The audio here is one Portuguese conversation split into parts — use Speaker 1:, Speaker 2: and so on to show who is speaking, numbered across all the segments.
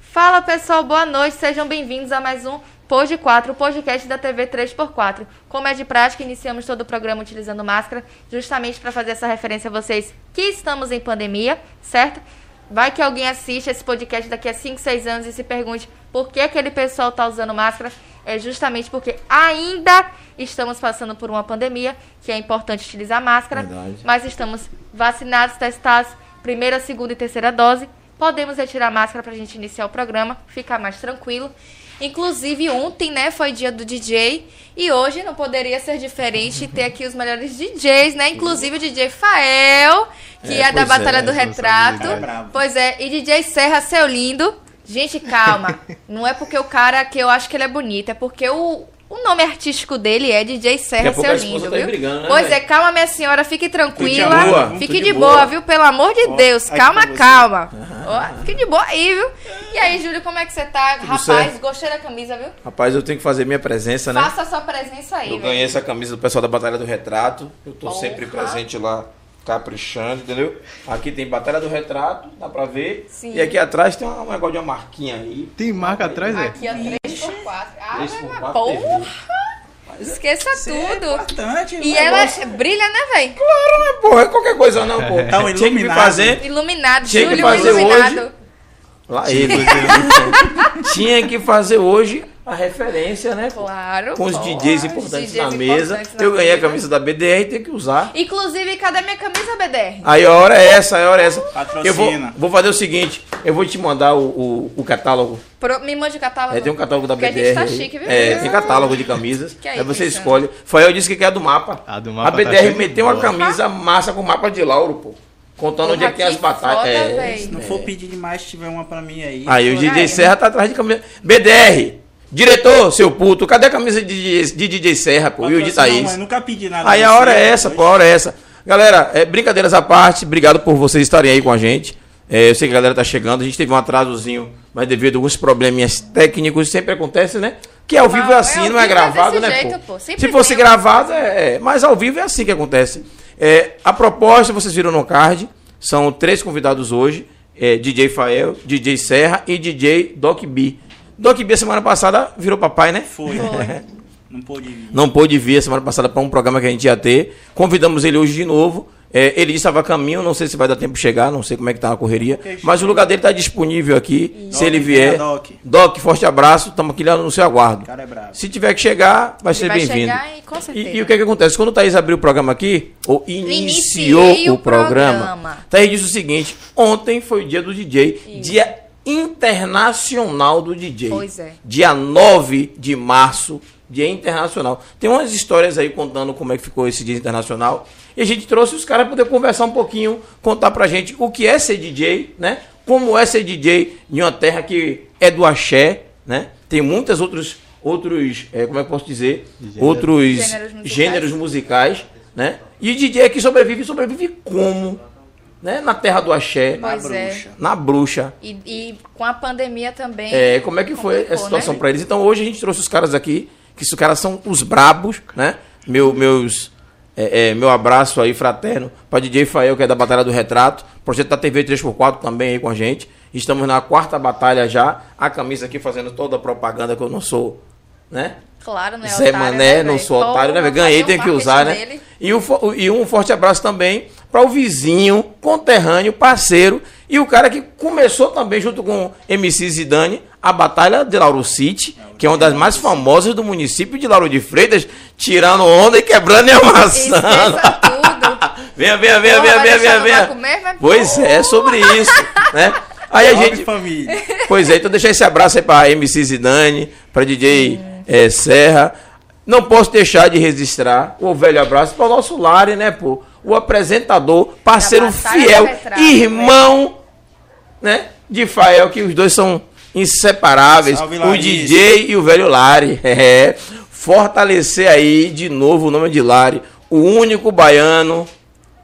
Speaker 1: Fala pessoal, boa noite, sejam bem-vindos a mais um Pod 4, o podcast da TV 3x4. Como é de prática, iniciamos todo o programa utilizando máscara, justamente para fazer essa referência a vocês que estamos em pandemia, certo? Vai que alguém assiste esse podcast daqui a 5, 6 anos e se pergunte por que aquele pessoal tá usando máscara. É justamente porque ainda estamos passando por uma pandemia, que é importante utilizar máscara,
Speaker 2: Verdade.
Speaker 1: mas estamos vacinados, testados, primeira, segunda e terceira dose. Podemos retirar a máscara para a gente iniciar o programa, ficar mais tranquilo. Inclusive, ontem, né, foi dia do DJ e hoje não poderia ser diferente ter aqui os melhores DJs, né? Inclusive o DJ Fael, que é,
Speaker 2: É,
Speaker 1: da
Speaker 2: pois
Speaker 1: Batalha
Speaker 2: é,
Speaker 1: do Retrato.
Speaker 2: responsabilidade.
Speaker 1: Pois é, e DJ Serra, seu lindo. Gente, calma. Não é porque o cara que eu acho que ele é bonito, é porque o, o nome artístico dele é DJ
Speaker 2: Daqui
Speaker 1: Serra,
Speaker 2: a pouco
Speaker 1: seu
Speaker 2: a esposa
Speaker 1: lindo,
Speaker 2: tá aí
Speaker 1: viu?
Speaker 2: brigando, né,
Speaker 1: pois é,
Speaker 2: velho?
Speaker 1: calma, minha senhora, fique tranquila.
Speaker 2: Fique de boa,
Speaker 1: Fique
Speaker 2: fique
Speaker 1: de
Speaker 2: de
Speaker 1: boa,
Speaker 2: boa.
Speaker 1: viu? Pelo amor de
Speaker 3: Ó,
Speaker 1: Deus.
Speaker 3: aqui
Speaker 1: Calma,
Speaker 3: pra você.
Speaker 1: calma. Ó, fique de boa aí, viu? E aí, Júlio, como é que você tá? Rapaz,
Speaker 2: certo.
Speaker 1: gostei da camisa, viu?
Speaker 2: Rapaz, eu tenho que fazer minha presença, né?
Speaker 1: Faça a sua presença aí,
Speaker 3: Né? Eu
Speaker 1: velho.
Speaker 3: ganhei essa camisa do pessoal da Batalha do Retrato. Eu tô
Speaker 1: Porra.
Speaker 3: sempre presente lá, caprichando, entendeu? Aqui tem Batalha do Retrato, dá pra ver.
Speaker 1: Sim.
Speaker 3: E aqui atrás tem um negócio de uma marquinha aí.
Speaker 4: Tem marca atrás, é?
Speaker 1: Aqui, ó, 3x4. Ah,
Speaker 3: Três
Speaker 1: vai
Speaker 3: por
Speaker 1: uma
Speaker 3: quatro
Speaker 1: porra.
Speaker 3: TV.
Speaker 1: Esqueça
Speaker 5: É
Speaker 1: tudo.
Speaker 5: importante,
Speaker 1: E
Speaker 5: o
Speaker 1: ela
Speaker 5: negócio-
Speaker 1: brilha, né, velho?
Speaker 3: Não é porra, é qualquer coisa não, pô.
Speaker 5: Tá um
Speaker 3: Tinha que me
Speaker 5: iluminado.
Speaker 3: fazer.
Speaker 1: Iluminado,
Speaker 3: Tinha que
Speaker 1: Júlio
Speaker 3: fazer
Speaker 1: iluminado.
Speaker 3: hoje. né? Lá ele. Tinha que fazer hoje a referência, né? pô?
Speaker 1: Claro.
Speaker 3: Com os
Speaker 1: pô.
Speaker 3: DJs
Speaker 1: Os
Speaker 3: importantes
Speaker 1: DJs
Speaker 3: na mesa.
Speaker 1: importantes na
Speaker 3: Eu ganhei a
Speaker 1: mesa.
Speaker 3: camisa da BDR, tem que usar.
Speaker 1: Inclusive, cadê minha camisa, BDR?
Speaker 3: Aí a hora é essa, a hora é essa.
Speaker 5: Patrocina.
Speaker 3: Eu vou, vou fazer o seguinte, eu vou te mandar o, o, o catálogo.
Speaker 1: Pro, me mande o catálogo.
Speaker 3: É, tem um catálogo da
Speaker 1: Porque
Speaker 3: BDR.
Speaker 1: a gente tá
Speaker 3: aí.
Speaker 1: chique, viu?
Speaker 3: É, tem catálogo de camisas.
Speaker 1: Que é aí,
Speaker 3: aí, você
Speaker 1: Cristiano?
Speaker 3: escolhe. Fael disse que quer a do mapa.
Speaker 4: A do mapa
Speaker 3: A
Speaker 4: tá
Speaker 3: BDR
Speaker 4: cheia de
Speaker 3: meteu uma
Speaker 4: bola.
Speaker 3: camisa massa com o mapa de Lauro, pô. Contando
Speaker 1: Porra,
Speaker 3: onde é que tem as
Speaker 1: que foda,
Speaker 3: batatas. É,
Speaker 1: véi.
Speaker 3: é.
Speaker 5: Não for pedir demais, se tiver uma pra mim aí.
Speaker 3: Aí o
Speaker 5: Pô,
Speaker 3: DJ
Speaker 1: aí.
Speaker 3: Serra tá atrás de camisa. BDR! Diretor, seu puto, cadê a camisa de DJ, de DJ Serra, pô? E o de
Speaker 5: patrocina,
Speaker 3: Thaís?
Speaker 5: mas Nunca pedi nada.
Speaker 3: Aí
Speaker 5: pra
Speaker 3: a
Speaker 5: você,
Speaker 3: hora é essa,
Speaker 5: dois.
Speaker 3: pô, a hora é essa. Galera, é, brincadeiras à parte, obrigado por vocês estarem aí com a gente. É, eu sei que a galera tá chegando, a gente teve um atrasozinho, mas devido a alguns probleminhas técnicos, sempre acontece, né? Que ao vivo é
Speaker 1: Normal,
Speaker 3: assim,
Speaker 1: é ao
Speaker 3: não é
Speaker 1: vivo é
Speaker 3: gravado,
Speaker 1: desse
Speaker 3: né,
Speaker 1: jeito,
Speaker 3: pô?
Speaker 1: pô, sempre
Speaker 3: Se
Speaker 1: tem.
Speaker 3: fosse
Speaker 1: um
Speaker 3: gravado, é, é, mas ao vivo é assim que acontece. É, a proposta, vocês viram no card, são três convidados hoje, é, DJ Fael, DJ Serra e DJ Doc B. Doc B, semana passada, virou papai, né?
Speaker 5: Foi.
Speaker 1: Foi.
Speaker 5: Não pôde vir.
Speaker 3: não pôde vir a semana passada para um programa que a gente ia ter. Convidamos ele hoje de novo. É, ele estava a caminho, não sei se vai dar tempo de chegar, não sei como é que tá a correria. Mas o lugar dele está disponível aqui. Se ele vier.
Speaker 5: Doc.
Speaker 3: Doc, forte abraço, estamos aqui lá no seu
Speaker 5: O
Speaker 3: aguardo.
Speaker 5: cara é bravo.
Speaker 3: Se tiver que chegar, vai ser
Speaker 1: vai
Speaker 3: bem-vindo.
Speaker 1: chegar e com certeza.
Speaker 3: E, e o que, é que acontece? Quando o Thaís abriu o programa aqui, ou iniciou
Speaker 1: Iniciei o
Speaker 3: o programa,
Speaker 1: programa.
Speaker 3: Thaís Então, disse o seguinte: ontem foi o dia do DJ, dia internacional do DJ.
Speaker 1: Pois é.
Speaker 3: Dia 9 de março, dia internacional. Tem umas histórias aí contando como é que ficou esse dia internacional. E a gente trouxe os caras para poder conversar um pouquinho, contar pra gente o que é ser DJ, né? Como é ser DJ em uma terra que é do axé, né? Tem muitos outros, outros eh, como é que eu posso dizer? Outros
Speaker 1: Gêneros musicais.
Speaker 3: gêneros musicais, né? E o DJ aqui sobrevive, sobrevive como? Né? Na terra do axé,
Speaker 1: Pois é.
Speaker 3: na bruxa.
Speaker 1: E, e com a pandemia também.
Speaker 3: É, como é que foi
Speaker 1: complicou,
Speaker 3: a situação
Speaker 1: né?
Speaker 3: pra eles? Então hoje a gente trouxe os caras aqui, que os caras são os brabos, né? Meu, meus, é, é, meu abraço aí fraterno pra DJ Fael, que é da Batalha do Retrato, projeto da TV 3x4 também aí com a gente. Estamos na quarta batalha já, a camisa aqui fazendo toda a propaganda que eu não sou, né?
Speaker 1: Claro, não é
Speaker 3: Zé
Speaker 1: otário,
Speaker 3: Mané,
Speaker 1: né,
Speaker 3: não
Speaker 1: véi?
Speaker 3: sou otário, né?
Speaker 1: Porra,
Speaker 3: velho? Ganhei,
Speaker 1: fazer
Speaker 3: tem
Speaker 1: um
Speaker 3: que usar,
Speaker 1: marketing
Speaker 3: né?
Speaker 1: dele.
Speaker 3: E um, fo- e um forte abraço também para o vizinho, conterrâneo, parceiro e o cara que começou também, junto com MC Zidane, a Batalha de Lauro City, que é uma das mais famosas do município de Lauro de Freitas, tirando onda e quebrando e amassando.
Speaker 1: Esqueça tudo.
Speaker 3: Venha, venha, venha,
Speaker 1: Porra,
Speaker 3: venha,
Speaker 1: vai
Speaker 3: venha,
Speaker 1: deixar
Speaker 3: venha,
Speaker 1: não
Speaker 3: venha.
Speaker 1: vai comer, vai-
Speaker 3: Pois é, é sobre isso, né? Aí a
Speaker 5: Salve,
Speaker 3: gente
Speaker 5: família.
Speaker 3: Pois é, então deixar esse abraço aí pra MC Zidane, pra DJ eh, Serra. Não posso deixar de registrar o velho abraço para o nosso Lari, né, pô? O apresentador, parceiro
Speaker 1: Da Batalha
Speaker 3: fiel,
Speaker 1: do Retrato,
Speaker 3: irmão, né, de Fael, que os dois são inseparáveis.
Speaker 5: Salve,
Speaker 3: o
Speaker 5: Lari.
Speaker 3: DJ e o velho Lari. É. Fortalecer aí de novo o nome de Lari, o único baiano,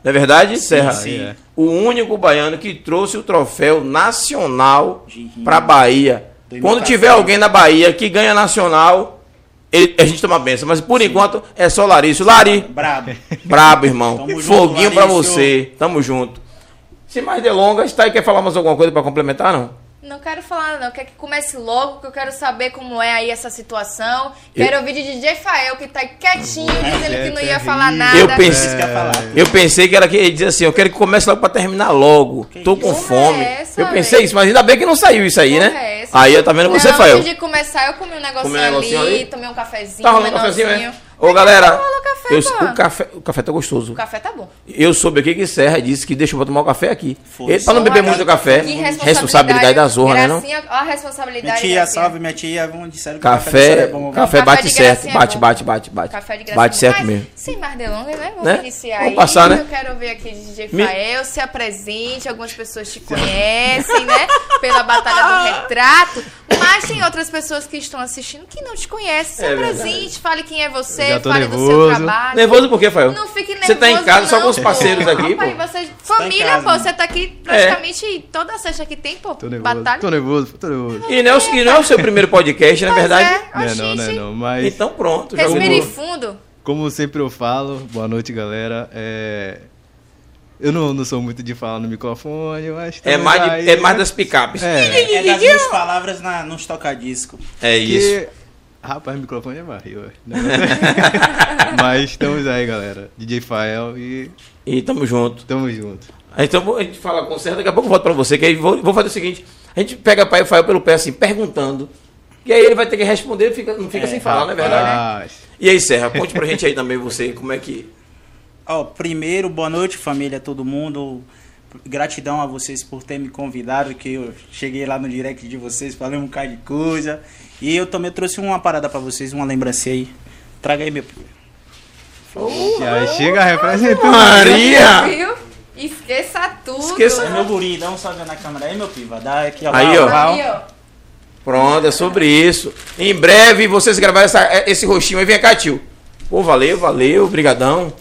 Speaker 3: não é verdade, Serra?
Speaker 4: sim. É.
Speaker 3: O único baiano que trouxe o troféu nacional
Speaker 5: De rima.
Speaker 3: pra Bahia.
Speaker 5: Tem
Speaker 3: Quando
Speaker 5: votação.
Speaker 3: tiver alguém na Bahia que ganha nacional, ele- a gente toma benção. Mas por enquanto é só Larício. Lari,
Speaker 5: Brabo.
Speaker 3: brabo, irmão.
Speaker 5: Tamo junto,
Speaker 3: Foguinho pra
Speaker 5: Larício.
Speaker 3: você. Tamo junto. Sem mais delongas, tá aí? Quer falar mais alguma coisa pra complementar, não?
Speaker 1: Não quero falar, não. Quer que comece logo, que eu quero saber como é aí essa situação. Quero ouvir de DJ Fael, que tá quietinho, dizendo que não ia falar nada. É
Speaker 3: Eu pensei,
Speaker 5: Isso que eu ia falar.
Speaker 3: eu pensei que era que ele dizia assim, eu quero que comece logo pra terminar logo. Tô com
Speaker 1: isso?
Speaker 3: fome.
Speaker 1: É essa,
Speaker 3: eu pensei
Speaker 1: velho?
Speaker 3: isso, mas ainda bem que não saiu isso aí,
Speaker 1: Porra,
Speaker 3: né?
Speaker 1: é essa?
Speaker 3: aí eu tá vendo
Speaker 1: Não,
Speaker 3: você, Fael.
Speaker 1: Antes de começar, eu comi um negocinho,
Speaker 3: Comi um negocinho
Speaker 1: ali,
Speaker 3: ali?
Speaker 1: tomei um cafezinho,
Speaker 3: Tá rolando um
Speaker 1: menorzinho.
Speaker 3: cafezinho, né?
Speaker 1: Por
Speaker 3: Ô
Speaker 1: que
Speaker 3: galera,
Speaker 1: não rola café,
Speaker 3: eu-
Speaker 1: porra?
Speaker 3: o, café, o café tá gostoso.
Speaker 1: O café tá bom.
Speaker 3: Eu soube aqui que Serra disse que deixa eu tomar o café aqui.
Speaker 5: Foi.
Speaker 3: Ele, pra não
Speaker 5: Porra,
Speaker 3: beber muito
Speaker 5: que
Speaker 3: café,
Speaker 1: Que
Speaker 3: responsabilidade da zorra, né? Não?
Speaker 1: Gracinha, Ó a responsabilidade. assim,
Speaker 5: Minha tia,
Speaker 1: gracinha.
Speaker 5: salve minha tia. Vão disseram que
Speaker 3: Café,
Speaker 5: do Sara é bom.
Speaker 3: café
Speaker 1: Café
Speaker 3: bate
Speaker 1: de
Speaker 3: certo.
Speaker 1: gracinha é
Speaker 3: Bate,
Speaker 1: bom.
Speaker 3: bate, bate, bate.
Speaker 1: Café de gracinha. é
Speaker 3: Bate certo
Speaker 1: Mas,
Speaker 3: mesmo.
Speaker 1: Sem mais delongas, né? Vamos
Speaker 3: Né?
Speaker 1: iniciar
Speaker 3: Vamos
Speaker 1: aí.
Speaker 3: passar, né?
Speaker 1: Eu quero ver aqui DJ
Speaker 3: Me-
Speaker 1: Fael, se apresente. Algumas pessoas te conhecem, né? Pela Batalha do Retrato. Mas tem outras pessoas que estão assistindo que não te conhecem. Se
Speaker 3: É verdade.
Speaker 1: apresente, fale quem é
Speaker 4: Eu
Speaker 1: você,
Speaker 4: já tô
Speaker 1: fale do seu
Speaker 4: nervoso.
Speaker 1: trabalho.
Speaker 3: Nervoso por quê, Fael?
Speaker 1: Não fique nervoso.
Speaker 3: Você tá em casa só
Speaker 1: não,
Speaker 3: com os parceiros
Speaker 1: pô.
Speaker 3: aqui,
Speaker 1: Rapaz,
Speaker 3: pô. É.
Speaker 1: Você,
Speaker 5: tá em
Speaker 1: família,
Speaker 5: casa,
Speaker 1: pô,
Speaker 5: né?
Speaker 1: você tá aqui praticamente toda sexta que tem, pô.
Speaker 4: Tô nervoso.
Speaker 1: Batalha.
Speaker 4: Tô nervoso, tô nervoso.
Speaker 3: E não, é o- e não é o seu primeiro podcast, na
Speaker 1: tá. Pois
Speaker 3: verdade.
Speaker 1: é, ó,
Speaker 4: Não é não,
Speaker 1: xixi.
Speaker 4: não é não. Mas
Speaker 3: Então pronto, já
Speaker 1: Respire
Speaker 3: mudou.
Speaker 1: fundo.
Speaker 4: Como sempre eu falo, boa noite, galera. É, Eu não, não sou muito de falar no microfone, mas.
Speaker 3: É
Speaker 4: também
Speaker 3: mais, de-
Speaker 4: vai,
Speaker 3: é
Speaker 4: né?
Speaker 3: mais das picapes.
Speaker 4: É,
Speaker 5: É das minhas palavras na, nos tocadisco.
Speaker 3: É isso.
Speaker 4: que- Rapaz, microfone é barril. é. Não. mas estamos aí, galera. DJ Fael e
Speaker 3: E tamo junto.
Speaker 4: tamo junto.
Speaker 3: Então vou- a gente fala com o Serra, daqui a pouco eu volto pra você, que aí vou, vou fazer o seguinte: a gente pega pai e Fael pelo pé assim, perguntando. E aí ele vai ter que responder, fica, não fica
Speaker 5: É,
Speaker 3: sem falar, não é verdade?
Speaker 4: Rapaz,
Speaker 3: E aí, Serra, conte pra gente aí também você, como é que.
Speaker 5: Ó, primeiro, boa noite, família, todo mundo. Gratidão a vocês por ter me convidado, que eu cheguei lá no direct de vocês, falei um bocado de coisa. E eu também trouxe uma parada pra vocês, uma lembrança aí. Traga aí, meu primeiro.
Speaker 4: e aí chega representando.
Speaker 3: Maria!
Speaker 1: Viu? Esqueça tudo.
Speaker 3: Esqueça-
Speaker 5: Meu guri, dá um salve na câmera aí, meu piva. Dá aqui, ó.
Speaker 3: Aí, ó.
Speaker 5: Pau.
Speaker 1: Aí, ó.
Speaker 3: Pronto, é sobre isso. Em breve vocês gravaram essa- é, esse rostinho aí, vem cá, tio. Pô, valeu, valeu, brigadão.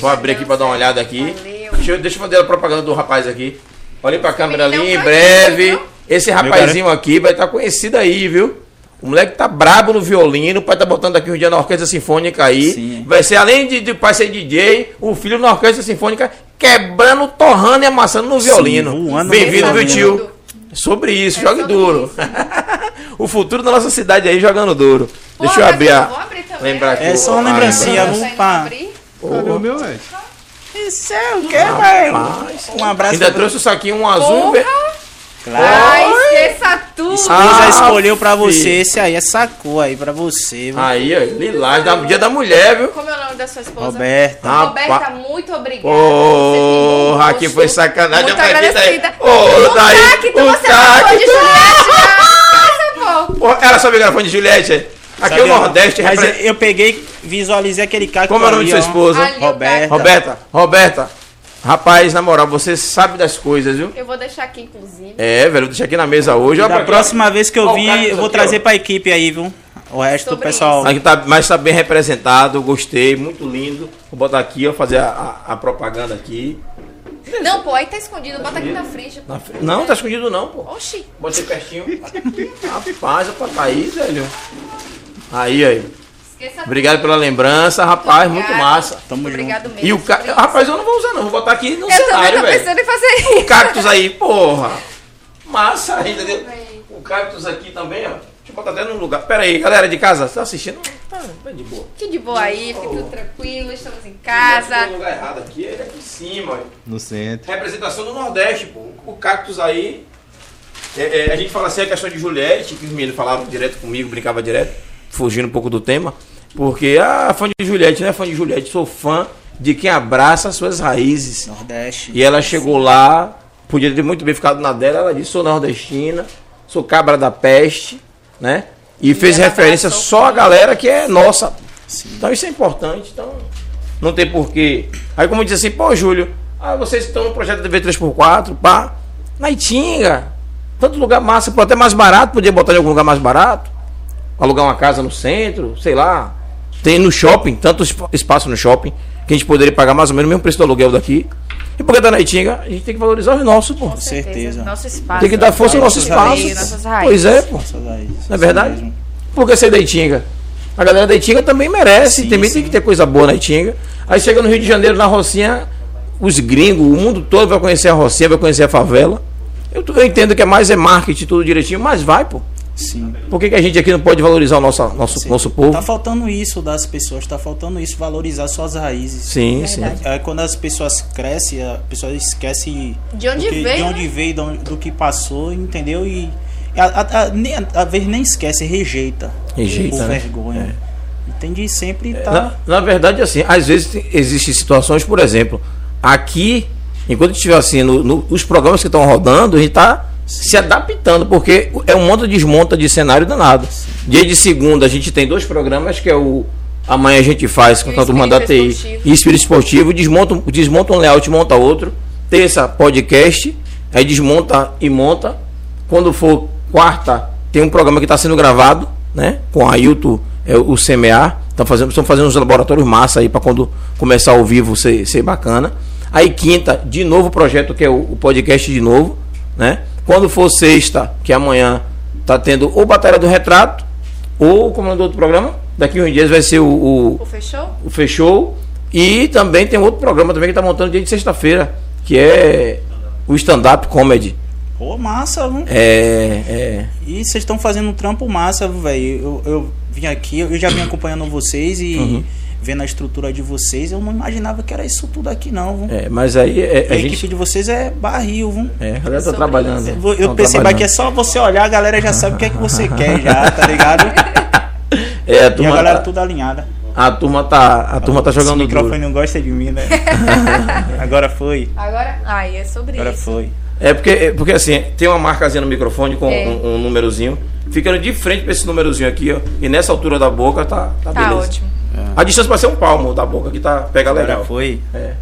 Speaker 3: Vou abrir aqui pra dar uma olhada aqui.
Speaker 1: Valeu.
Speaker 3: Deixa eu, deixa eu fazer a propaganda do rapaz aqui. Olhei pra câmera ali,
Speaker 1: Menino é um
Speaker 3: em
Speaker 1: prodígio,
Speaker 3: breve.
Speaker 1: viu?
Speaker 3: Esse rapazinho aqui vai estar conhecido aí, viu? O moleque tá brabo no violino, o pai tá botando aqui um dia na Orquestra Sinfônica aí.
Speaker 5: Sim.
Speaker 3: Vai ser, além de, de pai ser DJ, o filho na Orquestra Sinfônica quebrando, torrando e amassando no violino.
Speaker 5: voando no
Speaker 3: Bem-vindo, viu,
Speaker 5: violino.
Speaker 3: tio? Sobre isso,
Speaker 1: É
Speaker 3: jogue
Speaker 1: sobre
Speaker 3: duro.
Speaker 1: isso.
Speaker 3: o futuro da nossa cidade aí jogando duro.
Speaker 1: Pô,
Speaker 3: Deixa eu
Speaker 1: mas
Speaker 3: abrir
Speaker 1: eu
Speaker 3: a.
Speaker 1: vou abrir também.
Speaker 3: lembrar aqui
Speaker 5: É
Speaker 3: o-
Speaker 5: só uma
Speaker 3: a-
Speaker 5: lembrancinha,
Speaker 1: Tá
Speaker 5: vamos
Speaker 1: saindo
Speaker 5: pra-
Speaker 1: abrir?
Speaker 4: Cadê o meu, velho?
Speaker 5: Isso é o que, velho? Um abraço.
Speaker 3: Ainda
Speaker 5: pra-
Speaker 3: trouxe o saquinho um
Speaker 1: Porra!
Speaker 3: azul. ver-
Speaker 5: Claro.
Speaker 1: Ai, esqueça tudo.
Speaker 5: Deus já
Speaker 3: Ah,
Speaker 5: escolheu pra você,
Speaker 3: filho.
Speaker 5: esse aí é sacou aí pra você, viu?
Speaker 3: Aí, ó, lilás, da- dia da mulher, viu?
Speaker 1: Como é o nome da sua esposa?
Speaker 5: Roberta.
Speaker 1: Roberta,
Speaker 3: Rapaz.
Speaker 1: muito obrigada.
Speaker 3: Porra,
Speaker 1: Você tem um
Speaker 3: que
Speaker 1: gosto
Speaker 3: foi sacanagem.
Speaker 1: Muito
Speaker 3: Mas,
Speaker 1: agradecida.
Speaker 3: Rita, aí- Ô,
Speaker 1: o
Speaker 3: daí,
Speaker 1: cacto
Speaker 3: o
Speaker 1: você acabou de
Speaker 3: cacto.
Speaker 1: Juliette. Nossa, pô.
Speaker 3: Pô, Era só o microfone de Juliette. Aqui é
Speaker 5: Sabe,
Speaker 3: o Nordeste
Speaker 5: Mas
Speaker 3: repre-
Speaker 5: eu, eu peguei, visualizei aquele cara que tá
Speaker 3: Como é o nome de
Speaker 5: ali,
Speaker 3: sua
Speaker 5: ó.
Speaker 3: esposa?
Speaker 1: Ali, o
Speaker 5: Roberta.
Speaker 1: cacto.
Speaker 3: Roberta, Roberta. Rapaz, na moral, você sabe das coisas, viu?
Speaker 1: Eu vou deixar aqui, inclusive.
Speaker 3: É, velho, deixa aqui na mesa hoje. ó,
Speaker 5: Da
Speaker 3: pra-
Speaker 5: próxima vez que eu
Speaker 3: Ó, o
Speaker 5: vir,
Speaker 3: Carlos
Speaker 5: eu vou
Speaker 3: aqui,
Speaker 5: trazer
Speaker 3: ó.
Speaker 5: pra equipe aí, viu? O resto do
Speaker 1: Sobre
Speaker 5: pessoal.
Speaker 3: Aqui tá, mas tá bem representado, gostei, muito lindo. Vou botar aqui, ó, fazer a, a- a propaganda aqui.
Speaker 1: Não, pô, aí tá escondido. Bota aqui na frente.
Speaker 3: Na fre- Não, tá escondido não, pô.
Speaker 1: Oxi.
Speaker 3: Botei pertinho. Rapaz, ó, tá aí, velho. Aí, aí.
Speaker 1: Esqueça
Speaker 3: Obrigado pela lembrança, rapaz, muito massa.
Speaker 5: Tamo
Speaker 1: Obrigado mesmo.
Speaker 3: E o ca...
Speaker 1: Sobre
Speaker 3: Rapaz, eu não vou usar não, vou botar aqui no
Speaker 1: isso. Eu também
Speaker 3: cenário,
Speaker 1: tô
Speaker 3: velho.
Speaker 1: pensando em fazer isso.
Speaker 3: O cactus aí, porra. Massa aí, entendeu? O cactus aqui também, ó. Deixa eu botar até num lugar. Pera aí, galera de casa, tá assistindo? Tá, tá de boa.
Speaker 1: Fique de boa aí, fique tudo tranquilo, estamos em casa.
Speaker 3: No um lugar errado aqui, ele é aqui em cima, ó.
Speaker 4: No centro.
Speaker 3: Representação do Nordeste, pô. O cactus aí. é, é, a gente fala assim a questão de Juliette, que os meninos falavam direto comigo, brincava direto, fugindo um pouco do tema. Porque, ah, fã de Juliette, né? Fã de Juliette, sou fã de quem abraça as suas raízes.
Speaker 5: Nordeste.
Speaker 3: E é- ela chegou lá, podia ter muito bem ficado na dela, ela disse, sou nordestina, sou cabra da peste, né? E, fez
Speaker 1: ela
Speaker 3: referência
Speaker 1: abraçou
Speaker 3: só a galera que é nossa. Então isso é importante, então não tem porquê. Aí como diz assim, pô Júlio, ah, vocês estão no projeto TV 3x4, pá, na Itinga, tanto lugar massa, pô, até mais barato, podia botar em algum lugar mais barato, alugar uma casa no centro, sei lá. Tem no shopping, tanto espa- espaço no shopping, que a gente poderia pagar mais ou menos o mesmo preço do aluguel daqui. E porque tá na Itinga, a gente tem que valorizar o nosso, pô.
Speaker 1: Com
Speaker 5: certeza.
Speaker 1: Nosso espaço.
Speaker 3: Tem que dar força ao nosso
Speaker 5: Nossas
Speaker 3: espaço.
Speaker 5: raízes,
Speaker 3: pô.
Speaker 1: nossas raízes.
Speaker 3: Pois é, pô.
Speaker 5: Nossa, vai, isso
Speaker 3: Não é verdade?
Speaker 5: mesmo.
Speaker 3: Por que ser da Itinga? A galera da Itinga também merece,
Speaker 5: Sim,
Speaker 3: também tem
Speaker 5: sim.
Speaker 3: que ter coisa boa na Itinga. Aí chega no Rio de Janeiro, na Rocinha, os gringos, o mundo todo vai conhecer a Rocinha, vai conhecer a favela. Eu, eu entendo que é mais é marketing, tudo direitinho, mas vai, pô.
Speaker 5: Sim.
Speaker 3: Por que, que a gente aqui não pode valorizar o nosso, nosso,
Speaker 5: Sim.
Speaker 3: nosso povo?
Speaker 5: Tá faltando isso das pessoas, tá faltando isso, valorizar suas raízes.
Speaker 3: Sim, sim.
Speaker 6: Verdade.
Speaker 5: É quando as pessoas crescem, a pessoa esquece
Speaker 6: De onde
Speaker 5: do que,
Speaker 6: veio,
Speaker 5: de onde
Speaker 6: né?
Speaker 5: veio, de onde- do que passou, entendeu? E a, a, a, nem- a vez nem esquece, rejeita.
Speaker 3: Rejeita,
Speaker 5: Por
Speaker 3: né? É.
Speaker 5: vergonha. Entende? E sempre tá.
Speaker 3: Na, na verdade, assim, às vezes tem- existem situações, por exemplo, aqui, enquanto estiver assim, no, no- os programas que estão rodando, a gente está se adaptando, porque é um monte de desmonta de cenário danado. Dia de segunda, a gente tem dois programas, que é o Amanhã a gente faz com
Speaker 6: E o
Speaker 3: a turma da TI
Speaker 6: Espírito Esportivo.
Speaker 3: e Espírito Esportivo, desmonta, um- desmonta um layout, monta outro. Terça, podcast, aí desmonta e monta. Quando for quarta, tem um programa que está sendo gravado, né? Com a Ailton, é, o CMA. Estão Tá fazendo, estão fazendo uns laboratórios massa aí para quando começar ao vivo ser, ser bacana. Aí quinta, de novo o projeto que é o, o podcast de novo, né? Quando for sexta, que é amanhã, tá tendo ou Batalha do Retrato, ou como é o do outro programa, daqui uns dias vai ser o- o,
Speaker 6: Pô, fechou?
Speaker 3: o Fechou. E também tem outro programa também que tá montando dia de sexta-feira, que é o stand-up comedy.
Speaker 5: Pô, massa, viu?
Speaker 3: É, é,
Speaker 5: E vocês estão fazendo um trampo massa, velho. Eu, eu vim aqui, eu já vim acompanhando vocês e
Speaker 3: Uhum.
Speaker 5: vendo a estrutura de vocês, eu não imaginava que era isso tudo aqui, não. viu?
Speaker 3: é, mas aí é,
Speaker 5: a
Speaker 3: a
Speaker 5: equipe
Speaker 3: gente.
Speaker 5: de vocês é barril, viu?
Speaker 3: É, a galera tá
Speaker 6: Sobre
Speaker 3: trabalhando.
Speaker 6: isso.
Speaker 5: Eu
Speaker 3: Tão
Speaker 5: percebo que é
Speaker 3: trabalhando.
Speaker 5: só você olhar, a galera já sabe o que é que você quer já, tá ligado?
Speaker 3: É, a
Speaker 5: E assim, a
Speaker 3: turma,
Speaker 5: galera
Speaker 3: tá-
Speaker 5: tudo alinhada.
Speaker 3: a turma tá. A turma tá
Speaker 5: Esse
Speaker 3: jogando
Speaker 5: microfone
Speaker 3: duro.
Speaker 5: não gosta de mim, né? Agora foi.
Speaker 6: Agora. Ai, é sobre
Speaker 5: Agora
Speaker 6: isso.
Speaker 5: foi.
Speaker 3: É porque, é porque assim, tem uma marcazinha no microfone com
Speaker 6: É.
Speaker 3: um, um númerozinho. Ficando de frente pra esse númerozinho aqui, ó. E nessa altura da boca tá, tá,
Speaker 6: Tá
Speaker 3: beleza.
Speaker 6: ótimo.
Speaker 3: A distância vai ser um palmo da boca que tá, pega legal.
Speaker 5: Agora foi. É.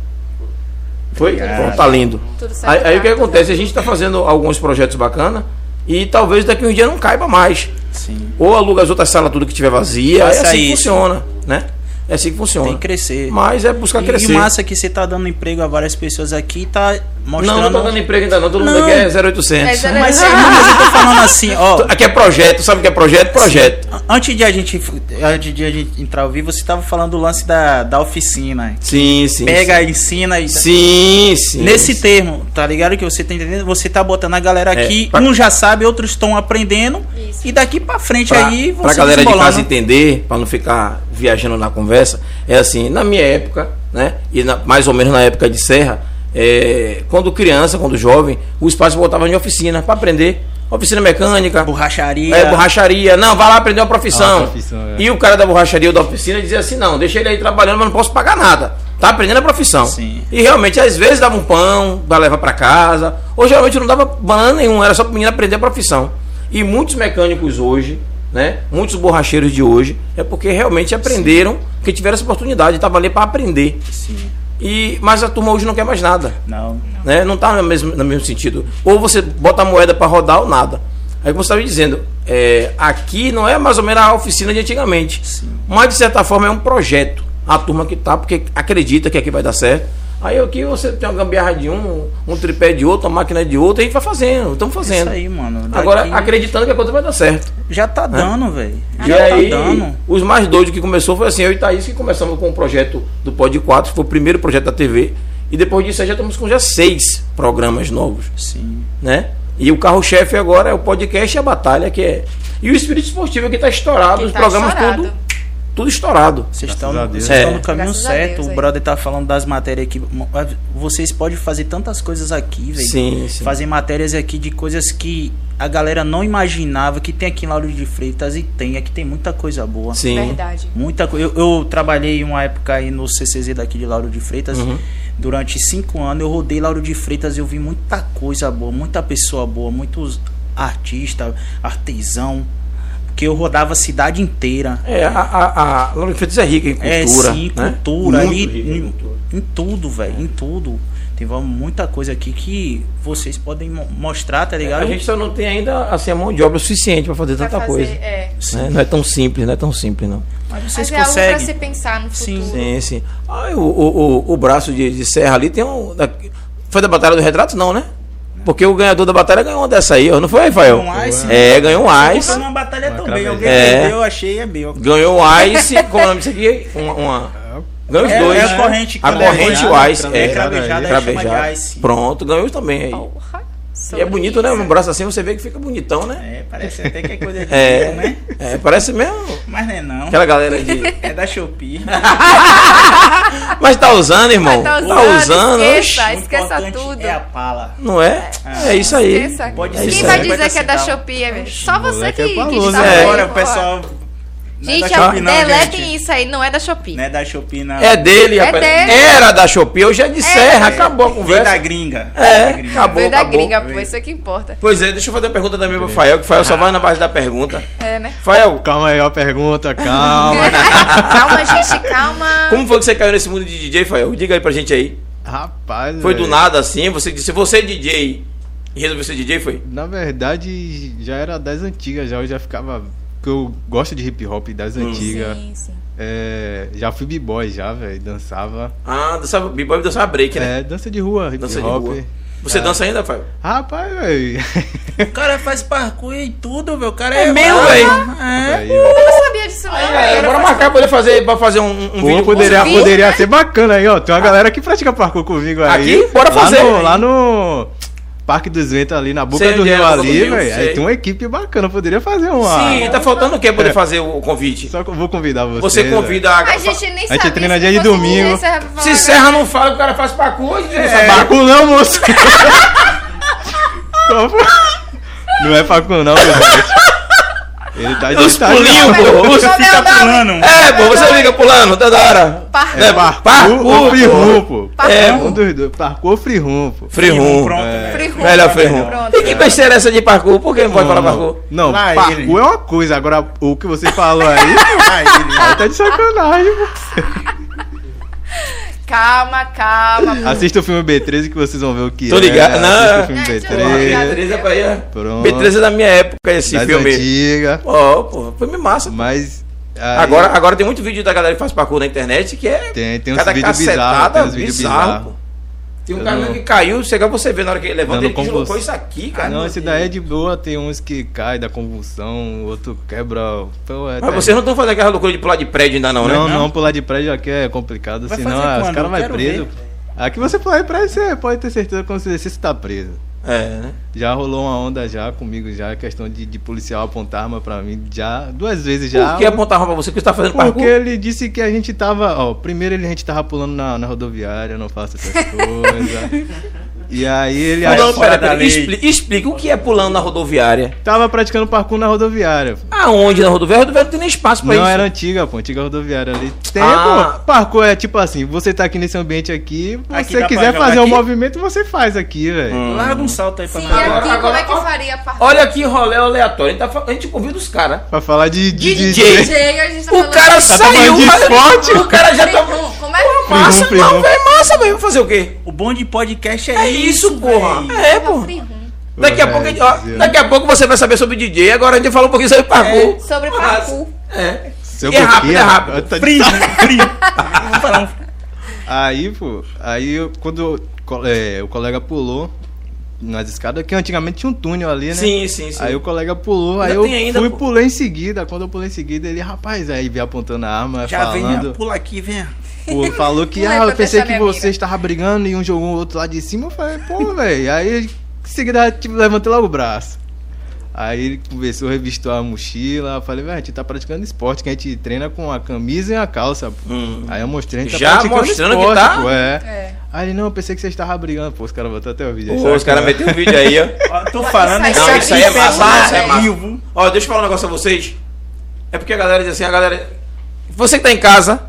Speaker 3: Foi? Pronto, tá lindo.
Speaker 6: Tudo certo,
Speaker 3: Aí, aí o que é
Speaker 6: tá?
Speaker 3: acontece? A gente está fazendo alguns projetos bacanas e talvez daqui a um dia não caiba mais.
Speaker 5: Sim.
Speaker 3: Ou aluga as outras salas tudo que tiver vazia.
Speaker 5: Faça
Speaker 3: é assim que
Speaker 5: isso.
Speaker 3: funciona, né? É assim que funciona.
Speaker 5: Tem que crescer.
Speaker 3: Mas é buscar
Speaker 5: E,
Speaker 3: crescer.
Speaker 5: e massa que você tá dando emprego a várias pessoas aqui, tá mostrando.
Speaker 3: Não, não tô dando emprego ainda não. Todo mundo
Speaker 5: Não.
Speaker 3: aqui é 0800.
Speaker 6: É zero-
Speaker 5: Mas, não, mas eu tô falando assim, ó.
Speaker 3: Aqui é projeto. Sabe o que é projeto? Projeto.
Speaker 5: An- Antes de a gente, antes de a gente entrar ao vivo, você tava falando do lance da, da oficina.
Speaker 3: Sim, sim.
Speaker 5: Pega, ensina e.
Speaker 3: Sim, sim.
Speaker 5: Nesse termo, tá ligado que você tá entendendo? Você tá botando a galera
Speaker 3: É,
Speaker 5: aqui,
Speaker 3: pra-
Speaker 5: um já sabe, outros estão aprendendo. E daqui pra frente
Speaker 3: pra,
Speaker 5: aí você
Speaker 3: pra
Speaker 5: né?
Speaker 3: galera de
Speaker 5: desembolando.
Speaker 3: casa entender, pra não ficar viajando na conversa, é assim, na minha época, né? E na- mais ou menos na época de Serra, é, quando criança, quando jovem, os pais botavam em oficina pra aprender. Oficina mecânica,
Speaker 5: Borracharia.
Speaker 3: é, borracharia. Não, vai lá aprender uma profissão.
Speaker 4: Ah, profissão, é.
Speaker 3: E o cara da borracharia ou da oficina dizia assim: não, deixa ele aí trabalhando, mas não posso pagar nada. Tá aprendendo a profissão.
Speaker 5: Sim.
Speaker 3: E realmente, às vezes dava um pão, dava levar pra casa. Ou geralmente não dava banana nenhum, era só pro menino aprender a profissão. E muitos mecânicos hoje, né? Muitos borracheiros de hoje, é porque realmente aprenderam, porque tiveram essa oportunidade, estavam ali pra aprender.
Speaker 5: Sim.
Speaker 3: E, mas a turma hoje não quer mais nada
Speaker 5: Não.
Speaker 3: né? Não está no mesmo, no mesmo sentido. Ou você bota a moeda para rodar ou nada. Aí como você estava dizendo, é, aqui não é mais ou menos a oficina de antigamente.
Speaker 5: Sim.
Speaker 3: Mas de certa forma é um projeto. A turma que tá, porque acredita que aqui vai dar certo. Aí aqui você tem uma gambiarra de um, um tripé de outro, uma máquina de outro, a gente vai fazendo, estamos
Speaker 5: É isso
Speaker 3: fazendo.
Speaker 5: aí, mano.
Speaker 3: Agora
Speaker 5: Daqui-
Speaker 3: acreditando que a coisa vai dar certo.
Speaker 5: Já tá dando, velho.
Speaker 3: e
Speaker 5: Já tá
Speaker 3: aí,
Speaker 5: dando.
Speaker 3: os mais doidos que começou foi assim, eu e Thaís que começamos com o projeto do Pod 4, foi o primeiro projeto da TV. E depois disso aí já estamos com já seis programas novos
Speaker 5: Sim.
Speaker 3: né? E o carro-chefe agora é o podcast e a batalha, que é. E o espírito esportivo é que está estourado,
Speaker 6: Que
Speaker 3: os
Speaker 6: tá
Speaker 3: um programas
Speaker 6: estourado.
Speaker 3: tudo, tudo estourado.
Speaker 5: Vocês
Speaker 4: Graças
Speaker 5: estão
Speaker 4: a
Speaker 5: no,
Speaker 4: Deus.
Speaker 5: vocês
Speaker 3: É.
Speaker 5: estão no caminho
Speaker 6: Graças a
Speaker 5: certo.
Speaker 6: Deus,
Speaker 5: o
Speaker 6: aí.
Speaker 5: brother tá falando das matérias aqui. Mo- ah, Vocês podem fazer tantas coisas aqui, velho.
Speaker 3: Sim, sim.
Speaker 5: Fazer matérias aqui de coisas que a galera não imaginava que tem aqui em Lauro de Freitas e tem. Aqui tem muita coisa boa.
Speaker 3: Sim.
Speaker 6: Verdade.
Speaker 5: Muita coisa. Eu, eu trabalhei uma época aí no CCZ daqui de Lauro de Freitas. Durante cinco anos eu rodei Lauro de Freitas e eu vi muita coisa boa, muita pessoa boa, muitos artistas, artesão. Porque eu rodava a cidade inteira.
Speaker 3: É, a, a, a Laura de Freitas é rica em
Speaker 5: É,
Speaker 3: cultura.
Speaker 5: sim,
Speaker 3: né?
Speaker 5: cultura.
Speaker 3: Muito
Speaker 5: e-
Speaker 3: rica
Speaker 5: em,
Speaker 3: em cultura.
Speaker 5: em tudo, velho. Em tudo. Tem va- muita coisa aqui que vocês podem mo- mostrar, tá ligado?
Speaker 3: É, A gente só não tem ainda assim, a mão de obra suficiente para fazer
Speaker 6: Pra
Speaker 3: tanta
Speaker 6: fazer,
Speaker 3: coisa.
Speaker 6: é.
Speaker 3: né? Não é tão simples, não é tão simples, não.
Speaker 5: Mas vocês
Speaker 6: Mas é algo pra
Speaker 5: conseguem.
Speaker 6: se pensar no
Speaker 5: Sim.
Speaker 6: futuro.
Speaker 3: Sim, sim. Ah, e o, o, o, o braço de, de serra ali tem um. da- foi da Batalha do Retrato? Não, né? Porque o ganhador da batalha ganhou uma dessa aí, ó. não foi, Rafael?
Speaker 5: Ganhou um ice.
Speaker 3: é, ganhou um
Speaker 5: Eu
Speaker 3: ice.
Speaker 5: tô numa batalha
Speaker 4: Uma
Speaker 5: também.
Speaker 4: cravadinha.
Speaker 5: Alguém
Speaker 3: É.
Speaker 5: perdeu, eu achei, é meu.
Speaker 3: Ganhou o Ice, como é o nome disso aqui? Uma. uma- Ganhou os
Speaker 5: É,
Speaker 3: dois.
Speaker 5: é a corrente
Speaker 3: A
Speaker 5: que é
Speaker 3: corrente
Speaker 5: cravejada,
Speaker 3: Ice.
Speaker 5: é
Speaker 3: É,
Speaker 5: cravejada, aí chama de
Speaker 3: cravejada.
Speaker 5: Ice.
Speaker 3: Pronto, ganhou também aí.
Speaker 6: Porra.
Speaker 3: E é bonito, né? Um braço assim você vê que fica bonitão, né?
Speaker 5: É, parece até que é coisa de
Speaker 3: É.
Speaker 5: dinheiro, né?
Speaker 3: É, parece mesmo
Speaker 5: Mas não é não.
Speaker 3: aquela galera de.
Speaker 5: É da Shopee.
Speaker 6: Ah,
Speaker 3: Mas tá usando, irmão.
Speaker 6: Mas
Speaker 3: Tá
Speaker 6: tá
Speaker 3: usando.
Speaker 6: usando, esqueça.
Speaker 5: O
Speaker 6: Ah, esqueça
Speaker 5: importante
Speaker 6: tudo.
Speaker 5: É a pala.
Speaker 3: Não é? É isso aí.
Speaker 6: Esqueça.
Speaker 5: Pode
Speaker 3: ser
Speaker 6: Quem vai
Speaker 3: isso aí.
Speaker 6: dizer que é da
Speaker 5: Vai
Speaker 6: Shopee? é- Só você
Speaker 4: moleque
Speaker 6: que,
Speaker 4: é
Speaker 6: que tá
Speaker 4: famoso,
Speaker 6: está
Speaker 3: né?
Speaker 6: aí,
Speaker 5: Agora o
Speaker 6: porra.
Speaker 5: pessoal. Não é da
Speaker 6: Gente, um-
Speaker 5: Shopee, não,
Speaker 6: deletem
Speaker 5: gente.
Speaker 6: isso aí, não é da Shopee.
Speaker 5: Não é da Shopee, não.
Speaker 3: É dele,
Speaker 6: É
Speaker 3: rapaz.
Speaker 6: dele.
Speaker 3: Era da Shopee, eu já disse,
Speaker 6: É.
Speaker 3: erra, acabou a
Speaker 5: Veio da
Speaker 3: conversa.
Speaker 5: gringa.
Speaker 3: É,
Speaker 5: Da gringa.
Speaker 3: acabou.
Speaker 6: Veio da
Speaker 3: acabou.
Speaker 6: gringa, pô, isso é que importa.
Speaker 3: Pois é, deixa eu fazer uma pergunta também pro Fael, que o Fael só vai na base da pergunta.
Speaker 6: É, né?
Speaker 3: Fael,
Speaker 4: Calma aí, ó, a pergunta, calma.
Speaker 3: né?
Speaker 6: calma, gente, calma.
Speaker 3: como foi que você caiu nesse mundo de DJ, Fael? Diga aí pra gente aí.
Speaker 4: Rapaz,
Speaker 3: Foi do
Speaker 4: velho.
Speaker 3: nada assim? Você disse, você é DJ e resolveu ser DJ, foi?
Speaker 4: Na verdade, já era das antigas, já eu já ficava. Porque eu gosto de hip hop das
Speaker 3: Hum.
Speaker 4: antigas.
Speaker 6: Sim, sim.
Speaker 4: É, já fui b-boy, já, velho. Dançava.
Speaker 3: Ah, dançava b-boy dançava break, né?
Speaker 4: É, dança de rua, hip
Speaker 3: Dança de
Speaker 4: hop. É.
Speaker 3: rua. Você dança ainda, Fael?
Speaker 4: Rapaz, velho.
Speaker 5: O cara faz parkour e tudo, meu. O cara É.
Speaker 3: É meu, é. velho.
Speaker 4: Aí,
Speaker 3: Um
Speaker 6: Eu não sabia disso, não.
Speaker 3: É, bora marcar pra ele fazer, pra fazer um, um
Speaker 4: Pô,
Speaker 3: vídeo.
Speaker 4: poderia,
Speaker 6: vídeo,
Speaker 4: poderia ser bacana aí, ó. Tem uma galera que pratica parkour comigo aí.
Speaker 3: Aqui? Bora
Speaker 4: Lá
Speaker 3: fazer.
Speaker 4: no- Lá no, Parque dos Ventos, ali na boca
Speaker 3: Sei
Speaker 4: do
Speaker 3: onde é,
Speaker 4: Rio
Speaker 3: na boca do
Speaker 4: ali,
Speaker 3: Rio,
Speaker 4: velho. Aí
Speaker 3: sei.
Speaker 4: tem uma equipe bacana, poderia fazer uma.
Speaker 3: Sim, tá faltando o que pra poder
Speaker 4: É.
Speaker 3: fazer o convite?
Speaker 4: Só que eu vou convidar você. né?
Speaker 3: Você convida a.
Speaker 6: A gente nem
Speaker 4: A gente
Speaker 6: sabia
Speaker 4: treina
Speaker 6: se
Speaker 4: dia de
Speaker 6: fosse
Speaker 4: domingo.
Speaker 6: ninguém, você vai
Speaker 3: Se
Speaker 6: falar,
Speaker 3: é Serra não fala, o cara faz parkour, gente.
Speaker 4: É. Facu não, moço! Qual foi? Não é Facu não, meu gente. Ele tá de
Speaker 3: Os
Speaker 4: tá de-
Speaker 3: pulinhos, pô. Os...
Speaker 6: Como é o
Speaker 5: Fica
Speaker 6: nome?
Speaker 5: pulando.
Speaker 3: É, pô, você liga pulando, toda hora.
Speaker 6: Parkour.
Speaker 3: É,
Speaker 4: Parkour ou free room, pô?
Speaker 3: É,
Speaker 4: Um dos dois. Parkour ou free room, pô?
Speaker 3: Free room. É.
Speaker 5: Pronto.
Speaker 4: é.
Speaker 6: Free room.
Speaker 3: Melhor free room.
Speaker 6: Pronto.
Speaker 3: E que besteira é essa de parkour? Por que não pode falar parkour?
Speaker 4: Não,
Speaker 5: Lá
Speaker 4: parkour
Speaker 5: ele.
Speaker 4: é uma coisa, agora o que você falou aí,
Speaker 5: Aí,
Speaker 4: aí tá de sacanagem, pô.
Speaker 6: Calma, calma.
Speaker 3: É.
Speaker 4: Assista o filme B13 que vocês vão ver o que
Speaker 3: Tô
Speaker 4: é.
Speaker 3: ligado, né? não.
Speaker 4: Assista o filme
Speaker 6: É,
Speaker 4: B13,
Speaker 6: tô
Speaker 3: B13 é pra aí.
Speaker 4: Pronto.
Speaker 3: B13 é da minha época esse
Speaker 4: das
Speaker 3: filme.
Speaker 4: antigas,
Speaker 3: Ó, pô, filme massa.
Speaker 4: mas... aí-
Speaker 3: Agora, agora tem muito vídeo da galera que faz parkour na internet que é.
Speaker 4: Tem- tem uns
Speaker 3: cada
Speaker 4: vídeos bizarros,
Speaker 3: cacetada
Speaker 4: tem uns vídeos
Speaker 3: bizarro,
Speaker 4: bizarros.
Speaker 3: pô. Tem um
Speaker 4: Eu
Speaker 3: cara
Speaker 4: não-
Speaker 3: que caiu, chega você vê na hora que ele levanta,
Speaker 4: Não, não
Speaker 3: ele deslocou
Speaker 4: compro-
Speaker 3: isso aqui, cara.
Speaker 4: Ah, não, esse daí é de boa, tem uns que caem da convulsão, outro quebra. Então, é,
Speaker 3: Mas
Speaker 4: tá-
Speaker 3: vocês não estão fazendo aquela loucura de pular de prédio ainda não,
Speaker 4: não,
Speaker 3: né?
Speaker 4: não, pular de prédio aqui é complicado,
Speaker 5: Vai
Speaker 4: senão
Speaker 5: fazer
Speaker 4: ah, os
Speaker 5: quando?
Speaker 4: caras
Speaker 5: Eu
Speaker 4: vão
Speaker 5: quero
Speaker 4: preso.
Speaker 5: ver.
Speaker 4: Aqui você pular de prédio, você pode ter certeza quando você descer, você tá preso.
Speaker 3: É, né?
Speaker 4: Já rolou uma onda já comigo, já, questão de, de policial apontar arma pra mim, já, duas vezes já.
Speaker 3: Por que apontar pra você que você tá fazendo
Speaker 4: Porque
Speaker 3: parkour?
Speaker 4: ele disse que a gente tava. Ó, primeiro ele, a gente tava pulando na, na rodoviária, não faço essas coisas. e aí ele
Speaker 5: Mas
Speaker 3: Não,
Speaker 4: achou,
Speaker 5: fora
Speaker 3: pera,
Speaker 5: da
Speaker 3: pera,
Speaker 5: lei.
Speaker 3: expli- explica o que é pulando na rodoviária.
Speaker 4: tava praticando parkour na rodoviária.
Speaker 3: Aonde na rodoviária? A rodoviária não tem nem espaço pra
Speaker 4: Não,
Speaker 3: isso.
Speaker 4: era antiga, pô, antiga rodoviária ali. Tem,
Speaker 3: Ah.
Speaker 4: pô. Parkour é tipo assim, você tá aqui nesse ambiente aqui, você
Speaker 5: Aqui dá pra
Speaker 4: quiser
Speaker 5: jogar
Speaker 4: fazer um
Speaker 5: aqui?
Speaker 4: movimento, você faz aqui, velho.
Speaker 3: Hum.
Speaker 5: Larga um salto aí pra
Speaker 6: Sim,
Speaker 5: mim.
Speaker 3: Agora-
Speaker 6: aqui como é que
Speaker 3: agora-
Speaker 6: faria a parkour?
Speaker 3: Olha que rolê aleatório. A gente, tá fa- a gente convida os caras.
Speaker 4: Pra falar de, de, de
Speaker 3: DJ.
Speaker 6: Chega, a gente tá
Speaker 3: O
Speaker 6: falando
Speaker 3: cara
Speaker 6: de-
Speaker 3: saiu,
Speaker 4: tomando
Speaker 3: mas-
Speaker 4: esporte?
Speaker 3: o cara já tá.
Speaker 6: Como é?
Speaker 3: Massa,
Speaker 4: Free room, free
Speaker 3: não,
Speaker 4: room.
Speaker 3: velho, massa mesmo. Fazer o quê?
Speaker 5: O bom de podcast é,
Speaker 3: É isso, porra.
Speaker 5: véi.
Speaker 3: É, pô.
Speaker 6: Free room.
Speaker 3: Daqui a,
Speaker 4: Ô,
Speaker 3: pouco, a
Speaker 4: velho,
Speaker 3: gente- ó,
Speaker 4: Deus.
Speaker 3: daqui a pouco você vai saber sobre o DJ. Agora a gente fala um pouquinho sobre parkour.
Speaker 6: Sobre
Speaker 3: Massa.
Speaker 6: parkour.
Speaker 3: É.
Speaker 4: Seu
Speaker 3: E é rápido,
Speaker 4: boquinha,
Speaker 3: é rápido.
Speaker 4: tá de-
Speaker 5: Frio, frio. Vamos falar um...
Speaker 4: Aí, pô, aí eu- quando o co- é, o colega pulou nas escadas, que antigamente tinha um túnel ali, né?
Speaker 3: Sim, sim, sim.
Speaker 4: Aí o colega pulou, aí
Speaker 3: Ainda
Speaker 4: eu
Speaker 3: tem ainda,
Speaker 4: fui e
Speaker 3: pô.
Speaker 4: pulei em seguida. Quando eu pulei em seguida, ele, rapaz, aí veio apontando a arma,
Speaker 5: Já vem,
Speaker 4: Tá falando.
Speaker 5: né? pula aqui, vem.
Speaker 4: Pô, falou que,
Speaker 6: Não é
Speaker 4: ah, eu
Speaker 6: pra
Speaker 4: pensei
Speaker 6: fechar
Speaker 4: que
Speaker 6: minha mira.
Speaker 4: você estava brigando e um jogou o outro lá de cima. Eu falei, pô, velho. Aí, em seguida, tipo, levantei logo o braço. Aí ele conversou, revistou a mochila. Eu falei, velho, a gente tá praticando esporte, que a gente treina com a camisa e a calça. pô."
Speaker 3: Hum.
Speaker 4: Aí eu mostrei, a gente
Speaker 3: Já
Speaker 4: tá praticando
Speaker 3: mostrando que
Speaker 4: esporte,
Speaker 3: tá?
Speaker 4: pô, é.
Speaker 6: É.
Speaker 4: Aí ele, não, eu pensei que você estava brigando. Pô, os caras botaram até o vídeo. aí,
Speaker 3: Pô,
Speaker 4: sabe
Speaker 3: os caras
Speaker 4: como é?
Speaker 3: meteu o vídeo aí, ó.
Speaker 5: Ó, tô falando,
Speaker 6: Isso
Speaker 3: aí- isso aí é massa,
Speaker 5: pegou
Speaker 3: isso aí é massa.
Speaker 5: vivo.
Speaker 3: Ó, deixa eu falar um negócio a vocês. É porque a galera diz assim, a galera. Você que tá em casa,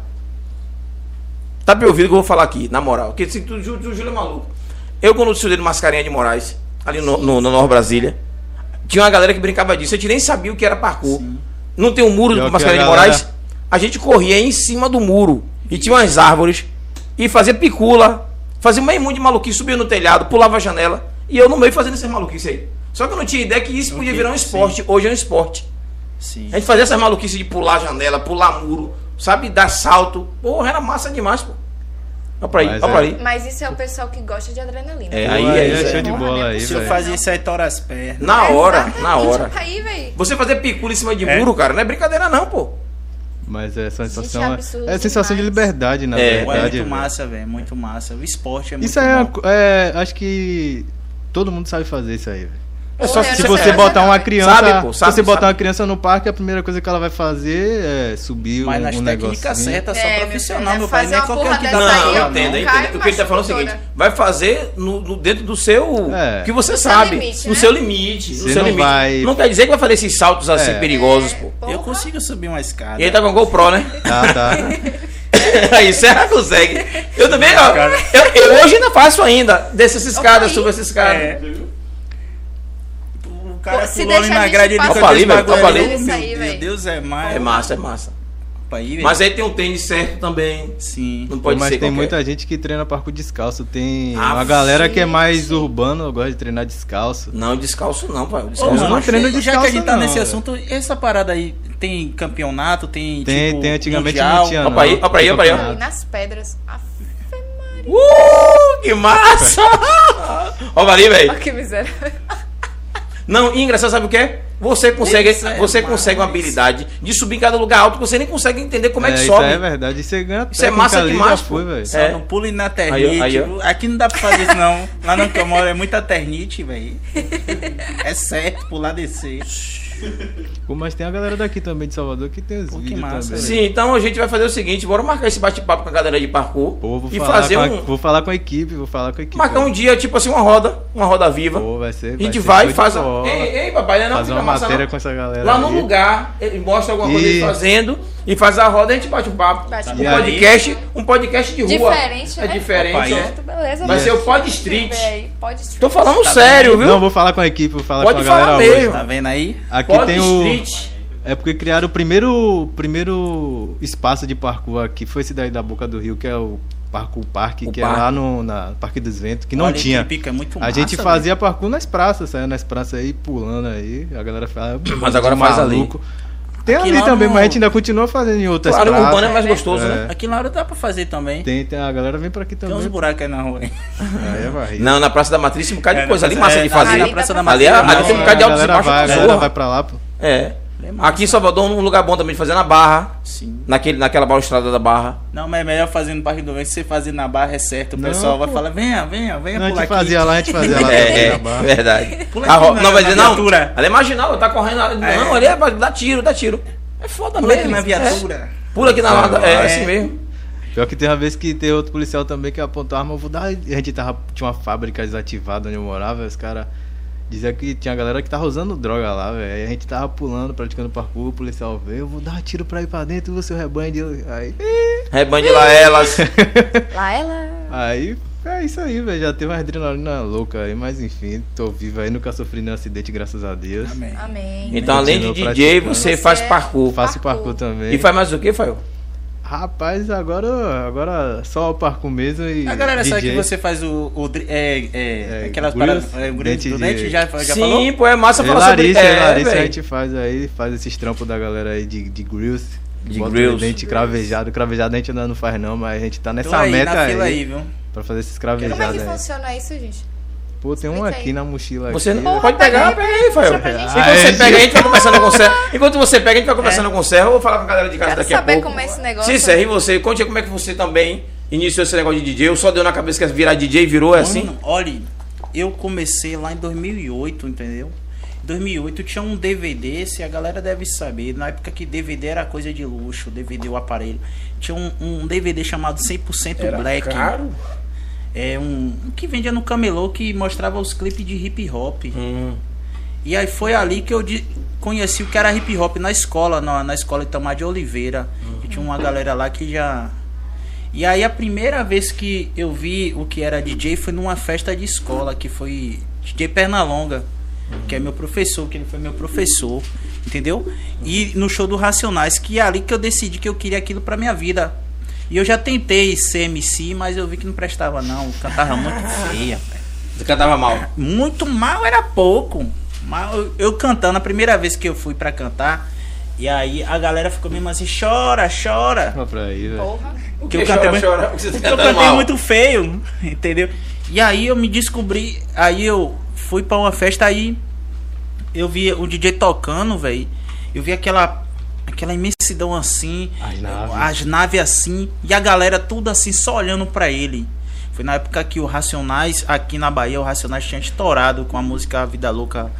Speaker 3: tá me ouvindo que eu vou falar aqui, na moral. Porque assim, tu, o Júlio é maluco. Eu, quando estudei no Mascarenha de Moraes, ali no, no, no Nor Brasília, tinha uma galera que brincava disso. A gente nem sabia o que era parkour. Não tem o muro
Speaker 4: Pior
Speaker 3: do
Speaker 4: que
Speaker 3: Mascarenha
Speaker 4: a
Speaker 3: de
Speaker 4: galera-
Speaker 3: Moraes. A gente corria em cima do muro. E tinha umas árvores. E fazia picula. Fazia uma imunda de maluquice, subia no telhado, pulava a janela. E eu no meio fazendo essas maluquices aí. Só que eu não tinha ideia que isso podia
Speaker 5: Ok,
Speaker 3: virar um
Speaker 5: sim.
Speaker 3: esporte. Hoje é um esporte.
Speaker 5: Sim.
Speaker 3: A gente fazia essas maluquices de pular janela, pular muro, sabe? Dar salto. Porra, era massa demais, pô. Olha pra aí,
Speaker 4: Mas
Speaker 3: olha
Speaker 4: é.
Speaker 3: pra aí.
Speaker 6: Mas isso é o pessoal que gosta de adrenalina.
Speaker 3: É, né?
Speaker 4: Pô,
Speaker 3: aí
Speaker 4: aí
Speaker 3: isso
Speaker 4: é
Speaker 3: aí.
Speaker 4: show de bola aí,
Speaker 5: Se eu
Speaker 4: velho.
Speaker 5: fazer isso aí, tora as pernas.
Speaker 3: Na hora,
Speaker 6: Exatamente, Tá
Speaker 3: na hora.
Speaker 6: Aí, velho.
Speaker 3: Você fazer picula em cima de
Speaker 5: É.
Speaker 3: muro, cara, não é brincadeira não, pô.
Speaker 4: Mas é sensação.
Speaker 6: é
Speaker 4: é-
Speaker 6: absurdo
Speaker 4: é, sensação de
Speaker 6: demais.
Speaker 4: liberdade, na
Speaker 3: É,
Speaker 5: Pô,
Speaker 4: verdade.
Speaker 5: é
Speaker 4: né?
Speaker 5: muito
Speaker 4: velho.
Speaker 5: massa, velho. Muito massa. O esporte é muito
Speaker 4: Isso aí é, uma
Speaker 5: bom.
Speaker 4: co- é, acho que Todo mundo sabe fazer isso aí, velho.
Speaker 3: É só
Speaker 6: Porra, eu
Speaker 4: Se
Speaker 6: não
Speaker 4: você
Speaker 6: sei
Speaker 4: botar
Speaker 6: fazer,
Speaker 4: uma
Speaker 6: não.
Speaker 4: criança,
Speaker 3: Sabe, pô, sabe,
Speaker 4: se você botar
Speaker 3: sabe.
Speaker 4: uma criança no parque, a primeira coisa que ela vai fazer é subir
Speaker 5: Mas
Speaker 4: um,
Speaker 5: nas
Speaker 4: um
Speaker 5: técnicas
Speaker 4: negocinho.
Speaker 5: certas,
Speaker 6: É,
Speaker 5: só
Speaker 6: meu
Speaker 5: profissional,
Speaker 6: filho,
Speaker 5: meu
Speaker 6: é
Speaker 5: pai.
Speaker 6: fazer
Speaker 5: Não é
Speaker 6: uma
Speaker 5: qualquer
Speaker 6: porra
Speaker 5: que dá
Speaker 6: dessa
Speaker 5: pra
Speaker 6: aí,
Speaker 5: ela,
Speaker 6: ó.
Speaker 3: eu entendo, eu
Speaker 6: Cai
Speaker 3: entendo. O que ele tá falando é o seguinte:
Speaker 6: machucadora.
Speaker 3: vai fazer no, no- dentro do seu.
Speaker 4: É.
Speaker 3: que você
Speaker 6: No seu
Speaker 3: sabe.
Speaker 6: limite,
Speaker 3: no
Speaker 6: né?
Speaker 3: seu limite.
Speaker 4: Você
Speaker 3: no seu
Speaker 4: não
Speaker 3: limite.
Speaker 4: vai-
Speaker 3: Não quer dizer que vai fazer esses saltos assim
Speaker 4: É.
Speaker 3: perigosos, pô.
Speaker 6: Porra.
Speaker 5: Eu consigo subir uma escada.
Speaker 3: E ele tá com a GoPro, né?
Speaker 4: Tá, tá.
Speaker 3: Aí, será que consegue? Eu também, ó. Eu, eu hoje ainda faço ainda. Desço essa escada,
Speaker 6: aí.
Speaker 3: subo essa escada.
Speaker 5: É. O cara
Speaker 6: Se
Speaker 5: pulou ali
Speaker 6: deixar a
Speaker 5: na
Speaker 6: gente
Speaker 5: grade
Speaker 6: passar
Speaker 5: com
Speaker 3: Opa, ali,
Speaker 5: aqueles
Speaker 3: velho,
Speaker 5: bagulho
Speaker 3: opa,
Speaker 5: ali.
Speaker 3: ali.
Speaker 6: Isso
Speaker 5: Meu
Speaker 6: aí, velho.
Speaker 5: Deus, é mais.
Speaker 3: É massa, é massa.
Speaker 5: Opa, aí, velho.
Speaker 3: Mas aí tem um tênis certo também.
Speaker 5: Sim.
Speaker 3: Não pode
Speaker 4: Mas
Speaker 3: ser
Speaker 4: tem
Speaker 3: qualquer.
Speaker 4: muita gente que treina parco descalço. Tem
Speaker 3: Ah,
Speaker 4: uma galera que é
Speaker 6: sim,
Speaker 4: mais
Speaker 6: sim.
Speaker 4: urbano, gosta de treinar descalço.
Speaker 3: Não, descalço não, pai.
Speaker 5: Ô,
Speaker 3: Descalço
Speaker 5: mano,
Speaker 4: não
Speaker 3: não.
Speaker 4: treino
Speaker 5: já
Speaker 4: descalço
Speaker 5: que a gente tá
Speaker 4: não,
Speaker 5: nesse
Speaker 4: velho.
Speaker 5: assunto, essa parada aí tem campeonato, tem
Speaker 4: Tem,
Speaker 5: tipo,
Speaker 4: tem antigamente
Speaker 5: mundial,
Speaker 4: não tinha.
Speaker 3: Ó pra aí,
Speaker 4: não,
Speaker 3: ó pra aí, ó pra aí, ó.
Speaker 6: Ai, nas pedras. Ah,
Speaker 3: Uh, que massa! Olha ali, velho.
Speaker 6: que miséria.
Speaker 3: Não, e engraçado, sabe o que é? Você consegue,
Speaker 5: Isso é
Speaker 3: você
Speaker 5: demais.
Speaker 3: consegue uma habilidade de subir em cada lugar alto que você nem consegue entender como é, que
Speaker 4: isso
Speaker 3: sobe.
Speaker 4: aí é verdade. Isso é ganha
Speaker 3: Isso é massa
Speaker 4: técnica ali,
Speaker 3: demais,
Speaker 4: já
Speaker 3: pô.
Speaker 4: foi, velho.
Speaker 5: Só
Speaker 3: É.
Speaker 5: não pule na
Speaker 3: Aí,
Speaker 5: ternite.
Speaker 3: ó, aí, ó.
Speaker 5: viu? Aqui não dá pra fazer isso, não. Lá no que eu moro é muita ternite, velho. É certo pular descer.
Speaker 4: Pô, Mas tem a galera daqui também de Salvador que tem os
Speaker 5: Pô, que
Speaker 4: vídeos
Speaker 5: massa,
Speaker 4: também.
Speaker 5: velho.
Speaker 3: Sim, então a gente vai fazer o seguinte, bora marcar esse bate-papo com a galera de parkour
Speaker 4: Pô, vou
Speaker 3: e
Speaker 4: falar
Speaker 3: fazer
Speaker 4: com a-
Speaker 3: um...
Speaker 4: Vou falar com a equipe, vou falar com a equipe.
Speaker 3: Marcar um
Speaker 4: velho.
Speaker 3: dia, tipo assim, uma roda, uma roda viva.
Speaker 4: Pô, vai ser,
Speaker 3: a gente
Speaker 4: ser
Speaker 3: vai
Speaker 4: show
Speaker 3: e
Speaker 4: de
Speaker 3: faz...
Speaker 4: bola.
Speaker 3: Ei, ei, papai, não
Speaker 4: fazer
Speaker 3: fica
Speaker 4: uma
Speaker 3: massa,
Speaker 4: matéria
Speaker 3: não.
Speaker 4: com essa galera.
Speaker 3: Lá no
Speaker 4: aí.
Speaker 3: lugar, ele mostra alguma coisa
Speaker 4: E-
Speaker 3: ele fazendo e faz a roda e a gente bate um papo.
Speaker 6: Bate
Speaker 3: um
Speaker 6: um
Speaker 4: papo.
Speaker 3: podcast, um podcast de rua.
Speaker 6: Diferente,
Speaker 3: É
Speaker 6: né?
Speaker 3: diferente,
Speaker 5: Opa, aí.
Speaker 3: né?
Speaker 6: Beleza,
Speaker 3: Vai
Speaker 6: mas-
Speaker 3: ser o Pod Street.
Speaker 6: Véi, Pod Street.
Speaker 3: Tô falando
Speaker 5: Tá
Speaker 3: sério, viu?
Speaker 4: Não, vou falar com a equipe, vou falar
Speaker 3: Pode
Speaker 4: com a galera
Speaker 3: falar
Speaker 4: hoje.
Speaker 3: mesmo.
Speaker 5: Tá vendo aí?
Speaker 4: Aqui
Speaker 3: Pod
Speaker 4: tem o.
Speaker 3: Street.
Speaker 4: É porque criaram o primeiro, o primeiro espaço de parkour aqui, foi esse daí da Boca do Rio, que é o Parkour Parque,
Speaker 3: O
Speaker 4: que
Speaker 3: parque.
Speaker 4: é lá no na Parque dos Ventos, que não
Speaker 5: Olha,
Speaker 4: tinha.
Speaker 5: que Pica, é muito
Speaker 4: a gente
Speaker 5: massa,
Speaker 4: fazia parkour nas praças, saía nas praças aí, pulando aí, a galera fala,
Speaker 3: Mas agora
Speaker 4: de
Speaker 3: faz
Speaker 4: maluco. Tem
Speaker 5: Aqui
Speaker 4: ali
Speaker 5: lá
Speaker 4: também,
Speaker 5: no-
Speaker 4: mas a gente ainda continua fazendo em outras
Speaker 3: Claro, o
Speaker 4: praças.
Speaker 3: urbano é mais gostoso,
Speaker 4: É.
Speaker 3: né?
Speaker 5: velho. Aqui na hora dá pra fazer também. Tem,
Speaker 4: Tem, tem, a galera vem pra aqui também.
Speaker 5: uns buracos aí na rua. hein?
Speaker 4: Aí é barriga.
Speaker 3: Não, na Praça da Matriz tem um bocado
Speaker 5: É,
Speaker 3: de coisa ali
Speaker 5: na-
Speaker 3: massa
Speaker 5: é,
Speaker 3: de
Speaker 5: na-
Speaker 3: fazer.
Speaker 5: Na
Speaker 6: Ali
Speaker 5: Praça da
Speaker 6: dá pra
Speaker 3: Ali,
Speaker 5: Matriz,
Speaker 3: ali
Speaker 5: não,
Speaker 3: tem um bocado de
Speaker 4: É, a
Speaker 3: altos e
Speaker 4: galera
Speaker 3: baixos
Speaker 4: vai, a
Speaker 3: pra
Speaker 4: galera
Speaker 3: zorra.
Speaker 4: vai pra lá, pô.
Speaker 3: É.
Speaker 5: É massa.
Speaker 3: Aqui em Salvador, um lugar bom também de fazer na Barra.
Speaker 5: Sim.
Speaker 3: Naquele, naquela balaustrada da Barra.
Speaker 5: Não, mas é melhor fazer no Parque do Vento. Se você fazer na barra é certo. O
Speaker 4: Não,
Speaker 5: pessoal vai
Speaker 4: pô.
Speaker 5: falar: venha, venha, venha
Speaker 4: Não, a
Speaker 5: pular
Speaker 4: gente
Speaker 5: aqui.
Speaker 4: fazia lá, a gente fazia lá.
Speaker 3: É,
Speaker 4: também,
Speaker 3: é,
Speaker 4: na barra.
Speaker 3: verdade.
Speaker 5: Pula
Speaker 3: A
Speaker 5: aqui
Speaker 3: ro-
Speaker 5: na-
Speaker 3: Não, vai
Speaker 5: na
Speaker 3: dizer, não.
Speaker 5: viatura.
Speaker 3: Ali é marginal, tá correndo. ali-
Speaker 5: É.
Speaker 3: Não, ali é pra dar tiro, dá tiro. É foda
Speaker 5: Pula aqui
Speaker 3: mesmo.
Speaker 5: na viatura.
Speaker 3: É. Pula aqui na lada. É,
Speaker 5: É.
Speaker 3: assim mesmo.
Speaker 4: Pior que tem uma vez que tem outro policial também que apontou a arma, eu vou dar. E a gente tava. Tinha uma fábrica desativada onde eu morava, e os caras diziam que tinha galera que tava usando droga lá, velho. Aí a gente tava pulando, praticando parkour, o policial veio, eu vou dar um tiro pra ir pra dentro, é o seu rebanho de. Aí.
Speaker 3: Rebanho de laelas.
Speaker 6: Lá ela.
Speaker 4: Aí. É isso aí, velho. Já teve uma adrenalina louca aí, mas enfim, tô vivo aí, nunca sofri nenhum acidente, graças a Deus.
Speaker 5: Amém.
Speaker 6: Amém.
Speaker 3: Então, além de
Speaker 4: Continua
Speaker 3: DJ,
Speaker 4: praticando.
Speaker 3: você faz
Speaker 6: Você-
Speaker 3: parkour.
Speaker 4: Faço
Speaker 6: Parkour.
Speaker 4: parkour também.
Speaker 3: E faz mais o que, Fael?
Speaker 4: Rapaz, agora, agora só o parkour mesmo e.
Speaker 5: A galera sabe
Speaker 4: DJ.
Speaker 5: que você faz o. o dri- é, é,
Speaker 4: É,
Speaker 5: aquelas
Speaker 4: grills,
Speaker 5: paradas. É, o grills
Speaker 4: dente
Speaker 5: do
Speaker 4: de-
Speaker 5: dente já, já
Speaker 3: Sim,
Speaker 5: falou?
Speaker 3: pô, é massa
Speaker 4: Eu e
Speaker 3: falar
Speaker 4: Larissa,
Speaker 5: É,
Speaker 3: sobre
Speaker 4: eu e Larissa, é a
Speaker 3: velho.
Speaker 4: gente faz aí, faz esses trampos da galera aí de, de grills.
Speaker 3: De
Speaker 4: Bota
Speaker 3: grills.
Speaker 4: Dente cravejado. Cravejado a gente ainda não faz não, mas a gente tá
Speaker 5: Tô
Speaker 4: nessa
Speaker 5: Então aí,
Speaker 4: meta
Speaker 5: na
Speaker 4: aí,
Speaker 5: fila aí, viu?
Speaker 4: Pra fazer esses
Speaker 6: Como é que
Speaker 4: cravejados aí.
Speaker 6: funciona isso, gente?
Speaker 4: Pô, tem um
Speaker 6: Explica aí.
Speaker 4: aqui na mochila
Speaker 3: Você
Speaker 4: aqui.
Speaker 3: não
Speaker 6: Porra,
Speaker 4: ó.
Speaker 3: pode pegar,
Speaker 6: pega
Speaker 3: pega
Speaker 6: aí,
Speaker 3: aí, Fael.
Speaker 6: mostra pra gente.
Speaker 3: Enquanto
Speaker 4: Ah,
Speaker 3: você
Speaker 4: é,
Speaker 3: pega, a gente vai conversando com o Serra. Enquanto você pega, a gente vai conversando com o Serra. Eu vou falar com a galera de casa
Speaker 6: Quero
Speaker 3: daqui a
Speaker 6: saber
Speaker 3: pouco.
Speaker 6: como é esse negócio.
Speaker 3: Sim, Serra, e você? Conte aí como é que você também iniciou esse negócio de DJ. Eu só deu na cabeça que ia virar DJ e virou, é assim?
Speaker 5: Mano, olha, eu comecei lá em 2008, entendeu? Em 2008 tinha um DVD, se a galera deve saber, na época que DVD era coisa de luxo, DVD o aparelho. Tinha um, um DVD chamado 100% Black.
Speaker 3: Caro?
Speaker 5: É um um que vendia no camelô que mostrava os clipes de hip hop.
Speaker 3: Hum.
Speaker 5: E aí foi ali que eu de- conheci o que era hip hop na escola, na, na escola Itamar de Oliveira. E tinha uma galera lá que já. E aí a primeira vez que eu vi o que era DJ foi numa festa de escola, que foi DJ Pernalonga, que é meu professor, que ele foi meu professor, entendeu? E no show do Racionais, que é ali que eu decidi que eu queria aquilo pra minha vida. E eu já tentei ser MC, mas eu vi que não prestava não, cantava muito feia, velho.
Speaker 3: Você cantava mal.
Speaker 5: Muito mal era pouco. Mal, eu, eu cantando, a primeira vez que eu fui pra cantar, e aí a galera ficou mesmo assim, chora, chora.
Speaker 4: Ó pra aí,
Speaker 3: É.
Speaker 4: velho.
Speaker 6: Porra.
Speaker 3: O
Speaker 5: que eu cantei muito-
Speaker 3: chora, porque você tá
Speaker 5: Eu
Speaker 3: cantando
Speaker 5: cantei
Speaker 3: mal.
Speaker 5: muito feio, entendeu? E aí eu me descobri, aí eu fui pra uma festa aí, eu vi o DJ tocando, velho. Eu vi aquela aquela imensidão assim,
Speaker 4: As naves.
Speaker 5: as naves assim, e a galera tudo assim só olhando pra ele. Foi na época que o Racionais, aqui na Bahia, o Racionais tinha estourado com a música Vida Louca,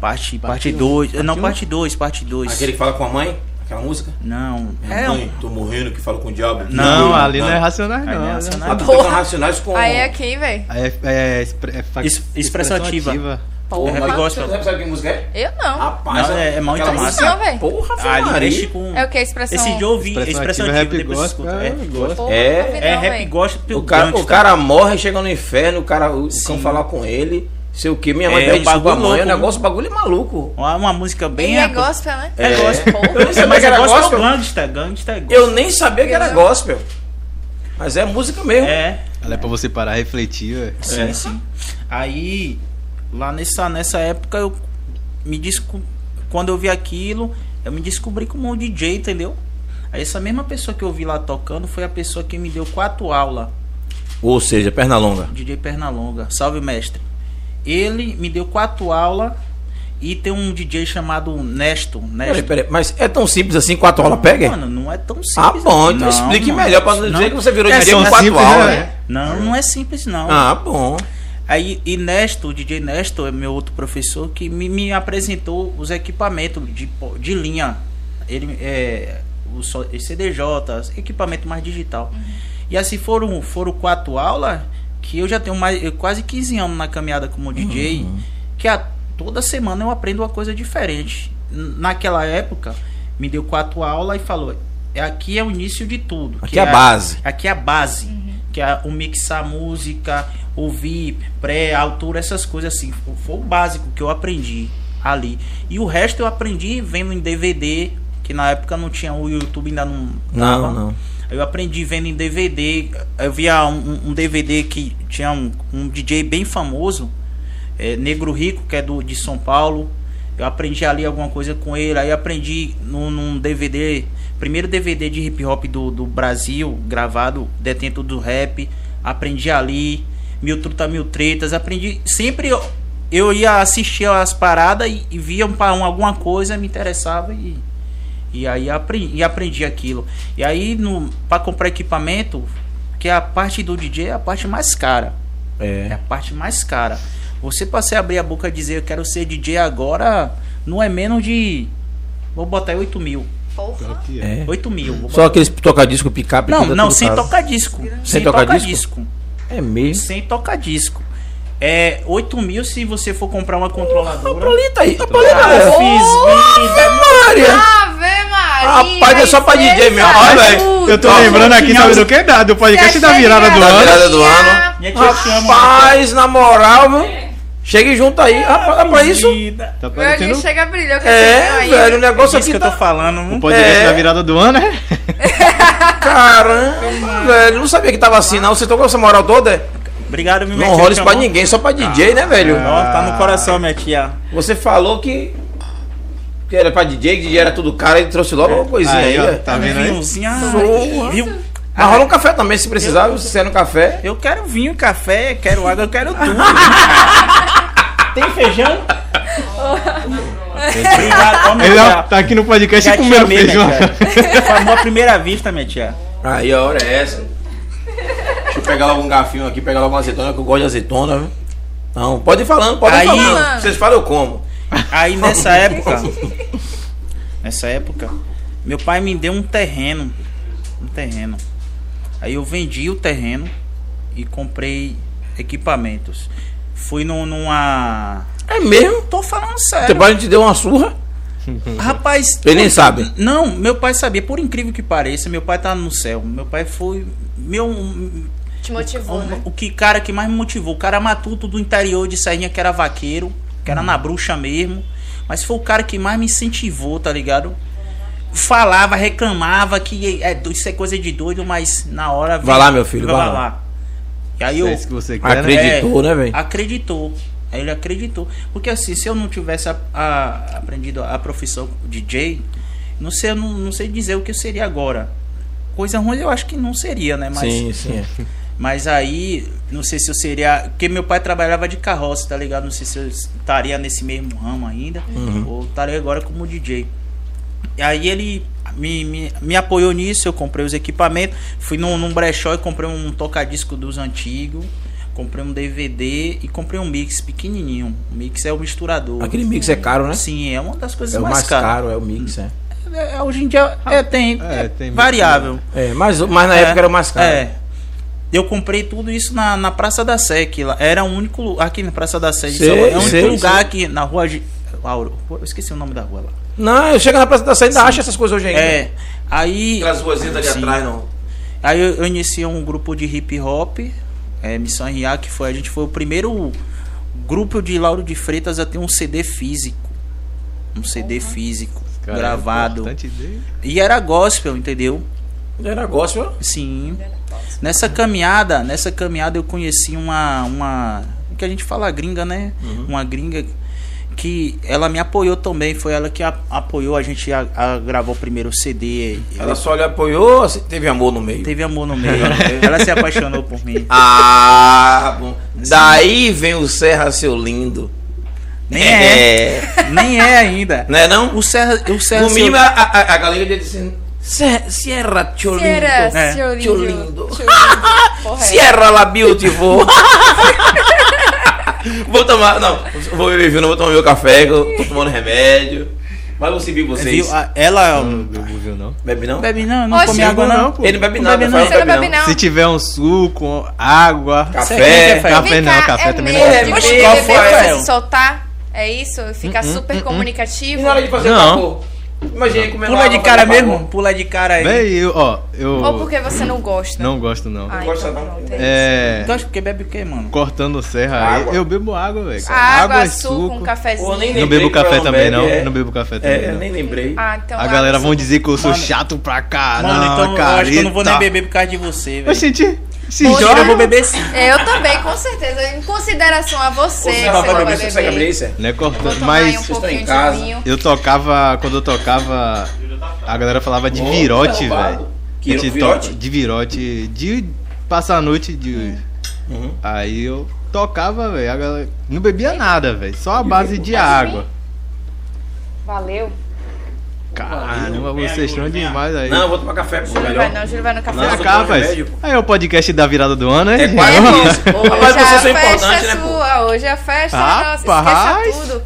Speaker 5: parte 2. Parte dois. não, parte 2, parte 2.
Speaker 3: Aquele que fala com a mãe? Aquela música?
Speaker 5: Não.
Speaker 3: Minha
Speaker 5: É,
Speaker 3: mãe, tô morrendo, que fala com o diabo.
Speaker 5: Não,
Speaker 4: Não, ali não é racionais, não.
Speaker 5: Aí não é racionais.
Speaker 3: Ah, tu tá com Racionais com...
Speaker 6: Aí é quem, velho?
Speaker 4: Aí é, é, expre- é fa-
Speaker 5: Ex- expressão ativa.
Speaker 3: Porra,
Speaker 5: rap
Speaker 3: mas
Speaker 5: gospel.
Speaker 3: Você sabe que música é?
Speaker 6: Eu não.
Speaker 3: Rapaz,
Speaker 5: É, Não, é- é mal
Speaker 3: aquela
Speaker 5: de
Speaker 3: música-
Speaker 6: massa. Não, velho.
Speaker 3: Porra,
Speaker 5: ah, ele mexe
Speaker 3: Maria.
Speaker 5: com.
Speaker 6: É o que? Expressão...
Speaker 5: Esse dia eu ouvi
Speaker 4: Expressão
Speaker 5: expressão
Speaker 4: ativa,
Speaker 5: ativa,
Speaker 4: rap
Speaker 5: depois você
Speaker 4: gospel,
Speaker 5: escuta.
Speaker 4: é,
Speaker 5: É,
Speaker 4: gospel.
Speaker 6: Porra,
Speaker 3: É,
Speaker 6: não vi
Speaker 5: é
Speaker 6: não,
Speaker 5: rap
Speaker 6: véi.
Speaker 5: gospel.
Speaker 3: O cara,
Speaker 5: grande,
Speaker 3: o cara morre, chega no inferno, o cara o cão falar com ele, sei o que, minha mãe
Speaker 5: É,
Speaker 3: pede
Speaker 5: o bagulho
Speaker 3: desculpa, mãe,
Speaker 5: louco,
Speaker 3: o negócio, o bagulho é maluco.
Speaker 5: Uma, uma música bem.
Speaker 6: Ele é
Speaker 5: aco-
Speaker 6: gospel, né?
Speaker 5: É gospel.
Speaker 6: Porra.
Speaker 3: Eu nem sabia
Speaker 5: Mas
Speaker 3: que
Speaker 5: é
Speaker 3: era
Speaker 5: gospel,
Speaker 3: gospel.
Speaker 5: gangsta, gangsta é
Speaker 3: Eu
Speaker 5: gospel.
Speaker 3: nem sabia que era gospel. Mas é música mesmo.
Speaker 5: É.
Speaker 4: Ela é pra você parar, refletir, velho.
Speaker 3: É.
Speaker 5: Sim, sim. Aí, lá nessa, nessa época, eu me desco... quando eu vi aquilo, eu me descobri como um DJ, entendeu? Aí essa mesma pessoa que eu vi lá tocando foi a pessoa que me deu quatro aulas,
Speaker 3: Ou seja, perna longa.
Speaker 5: DJ Pernalonga. Salve, mestre. Ele me deu quatro aulas e tem um DJ chamado Nesto.
Speaker 3: Peraí,
Speaker 5: Nesto.
Speaker 3: peraí, mas é tão simples assim, quatro aulas pega?
Speaker 5: Mano, não é tão simples.
Speaker 3: Ah, bom, então
Speaker 5: Não,
Speaker 3: explique
Speaker 5: mano.
Speaker 3: melhor pra não dizer que você virou
Speaker 5: É
Speaker 3: DJ com
Speaker 5: simples,
Speaker 3: quatro
Speaker 4: simples,
Speaker 3: aulas.
Speaker 4: né?
Speaker 3: né?
Speaker 5: Não, não é simples não.
Speaker 3: Ah, bom.
Speaker 5: Aí, e Nesto, o DJ Nesto é meu outro professor que me, me apresentou os equipamentos de, po- de linha. Ele é o só- e CDJ, equipamento mais digital.
Speaker 3: Uhum.
Speaker 5: E assim foram, foram quatro aulas que eu já tenho mais, eu quase 15 anos na caminhada como DJ,
Speaker 3: Uhum.
Speaker 5: que a, toda semana eu aprendo uma coisa diferente. N- Naquela época, me deu quatro aulas e falou: "É, aqui é o início de tudo.
Speaker 3: Aqui
Speaker 5: que
Speaker 3: é a base.
Speaker 5: Aqui é a base, que é o mixar música, ouvir, pré, altura, essas coisas assim. Fo- Foi o básico que eu aprendi ali. E o resto eu aprendi vendo em DVD, que na época não tinha o YouTube, ainda não. dava.
Speaker 3: Não, não.
Speaker 5: Eu aprendi vendo em DVD. Eu via um, um DVD que tinha um, um DJ bem famoso, é, Negro Rico, que é do, de São Paulo. Eu aprendi ali alguma coisa com ele. Aí aprendi num, num DVD, primeiro DVD de hip hop do, do Brasil, gravado, Detento do Rap. Aprendi ali, Mil Truta Mil Tretas. Aprendi. Sempre eu, eu ia assistir as paradas e, e via um, pa- um- alguma coisa, me interessava e. E aí aprendi, e aprendi aquilo. E aí no para comprar equipamento, que a parte do DJ é a parte mais cara. É a
Speaker 3: É.
Speaker 5: parte mais cara. Você pra você abrir a boca e dizer eu quero ser DJ agora, não é menos de vou botar aí 8 mil.
Speaker 6: Porra.
Speaker 3: é.
Speaker 5: 8 mil. vou
Speaker 3: Só
Speaker 5: botar-
Speaker 3: aqueles tocadisco picape. que
Speaker 5: Não,
Speaker 3: ainda
Speaker 5: não,
Speaker 3: tudo
Speaker 5: sem
Speaker 3: caso.
Speaker 5: tocar disco. Sem
Speaker 3: tocar
Speaker 5: tocar
Speaker 3: disco?
Speaker 5: disco.
Speaker 3: É mesmo.
Speaker 5: Sem tocar disco. É 8 mil se você for comprar uma controladora.
Speaker 3: Paulita aí. A Paulita,
Speaker 5: Ah,
Speaker 3: galera.
Speaker 5: fiz vida.
Speaker 3: Maria.
Speaker 6: Ave Maria!
Speaker 3: Rapaz, é só pra DJ mesmo. Olha, velho,
Speaker 4: Eu tô lembrando aqui, sabe do que? Da, do podcast
Speaker 6: é
Speaker 4: da virada do
Speaker 6: Tá
Speaker 3: Da
Speaker 4: ano.
Speaker 3: virada do ano.
Speaker 5: Minha tia chama.
Speaker 3: Rapaz, na moral, viu? Chegue junto aí. Rapaz, é pra isso.
Speaker 5: Vida.
Speaker 4: Tá
Speaker 6: Meu
Speaker 4: parecendo
Speaker 6: Deus, chega a brilhar. que eu
Speaker 3: É,
Speaker 6: tenho
Speaker 3: velho, o
Speaker 6: ainda.
Speaker 5: Isso
Speaker 3: negócio
Speaker 5: que
Speaker 3: aqui
Speaker 5: eu tô
Speaker 3: tá.
Speaker 5: falando.
Speaker 4: o
Speaker 5: não
Speaker 4: podcast
Speaker 3: É.
Speaker 4: da virada do ano, né?
Speaker 3: Caramba, né? velho. Não sabia que tava assim, não. Você tocou essa moral toda? é?
Speaker 5: Obrigado, minha
Speaker 3: Não
Speaker 5: tia
Speaker 3: rola isso pra
Speaker 5: chamou.
Speaker 3: ninguém, só pra DJ, né, velho?
Speaker 5: Ah, Ó, tá no coração, minha tia.
Speaker 3: Você falou que. Que era pra DJ, que DJ era tudo cara, ele trouxe logo
Speaker 5: É,
Speaker 3: uma coisinha aí.
Speaker 4: ó,
Speaker 3: ó.
Speaker 4: tá vendo aí?
Speaker 5: Vinhozinho, ah,
Speaker 3: Sua.
Speaker 5: vinho.
Speaker 3: Mas rola um café também, se precisar, se você quer um café.
Speaker 5: Eu quero vinho, café, quero água, eu quero tudo. Tem feijão? Obrigado, ó, minha
Speaker 4: Ele
Speaker 5: tia.
Speaker 4: tá aqui no podcast
Speaker 5: Já te
Speaker 4: comendo
Speaker 5: amei,
Speaker 4: feijão.
Speaker 5: minha tia. Formou a primeira vista, minha tia.
Speaker 3: Aí a hora é essa. Deixa eu pegar logo um garfinho aqui, pegar logo uma azeitona, que eu gosto de azeitona, viu? Não, pode ir falando, pode
Speaker 5: Aí-
Speaker 3: ir falando. Vocês falam, eu como.
Speaker 5: Aí nessa época, nessa época, meu pai me deu um terreno, um terreno. Aí eu vendi o terreno e comprei equipamentos. Fui num- numa
Speaker 3: É mesmo?
Speaker 5: Tô falando
Speaker 3: Teu
Speaker 5: sério.
Speaker 3: pai não te deu uma surra?
Speaker 5: Rapaz,
Speaker 3: Ele nem sabe.
Speaker 5: não, meu pai sabia, por incrível que pareça, meu pai tá no céu. Meu pai foi meu
Speaker 6: Te motivou,
Speaker 5: o,
Speaker 6: né?
Speaker 5: o que cara que mais me motivou, o cara matuto do interior de Serrinha que era vaqueiro, que
Speaker 3: Uhum.
Speaker 5: era na bruxa mesmo, mas foi o cara que mais me incentivou, tá ligado? Falava, reclamava que é, isso é coisa de doido, mas na hora
Speaker 3: Vai lá, meu filho,
Speaker 5: vai
Speaker 3: vai
Speaker 5: lá.
Speaker 3: lá.
Speaker 5: E aí eu É,
Speaker 4: É isso que você quer, né?
Speaker 3: Acredito. Acreditou, né, velho?
Speaker 5: Acreditou. Aí Ele acreditou. Porque assim, se eu não tivesse a- a- aprendido a profissão DJ, não sei, eu não, não sei dizer o que eu seria agora. Coisa ruim eu acho que não seria, né? Mas,
Speaker 3: Sim, sim. é.
Speaker 5: mas aí, não sei se eu seria. Porque meu pai trabalhava de carroça, tá ligado? Não sei se eu
Speaker 3: Uhum.
Speaker 5: estaria nesse mesmo ramo ainda. Ou estaria agora como DJ. E aí ele me, me, me apoiou nisso, eu comprei os equipamentos, fui num, num brechó e comprei um tocadisco dos antigos, comprei um DVD e comprei um mix pequenininho. O mix é o misturador.
Speaker 3: Aquele mix é caro, né?
Speaker 5: Sim, é uma das coisas
Speaker 3: É o
Speaker 5: mais,
Speaker 3: mais
Speaker 5: caras.
Speaker 3: caro, é o mix, é.
Speaker 5: É, é, hoje em dia é, tem,
Speaker 4: É, tem
Speaker 5: é
Speaker 4: né? muito,
Speaker 5: variável.
Speaker 3: É, mas, mas na
Speaker 5: É,
Speaker 3: época era o mais caro.
Speaker 5: É. Eu comprei tudo isso na, na Praça da Sé, que lá era o único lu- aqui na Praça da Sé, de
Speaker 3: Sei,
Speaker 5: Salvador, é o único
Speaker 3: sei,
Speaker 5: lugar
Speaker 3: sei.
Speaker 5: aqui na rua Gi- Lauro, eu esqueci o nome da rua lá.
Speaker 3: Não, chega na Praça da Saída ainda acha essas coisas hoje ainda.
Speaker 5: É. Aí
Speaker 3: Aquelas ruazinhas ali
Speaker 5: Sim.
Speaker 3: atrás, não.
Speaker 5: Aí eu, eu iniciei um grupo de hip hop, é, Missão RA, que foi a gente foi o primeiro grupo de Lauro de Freitas a ter um CD físico. Um CD físico
Speaker 4: Cara, é
Speaker 5: gravado.
Speaker 4: importante dele.
Speaker 5: E era gospel, entendeu?
Speaker 3: Era gospel.
Speaker 5: Sim. Nessa caminhada, nessa caminhada eu conheci uma uma o que a gente fala gringa, né? Uma gringa que ela me apoiou também, foi ela que a- apoiou a gente a, a gravar o primeiro CD.
Speaker 3: Ela só lhe apoiou, assim, teve amor no meio.
Speaker 5: Teve amor no meio. ela se apaixonou por mim.
Speaker 3: Ah, bom. Daí vem o Serra, seu lindo.
Speaker 5: Nem é, nem é ainda.
Speaker 3: Não é não?
Speaker 5: O Serra, o Serra
Speaker 3: No
Speaker 5: seu-
Speaker 3: mínimo, é a, a, a galera dele dizendo... "Se- Sierra, tio lindo.
Speaker 6: Será,
Speaker 5: É.
Speaker 6: seu
Speaker 3: Tio
Speaker 6: lindo?
Speaker 3: lindo.
Speaker 6: Tio lindo. Porra, é.
Speaker 3: Sierra La Beautiful. vou tomar... Não, vou beber vinho, não vou tomar meu café, que eu tô tomando remédio. Mas eu vou seguir vocês.
Speaker 5: viu? A- Ela
Speaker 4: Não, não viu, não.
Speaker 3: É Ah, Bebe não?
Speaker 5: bebe não, eu não
Speaker 6: Oxe.
Speaker 5: come água
Speaker 4: Hum. Não,
Speaker 5: não.
Speaker 4: pô.
Speaker 3: Ele não bebe
Speaker 5: Não
Speaker 3: nada,
Speaker 5: bebe
Speaker 3: fala,
Speaker 6: é. Você não bebe não?
Speaker 4: Se tiver um suco, água.
Speaker 3: Café.
Speaker 5: Você quer café?
Speaker 4: Café
Speaker 6: Vem
Speaker 4: não,
Speaker 6: cá,
Speaker 4: café
Speaker 6: é
Speaker 4: também
Speaker 6: mesmo
Speaker 4: não.
Speaker 3: É
Speaker 6: de
Speaker 3: mesmo,
Speaker 6: você
Speaker 5: qual
Speaker 6: beber
Speaker 5: foi,
Speaker 6: pra
Speaker 5: Rafael?
Speaker 6: se soltar? É isso? Ficar
Speaker 4: Uhum,
Speaker 6: super comunicativo?
Speaker 3: E na hora de fazer
Speaker 4: Não.
Speaker 3: o cocô? Imagina aí como é
Speaker 5: Pula de cara mesmo? Pula de cara aí.
Speaker 4: Véi, eu, ó, eu
Speaker 6: Ou porque você não gosta?
Speaker 4: não gosto não.
Speaker 6: Ah,
Speaker 3: gosta
Speaker 6: então
Speaker 3: não.
Speaker 6: pronto, é
Speaker 4: É,
Speaker 5: Tu acha que bebe o quê, mano?
Speaker 4: cortando serra aí,
Speaker 3: Água.
Speaker 4: eu bebo água, velho.
Speaker 6: isso. Água, suco, um cafezinho.
Speaker 3: Pô, nem
Speaker 4: Não
Speaker 3: Lembrei
Speaker 4: bebo
Speaker 3: que ela
Speaker 4: café
Speaker 3: não
Speaker 4: também
Speaker 3: bebe,
Speaker 4: não,
Speaker 3: é.
Speaker 4: não bebo café
Speaker 3: É, eu
Speaker 4: também não.
Speaker 3: nem lembrei.
Speaker 6: Ah, então
Speaker 4: A
Speaker 6: água,
Speaker 4: galera vão
Speaker 6: suco.
Speaker 4: dizer que eu sou
Speaker 5: Mano.
Speaker 4: chato pra caramba,
Speaker 5: Mano, então eu acho que eu não vou nem
Speaker 4: careta.
Speaker 5: beber por causa de você, velho.
Speaker 4: Oxente, se
Speaker 6: Poxa.
Speaker 5: Eu vou
Speaker 4: joga.
Speaker 5: beber sim.
Speaker 6: Eu também, com certeza. Em consideração a você,
Speaker 3: Ô,
Speaker 6: que
Speaker 3: Serra,
Speaker 6: você não
Speaker 3: vai
Speaker 6: vai
Speaker 3: beber, você consegue abrir
Speaker 6: beber.
Speaker 3: isso? é?
Speaker 4: Não é
Speaker 6: Vou
Speaker 4: cortando,
Speaker 6: tomar aí um
Speaker 4: mas
Speaker 6: pouquinho
Speaker 3: em
Speaker 6: de
Speaker 3: casa.
Speaker 6: vinho.
Speaker 4: eu tocava, quando eu tocava, a galera falava de virote,
Speaker 3: Roubado.
Speaker 4: velho.
Speaker 3: Que
Speaker 4: A gente
Speaker 3: tá virote?
Speaker 4: toca- De virote, de passar a noite de...
Speaker 3: Uhum.
Speaker 4: Aí eu tocava, velho, a galera- não bebia nada, velho, só a base de água.
Speaker 3: assim?
Speaker 6: Valeu.
Speaker 4: Caramba,
Speaker 5: Vem
Speaker 4: vocês
Speaker 5: agora,
Speaker 4: estão
Speaker 5: vem
Speaker 4: demais aí.
Speaker 3: É Não, eu vou tomar café, pô,
Speaker 6: Júlio
Speaker 3: melhor.
Speaker 6: vai não, Júlio vai no café.
Speaker 3: Não,
Speaker 4: Pra
Speaker 3: eu sou
Speaker 4: cá,
Speaker 3: bom de
Speaker 4: rapaz.
Speaker 3: remédio, pô.
Speaker 4: Aí é o podcast da virada do ano, né?
Speaker 3: É quase isso. Rapaz,
Speaker 6: Hoje
Speaker 3: vocês
Speaker 6: a
Speaker 3: são
Speaker 6: festa
Speaker 3: importantes,
Speaker 6: é
Speaker 3: né, pô?
Speaker 6: sua, hoje a festa é nossa,
Speaker 4: Rapaz.
Speaker 6: esqueça tudo.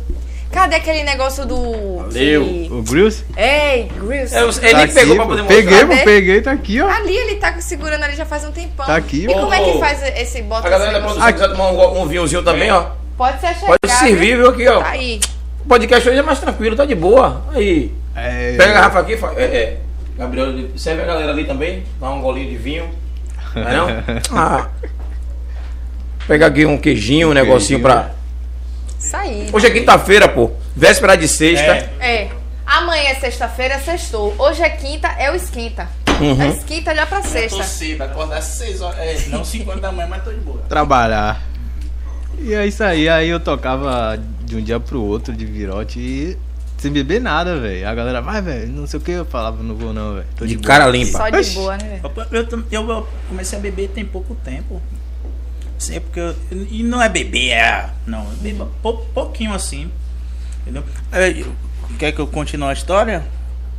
Speaker 6: Cadê aquele negócio do...
Speaker 3: Valeu.
Speaker 6: que-
Speaker 4: O Grills?
Speaker 6: Ei, Grills.
Speaker 3: É, Ele
Speaker 4: Tá
Speaker 3: nem pegou pra
Speaker 4: aqui, pô.
Speaker 3: poder mostrar.
Speaker 4: Peguei,
Speaker 6: Cadê?
Speaker 4: pô, peguei, tá aqui, ó.
Speaker 6: Ali ele tá segurando ali já faz um tempão.
Speaker 4: Tá aqui,
Speaker 6: E
Speaker 4: ó.
Speaker 6: como é que
Speaker 3: Ô,
Speaker 6: faz esse bota
Speaker 3: A galera da
Speaker 6: esse
Speaker 3: produção quiser tomar um, go- um vinhozinho também, ó.
Speaker 6: Pode ser chegado.
Speaker 3: Pode servir, viu, aqui, ó.
Speaker 6: Tá aí.
Speaker 3: O podcast hoje é mais tranquilo, tá de boa. Aí,
Speaker 4: É,
Speaker 3: pega a garrafa aqui e fala... É, é. Gabriel, serve a galera ali também, dá um golinho de vinho. Não é não? Ah. Pega aqui um queijinho, um negocinho
Speaker 4: queijinho,
Speaker 3: pra...
Speaker 6: Isso aí.
Speaker 3: Hoje é quinta-feira, pô. Véspera de sexta.
Speaker 5: É.
Speaker 6: É. Amanhã é sexta-feira, sextou. Hoje é quinta, é o esquinta.
Speaker 3: Uhum.
Speaker 6: É esquinta já pra sexta.
Speaker 5: cedo, acordar às 6 horas. É, não 5 horas da manhã, mas tô de boa.
Speaker 4: Trabalhar. E é isso aí, aí eu tocava de um dia pro outro de virote e sem beber nada, velho. A galera, vai, velho, não sei o que, eu falava, não vou não, velho. Tô
Speaker 3: De
Speaker 4: de,
Speaker 3: cara limpa.
Speaker 6: Só de
Speaker 4: Oxi.
Speaker 6: boa, né? velho?
Speaker 5: Eu, eu, eu comecei a beber tem pouco tempo. Sim, é porque eu, e não é beber, é, não, eu bebo pou- pouquinho assim. Entendeu? Aí, eu- quer que eu continue a história?
Speaker 4: boa.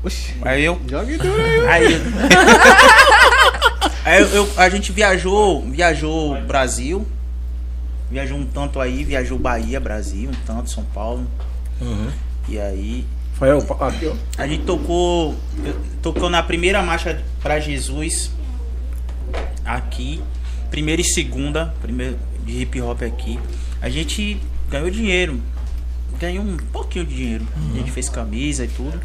Speaker 4: Oxi,
Speaker 5: Aí eu
Speaker 4: joga então aí.
Speaker 5: Aí, eu- Aí eu- eu- a gente viajou, viajou Brasil, viajou um tanto aí, viajou Bahia, Brasil, um tanto São Paulo. E aí
Speaker 3: Rafael, aqui, ó.
Speaker 5: a gente tocou, eu- tocou na primeira marcha pra Jesus aqui, primeira e segunda, primeiro de hip hop aqui. A gente ganhou dinheiro, ganhou um pouquinho de dinheiro. A gente fez camisa e tudo.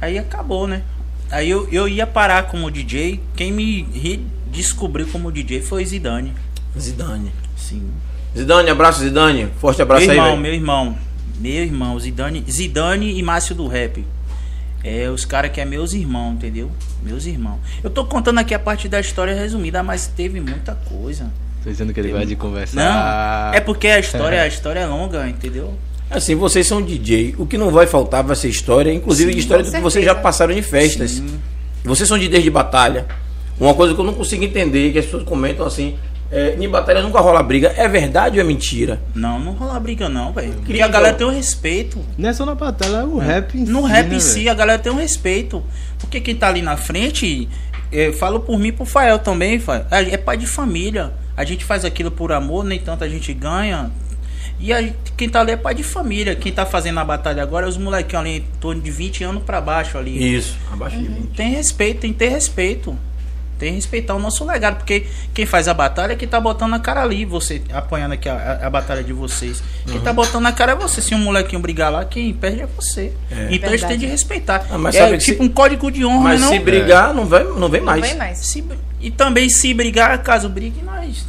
Speaker 5: Aí acabou, né? Aí eu, eu ia parar como DJ. Quem me redescobriu como DJ foi Zidane.
Speaker 3: Zidane.
Speaker 5: Sim.
Speaker 3: Zidane, abraço, Zidane. Forte abraço
Speaker 5: meu irmão,
Speaker 3: aí, velho.
Speaker 5: meu irmão. Meu irmão, Zidane, Zidane e Márcio do Rap. É, os caras que é meus irmãos, entendeu? Meus irmãos. Eu tô contando aqui a parte da história resumida, mas teve muita coisa.
Speaker 4: Tô dizendo que ele vai de
Speaker 5: Não,
Speaker 4: conversar.
Speaker 5: é porque a história, a história é longa, entendeu?
Speaker 3: Assim, vocês são DJ. O que não vai faltar vai ser história, inclusive de história do
Speaker 6: com
Speaker 3: que vocês já
Speaker 6: certeza.
Speaker 3: passaram em festas. Vocês são DJs de batalha. Uma coisa que eu não consigo entender, que as pessoas comentam assim, É, em batalha nunca rola briga. É verdade ou é mentira?
Speaker 5: Não, não rola briga não, velho. Porque
Speaker 3: Incrível.
Speaker 5: a galera tem um respeito.
Speaker 4: Não é só na batalha, é o rap em
Speaker 5: No
Speaker 4: si,
Speaker 5: rap
Speaker 4: né,
Speaker 5: em si,
Speaker 4: velho?
Speaker 5: a galera tem um respeito. Porque quem tá ali na frente, eu falo por mim e pro Fael também, Fael. É é pai de família. A gente faz aquilo por amor, nem tanto a gente ganha. E a- quem tá ali é pai de família. Quem tá fazendo a batalha agora é os molequinhos ali, em torno de 20 anos pra baixo ali.
Speaker 3: Isso. Abaixo de 20.
Speaker 5: Tem respeito, tem que ter respeito. Tem que respeitar o nosso legado, porque quem faz a batalha é quem tá botando a cara ali, você apanhando aqui a, a- a batalha de vocês. Quem
Speaker 3: Uhum.
Speaker 5: tá botando a cara é você. Se um molequinho brigar lá, quem perde é você. Então eles
Speaker 6: Verdade.
Speaker 5: têm de respeitar.
Speaker 3: Ah, mas
Speaker 5: é
Speaker 3: sabe que
Speaker 5: tipo
Speaker 3: se-
Speaker 5: um código de honra,
Speaker 3: Mas
Speaker 5: não.
Speaker 3: se brigar, não, vai, não vem
Speaker 6: Não
Speaker 3: mais.
Speaker 6: vem mais.
Speaker 5: Se br- E também se brigar, caso brigue, nós,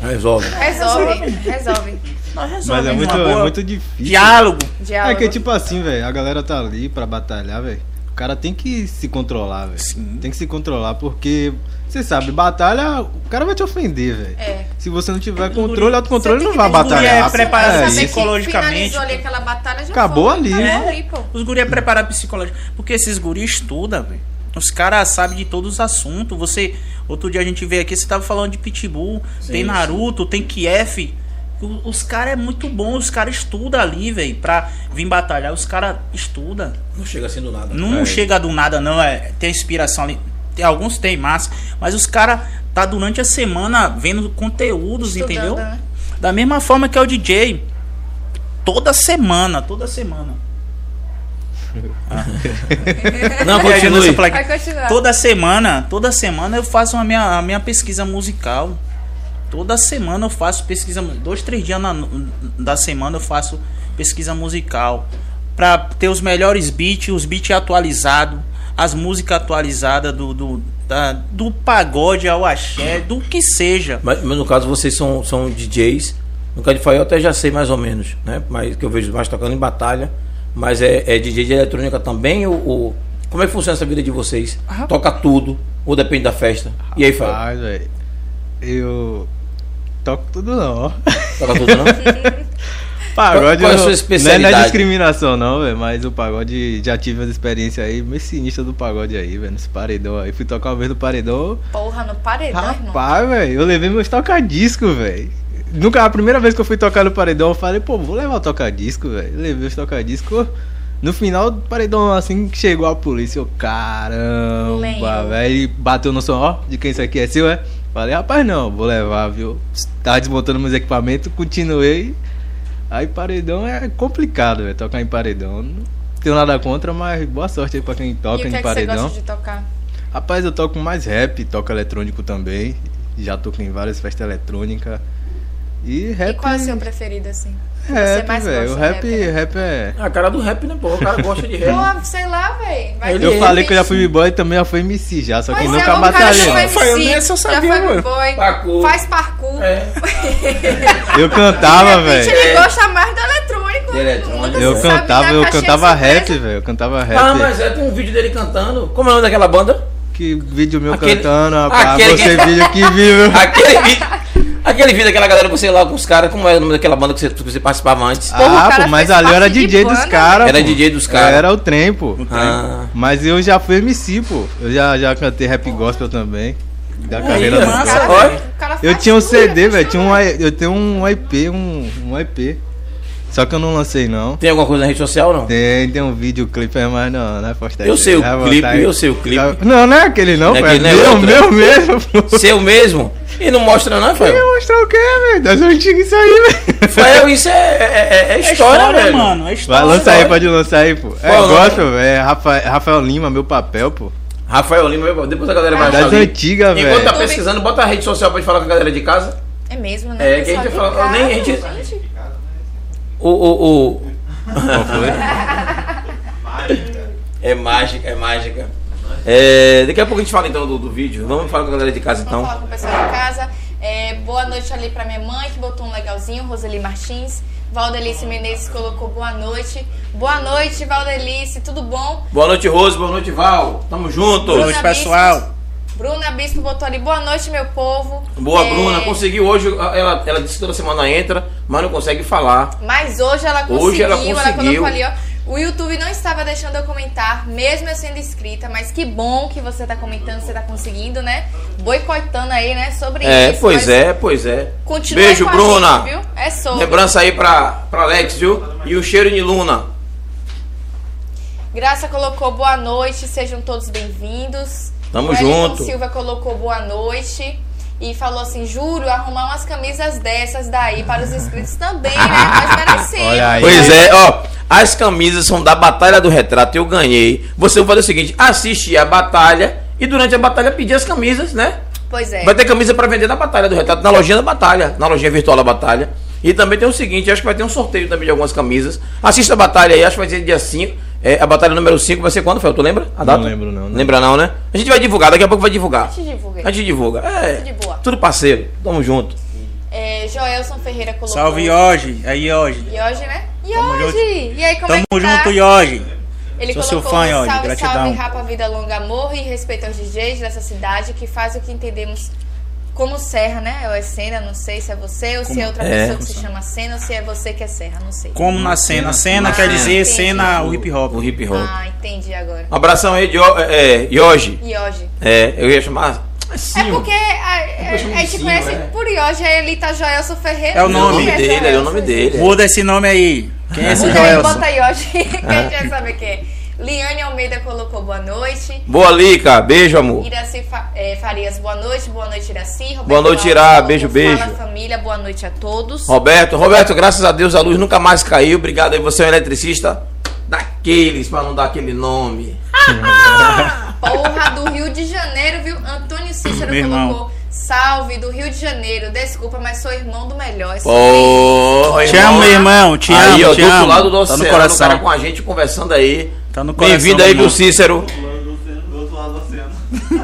Speaker 3: Resolve.
Speaker 6: Resolve, resolve.
Speaker 5: nós resolvemos.
Speaker 4: Mas é muito,
Speaker 5: uma
Speaker 4: é
Speaker 5: boa.
Speaker 4: muito difícil.
Speaker 5: Diálogo.
Speaker 6: Diálogo.
Speaker 4: É que tipo assim, velho, a galera tá ali pra batalhar, velho. O cara tem que se controlar, velho. Tem que se controlar, porque, você sabe, batalha, o cara vai te ofender, velho.
Speaker 6: É.
Speaker 4: Se você não tiver
Speaker 5: Endurecer.
Speaker 4: controle, autocontrole
Speaker 6: Você tem
Speaker 4: não
Speaker 6: que
Speaker 4: vai
Speaker 6: ter
Speaker 5: mulher
Speaker 4: batalhar. É
Speaker 5: preparada, saber
Speaker 4: isso.
Speaker 6: Saber que
Speaker 5: psicologicamente,
Speaker 6: Finalizou ali
Speaker 5: pô.
Speaker 6: aquela batalha já
Speaker 4: Acabou
Speaker 6: foi.
Speaker 4: ali,
Speaker 6: Acabou
Speaker 4: né?
Speaker 6: ali, pô.
Speaker 5: Os guri é preparado psicologicamente. Porque esses guri estudam, velho. Os caras sabem de todos os assuntos. Você. Outro dia a gente veio aqui, você tava falando de Pitbull, tem Naruto, tem Kiev. O- Os caras é muito bom, os caras estudam ali, velho. Pra vir batalhar, os caras estudam.
Speaker 3: Não chega assim do nada.
Speaker 5: Não
Speaker 3: É.
Speaker 5: chega do nada, não. É, tem inspiração ali. Tem, alguns tem, massa. Mas os caras tá durante a semana vendo conteúdos,
Speaker 6: Estudando,
Speaker 5: entendeu?
Speaker 6: né?
Speaker 5: Da mesma forma que é o DJ. Toda semana, toda semana.
Speaker 3: Não,
Speaker 5: E aí, Janessa
Speaker 3: continue.
Speaker 5: fala aqui,
Speaker 6: Vai continuar.
Speaker 5: Toda semana, toda semana eu faço a minha, a minha pesquisa musical. Toda semana eu faço pesquisa, mu- dois, três dias na- da semana eu faço pesquisa musical Pra ter os melhores beats, os beats atualizados, as músicas atualizadas do do, da- do pagode ao axé, do que seja.
Speaker 3: Mas, mas no caso vocês são, são DJs. No caso de Fael eu até já sei mais ou menos, né? Mas que eu vejo mais tocando em batalha. Mas é, é DJ de eletrônica também? Ou, ou- como é que funciona essa vida de vocês? Toca tudo ou depende da festa? E aí, Fael?
Speaker 4: Rapaz, velho. Eu. Toco tudo não, ó.
Speaker 3: Toca tudo não?
Speaker 4: Pagode
Speaker 3: qual é a sua
Speaker 4: eu- Não é na
Speaker 3: especialidade?
Speaker 4: discriminação, não, velho. Mas o pagode, já tive as experiências aí, meio sinistra do pagode aí, velho. Nesse paredão aí. Fui tocar uma vez no paredão.
Speaker 6: Porra, no paredão, irmão.
Speaker 4: Rapaz, velho, eu levei meus tocadiscos, velho. Nunca, a primeira vez que eu fui tocar no paredão, eu falei, pô, vou levar o tocadisco, velho. Levei os tocadiscos. No final do paredão, assim que chegou a polícia, eu, caramba,
Speaker 6: Lembro.
Speaker 4: velho. E Bateu no som, ó, de quem isso aqui é seu, é? Falei, rapaz, não, vou levar, viu? Tava desmontando meus equipamentos, continuei. Aí paredão é complicado, velho, tocar em paredão. Não tenho nada contra, mas boa sorte aí pra quem
Speaker 6: e o
Speaker 4: toca
Speaker 6: que,
Speaker 4: em
Speaker 6: é que você
Speaker 4: paredão.
Speaker 6: gosta de tocar?
Speaker 4: Rapaz, eu toco mais rap, toco eletrônico também. Já toco em várias festas eletrônicas. E
Speaker 6: E
Speaker 4: rap. é
Speaker 6: qual é o seu preferido, assim? Que
Speaker 4: rap,
Speaker 6: você mais
Speaker 4: velho. O
Speaker 6: gosta?
Speaker 4: rap,
Speaker 6: né?
Speaker 4: rap é.
Speaker 3: A cara do rap, né, pô? O cara gosta de rap.
Speaker 6: Pô, sei lá, velho. Vai
Speaker 4: Eu
Speaker 3: é
Speaker 6: ter
Speaker 4: falei que eu já
Speaker 6: gente.
Speaker 4: fui b-boy e também já fui MC já, só que
Speaker 6: Pois é,
Speaker 4: nunca
Speaker 6: o cara
Speaker 4: batalhei.
Speaker 6: já foi
Speaker 5: Foi, eu
Speaker 6: MC,
Speaker 5: nem- eu sabia,
Speaker 6: já foi
Speaker 5: mano.
Speaker 6: boy,
Speaker 3: Parkour.
Speaker 6: faz parkour.
Speaker 3: É.
Speaker 4: Eu
Speaker 6: De
Speaker 4: cantava,
Speaker 6: repente
Speaker 4: velho.
Speaker 6: ele gosta mais do eletrônico.
Speaker 3: De eletrônico. é.
Speaker 6: nunca se
Speaker 4: Eu
Speaker 6: sabe,
Speaker 4: cantava,
Speaker 6: na
Speaker 4: eu
Speaker 6: caixinha
Speaker 4: cantava
Speaker 6: surpresa.
Speaker 4: rap, velho. Eu cantava rap.
Speaker 3: Ah, mas é, tem um vídeo dele cantando. Como é o nome daquela banda?
Speaker 4: Que vídeo meu
Speaker 3: Aquele-
Speaker 4: cantando, rapaz.
Speaker 3: aquele-
Speaker 4: Você vídeo que viu.
Speaker 3: Aquele vídeo. Aquele vídeo daquela galera que você lá com os caras. Como era o nome daquela banda que você, que você participava antes?
Speaker 6: Porra, o
Speaker 4: Ah,
Speaker 6: cara
Speaker 4: pô, mas
Speaker 6: fez
Speaker 4: ali eu era
Speaker 6: parte de né?
Speaker 4: DJ dos
Speaker 6: banda,
Speaker 4: caras.
Speaker 3: Era
Speaker 4: pô.
Speaker 3: DJ dos caras.
Speaker 4: Era o trem, pô.
Speaker 3: Ah.
Speaker 4: Mas eu já fui MC, pô. Eu já, já cantei rap gospel também. Da carreira
Speaker 3: ó.
Speaker 4: da-
Speaker 6: O cara-
Speaker 3: Olha.
Speaker 6: o cara
Speaker 4: Eu
Speaker 6: faz
Speaker 4: tinha um
Speaker 6: tudo,
Speaker 4: CD,
Speaker 6: faz
Speaker 4: velho.
Speaker 6: tudo.
Speaker 4: Tinha um, I- eu tenho um IP, um, um IP. Só que eu não lancei, não.
Speaker 3: Tem alguma coisa na rede social não?
Speaker 4: Tem, tem um videoclipe aí, mas não, não é postagem.
Speaker 3: Eu sei o
Speaker 4: Não é
Speaker 3: clipe,
Speaker 4: postagem.
Speaker 3: eu sei o clipe.
Speaker 4: Não, não é aquele não,
Speaker 3: Não é
Speaker 4: pô. É
Speaker 3: aquele, não é
Speaker 4: meu,
Speaker 3: outro.
Speaker 4: meu mesmo, pô.
Speaker 3: Seu mesmo? E não mostra não, Fael?
Speaker 4: Quer mostrar o quê, velho? Das antigas isso aí, velho.
Speaker 3: Rafael, isso é, é- é- é história, velho.
Speaker 5: mano. É história.
Speaker 4: Vai, lança aí, pode lançar aí, pô. É,
Speaker 3: Qual o nome?
Speaker 4: gospel, velho. É Rafa- Rafael Lima, meu papel, pô.
Speaker 3: Rafael Lima, meu- depois a galera vai
Speaker 4: Das
Speaker 3: achar o link.
Speaker 4: antigas,
Speaker 3: Enquanto tá
Speaker 4: velho.
Speaker 3: pesquisando, bota a rede social pra gente falar com a galera de casa.
Speaker 6: É mesmo, né?
Speaker 3: É, que a gente
Speaker 6: Pessoal,
Speaker 3: fala- nem a gente-
Speaker 6: obrigado, gente.
Speaker 3: O. o, o... é mágica, é mágica. É, daqui a pouco a gente fala então do, do vídeo. Vamos falar com a galera de casa
Speaker 6: Vamos falar
Speaker 3: então.
Speaker 6: com o pessoal de casa. É, boa noite ali pra minha mãe, que botou um legalzinho, Roseli Martins. Valdelice Menezes colocou boa noite. Boa noite, Valdelice, tudo bom?
Speaker 3: Boa noite, Rose. Boa noite, Val. Tamo junto.
Speaker 5: Boa noite,
Speaker 6: Bruna
Speaker 5: pessoal.
Speaker 6: Bispo- Bruna Bispo botou ali, boa noite, meu povo.
Speaker 3: Boa,
Speaker 6: É,
Speaker 3: Bruna. Conseguiu hoje. Ela, ela disse que toda semana entra, mas não consegue falar.
Speaker 6: Mas hoje ela conseguiu,
Speaker 3: Hoje ela
Speaker 6: ela
Speaker 3: conseguiu.
Speaker 6: colocou ali, ó.
Speaker 1: O YouTube não estava deixando eu comentar, mesmo eu sendo inscrita, mas que bom que você tá comentando, você tá conseguindo, né? Boicotando aí, né? Sobre
Speaker 3: É,
Speaker 1: isso.
Speaker 3: pois
Speaker 1: mas
Speaker 3: é, pois é.
Speaker 1: Continue
Speaker 3: Beijo,
Speaker 1: com a
Speaker 3: Bruna.
Speaker 1: gente, viu? É sobre.
Speaker 3: Lembrança aí pra, pra Alex, viu? E o cheiro de Luna.
Speaker 1: Graça colocou boa noite, sejam todos bem-vindos.
Speaker 3: Tamo
Speaker 1: O Wellington
Speaker 3: junto.
Speaker 1: Silva colocou boa noite e falou assim: juro, arrumar umas camisas dessas daí para os inscritos também, né? Nós merecemos.
Speaker 4: Olha aí.
Speaker 3: Pois é, ó. As camisas são da Batalha do Retrato, eu ganhei. Você vai fazer o seguinte: assistir a batalha e durante a batalha pedir as camisas, né?
Speaker 1: Pois é.
Speaker 3: Vai ter camisa pra vender na Batalha do Retrato, na lojinha da Batalha, na lojinha virtual da Batalha. E também tem o seguinte, acho que vai ter um sorteio também de algumas camisas. Assista a batalha aí, acho que vai ser dia 5. É, a batalha número 5 vai ser quando, Fel? Tu lembra? A data?
Speaker 4: lembro não, não.
Speaker 3: Lembra não, né? A gente vai divulgar, daqui a pouco vai divulgar.
Speaker 1: Te divulguei.
Speaker 3: A gente divulga. É.
Speaker 1: Tá De boa.
Speaker 3: Tudo parceiro. Tamo junto.
Speaker 1: É, Joelson Ferreira colocou.
Speaker 5: Salve, Jorge. Aí, Jorge.
Speaker 1: Yogi, né?
Speaker 5: Tamo junto.
Speaker 1: Yogi! E aí, como
Speaker 5: Tamo
Speaker 1: é que tá?
Speaker 5: junto, Jorge.
Speaker 1: Ele
Speaker 5: Sou seu
Speaker 1: colocou um
Speaker 5: fã, Yogi.
Speaker 1: salve, salve,
Speaker 5: Gratidão.
Speaker 1: rapa, vida longa, amor e respeito aos DJs dessa cidade que faz o que entendemos como Serra, né? Ou é Senna, não sei se é você, ou se é outra
Speaker 3: É.
Speaker 1: pessoa que se chama Senna, ou se é você que é Serra, não sei.
Speaker 5: Como na cena. Cena
Speaker 1: Ah,
Speaker 5: quer dizer
Speaker 1: entendi.
Speaker 5: cena o hip hop.
Speaker 3: O hip hop.
Speaker 1: Ah, entendi agora.
Speaker 3: Um abração aí de Yo- é, Yoji.
Speaker 1: Yogi.
Speaker 3: É, eu ia chamar. Ah, sim,
Speaker 1: É porque a, a-
Speaker 3: Eu chamo
Speaker 1: a
Speaker 3: de
Speaker 1: gente
Speaker 3: Sim,
Speaker 1: conhece
Speaker 3: né?
Speaker 1: é por Yogi, aí ele tá Joelson Ferreira.
Speaker 5: É o
Speaker 3: É o
Speaker 5: nome.
Speaker 3: nome dele, é o nome dele.
Speaker 5: Muda esse nome aí. Quem é esse
Speaker 1: Bota aí,
Speaker 5: Joelson? Ah.
Speaker 1: bota aí, Yogi, que a gente já sabe quem é. Liane Almeida colocou boa noite.
Speaker 3: Boa, Lica. Beijo, amor.
Speaker 1: Iraci Fa- eh, Farias, boa noite, boa noite, Iraci. Roberto
Speaker 3: Boa noite, Ira,
Speaker 1: Alves,
Speaker 3: beijo,
Speaker 1: Fala,
Speaker 3: beijo.
Speaker 1: família, boa noite a todos.
Speaker 3: Roberto, Roberto, graças a Deus a luz nunca mais caiu. Obrigado aí, você é um eletricista daqueles, pra não dar aquele nome.
Speaker 1: Porra do Rio de Janeiro, viu? Antônio Cícero
Speaker 5: Meu irmão.
Speaker 1: colocou. Salve do Rio de Janeiro, desculpa, mas sou irmão do melhor. é
Speaker 3: Porra,
Speaker 5: Te amo, irmão. Te
Speaker 3: aí,
Speaker 5: amo,
Speaker 3: ó,
Speaker 5: te
Speaker 3: do outro
Speaker 5: amo.
Speaker 3: lado do
Speaker 5: tá
Speaker 3: oceano,
Speaker 5: no
Speaker 3: o cara
Speaker 5: coração.
Speaker 3: com a gente conversando aí.
Speaker 5: Tá no coração.
Speaker 3: Bem-vindo aí, viu,
Speaker 5: meu irmão.
Speaker 3: Cícero.
Speaker 7: Do outro lado do oceano.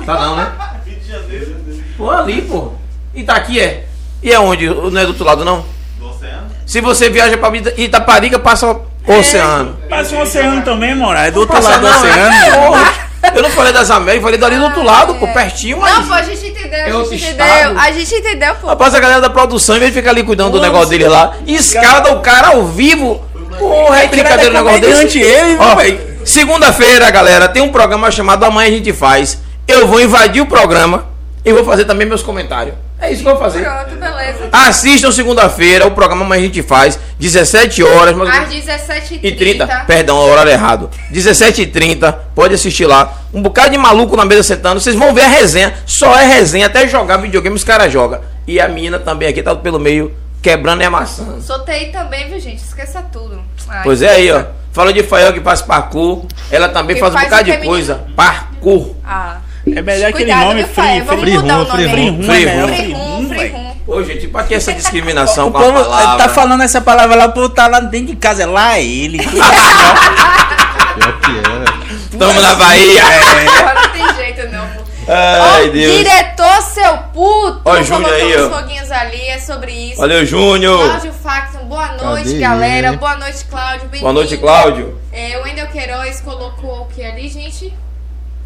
Speaker 3: Tá não, né?
Speaker 7: Rio de Janeiro.
Speaker 3: Pô, ali, pô. E tá aqui, é? E é onde? Não é do outro lado, não?
Speaker 7: Do oceano?
Speaker 3: Se você viaja pra Ita- Itaparica, passa o oceano.
Speaker 5: Passa o oceano também, morar. É do outro
Speaker 3: Passa
Speaker 5: lado do
Speaker 3: não,
Speaker 5: oceano.
Speaker 3: é, porra. Eu não falei das Américas, falei dali do outro lado, pô, pertinho, mas...
Speaker 1: Não, pô, a gente entendeu, a
Speaker 3: outro
Speaker 1: gente
Speaker 3: estado.
Speaker 1: entendeu. A gente entendeu, pô.
Speaker 3: Rapaz, a galera da produção, em vez de ficar ali cuidando do
Speaker 5: Nossa.
Speaker 3: negócio dele lá, escada o cara ao vivo. Porra, é brincadeira um
Speaker 5: Cara, é
Speaker 3: negócio desse.
Speaker 5: comediante ele,
Speaker 3: Ó,
Speaker 5: velho.
Speaker 3: Segunda-feira, galera, tem um programa chamado Amanhã a gente faz. Eu vou invadir o programa e vou fazer também meus comentários. É isso que eu vou fazer.
Speaker 1: Pronto, beleza.
Speaker 3: Ah, Assistam segunda-feira, o programa Amanhã a gente faz, 17 horas. mais ou
Speaker 1: Às
Speaker 3: menos-
Speaker 1: 17h30.
Speaker 3: e 30, perdão, é o horário errado. 17 e 30, pode assistir lá. Um bocado de maluco na mesa sentando. Vocês vão ver a resenha. Só é resenha. Até jogar videogame os caras jogam. E a menina também aqui tá pelo meio, quebrando e amassando.
Speaker 1: Sorteio também, viu, gente? Esqueça tudo. Ai,
Speaker 3: Pois é aí, ó. Falou de Fael que faz parkour. Ela também
Speaker 1: Que
Speaker 3: faz um
Speaker 1: faz
Speaker 3: bocado
Speaker 1: o
Speaker 3: de
Speaker 1: feminino.
Speaker 3: coisa. Parkour.
Speaker 1: Ah.
Speaker 5: É melhor aquele
Speaker 1: Cuidado,
Speaker 5: nome
Speaker 1: viu,
Speaker 5: free,
Speaker 1: Fael? Vamos
Speaker 5: free
Speaker 1: mudar o
Speaker 4: room, free
Speaker 1: nome
Speaker 5: Free
Speaker 1: aí.
Speaker 5: room,
Speaker 3: Free
Speaker 5: é melhor.
Speaker 3: room.
Speaker 1: Free room, free
Speaker 5: velho.
Speaker 1: room.
Speaker 3: Ô, gente, pra que essa discriminação
Speaker 5: O
Speaker 3: com a
Speaker 5: povo
Speaker 3: palavra?
Speaker 5: tá falando essa palavra lá, o povo tá lá dentro de casa, é lá é ele.
Speaker 4: Pior que é, velho.
Speaker 3: Tamo na Bahia.
Speaker 1: Agora não tem jeito, não, pô.
Speaker 3: Ai,
Speaker 1: Ó,
Speaker 3: Deus.
Speaker 1: Diretor, seu puto!
Speaker 3: Ó, Júnior
Speaker 1: colocou
Speaker 3: aí,
Speaker 1: uns
Speaker 3: ó.
Speaker 1: foguinhos ali, é sobre isso.
Speaker 3: Valeu, Júnior.
Speaker 1: Cláudio Facton, boa noite,
Speaker 4: Cadê
Speaker 1: galera.
Speaker 4: ele?
Speaker 1: Boa noite, Cláudio. Bem-vindo.
Speaker 3: Boa noite, Cláudio.
Speaker 1: É, o Wendel Queiroz colocou o que ali, gente?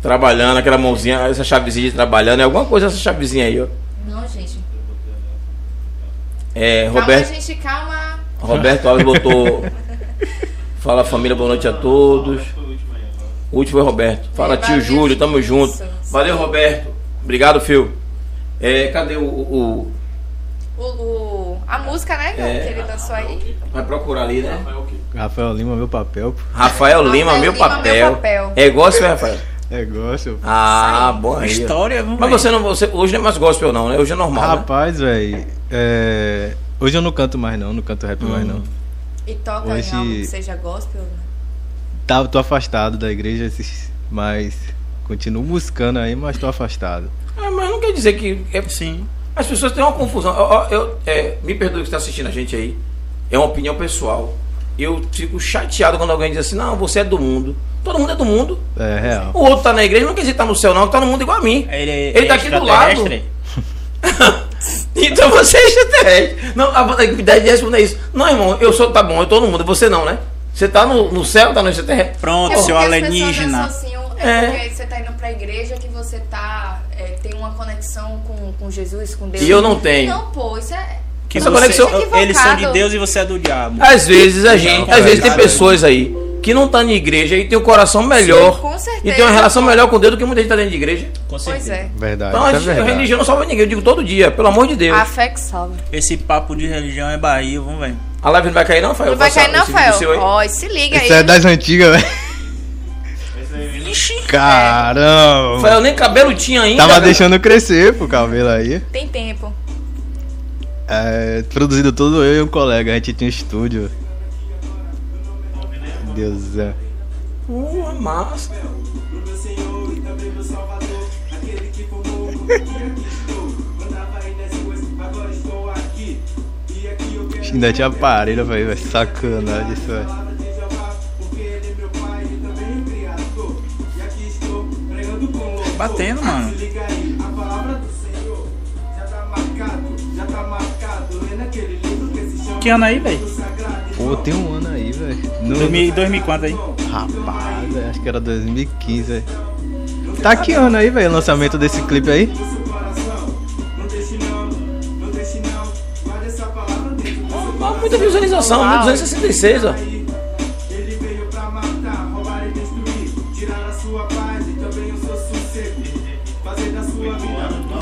Speaker 3: Trabalhando, aquela mãozinha, essa chavezinha de trabalhando. É alguma coisa essa chavezinha aí, ó.
Speaker 1: Não, gente.
Speaker 3: É,
Speaker 1: Calma,
Speaker 3: Roberto.
Speaker 1: gente, calma.
Speaker 3: Roberto Alves botou. Fala família, boa noite a todos.
Speaker 7: Foi o último aí agora.
Speaker 3: O último foi Roberto. Fala
Speaker 1: É,
Speaker 3: tio
Speaker 1: valeu,
Speaker 3: Júlio, tamo
Speaker 1: isso.
Speaker 3: junto. Valeu, Roberto. Obrigado, Phil. É, cadê o. o- o-
Speaker 1: O, o- a música, né?
Speaker 3: É.
Speaker 1: Que ele lançou aí.
Speaker 3: Vai procurar ali, né?
Speaker 7: Mas o quê?
Speaker 4: Rafael Lima, meu papel, pô.
Speaker 3: Rafael Lima,
Speaker 1: Rafael
Speaker 3: meu,
Speaker 1: Lima,
Speaker 3: papel.
Speaker 1: meu papel.
Speaker 3: É gospel, Rafael?
Speaker 4: É Negócio, pô.
Speaker 3: Ah, bom. Aí, ó.
Speaker 5: História, viu,
Speaker 3: Mas
Speaker 5: velho?
Speaker 3: você não. Você, hoje não é mais gospel, não, né? Hoje é normal. Né?
Speaker 4: Rapaz, velho. é, Hoje eu não canto mais, não. Não canto rap mais, não.
Speaker 1: E toca
Speaker 4: Hoje-
Speaker 1: em algo que seja gospel. né?
Speaker 4: Tá, tô afastado da igreja, esses- mas continuo buscando aí, mas tô afastado.
Speaker 3: Ah, mas não quer dizer que. é-
Speaker 5: Sim.
Speaker 3: As pessoas têm uma confusão. Eu, eu- eu- é, me perdoe que está assistindo a gente aí. É uma opinião pessoal. Eu fico chateado quando alguém diz assim: não, você é do mundo. Todo mundo é do mundo.
Speaker 4: É real.
Speaker 3: O outro tá na igreja, não quer dizer que tá no céu, não, tá no mundo igual a mim.
Speaker 5: Ele, é
Speaker 3: tá aqui do lado.
Speaker 5: extraterrestre?
Speaker 3: Então você é extraterrestre. Não, a verdade de responder isso. Não, irmão, eu sou, tá bom, eu tô no mundo, você não, né? Você tá no, no céu, tá no extraterrestre.
Speaker 6: É
Speaker 5: Pronto,
Speaker 1: É porque
Speaker 5: seu
Speaker 1: as pessoas
Speaker 5: alienígena.
Speaker 6: assim,
Speaker 1: associam-
Speaker 6: um,
Speaker 1: é
Speaker 3: É.
Speaker 1: porque você tá indo pra igreja que você tá. é, tem uma conexão com, com Jesus, com Deus.
Speaker 3: E eu não tenho.
Speaker 6: Então,
Speaker 1: Não, pô, isso é.
Speaker 5: Que
Speaker 3: Essa
Speaker 5: você,
Speaker 3: conexão-
Speaker 5: eles são de Deus e você é do diabo.
Speaker 3: Às vezes a gente, às vezes tem
Speaker 5: cara.
Speaker 3: pessoas aí que não tá na igreja e tem o coração melhor.
Speaker 6: Sim, com certeza.
Speaker 3: E tem uma relação melhor com Deus do que muita gente tá dentro de igreja.
Speaker 5: Com
Speaker 6: Pois
Speaker 5: certeza.
Speaker 6: é.
Speaker 4: Verdade.
Speaker 3: Então a,
Speaker 4: isso é
Speaker 3: gente, a
Speaker 4: verdade.
Speaker 3: religião não salva ninguém, eu digo todo dia, pelo amor de Deus.
Speaker 6: A fé que salva.
Speaker 5: Esse papo de religião é barril, vamos ver.
Speaker 3: A live não vai cair, não, Fael?
Speaker 6: Não vai
Speaker 3: Faça
Speaker 6: cair, não,
Speaker 3: esse vídeo seu aí.
Speaker 6: Fael. Ó, se liga aí.
Speaker 4: Isso é das antigas, velho.
Speaker 1: É.
Speaker 4: Caramba.
Speaker 3: Fael nem cabelo tinha ainda.
Speaker 4: Tava
Speaker 3: cara.
Speaker 4: deixando crescer pro cabelo aí.
Speaker 6: Tem tempo.
Speaker 4: É, produzido todo eu e um colega, a gente tinha um estúdio. Deus é. do céu.
Speaker 3: Pô, massa.
Speaker 4: Ainda tinha aparelho, velho. velho, Sacanagem isso, é. velho.
Speaker 5: Batendo, mano. Que ano aí, velho?
Speaker 4: Pô, tem um ano aí, velho. No...
Speaker 5: 2000 2004 aí.
Speaker 4: Rapaz, velho, acho que era 2015, velho. Tá que ano aí, velho, o lançamento desse clipe aí?
Speaker 3: Ó, Tá Muita visualização,
Speaker 6: Uau.
Speaker 3: 266, ó.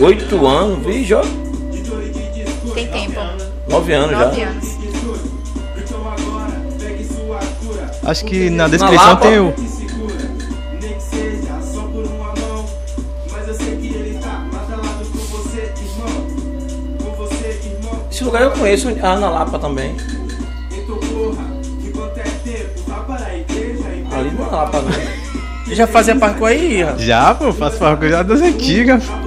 Speaker 3: Oito anos, bicho, ó.
Speaker 6: Tem tempo.
Speaker 3: Nove anos
Speaker 6: Nove
Speaker 3: já.
Speaker 6: anos.
Speaker 8: Então
Speaker 4: Acho que na
Speaker 3: Na
Speaker 4: descrição
Speaker 3: Lapa.
Speaker 4: tem o.
Speaker 8: tá
Speaker 3: Esse lugar eu conheço, a Ana Lapa também.
Speaker 8: Então, é
Speaker 3: Ali não é Lapa, não.
Speaker 5: Ele já fazia parkour aí, ó.
Speaker 4: Já, pô, faço farmácia já das antigas.
Speaker 8: tá,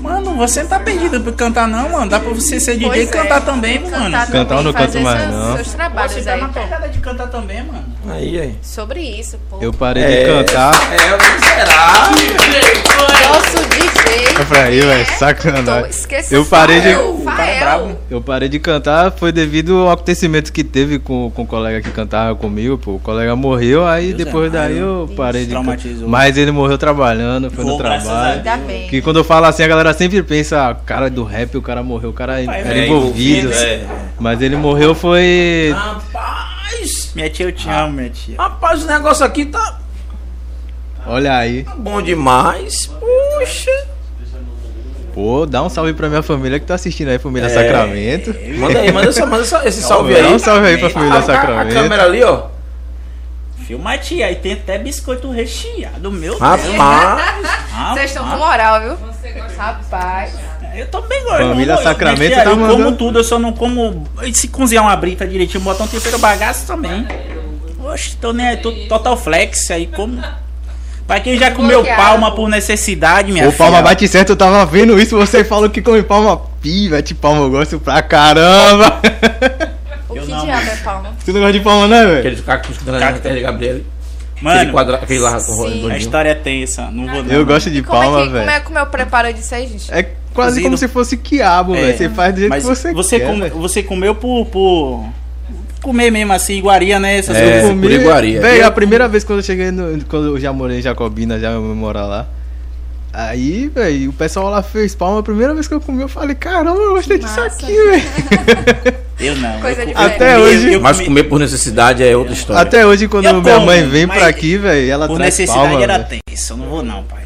Speaker 5: Mano, você não tá perdido pra cantar não, mano. Dá pra você ser DJ e
Speaker 6: Pois é,
Speaker 5: cantar também,
Speaker 6: tem que
Speaker 5: mano.
Speaker 6: Cantar,
Speaker 4: Cantar eu não
Speaker 6: também, fazer
Speaker 4: canto mais,
Speaker 6: seus,
Speaker 4: não.
Speaker 6: seus
Speaker 5: Pô,
Speaker 6: trabalhos
Speaker 5: Você tá
Speaker 6: aí.
Speaker 5: na pegada de cantar também, mano.
Speaker 3: Aí, aí.
Speaker 6: Sobre isso, pô.
Speaker 4: Eu parei
Speaker 3: É.
Speaker 4: de cantar.
Speaker 3: É, o que será?
Speaker 6: Nosso DJ.
Speaker 4: É pra aí, velho, sacanagem. Eu parei de.
Speaker 6: O
Speaker 5: cara
Speaker 6: Fael.
Speaker 5: é brabo.
Speaker 4: Eu parei de cantar foi devido ao acontecimento que teve com, com o colega que cantava comigo, pô. O colega morreu, aí
Speaker 5: Deus
Speaker 4: depois
Speaker 5: é
Speaker 4: daí eu
Speaker 5: mais,
Speaker 4: parei de cantar.
Speaker 5: Traumatizou.
Speaker 4: Mas ele morreu trabalhando, foi
Speaker 5: Pô,
Speaker 4: no
Speaker 5: graças
Speaker 4: trabalho.
Speaker 6: Ainda bem.
Speaker 4: Que quando eu falo assim, a galera sempre pensa, "Ah, cara do rap, o cara morreu, o cara era
Speaker 5: é,
Speaker 4: envolvido. né?
Speaker 3: é.
Speaker 4: Mas ele morreu foi.
Speaker 3: Rapaz,
Speaker 5: Minha tia, eu te
Speaker 4: Ah.
Speaker 5: amo, minha tia.
Speaker 3: rapaz, o negócio aqui tá
Speaker 4: Olha aí.
Speaker 3: bom demais. Puxa.
Speaker 4: Pô, dá um salve pra minha família que tá assistindo aí,
Speaker 5: É.
Speaker 4: família Sacramento.
Speaker 3: Manda aí, manda, essa, manda essa- esse salve aí.
Speaker 4: Dá um salve aí pra
Speaker 3: A-
Speaker 4: família
Speaker 3: a-
Speaker 4: Sacramento.
Speaker 3: A câmera ali, ó.
Speaker 5: Filma a tia, e tem até biscoito recheado, meu Deus.
Speaker 3: Rapaz.
Speaker 5: Ah,
Speaker 6: Vocês estão
Speaker 5: ah,
Speaker 6: com moral, viu? Rapaz.
Speaker 5: Eu tô bem gordo.
Speaker 4: Família
Speaker 5: não, eu-
Speaker 4: Sacramento
Speaker 5: minha
Speaker 4: tá
Speaker 5: eu como
Speaker 4: mandando.
Speaker 5: tudo, eu só não como... e Se cozinhar uma brita direitinho, botar um tempero bagaço também. Oxe, tô nem aí, tô total flex aí, como... Pra quem já comeu
Speaker 6: Bloqueado.
Speaker 5: palma por necessidade, minha
Speaker 4: Ô, palma
Speaker 5: filha.
Speaker 4: bate certo, eu tava vendo isso, você falou que come palma pi, velho. Palma eu gosto pra caramba.
Speaker 6: O
Speaker 5: Eu
Speaker 6: que
Speaker 5: não,
Speaker 6: diabo é palma?
Speaker 4: Você não gosta de palma, né, velho?
Speaker 3: Aquele cacto que tá na terra de Gabriel. Aquele,
Speaker 5: Mano,
Speaker 3: quadra, aquele lá com o
Speaker 6: Sim.
Speaker 5: a
Speaker 3: redondinho.
Speaker 5: história é tensa, não vou não.
Speaker 4: Eu gosto de
Speaker 6: Como
Speaker 4: palma,
Speaker 6: é que, como é,
Speaker 4: velho.
Speaker 6: como é o preparo disso aí, gente?
Speaker 4: É quase
Speaker 5: Cozido.
Speaker 4: como se fosse quiabo,
Speaker 5: É,
Speaker 4: velho. Você faz do jeito que
Speaker 5: mas
Speaker 4: você,
Speaker 5: você
Speaker 4: quer.
Speaker 5: come-
Speaker 4: velho.
Speaker 5: você comeu por, por... Comer mesmo assim, iguaria, né? Essas
Speaker 3: É.
Speaker 5: coisas.
Speaker 4: Comi-
Speaker 3: por iguaria.
Speaker 4: Velho, a primeira vez quando eu cheguei no, quando eu já morei em Jacobina, já eu morar lá. Aí, velho, o pessoal lá fez palma. A primeira vez que eu comi, eu falei, caramba, eu gostei disso
Speaker 6: Massa.
Speaker 4: aqui, velho.
Speaker 5: Eu não.
Speaker 6: Coisa
Speaker 5: eu,
Speaker 6: de
Speaker 5: eu
Speaker 6: velho.
Speaker 4: Até
Speaker 5: comi-
Speaker 4: hoje.
Speaker 5: eu
Speaker 3: Mas
Speaker 5: comi-
Speaker 3: comer por necessidade é outra história.
Speaker 4: Até hoje, quando
Speaker 5: Eu
Speaker 4: minha
Speaker 5: como,
Speaker 4: mãe vem
Speaker 5: mas
Speaker 4: pra aqui, velho, ela
Speaker 5: Por
Speaker 4: traz
Speaker 5: necessidade
Speaker 4: palma.
Speaker 5: era
Speaker 4: velho.
Speaker 5: tenso, eu não vou não, pai.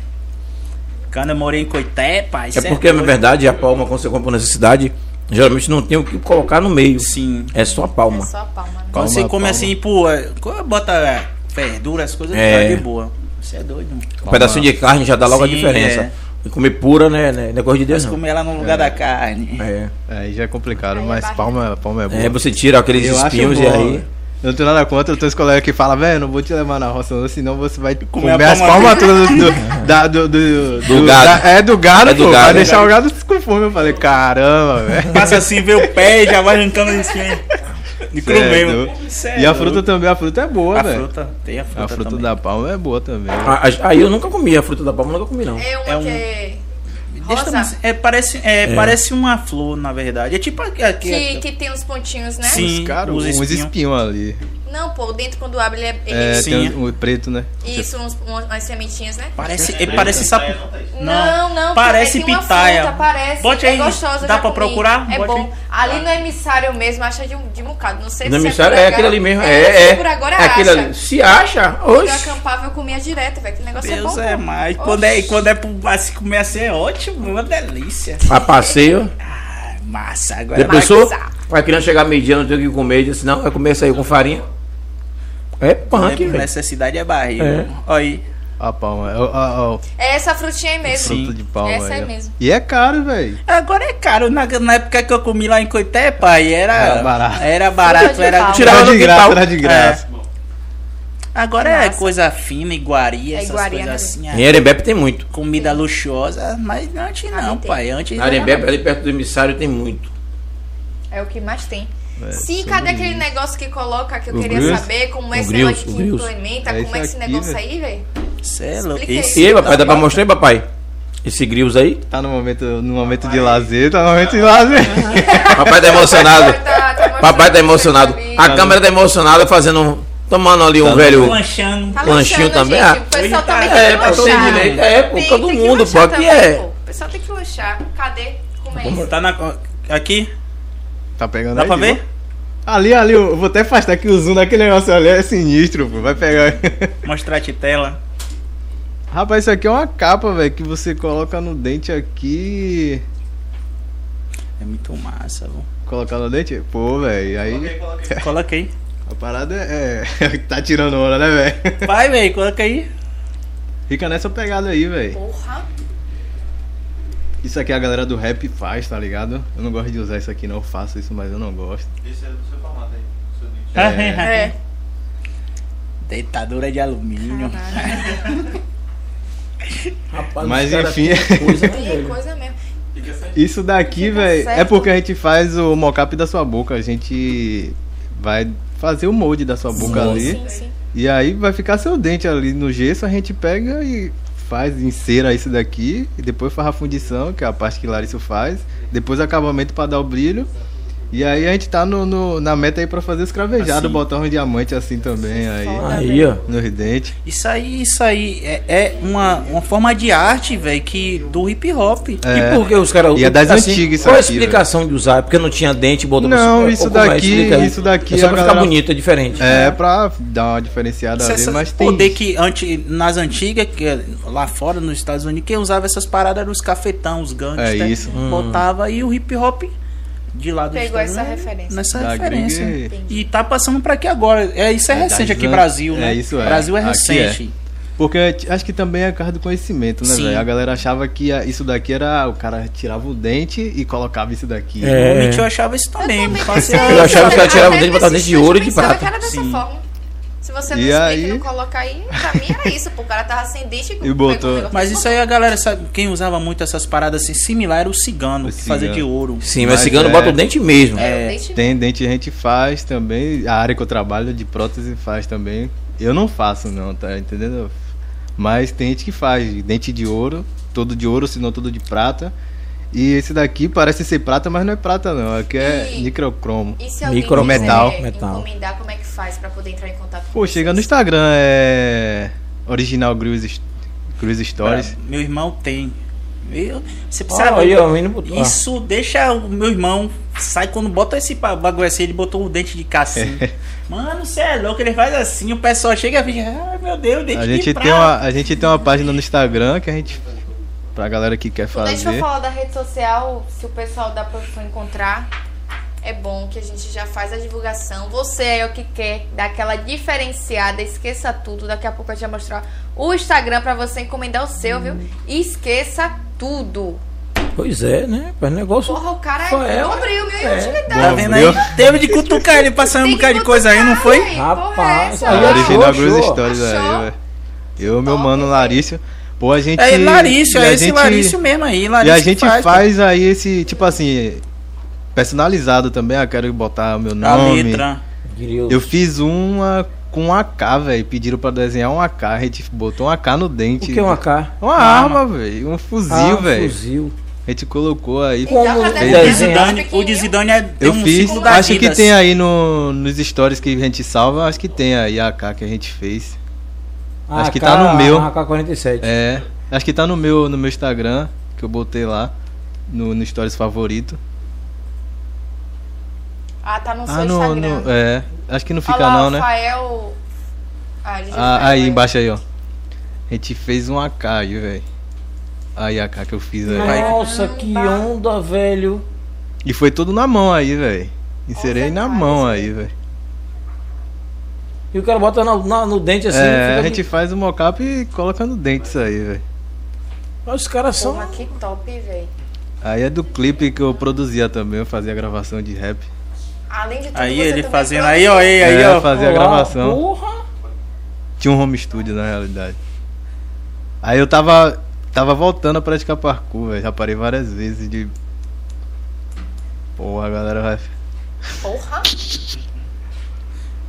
Speaker 5: Quando eu morei em Coité, pai.
Speaker 3: É
Speaker 5: cê
Speaker 3: porque, na
Speaker 5: doido.
Speaker 3: verdade, a palma, quando você compra por necessidade, geralmente não tem o que colocar no meio.
Speaker 5: Sim.
Speaker 3: É só a
Speaker 6: É
Speaker 3: palma.
Speaker 6: só a palma, né?
Speaker 5: Quando você
Speaker 4: Palma,
Speaker 5: come
Speaker 4: palma.
Speaker 5: assim, pô, é, co- bota é, verdura, as coisas
Speaker 3: É.
Speaker 5: tá de boa. Você é doido, mano.
Speaker 3: Um pedacinho de carne já dá logo
Speaker 5: Sim,
Speaker 3: a diferença.
Speaker 5: é.
Speaker 3: E comer pura, né? né, Não é coisa de Deus,
Speaker 5: Mas
Speaker 3: não.
Speaker 5: comer ela no lugar da carne.
Speaker 3: É.
Speaker 4: Aí já é complicado,
Speaker 6: Aí é
Speaker 4: mas
Speaker 6: bacana.
Speaker 4: palma, palma é boa.
Speaker 3: É, você tira aqueles
Speaker 4: Eu acho
Speaker 3: espinhos
Speaker 4: bom,
Speaker 3: e aí.
Speaker 4: velho. Eu não tenho nada contra, eu tenho uns colegas que falam, velho, não vou te levar na roça, não, senão você vai comer,
Speaker 5: a
Speaker 4: as
Speaker 5: palma
Speaker 4: palmas todas do, do- da- do,
Speaker 3: gado.
Speaker 4: do, da- é do gado,
Speaker 3: É do
Speaker 4: pô,
Speaker 3: gado,
Speaker 4: vai
Speaker 3: é do
Speaker 4: deixar o gado com fome. Eu falei, caramba, velho.
Speaker 5: Passa assim, vê o pé e já vai arrancando em cima. De cru
Speaker 4: Cê é
Speaker 5: mesmo.
Speaker 4: doido.
Speaker 5: Cê é
Speaker 4: E a
Speaker 5: doido.
Speaker 4: fruta também, a fruta é boa,
Speaker 5: A
Speaker 4: velho.
Speaker 5: fruta, tem a fruta.
Speaker 4: A fruta
Speaker 5: também.
Speaker 4: da palma é boa também.
Speaker 3: Ah, ah, Aí eu nunca comi a fruta da palma, eu nunca comi, não.
Speaker 6: É uma
Speaker 5: É um-
Speaker 6: que é-
Speaker 5: Deixa eu
Speaker 6: rosa.
Speaker 5: tomar- é, parece, é, parece uma flor, na verdade. É tipo aqui. aqui-
Speaker 6: Que,
Speaker 5: aqui-
Speaker 6: que tem uns pontinhos, né?
Speaker 5: Sim.
Speaker 4: Cara,
Speaker 5: os
Speaker 4: uns espinhos
Speaker 5: espinhos.
Speaker 4: ali.
Speaker 6: Não, pô, dentro quando abre ele é.
Speaker 4: É,
Speaker 6: ele-
Speaker 5: Sim.
Speaker 4: tem um, preto, né?
Speaker 6: Isso, uns, um- umas sementinhas, né?
Speaker 5: Parece, é, parece sapo.
Speaker 6: Não, Não, não, porque
Speaker 5: Parece
Speaker 6: tem uma
Speaker 5: pitaia.
Speaker 6: fruta, parece,
Speaker 5: Bote
Speaker 6: é
Speaker 5: aí,
Speaker 6: gostosa,
Speaker 5: dá
Speaker 6: já
Speaker 5: pra
Speaker 6: comi.
Speaker 5: procurar?
Speaker 6: É
Speaker 5: Bote
Speaker 6: bom.
Speaker 5: aí.
Speaker 1: Ali no emissário mesmo, acha de, um- de um bocado. Não sei
Speaker 3: Não
Speaker 1: se
Speaker 3: me
Speaker 1: por
Speaker 3: sabe, é
Speaker 1: agora-
Speaker 3: aquele ali mesmo. É, é.
Speaker 1: Por agora
Speaker 3: é aquele
Speaker 1: acha.
Speaker 3: ali. Se acha,
Speaker 1: Eu
Speaker 3: hoje.
Speaker 1: acampava, eu comia direto, velho. Que negócio é
Speaker 5: Deus
Speaker 1: bom.
Speaker 5: é mais. Quando é, quando é pro assim, comer assim é ótimo, uma delícia.
Speaker 3: A passeio.
Speaker 5: Ah, massa, agora.
Speaker 3: Já pensou? A criança chegar meio-dia, não tem o que comer. Disse, não, vai comer isso aí com farinha. É
Speaker 5: Quando é
Speaker 3: punk,
Speaker 5: por
Speaker 3: velho.
Speaker 5: necessidade é barriga.
Speaker 3: É.
Speaker 5: Olha aí.
Speaker 4: A palma. ó, ó, ó,
Speaker 1: É essa frutinha aí mesmo.
Speaker 4: fruta de palma.
Speaker 1: Essa aí
Speaker 4: ó.
Speaker 1: mesmo.
Speaker 4: E é caro, velho.
Speaker 5: Agora é caro. Na, na época que eu comi lá em Coité, pai, era,
Speaker 4: Era barato.
Speaker 5: Era barato,
Speaker 6: Fruta de
Speaker 5: era.
Speaker 6: pau.
Speaker 3: Tirava
Speaker 4: Era
Speaker 3: no
Speaker 4: Tá de graça,
Speaker 3: quintal.
Speaker 4: era de graça.
Speaker 5: É. Agora
Speaker 1: Que
Speaker 5: é
Speaker 1: massa.
Speaker 5: coisa fina, iguaria,
Speaker 1: É
Speaker 5: essas
Speaker 1: iguaria, né?
Speaker 5: coisas assim.
Speaker 3: Em
Speaker 5: é.
Speaker 3: Erembepe tem muito.
Speaker 5: Comida luxuosa, mas antes não,
Speaker 1: tem.
Speaker 5: pai. Antes.
Speaker 3: Na Erembepe, ali perto do emissário, tem muito.
Speaker 1: É o que mais tem.
Speaker 4: É,
Speaker 1: Sim,
Speaker 4: sobre
Speaker 1: cadê
Speaker 4: isso.
Speaker 1: aquele negócio que coloca que eu
Speaker 4: O
Speaker 1: queria
Speaker 4: grills?
Speaker 1: saber? Como é
Speaker 3: O
Speaker 1: esse
Speaker 3: grills,
Speaker 1: negócio
Speaker 3: o
Speaker 1: que
Speaker 3: grills.
Speaker 1: implementa?
Speaker 4: É
Speaker 1: como é
Speaker 4: isso
Speaker 1: esse
Speaker 4: aqui,
Speaker 1: negócio
Speaker 4: velho.
Speaker 1: aí, velho?
Speaker 5: Cê é louco.
Speaker 1: Explica
Speaker 5: Esse-
Speaker 3: E aí, papai, dá pra mostrar aí, papai? Esse grills aí?
Speaker 5: É.
Speaker 4: Tá no momento, no momento de lazer, tá no momento de lazer.
Speaker 3: Papai tá emocionado. Papai tá emocionado. A
Speaker 4: Tá
Speaker 3: câmera tá emocionada fazendo. um- Tomando ali um velho.
Speaker 5: Lanchando.
Speaker 1: Tá
Speaker 3: Lanchinho
Speaker 1: lanchando,
Speaker 3: também,
Speaker 1: gente.
Speaker 3: ah.
Speaker 1: O pessoal
Speaker 5: Hoje
Speaker 1: também
Speaker 5: tá-
Speaker 1: tem
Speaker 3: É,
Speaker 1: que
Speaker 3: pô, tem
Speaker 1: lanchar.
Speaker 3: direito. É, pô,
Speaker 1: Tem-
Speaker 3: todo
Speaker 1: tem que
Speaker 3: mundo, pô.
Speaker 1: lanchar
Speaker 3: Aqui
Speaker 1: também, pô.
Speaker 3: é.
Speaker 1: O pessoal tem que lanchar. Cadê? Como é isso?
Speaker 5: Tá na. Aqui?
Speaker 4: Tá pegando
Speaker 5: Dá
Speaker 4: aí,
Speaker 5: pra
Speaker 4: de boa.
Speaker 5: ver?
Speaker 4: Ali, ali, eu vou até afastar que o zoom daquele negócio ali é sinistro, pô. Vai pegar.
Speaker 5: Mostrar a titela.
Speaker 4: Rapaz, isso aqui é uma capa, velho, que você coloca no dente aqui.
Speaker 5: É muito massa, vô.
Speaker 4: Colocar no dente? Pô, velho, aí.
Speaker 9: Coloquei,
Speaker 5: Coloca aí.
Speaker 4: A parada é. é tá tirando hora, né, velho?
Speaker 5: Vai, velho, coloca aí.
Speaker 4: Fica nessa pegada aí, velho.
Speaker 1: Porra.
Speaker 4: Isso aqui a galera do rap faz, tá ligado? Eu não gosto de usar isso aqui, não. Eu faço isso, mas eu não gosto.
Speaker 9: Esse é do seu formato aí. do seu nicho.
Speaker 1: É.
Speaker 5: Deitadura de alumínio.
Speaker 3: Rapaz,
Speaker 4: Mas
Speaker 3: os caras
Speaker 4: enfim.
Speaker 3: têm coisa, né,
Speaker 1: Tem
Speaker 3: velho?
Speaker 1: É coisa mesmo.
Speaker 9: Fica sem
Speaker 4: Isso daqui,
Speaker 1: Fica
Speaker 4: velho, é
Speaker 1: certo.
Speaker 4: porque a gente faz o mocap da sua boca. A gente vai fazer o molde da sua boca ali.
Speaker 1: Sim, sim.
Speaker 4: E aí vai ficar seu dente ali no gesso, a gente pega e faz, encera isso daqui, e depois faz a fundição, que é a parte que Larissa faz, depois acabamento pra dar o brilho. E aí a gente tá no, no- na meta aí pra fazer escravejado,
Speaker 5: Assim.
Speaker 4: botar um diamante assim também aí,
Speaker 3: Aí, ó.
Speaker 4: nos dentes.
Speaker 5: Isso aí, isso aí é, é uma, uma forma de arte, velho, que do hip hop.
Speaker 3: E por que os caras
Speaker 4: E é das antigas isso
Speaker 3: Qual a
Speaker 4: aqui,
Speaker 3: explicação de usar? É Porque não tinha dente e botou pra
Speaker 4: Não,
Speaker 3: cima?
Speaker 4: isso
Speaker 3: Ou como é?
Speaker 4: daqui-
Speaker 3: Explica aí.
Speaker 4: isso daqui
Speaker 3: É só
Speaker 4: a
Speaker 3: pra ficar
Speaker 4: galera-
Speaker 3: bonito, é diferente.
Speaker 4: É, pra dar uma diferenciada
Speaker 5: Essa-
Speaker 4: ali,
Speaker 5: essas
Speaker 4: mas tem...
Speaker 5: é poder que anti, nas antigas, que é lá fora, nos Estados Unidos, quem usava essas paradas eram os cafetão, os gangsters.
Speaker 4: É isso.
Speaker 5: Botava e o hip hop de lá do
Speaker 1: Pegou essa referência.
Speaker 5: Nessa
Speaker 4: Da
Speaker 5: referência.
Speaker 4: gringa
Speaker 5: E tá passando pra aqui agora. É, isso é,
Speaker 4: É,
Speaker 5: recente
Speaker 4: das
Speaker 5: aqui
Speaker 4: an-
Speaker 5: Brasil, né?
Speaker 4: é, isso é.
Speaker 5: Brasil é
Speaker 4: Aqui
Speaker 5: recente.
Speaker 4: Porque acho que também é causa do conhecimento, né,
Speaker 5: Sim.
Speaker 4: velho? A galera achava que a- isso daqui era... O cara tirava o dente e colocava isso daqui.
Speaker 5: O
Speaker 3: É.
Speaker 5: Nietzsche eu achava isso também.
Speaker 1: também
Speaker 5: Passei
Speaker 1: pensei,
Speaker 3: Eu achava que ela
Speaker 1: até
Speaker 3: tirava o dente e botava
Speaker 1: esses
Speaker 3: dente de ouro e de
Speaker 1: dias pensava
Speaker 3: prata.
Speaker 1: que era dessa
Speaker 5: Sim.
Speaker 1: forma. Se você não
Speaker 4: E
Speaker 1: explica
Speaker 4: aí-
Speaker 1: e não colocar aí, pra mim era isso. Pô, o cara tava sem dente
Speaker 4: E botou.
Speaker 5: Mas isso aí a galera sabe, quem usava muito essas paradas assim, similar era o cigano,
Speaker 4: O
Speaker 5: que fazia
Speaker 4: cigano.
Speaker 5: de ouro.
Speaker 3: Sim, mas,
Speaker 4: Mas
Speaker 3: cigano
Speaker 4: é.
Speaker 3: bota o dente mesmo.
Speaker 1: É, o dente
Speaker 4: Tem dente a gente faz também. A área que eu trabalho de prótese faz também. Eu não faço não, tá entendendo? Mas tem gente que faz dente de ouro, todo de ouro, se não todo de prata. E esse daqui parece ser prata, mas não é prata não, aqui é
Speaker 1: E-
Speaker 4: microcromo.
Speaker 1: E se alguém
Speaker 3: Micrometal,
Speaker 1: quiser
Speaker 3: metal.
Speaker 1: encomendar, como é que faz pra poder entrar em contato com
Speaker 4: Pô, chega no
Speaker 1: vocês?
Speaker 4: Instagram, é original Gruz Gruz Stories.
Speaker 5: Meu irmão tem. Eu, você
Speaker 3: Ó,
Speaker 5: será-
Speaker 3: aí, ó, o menino botou.
Speaker 5: Isso deixa o meu irmão. Sai quando bota esse pa- bagulho assim, ele botou o dente de cacinho. Mano, você é louco, ele faz assim, o pessoal chega e fica, ai meu Deus, dente
Speaker 4: A
Speaker 5: de
Speaker 4: gente
Speaker 5: prata.
Speaker 4: tem uma a gente tem uma página no Instagram que a gente pra galera que quer
Speaker 1: Quando a gente for
Speaker 4: fazer.
Speaker 1: falar da rede social, se o pessoal da produção encontrar, é bom que a gente já faz a divulgação. Você é o que quer dar aquela diferenciada, esqueça tudo. Daqui a pouco a gente vai mostrar o Instagram pra você encomendar o seu,
Speaker 3: Hum.
Speaker 1: viu? E esqueça tudo.
Speaker 3: Pois é, né? Mas negócio.
Speaker 1: Porra, o cara é
Speaker 3: Foi eu,
Speaker 1: cobriu mil
Speaker 3: é.
Speaker 1: utilidades.
Speaker 5: Tá vendo aí?
Speaker 4: Viu?
Speaker 5: Teve de cutucar ele passando um
Speaker 1: Tem que
Speaker 5: bocado de coisa aí, não foi?
Speaker 1: cutucar, véi. Porra, é
Speaker 3: Rapaz,
Speaker 1: essa?
Speaker 4: A
Speaker 3: Aí,
Speaker 4: original
Speaker 3: achou,
Speaker 4: Gruz
Speaker 3: achou.
Speaker 4: Stories
Speaker 1: Achou.
Speaker 4: aí, velho. Eu, meu
Speaker 1: Top,
Speaker 4: mano
Speaker 1: velho.
Speaker 4: Larício. Pô, a gente.
Speaker 5: É Larício,
Speaker 4: e a
Speaker 5: é esse
Speaker 4: gente-
Speaker 5: Larício mesmo aí.
Speaker 4: E
Speaker 5: Larício
Speaker 4: a
Speaker 5: que
Speaker 4: gente faz, aí esse, tipo assim, personalizado também. Ah, quero botar meu
Speaker 5: tipo, a
Speaker 4: nome.
Speaker 5: letra.
Speaker 4: Eu fiz uma com AK, velho. Pediram pra desenhar um AK. A gente botou um AK no
Speaker 3: O
Speaker 4: dente.
Speaker 3: que é uma K?
Speaker 4: Uma
Speaker 5: Arma.
Speaker 4: arma, velho. Um fuzil,
Speaker 3: Ah,
Speaker 4: velho.
Speaker 3: Fuzil.
Speaker 4: A gente colocou aí.
Speaker 1: E dá pra
Speaker 3: Como
Speaker 1: desenhar
Speaker 5: O de
Speaker 3: desenhar?
Speaker 5: Zidane, é? o de
Speaker 1: pequenininho?
Speaker 5: Zidane é tem
Speaker 4: Eu
Speaker 5: um
Speaker 4: fiz.
Speaker 5: ciclo da
Speaker 4: Acho
Speaker 5: vida.
Speaker 4: que tem aí no, nos stories que a gente salva.
Speaker 3: Ah,
Speaker 4: Acho que tem aí a AK que a gente fez. Acho que tá no meu.
Speaker 3: AK-47.
Speaker 4: É. Acho que tá no meu, no meu Instagram, que eu botei lá, no, no Stories Favorito.
Speaker 1: Ah, tá no seu
Speaker 4: ah, no,
Speaker 1: Instagram.
Speaker 4: no. É. Acho que não fica
Speaker 1: Olha lá,
Speaker 4: não, né?
Speaker 1: Rafael... Ah, a gente já
Speaker 4: Ah,
Speaker 1: falou
Speaker 4: aí
Speaker 1: isso.
Speaker 4: embaixo aí, ó. A gente fez um AK aí, velho. Aí a AK que eu fiz aí.
Speaker 3: Nossa, que onda, velho.
Speaker 4: E foi tudo na mão aí, velho. Inserei na mão aí, velho.
Speaker 3: E o cara bota na- na- no dente assim.
Speaker 4: É,
Speaker 3: fica
Speaker 4: a
Speaker 3: de-
Speaker 4: gente faz o mockup e coloca no dente isso aí, velho.
Speaker 3: Os caras são.
Speaker 1: Porra, que top, velho.
Speaker 4: Aí é do clipe que eu produzia também, eu fazia gravação de rap.
Speaker 1: Além de tudo,
Speaker 5: Aí
Speaker 1: você
Speaker 5: ele
Speaker 1: também
Speaker 5: fazendo,
Speaker 1: produz.
Speaker 5: aí ó, aí, aí
Speaker 4: É,
Speaker 5: ó.
Speaker 4: fazia
Speaker 3: Olá,
Speaker 4: gravação.
Speaker 3: Porra.
Speaker 4: Tinha um home studio na realidade. Aí eu tava. Tava voltando a praticar parkour, velho. Já parei várias vezes de. Porra, a galera vai.
Speaker 1: Porra.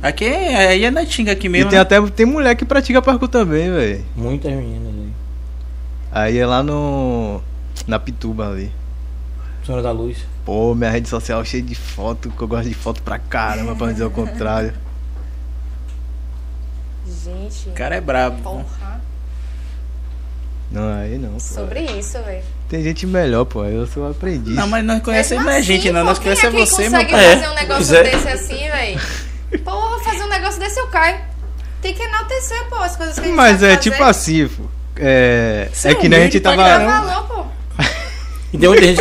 Speaker 5: Aqui, é- aí é na Tinga aqui
Speaker 4: E
Speaker 5: mesmo.
Speaker 4: tem
Speaker 5: né?
Speaker 4: até. Tem mulher que pratica parkour também, velho.
Speaker 3: Muitas meninas aí.
Speaker 4: Aí é lá no. Na Pituba ali.
Speaker 3: Senhora da Luz.
Speaker 4: Pô, minha rede social é cheia de foto, que eu gosto de foto pra caramba, pra não dizer o contrário.
Speaker 1: Gente,
Speaker 5: O cara é brabo.
Speaker 1: porra.
Speaker 4: Não, aí não. Pô.
Speaker 1: Sobre isso, velho.
Speaker 4: Tem gente melhor, pô. Eu sou aprendiz.
Speaker 5: Não, mas nós conhecemos não é a gente, não. Nós conhecemos
Speaker 1: quem
Speaker 5: você,
Speaker 1: é assim, que
Speaker 5: meu
Speaker 1: consegue
Speaker 5: pai.
Speaker 1: fazer um
Speaker 3: pois
Speaker 1: negócio
Speaker 3: é.
Speaker 1: desse assim, velho? Porra, fazer um negócio desse eu caio. Tem que enaltecer, pô, as coisas que a gente
Speaker 4: Mas
Speaker 1: sabe
Speaker 4: é
Speaker 1: fazer.
Speaker 4: tipo assim, pô. É,
Speaker 5: tá Você
Speaker 4: é
Speaker 5: é
Speaker 4: que nem a gente
Speaker 5: humilde pra
Speaker 4: tava.
Speaker 1: Dá valor, pô.
Speaker 3: E tem muita gente,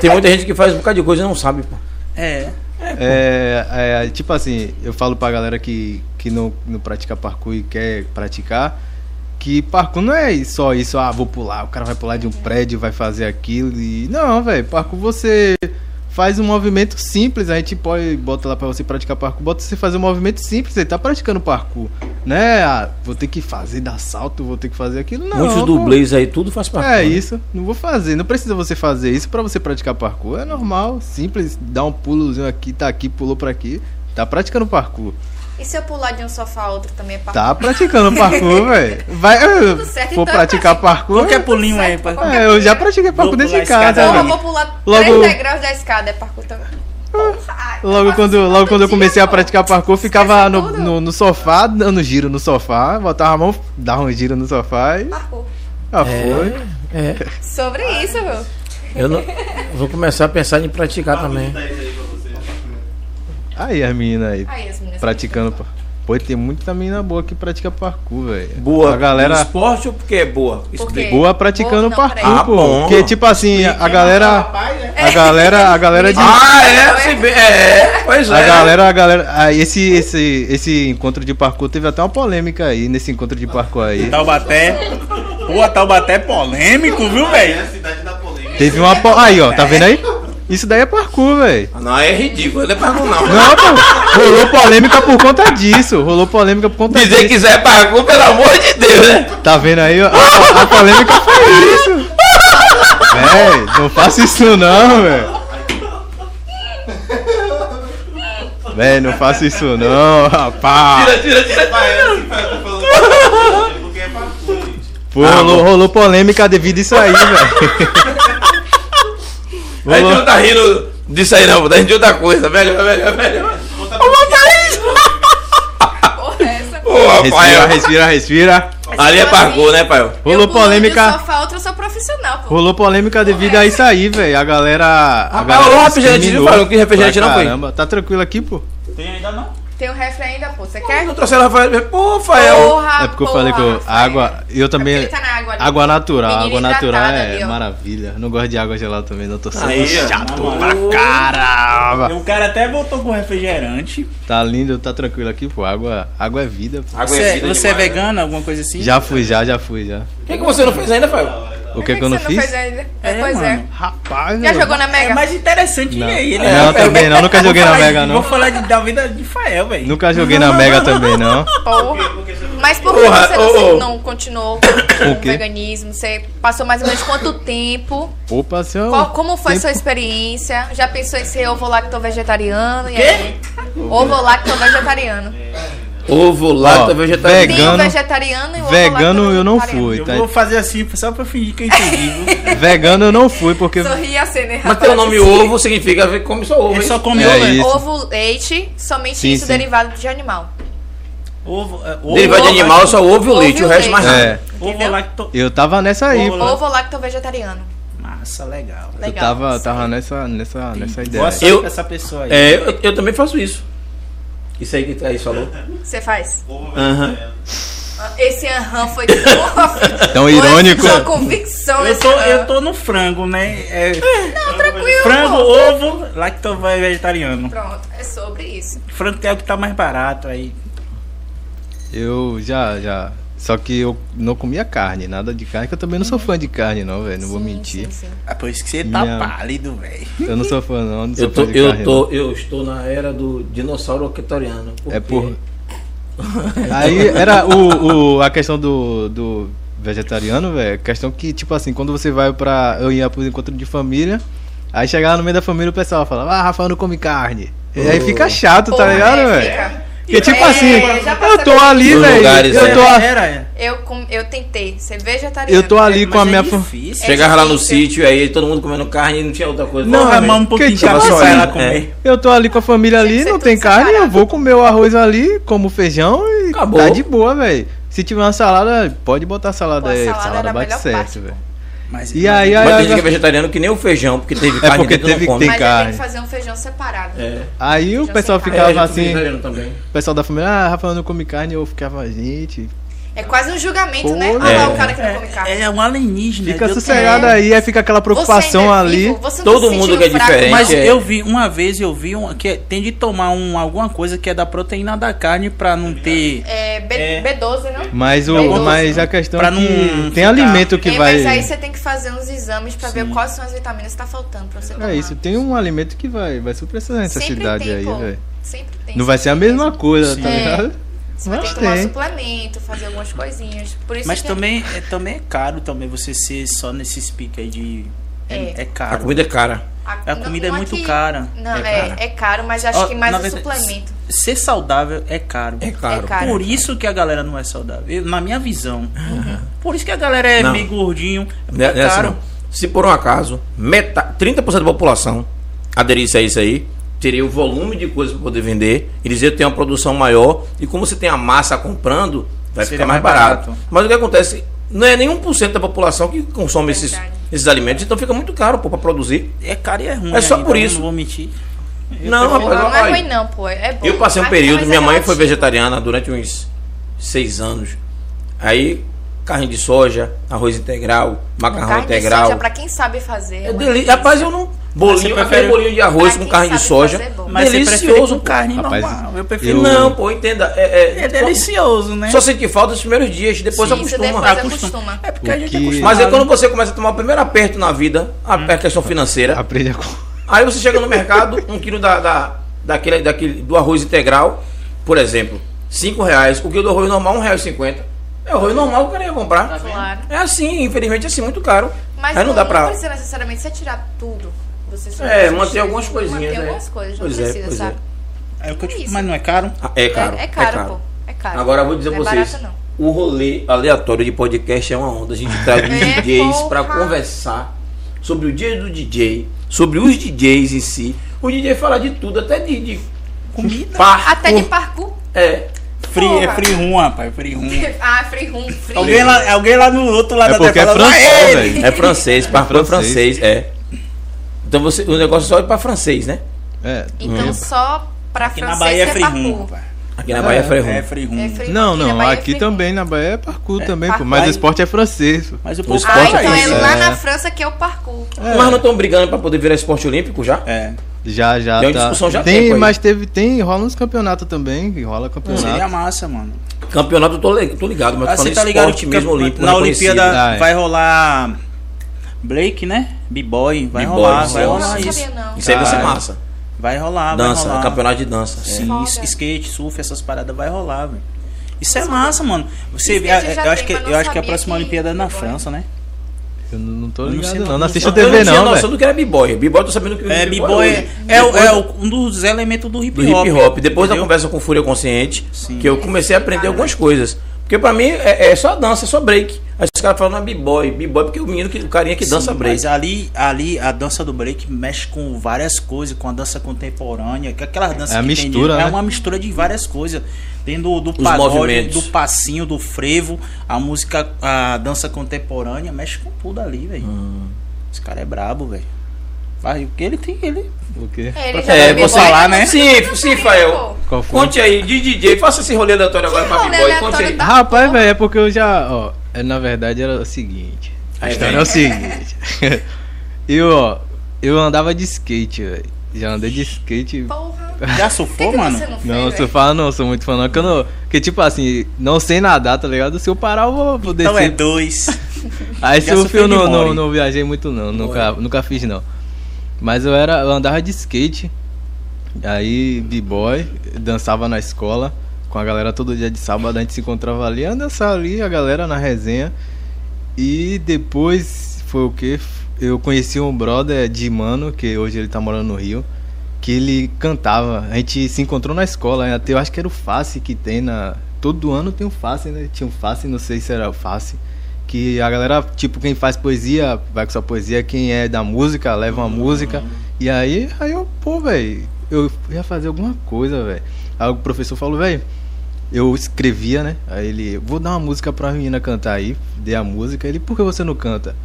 Speaker 3: tem muita gente que faz um bocado de coisa e não sabe, pô.
Speaker 5: É.
Speaker 4: É, é, tipo assim, eu falo pra galera que, que não, não pratica parkour e quer praticar, que parkour não é só isso, ah, vou pular, o cara vai pular de um prédio, vai fazer aquilo e... Não, velho, parkour você faz um movimento simples, a gente pode, bota lá pra você praticar parkour, bota você fazer um movimento simples, você tá praticando parkour, né? Ah, vou ter que fazer dar salto, vou ter que fazer aquilo, não.
Speaker 3: Muitos
Speaker 4: pô.
Speaker 3: dublês aí, tudo faz parte.
Speaker 4: É isso, não vou fazer. Não precisa você fazer isso pra você praticar parkour. É normal, simples, dá um pulozinho aqui, tá aqui, pulou pra aqui. Tá praticando parkour.
Speaker 1: E se eu pular de um sofá a outro também é pra
Speaker 4: Tá praticando parkour, velho. Vai, eu
Speaker 1: certo,
Speaker 4: vou
Speaker 1: então,
Speaker 4: praticar parkour.
Speaker 5: Qualquer pulinho aí, pai.
Speaker 4: É, eu já pratiquei parkour
Speaker 5: Vou
Speaker 4: desde
Speaker 5: pular
Speaker 4: casa.
Speaker 5: escada
Speaker 1: Porra,
Speaker 5: ali.
Speaker 4: velho.
Speaker 1: Então, vou pular
Speaker 4: Logo-
Speaker 1: 3 degraus da escada, é parkour também. Porra, ai, eu
Speaker 4: Logo
Speaker 1: faço
Speaker 4: quando,
Speaker 1: isso
Speaker 4: logo
Speaker 1: todo
Speaker 4: quando eu
Speaker 1: dia,
Speaker 4: comecei a
Speaker 1: pô.
Speaker 4: praticar parkour, eu ficava
Speaker 1: Esquece
Speaker 4: no,
Speaker 1: tudo.
Speaker 4: no, no sofá, dando giro no sofá, botava a mão, dava um giro no sofá e
Speaker 1: Parkour.
Speaker 4: já foi.
Speaker 3: É.
Speaker 1: Sobre
Speaker 4: Ah,
Speaker 1: isso, meu.
Speaker 3: Eu não, vou começar a pensar em praticar também.
Speaker 9: Dá isso aí pra você.
Speaker 4: Aí as meninas aí,
Speaker 1: Aí, as meninas.
Speaker 4: praticando. par- Pô, tem muita menina boa que pratica parkour, velho.
Speaker 3: Boa.
Speaker 4: A galera.
Speaker 3: Esporte ou porque é boa?
Speaker 1: Porque-
Speaker 4: Boa
Speaker 1: Boa,
Speaker 4: praticando
Speaker 1: não,
Speaker 4: parkour,
Speaker 1: peraí.
Speaker 3: Ah,
Speaker 4: pô.
Speaker 3: bom.
Speaker 4: Porque, tipo assim, a a galera.
Speaker 5: Rapaz, é.
Speaker 4: A galera. A galera de. A
Speaker 3: tá né? Ah, é? Você vê, é, pois é.
Speaker 4: galera, a galera. ah, Esse, esse, esse encontro de parkour teve até uma polêmica aí nesse encontro de parkour
Speaker 3: Tá
Speaker 4: aí.
Speaker 5: Taubaté. Pô, Taubaté é polêmico,
Speaker 3: Ah,
Speaker 5: viu,
Speaker 9: É a
Speaker 3: assim,
Speaker 5: velho?
Speaker 9: cidade da polêmica.
Speaker 4: Teve uma. po- Aí, ó, tá vendo aí? Isso daí é parkour, velho.
Speaker 3: Ah, Não, é ridículo, não é pra não.
Speaker 4: Não, pô. Rolou polêmica por conta disso. Rolou polêmica por conta
Speaker 3: Dizer que
Speaker 4: disso.
Speaker 3: Zé Bargu, é pelo amor de Deus, né?
Speaker 4: Tá vendo aí, ó? A, a polêmica foi isso. Véi, não faça isso não, velho. Véi, não faça isso não, rapaz.
Speaker 9: Vai, assim, vai, eu tô falando. Porque é parkour, gente.
Speaker 4: Pô, rolou, rolou polêmica devido a isso aí, velho.
Speaker 3: A gente não tá rindo disso aí, não. A gente de outra coisa, velho, velho, velho.
Speaker 1: Porra, essa.
Speaker 3: Ô,
Speaker 4: Respira,
Speaker 3: Rafael.
Speaker 4: respira, respira.
Speaker 3: Ali é Bargu, né, pai?
Speaker 4: Rolou
Speaker 1: eu pulo De um
Speaker 4: polêmica.
Speaker 1: sofá a outro, eu sou profissional, pô.
Speaker 4: Rolou polêmica devido a isso aí, velho. A galera. A
Speaker 3: Rapaz,
Speaker 4: galera
Speaker 3: rolou refrigerante,
Speaker 4: discriminou
Speaker 3: não falou que refrigerante
Speaker 4: pra
Speaker 3: não foi.
Speaker 4: Caramba, tá tranquilo aqui, pô.
Speaker 5: Tem ainda não?
Speaker 1: Tem um refre ainda, pô. Você quer?
Speaker 3: Eu trouxe a Rafael. Pô, Rafael.
Speaker 1: Porra,
Speaker 4: É porque eu falei que eu,
Speaker 1: porra,
Speaker 4: água. Eu também.
Speaker 1: É porque ele tá na água ali.
Speaker 4: água natural.
Speaker 1: Menino
Speaker 4: água natural
Speaker 1: hidratado
Speaker 4: é
Speaker 1: ali, ó.
Speaker 4: maravilha. Não gosto de água gelada também, não tô sendo
Speaker 3: Aí, ó. tá
Speaker 4: chato
Speaker 5: Na
Speaker 4: pra
Speaker 5: moral.
Speaker 3: né?
Speaker 4: caramba.
Speaker 5: O cara até voltou com refrigerante.
Speaker 4: Tá lindo, tá tranquilo aqui, pô. Água, água é vida. pô.
Speaker 3: Água
Speaker 5: Você,
Speaker 3: é
Speaker 5: é,
Speaker 3: vida
Speaker 5: você é
Speaker 3: demais, né?
Speaker 5: vegana, alguma coisa assim?
Speaker 4: Já fui, já, já fui, já.
Speaker 3: O que, que você não fez ainda, Rafael?
Speaker 4: O
Speaker 1: Por
Speaker 4: que, que eu não
Speaker 1: você não
Speaker 4: fiz?
Speaker 1: fez ainda?
Speaker 5: É,
Speaker 1: pois
Speaker 5: mano.
Speaker 4: Rapaz,
Speaker 1: é. Já
Speaker 4: meu.
Speaker 1: jogou na
Speaker 5: É
Speaker 1: Mega?
Speaker 5: mais interessante que
Speaker 4: Não.
Speaker 5: ele.
Speaker 4: Não,
Speaker 3: é,
Speaker 5: né?
Speaker 4: também não, nunca
Speaker 5: Vou
Speaker 4: joguei na
Speaker 5: falar de-
Speaker 4: Mega, não.
Speaker 5: Vou falar de- da vida de Fael, velho.
Speaker 4: Nunca joguei na Mega também, não.
Speaker 1: Porra.
Speaker 9: Porque você não
Speaker 1: Mas por que
Speaker 3: Porra,
Speaker 1: você
Speaker 3: ô,
Speaker 1: não,
Speaker 3: ô.
Speaker 1: não continuou com
Speaker 4: O
Speaker 1: o
Speaker 4: quê?
Speaker 1: veganismo? Você passou mais ou menos quanto tempo?
Speaker 4: Opa, seu.
Speaker 1: Qual- como foi
Speaker 4: tempo-
Speaker 1: sua experiência? Já pensou em ser ovo lacto vegetariano? E
Speaker 5: Quê?
Speaker 1: aí? Ovo lacto vegetariano.
Speaker 3: Ovo,
Speaker 4: lacto,
Speaker 3: lacto,
Speaker 4: vegetariano.
Speaker 3: vegetariano.
Speaker 1: Tem o vegetariano e o
Speaker 4: Vegano-
Speaker 1: ovo
Speaker 4: Vegano
Speaker 1: lacto
Speaker 4: eu não
Speaker 1: vegetariano.
Speaker 4: fui,
Speaker 5: Eu
Speaker 4: tá?
Speaker 5: vou fazer assim só pra fingir que eu entendi, viu?
Speaker 4: Vegano eu não fui, porque.
Speaker 1: Sorri a cena errada.
Speaker 3: Mas tem o nome ovo, significa que come só ovo.
Speaker 5: Ele
Speaker 3: hein?
Speaker 5: só come
Speaker 4: É
Speaker 5: ovo, né?
Speaker 4: isso.
Speaker 1: Ovo, leite, somente
Speaker 4: Sim,
Speaker 1: isso
Speaker 4: sim.
Speaker 1: derivado de animal.
Speaker 5: ovo. é, ovo
Speaker 3: Derivado de
Speaker 1: Ovo,
Speaker 5: né?
Speaker 3: animal, só ovo e o
Speaker 1: ovo
Speaker 3: leite,
Speaker 1: e
Speaker 3: o
Speaker 1: o
Speaker 3: resto mais
Speaker 1: leite.
Speaker 3: nada.
Speaker 4: É.
Speaker 5: Ovo
Speaker 1: Entendeu?
Speaker 5: lacto...
Speaker 4: Eu tava nessa aí,
Speaker 5: Ovo
Speaker 4: pô.
Speaker 1: Ovo lacto vegetariano.
Speaker 5: Massa, legal.
Speaker 4: Eu
Speaker 1: Legal.
Speaker 4: tava, tava nessa, nessa, nessa ideia.
Speaker 5: Boa sorte
Speaker 3: Eu-
Speaker 5: pra essa pessoa aí.
Speaker 3: É, eu, eu também faço isso. Isso aí que Thaís falou.
Speaker 1: Você faz?
Speaker 9: Ovo
Speaker 3: Aham.
Speaker 9: vegetariano.
Speaker 1: Ah, Esse aham foi tão,
Speaker 4: Tão irônico.
Speaker 1: Foi uma convicção
Speaker 5: Eu
Speaker 1: nesse
Speaker 5: tô,
Speaker 1: aham.
Speaker 5: eu tô no frango, né? É
Speaker 9: Não, tranquilo.
Speaker 5: frango, ovo, lacto vegetariano.
Speaker 1: Pronto, é sobre isso.
Speaker 5: Frango é o que tá mais barato aí.
Speaker 4: Eu já, já. Só que eu não comia carne, nada de carne, que eu também não sou fã de carne, não, velho. Não vou
Speaker 1: Uhum. Sim,
Speaker 4: mentir.
Speaker 1: sim, sim.
Speaker 5: Ah, por isso que você tá
Speaker 4: Minha-
Speaker 5: pálido, velho.
Speaker 4: Eu não sou fã, não. não sou
Speaker 3: Eu, tô,
Speaker 4: fã de carne,
Speaker 3: eu, tô, eu estou na era do dinossauro octoriano.
Speaker 4: não. É por. Aí era o, o- a questão do, do vegetariano, velho. Questão que, tipo assim, quando você vai pra. Eu ia pro encontro de família. Aí chegava no meio da família o pessoal falava, ah, Rafael não come carne. E aí fica chato, tá
Speaker 1: Porra,
Speaker 4: ligado,
Speaker 1: é,
Speaker 4: velho?
Speaker 1: fica.
Speaker 4: Porque tipo
Speaker 1: É,
Speaker 4: assim,
Speaker 1: já
Speaker 4: eu tô
Speaker 1: percebi.
Speaker 4: ali,
Speaker 3: Nos
Speaker 4: velho.
Speaker 3: lugares,
Speaker 4: Eu
Speaker 3: né?
Speaker 4: tô, a-
Speaker 5: Era, é.
Speaker 1: Eu, com, eu tentei ser vegetariano.
Speaker 4: eu tô ali
Speaker 5: Mas
Speaker 4: com a
Speaker 5: é
Speaker 4: minha. fa-
Speaker 5: difícil.
Speaker 3: Chegava lá no
Speaker 1: difícil.
Speaker 3: sítio, aí todo mundo comendo carne e não tinha outra coisa.
Speaker 5: Não,
Speaker 3: Porra,
Speaker 5: é um
Speaker 3: velho.
Speaker 5: pouquinho de
Speaker 4: tipo
Speaker 3: Porque tava
Speaker 4: assim,
Speaker 5: abacate
Speaker 3: só
Speaker 5: lá
Speaker 3: ali,
Speaker 5: comer.
Speaker 4: Eu tô ali com a família
Speaker 1: Tinha
Speaker 4: ali,
Speaker 1: que
Speaker 4: não
Speaker 1: ser
Speaker 4: tem
Speaker 1: tudo
Speaker 4: carne, eu
Speaker 1: separado.
Speaker 4: vou comer o arroz ali, como feijão e
Speaker 3: Acabou.
Speaker 4: tá de boa, velho. Se tiver uma salada, pode botar salada
Speaker 1: Pô, a
Speaker 4: aí,
Speaker 1: salada
Speaker 4: salada,
Speaker 1: era a
Speaker 4: bate
Speaker 1: melhor parte,
Speaker 4: certo, velho.
Speaker 5: Mas,
Speaker 4: E aí,
Speaker 3: Mas tem
Speaker 4: aí,
Speaker 3: gente que é vegetariano que nem o feijão, porque teve carne
Speaker 4: porque
Speaker 3: dentro, não
Speaker 4: teve-
Speaker 3: come.
Speaker 4: tem
Speaker 1: Mas eu tenho
Speaker 4: carne.
Speaker 1: que fazer um feijão separado.
Speaker 3: É.
Speaker 4: aí o
Speaker 1: Já
Speaker 4: pessoal
Speaker 1: sem
Speaker 4: ficava
Speaker 3: É, eu sou
Speaker 4: assim,
Speaker 3: vegetariano também.
Speaker 4: o pessoal da família, ah, Rafael não come carne, eu ficava, gente,
Speaker 1: É quase um julgamento, né?
Speaker 4: Pô,
Speaker 1: Olha lá
Speaker 3: é.
Speaker 1: o cara que não come carne.
Speaker 5: é, é um alienígena. é.
Speaker 4: fica
Speaker 5: Deus
Speaker 4: sossegado
Speaker 1: tenho-
Speaker 4: aí, aí fica aquela preocupação
Speaker 1: né? ainda é
Speaker 4: ali.
Speaker 1: vivo? Você não
Speaker 3: Todo
Speaker 1: se
Speaker 3: mundo
Speaker 1: sentiu
Speaker 3: que é
Speaker 1: fraco?
Speaker 3: diferente.
Speaker 5: Mas
Speaker 3: é.
Speaker 5: eu vi, uma vez eu vi um, que é- tem de tomar um, alguma coisa que é da proteína da carne pra não ter.
Speaker 1: É, B,
Speaker 5: É.
Speaker 1: B12, não?
Speaker 4: Mas,
Speaker 1: É
Speaker 4: o,
Speaker 1: idoso,
Speaker 4: mas a questão
Speaker 5: pra
Speaker 4: é que
Speaker 5: não
Speaker 4: tem
Speaker 5: ficar-
Speaker 4: alimento que
Speaker 1: É,
Speaker 4: vai...
Speaker 1: Mas aí você tem que fazer uns exames pra ver
Speaker 5: Sim.
Speaker 1: quais são as vitaminas que tá faltando pra você tomar.
Speaker 4: É isso, tem um alimento que vai, vai suprir essa necessidade aí,
Speaker 1: pô.
Speaker 4: velho.
Speaker 1: Sempre tem.
Speaker 4: Não vai ser a
Speaker 1: sempre tem.
Speaker 4: mesma coisa, tá
Speaker 1: É.
Speaker 4: ligado?
Speaker 1: Você vai ter
Speaker 4: mas
Speaker 1: que tomar
Speaker 4: tem.
Speaker 1: suplemento, fazer algumas coisinhas. Por isso
Speaker 5: Mas
Speaker 1: que
Speaker 5: também é, também é caro também você ser só nesses piques aí de. É,
Speaker 1: É.
Speaker 5: é
Speaker 3: A
Speaker 5: caro.
Speaker 3: comida é cara.
Speaker 5: A
Speaker 1: não-
Speaker 5: comida é
Speaker 1: não
Speaker 5: muito
Speaker 1: que-
Speaker 5: cara.
Speaker 1: Não,
Speaker 3: É
Speaker 1: é,
Speaker 3: cara.
Speaker 1: é caro, mas acho
Speaker 5: Ó,
Speaker 1: que mais
Speaker 5: na
Speaker 1: o
Speaker 5: verdade,
Speaker 1: suplemento.
Speaker 5: Ser saudável é caro.
Speaker 3: É caro.
Speaker 1: É caro.
Speaker 5: Por isso que a galera não é saudável. Eu- na minha visão. Por isso que a galera é
Speaker 3: Não.
Speaker 5: meio gordinho.
Speaker 3: Né-
Speaker 5: É
Speaker 3: nessa
Speaker 5: caro.
Speaker 3: não. Se por um acaso meta, 30% da população aderisse a isso aí, teria o volume de coisas para poder vender, eles iam ter uma produção maior, e como você tem a massa comprando, vai
Speaker 5: Seria
Speaker 3: ficar mais
Speaker 5: mais barato.
Speaker 3: barato. Mas o que acontece? Não é nenhum por cento da população que consome esses,
Speaker 1: Verdade.
Speaker 3: esses alimentos, então fica muito caro para produzir.
Speaker 5: É caro e é ruim.
Speaker 3: É só
Speaker 5: ainda,
Speaker 3: por
Speaker 5: eu
Speaker 3: isso.
Speaker 5: Não vou mentir. Eu
Speaker 3: não,
Speaker 1: Não,
Speaker 5: também-
Speaker 3: rapaz,
Speaker 1: não é
Speaker 3: olha,
Speaker 1: ruim, não, pô. É bom.
Speaker 3: um eu passei um
Speaker 1: Mas-
Speaker 3: período,
Speaker 1: mas é
Speaker 3: minha mãe foi
Speaker 1: relativo.
Speaker 3: vegetariana durante uns seis anos. Aí, carne de soja, arroz integral, macarrão
Speaker 1: Carne
Speaker 3: integral.
Speaker 1: De soja, pra quem sabe fazer.
Speaker 3: É
Speaker 1: uma
Speaker 3: deli-
Speaker 1: delícia.
Speaker 3: Rapaz, eu não. Bolinho,
Speaker 5: Você
Speaker 3: aquele
Speaker 5: prefere-
Speaker 3: bolinho de
Speaker 1: Pra
Speaker 3: arroz com
Speaker 1: quem
Speaker 3: carne de
Speaker 1: sabe
Speaker 3: soja.
Speaker 1: fazer é bom.
Speaker 5: Mas você prefere
Speaker 3: delicioso.
Speaker 5: com carne
Speaker 4: Rapaz,
Speaker 5: normal. Eu prefiro.
Speaker 4: eu-
Speaker 3: Não, pô, entenda. É, é-
Speaker 5: É delicioso, né?
Speaker 3: Só senti falta dos primeiros dias, depois
Speaker 1: Sim, você
Speaker 3: acostuma.
Speaker 1: depois
Speaker 5: Acostuma.
Speaker 1: acostuma.
Speaker 5: É porque a gente
Speaker 4: O que-
Speaker 5: acostuma.
Speaker 3: Mas aí quando você começa a tomar o primeiro aperto na vida, a
Speaker 5: Hum.
Speaker 3: a questão financeira,
Speaker 4: Aprende a comer.
Speaker 3: aí você chega no mercado, um quilo da, da, daquele, daquele, do arroz integral, por exemplo, cinco reais. O quilo do arroz normal, um real e cinquenta. É arroz normal que o cara ia comprar.
Speaker 1: Claro.
Speaker 3: É assim, infelizmente é assim, muito caro.
Speaker 1: Mas é-
Speaker 3: aí não dá pra...
Speaker 1: precisa necessariamente você tirar tudo. Você só
Speaker 3: É,
Speaker 1: precisa
Speaker 3: manter algumas coisinhas,
Speaker 1: Manter
Speaker 3: né?
Speaker 1: algumas coisas, não
Speaker 3: Pois é,
Speaker 1: precisa,
Speaker 3: pois é.
Speaker 1: sabe?
Speaker 5: É o que eu te-
Speaker 1: É isso.
Speaker 5: Mas não é caro?
Speaker 3: Ah, É caro,
Speaker 1: é, é caro, pô. É caro.
Speaker 3: Agora eu vou dizer
Speaker 1: não
Speaker 3: pra
Speaker 1: é
Speaker 3: vocês,
Speaker 1: Barato, não.
Speaker 3: o rolê aleatório de podcast é uma onda. A gente traz
Speaker 1: É,
Speaker 3: DJs pra
Speaker 1: porra.
Speaker 3: conversar sobre o dia do DJ, sobre os DJs em si. O DJ fala de tudo, até de, de
Speaker 5: Comida.
Speaker 3: parkour.
Speaker 1: Até de parkour.
Speaker 3: É.
Speaker 5: Free, é
Speaker 1: Porra.
Speaker 5: free room, rapaz. Free room.
Speaker 1: ah, free room, free
Speaker 5: Alguém lá, alguém lá no outro lado
Speaker 4: É porque é
Speaker 5: falando,
Speaker 4: francês,
Speaker 5: "Aê,
Speaker 4: velho.
Speaker 3: É francês, parkour é
Speaker 4: francês.
Speaker 3: francês, é. Então você, o negócio só é pra francês, né?
Speaker 4: É.
Speaker 1: Então só pra
Speaker 5: Aqui na
Speaker 1: francês
Speaker 5: Bahia é
Speaker 1: é
Speaker 5: free room,
Speaker 1: parkour.
Speaker 5: rapaz.
Speaker 3: Aqui na
Speaker 4: É,
Speaker 3: Bahia é freio.
Speaker 5: É free room.
Speaker 1: É free
Speaker 4: Não,
Speaker 1: room, na
Speaker 4: não,
Speaker 1: Bahia é
Speaker 4: aqui
Speaker 1: free
Speaker 4: também, na Bahia é parkour também, pô.
Speaker 1: parkour.
Speaker 4: Mas o esporte é francês, pô.
Speaker 5: Mas o
Speaker 3: Os
Speaker 5: povo
Speaker 1: room. Ah,
Speaker 3: Esporte é
Speaker 1: então é,
Speaker 3: isso,
Speaker 1: lá
Speaker 4: é.
Speaker 1: na França que é o parkour.
Speaker 3: Mas não estão brigando pra poder virar esporte olímpico já?
Speaker 5: É.
Speaker 4: Já, já.
Speaker 3: Tem uma
Speaker 4: tá.
Speaker 3: discussão já há
Speaker 4: tem,
Speaker 3: tempo aí.
Speaker 4: mas teve, tem, rola uns campeonatos também, que rola
Speaker 5: Seria
Speaker 4: campeonato.
Speaker 5: massa, mano.
Speaker 3: Campeonato eu tô, le- tô ligado, mas
Speaker 5: Ah,
Speaker 3: tô falando
Speaker 5: você
Speaker 3: de
Speaker 5: tá ligado
Speaker 3: esporte
Speaker 5: que
Speaker 3: mesmo olímpico. né,
Speaker 5: na
Speaker 3: reconhecido.
Speaker 5: Olimpíada
Speaker 4: Ah, é.
Speaker 5: vai rolar Blake, né? B-boy, vai
Speaker 3: B-boy,
Speaker 5: rolar, vai
Speaker 3: dança.
Speaker 5: rolar
Speaker 1: Não
Speaker 5: isso.
Speaker 1: sabia, não.
Speaker 3: Isso aí vai ser
Speaker 5: Cara,
Speaker 3: massa.
Speaker 5: Ah, Vai rolar,
Speaker 3: Dança,
Speaker 5: vai rolar.
Speaker 3: campeonato de dança.
Speaker 5: Sim,
Speaker 1: Foda.
Speaker 5: s- skate, surf, essas paradas vai rolar, velho. Isso é massa, mano. Você
Speaker 1: Skate
Speaker 5: vê, a-
Speaker 1: já
Speaker 5: eu acho
Speaker 1: tem,
Speaker 5: que
Speaker 1: mas não
Speaker 5: eu acho que a
Speaker 1: sabia
Speaker 5: próxima
Speaker 1: que
Speaker 5: Olimpíada é na
Speaker 1: B-boy.
Speaker 5: França, né?
Speaker 4: Eu não, não tô
Speaker 5: não
Speaker 4: ligado,
Speaker 5: sei
Speaker 4: não. Não,
Speaker 5: como
Speaker 4: assisto
Speaker 5: funciona.
Speaker 3: Eu
Speaker 4: TV,
Speaker 3: não tinha
Speaker 4: não,
Speaker 3: noção
Speaker 4: velho.
Speaker 3: do que era b-boy. B-boy, tô sabendo que
Speaker 5: É,
Speaker 3: que
Speaker 5: B-boy é,
Speaker 3: hoje.
Speaker 5: é, o- é o- um dos elementos do hip
Speaker 3: do
Speaker 5: hop.
Speaker 3: hip hop. Depois da
Speaker 5: entendeu?
Speaker 3: conversa com Fúria Consciente,
Speaker 5: Sim.
Speaker 3: que eu comecei a aprender algumas coisas. Porque pra mim é, é só dança, é só break. Aí os caras falam, não, é b-boy, b-boy, porque o menino, que, o carinha que dança
Speaker 5: Sim,
Speaker 3: break.
Speaker 5: Mas ali, ali a dança do break mexe com várias coisas, com a dança contemporânea, que aquela dança
Speaker 4: É a
Speaker 5: que tem
Speaker 4: mistura,
Speaker 5: de- é
Speaker 4: né?
Speaker 5: uma mistura de várias coisas. Tem do, do
Speaker 3: Os
Speaker 5: pagode,
Speaker 3: movimentos.
Speaker 5: do passinho, do frevo, a música, a dança contemporânea, mexe com tudo ali, velho.
Speaker 4: Hum.
Speaker 5: Esse cara é brabo, velho. Vai, o que ele tem, ele.
Speaker 4: O quê?
Speaker 1: Ele
Speaker 3: É,
Speaker 1: é
Speaker 3: vou
Speaker 1: b-boy.
Speaker 5: falar, né?
Speaker 3: Sim, sim, Fael.
Speaker 4: Qual foi?
Speaker 3: Conte aí, de DJ, faça esse rolê aleatório agora pra
Speaker 1: rolê
Speaker 3: b-boy,
Speaker 1: aleatório
Speaker 3: conte aí.
Speaker 1: tá-
Speaker 4: Rapaz, velho, é porque eu já. Ó, é, na verdade era o seguinte. A
Speaker 3: Aí
Speaker 4: história
Speaker 3: vem.
Speaker 4: é o seguinte. eu, ó, eu andava de skate, velho. Já andei de skate.
Speaker 1: Porra.
Speaker 5: Já
Speaker 1: Por que
Speaker 5: surfou,
Speaker 1: que
Speaker 5: mano?
Speaker 1: você não fez,
Speaker 4: Não,
Speaker 5: É,
Speaker 4: eu
Speaker 1: velho?
Speaker 4: sou fã, não, sou muito fã, não. Que, eu não, que tipo assim, não sei nadar, tá ligado? Se eu parar, eu vou, vou
Speaker 5: Então é
Speaker 4: descer.
Speaker 5: dois.
Speaker 4: Aí
Speaker 5: já
Speaker 4: surf
Speaker 5: surfei
Speaker 4: eu
Speaker 5: de
Speaker 4: não,
Speaker 5: body.
Speaker 4: não, não viajei muito, não. Nunca, nunca fiz, não. Mas eu era. Eu andava de skate. Aí, b-boy, dançava na escola com a galera todo dia de sábado. A gente se encontrava ali, ia dançar ali, a galera na resenha. E depois foi o que? Eu conheci um brother de mano, que hoje ele tá morando no Rio, que ele cantava. A gente se encontrou na escola, né? até eu acho que era o Face que tem na. Todo ano tem um Face, né? Tinha um Face, não sei se era o Face. Que a galera, tipo, quem faz poesia, vai com sua poesia, quem é da música, leva uma música. E aí, aí eu, pô, velho, eu ia fazer alguma coisa, velho. Aí o professor falou, velho, eu escrevia, né? Aí ele, vou dar uma música pra menina cantar aí. Dei a música. Ele, por que você não canta?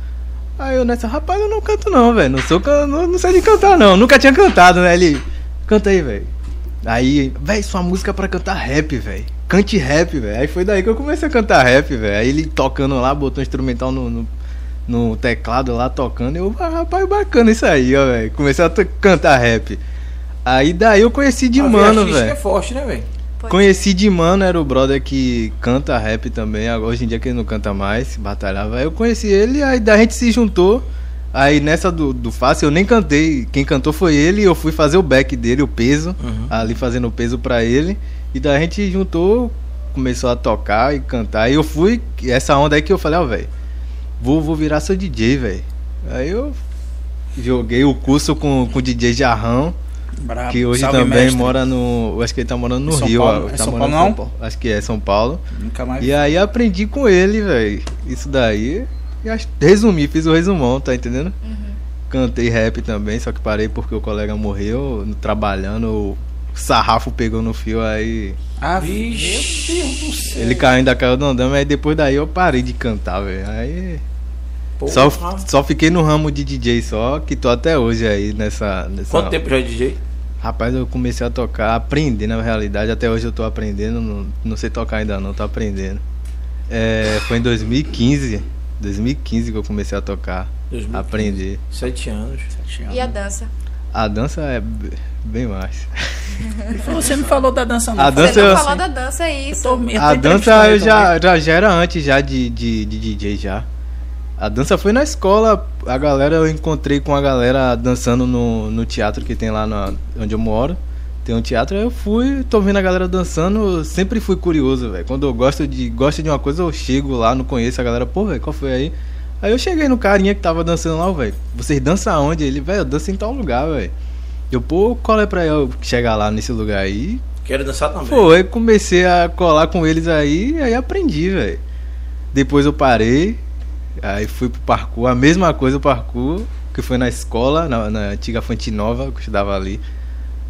Speaker 4: Aí eu nessa, rapaz, eu não canto não, velho. Não sou can... não, não sei de cantar não. Nunca tinha cantado, né? Ele, canta aí, velho. Aí, velho, sua música é pra cantar rap, velho. Cante rap, velho. Aí foi daí que eu comecei a cantar rap, velho. Aí ele tocando lá, botou um instrumental no, no, no teclado lá, tocando. Eu, ah, rapaz, bacana isso aí, ó, velho. Comecei a to- cantar rap. Aí daí eu conheci de
Speaker 3: A
Speaker 4: mano,
Speaker 3: artística
Speaker 4: velho.
Speaker 3: é forte, né, velho?
Speaker 4: Conheci de mano, era o brother que canta rap também. agora- Hoje em dia que ele não canta mais, batalhava. Aí Eu conheci ele, aí da gente se juntou. Aí nessa do, do Fácil eu nem cantei. Quem cantou foi ele, eu fui fazer o back dele, o peso, ali fazendo o peso pra ele. E da gente juntou, começou a tocar e cantar. E eu fui, essa onda aí que eu falei, ó, velho, vou, vou virar seu DJ, velho. Aí eu joguei o curso com, com o DJ Jarrão.
Speaker 5: Brabo.
Speaker 4: Que hoje
Speaker 5: Ah, Salve,
Speaker 4: também
Speaker 5: mestre.
Speaker 4: mora no. eu Acho que ele tá morando no
Speaker 5: Em São
Speaker 4: Rio.
Speaker 5: Paulo?
Speaker 4: ó,
Speaker 5: É
Speaker 4: tá
Speaker 5: São
Speaker 4: morando
Speaker 5: Paulo,
Speaker 4: em
Speaker 5: não?
Speaker 4: Acho que é São Paulo.
Speaker 5: Nunca mais.
Speaker 4: E aí aprendi com ele, velho. Isso daí. E acho- resumi, fiz o resumão, tá entendendo? Cantei rap também, só que parei porque o colega morreu no- trabalhando. O sarrafo pegou no fio aí.
Speaker 5: Ah,
Speaker 3: Vixe, meu Deus do céu.
Speaker 4: Ele caiu, ainda caiu do andame. Aí depois daí eu parei de cantar, velho. Aí.
Speaker 3: Porra.
Speaker 4: Só, só fiquei no ramo de DJ só, que tô até hoje aí nessa. nessa
Speaker 3: Quanto tempo já é DJ?
Speaker 4: Rapaz, eu comecei a tocar, aprender na realidade, até hoje eu tô aprendendo, não, não sei tocar ainda não, tô aprendendo. É, foi em 2015, 2015 que eu comecei a tocar,
Speaker 3: 2015.
Speaker 4: aprender.
Speaker 3: Sete anos.
Speaker 1: E a dança?
Speaker 4: A dança é b- bem mais.
Speaker 5: Você não falou da dança, não.
Speaker 4: A
Speaker 1: Você
Speaker 4: dança, assim.
Speaker 1: não
Speaker 4: eu-
Speaker 1: falou da dança, é isso.
Speaker 5: Tô- tô
Speaker 4: a dança eu
Speaker 5: entrevistando
Speaker 4: já, já, já era antes já de, de, de DJ já. A dança foi na escola, a galera, eu encontrei com a galera dançando no, no teatro que tem lá na, onde eu moro. Tem um teatro, aí eu fui, tô vendo a galera dançando, eu sempre fui curioso, velho. Quando eu gosto de, gosto de uma coisa, eu chego lá, não conheço a galera, pô, velho, qual foi aí? Aí eu cheguei no carinha que tava dançando lá, velho, vocês dançam aonde? Ele, velho, eu danço em tal lugar, velho. Eu, pô, qual é pra eu chegar lá nesse lugar aí?
Speaker 3: Quero dançar também.
Speaker 4: Foi, comecei a colar com eles aí, aí aprendi, velho. Depois eu parei, aí fui pro parkour, a mesma coisa o parkour, que foi na escola, na, na antiga Fonte Nova, que eu estudava ali.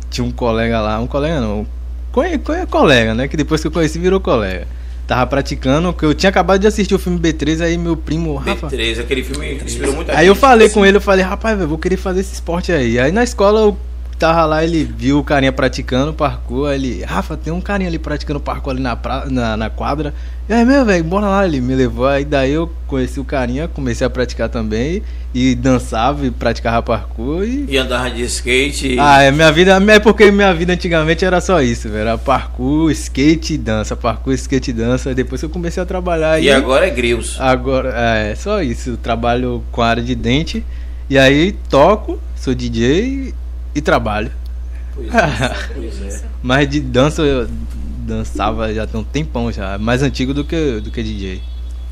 Speaker 4: Tinha um colega lá, um colega não, conhe, conhe, colega, né? Que depois que eu conheci virou colega. Tava praticando, que eu tinha acabado de assistir o filme B3, aí meu primo, Rafa,
Speaker 3: B3, aquele filme que inspirou muita
Speaker 4: Aí eu falei com ele, eu falei, rapaz, velho, vou querer fazer esse esporte aí. Aí na escola eu tava lá, ele viu o carinha praticando parkour, aí ele, Rafa, tem um carinha ali praticando parkour ali na, pra- na, na quadra. E aí, meu velho, bora lá, ele me levou. Aí daí eu conheci o carinha, comecei a praticar também, e dançava e praticava parkour e...
Speaker 3: E andava de skate.
Speaker 4: Ah, é minha vida, é porque minha vida antigamente era só isso, velho. Era parkour, skate e dança, parkour, skate e dança. Depois que eu comecei a trabalhar aí.
Speaker 3: E agora é grills.
Speaker 4: Agora, é só isso. Eu trabalho com a área de dente. E aí toco, sou DJ e, e trabalho.
Speaker 3: Pois é. pois é.
Speaker 4: Mas de dança eu dançava já tem um tempão já. Mais antigo do que, do que DJ.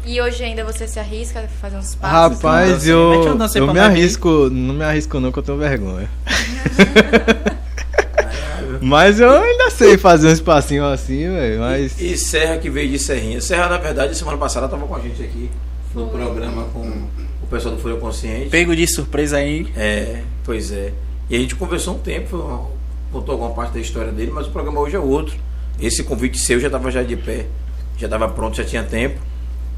Speaker 1: E hoje ainda você se arrisca a fazer uns
Speaker 4: Ah,
Speaker 1: passos?
Speaker 4: Rapaz,
Speaker 5: dança aí. Mete Ah, uma
Speaker 4: eu,
Speaker 5: dança aí
Speaker 4: eu
Speaker 5: pra
Speaker 4: me
Speaker 5: nós ver.
Speaker 4: arrisco. Não me arrisco não que eu tenho vergonha.
Speaker 3: Ai, meu
Speaker 4: Mas eu ainda sei fazer um espacinho assim, velho. Mas.
Speaker 3: E Serra que veio de Serrinha. Serra, na verdade, semana passada tava com a gente aqui no programa com o pessoal do Folha Consciente.
Speaker 5: Pego de surpresa aí.
Speaker 3: É, pois é. E a gente conversou um tempo, foi uma- contou alguma parte da história dele, mas o programa hoje é outro. Esse convite seu já estava já de pé, já estava pronto, já tinha tempo.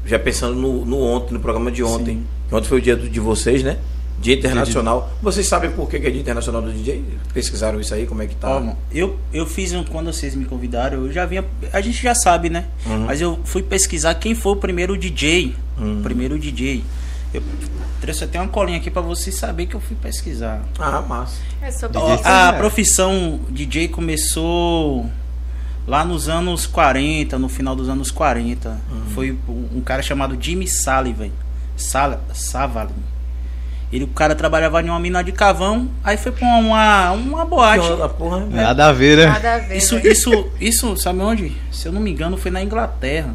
Speaker 3: Já pensando no, no ontem, no programa de ontem. Que Ontem foi o dia do- de vocês, né? Dia Internacional. Vocês sabem por que que é Dia Internacional do DJ? Pesquisaram isso aí, como é que tá?
Speaker 5: Ó, mano, eu, eu fiz um. Quando vocês me convidaram, eu já vinha. A gente já sabe, né?
Speaker 3: Uhum.
Speaker 5: Mas eu fui pesquisar quem foi o primeiro DJ. O primeiro DJ. Eu trouxe até uma colinha aqui pra vocês saberem que eu fui pesquisar.
Speaker 3: Ah, massa.
Speaker 1: É sobre
Speaker 5: Ó, ah,
Speaker 4: Sim,
Speaker 5: a
Speaker 4: é.
Speaker 5: profissão DJ começou lá nos anos 40, no final dos anos 40.
Speaker 3: Uhum.
Speaker 5: Foi um um cara chamado Jimmy Sullivan. Sal, Savalin. Ele, o cara trabalhava em uma mina de cavão, aí foi pra uma, uma boate.
Speaker 3: Que da porra,
Speaker 5: É.
Speaker 3: né?
Speaker 4: Nada a ver, né?
Speaker 1: nada a ver.
Speaker 5: Isso,
Speaker 1: velho.
Speaker 5: isso, isso, sabe onde? Se eu não me engano, foi na Inglaterra.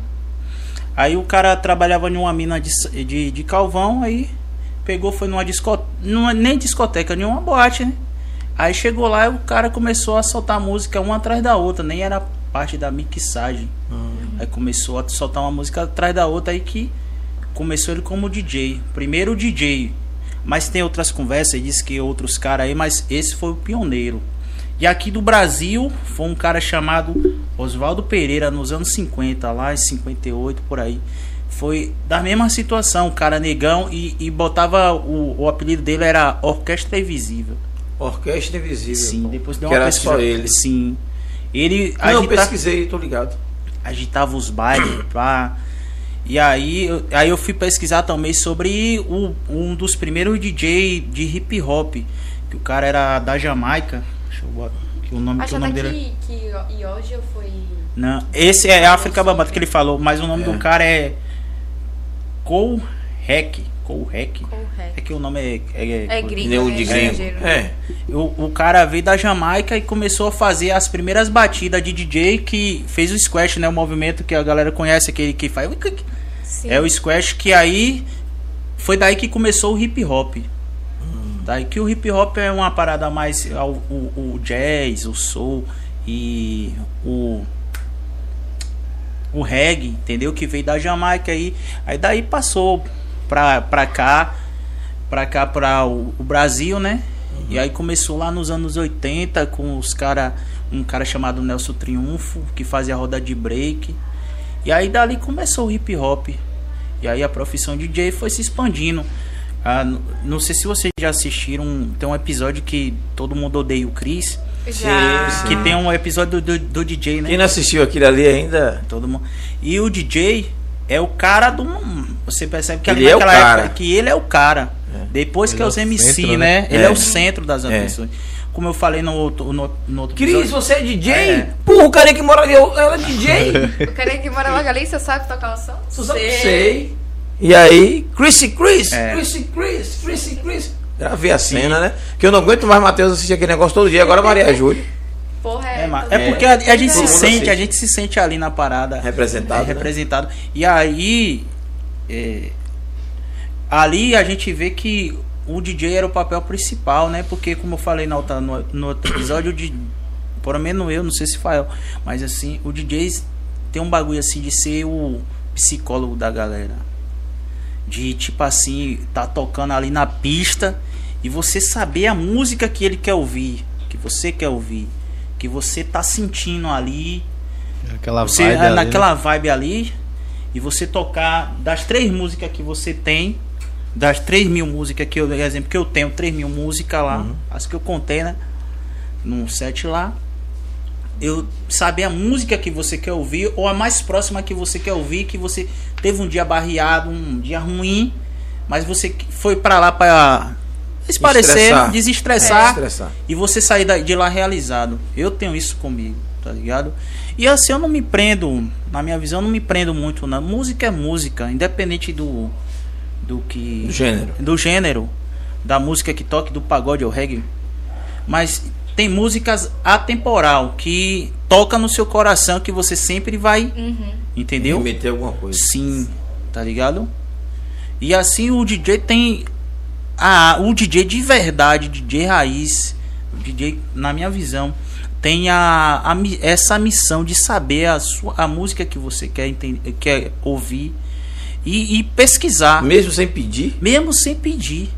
Speaker 5: Aí o cara trabalhava em uma mina de, s- de, de calvão, aí pegou, foi numa discoteca, numa, nem discoteca, nenhuma boate, né? Aí chegou lá e o cara começou a soltar música uma atrás da outra, nem era parte da mixagem. Aí começou a soltar uma música atrás da outra, aí que começou ele como DJ, primeiro DJ. Mas tem outras conversas, diz que outros caras aí, mas esse foi o pioneiro. E aqui do Brasil foi um cara chamado Oswaldo Pereira nos anos 50, lá em 58 por aí. Foi da mesma situação, o cara negão e, e botava o, o apelido dele era Orquestra Invisível.
Speaker 3: Orquestra Invisível.
Speaker 5: Sim, depois deu
Speaker 3: que
Speaker 5: uma
Speaker 3: era
Speaker 5: pesquisa.
Speaker 3: só ele.
Speaker 5: Sim. Ele
Speaker 3: Ah, eu
Speaker 5: agita-
Speaker 3: pesquisei, tô ligado.
Speaker 5: agitava os bailes, pá. E aí, eu- aí eu fui pesquisar também sobre o, um dos primeiros DJ de hip hop, que o cara era da Jamaica. Deixa eu botar que o nome, que o
Speaker 1: Achando
Speaker 5: nome
Speaker 1: que,
Speaker 5: dele. é
Speaker 1: que e hoje eu fui.
Speaker 5: Não, esse é África Bambata que ele falou, mas o nome do cara é Cole Hack. Cole Hack. É
Speaker 1: Correto.
Speaker 5: que o nome é.
Speaker 1: É gringo.
Speaker 3: Neo
Speaker 1: né?
Speaker 3: de gringo.
Speaker 1: Estrangeiro.
Speaker 3: É.
Speaker 5: O, o cara veio da Jamaica e começou a fazer as primeiras batidas de DJ que fez o squash, né? O movimento que a galera conhece, aquele que faz.
Speaker 1: Sim.
Speaker 5: É o squash que aí foi daí que começou o hip hop. Daí que o hip hop é uma parada mais ao- o, o jazz, o soul e o o reggae, entendeu? Que veio da Jamaica aí. Aí daí passou pra, pra cá, pra cá pra o, o Brasil, né? E aí começou lá nos anos 80 com os cara, um cara chamado Nelson Triunfo, que fazia roda de break. E aí dali começou o hip hop. E aí a profissão de DJ foi se expandindo. Ah, n- não sei se vocês já assistiram, tem um episódio que todo mundo odeia o Chris,
Speaker 1: Já.
Speaker 3: Sim,
Speaker 5: que tem um episódio do, do, do DJ, né?
Speaker 3: Quem não assistiu aquilo ali ainda.
Speaker 5: Todo mundo. E o DJ é o cara do. Você percebe que ali
Speaker 3: Ele é o
Speaker 5: naquela
Speaker 3: cara.
Speaker 5: época que ele é o cara. Depois que é
Speaker 4: é
Speaker 5: os
Speaker 4: o
Speaker 5: MC,
Speaker 4: centro,
Speaker 5: né?
Speaker 4: né?
Speaker 5: Ele é.
Speaker 3: É.
Speaker 5: o centro das
Speaker 3: É.
Speaker 5: atenções. Como eu falei no outro, no, no outro
Speaker 3: Cris,
Speaker 5: episódio.
Speaker 3: você é DJ?
Speaker 5: É.
Speaker 3: Porra, o cara que mora ali, eu- ela é DJ?
Speaker 1: Eu queria que mora logo ali, você sabe tocar o som?
Speaker 3: Sei. Sei. E aí, Chrissy Chris,
Speaker 5: É.
Speaker 3: Chrissy Chris, Chrissy Chris. Gravei a cena, né? Que eu não aguento mais Matheus assistir aquele negócio todo dia. Agora Maria Júlia,
Speaker 1: Porra,
Speaker 5: É,
Speaker 1: é.
Speaker 5: ma-
Speaker 1: todo
Speaker 5: é
Speaker 1: mundo-
Speaker 5: porque a, a gente
Speaker 3: Todo
Speaker 5: se
Speaker 3: mundo
Speaker 5: sente,
Speaker 3: assiste.
Speaker 5: a gente se sente ali na parada.
Speaker 3: representada.
Speaker 5: É, representado. E aí, é, ali a gente vê que o DJ era o papel principal, né? Porque, como eu falei na outra- no, no outro episódio, o DJ, pelo menos eu, não sei se Fael, mas assim, o DJ tem um bagulho assim de ser o psicólogo da galera. De tipo assim, tá tocando ali na pista e você saber a música que ele quer ouvir, que você quer ouvir, que você tá sentindo ali
Speaker 4: Aquela
Speaker 5: você
Speaker 4: vibe.
Speaker 5: ah,
Speaker 4: ali, né?
Speaker 5: naquela vibe ali e você tocar das três músicas que você tem das três mil músicas que eu por exemplo que eu tenho três mil músicas lá
Speaker 4: Uhum.
Speaker 5: as que eu contei né num set lá eu saber a música que você quer ouvir ou a mais próxima que você quer ouvir que você teve um dia barreado um dia ruim mas você que- foi pra lá pra esparecer
Speaker 3: Estressar.
Speaker 5: desestressar
Speaker 3: Estressar.
Speaker 5: e você sair da- de lá realizado. Eu tenho isso comigo, tá ligado? E assim eu não me prendo, na minha visão, eu não me prendo muito. Na música é música, independente do do que
Speaker 3: Do gênero.
Speaker 5: do gênero, da música que toque, do pagode ou reggae. Mas tem músicas atemporal que toca no seu coração que você sempre vai, entendeu?
Speaker 3: Remeter alguma coisa.
Speaker 5: Sim, tá ligado? E assim o DJ tem a o DJ de verdade, DJ raiz, o DJ na minha visão tem a, a mi- essa missão de saber a, sua, a música que você quer, entender, quer ouvir e, e pesquisar,
Speaker 3: Mesmo sem pedir?
Speaker 5: mesmo sem pedir.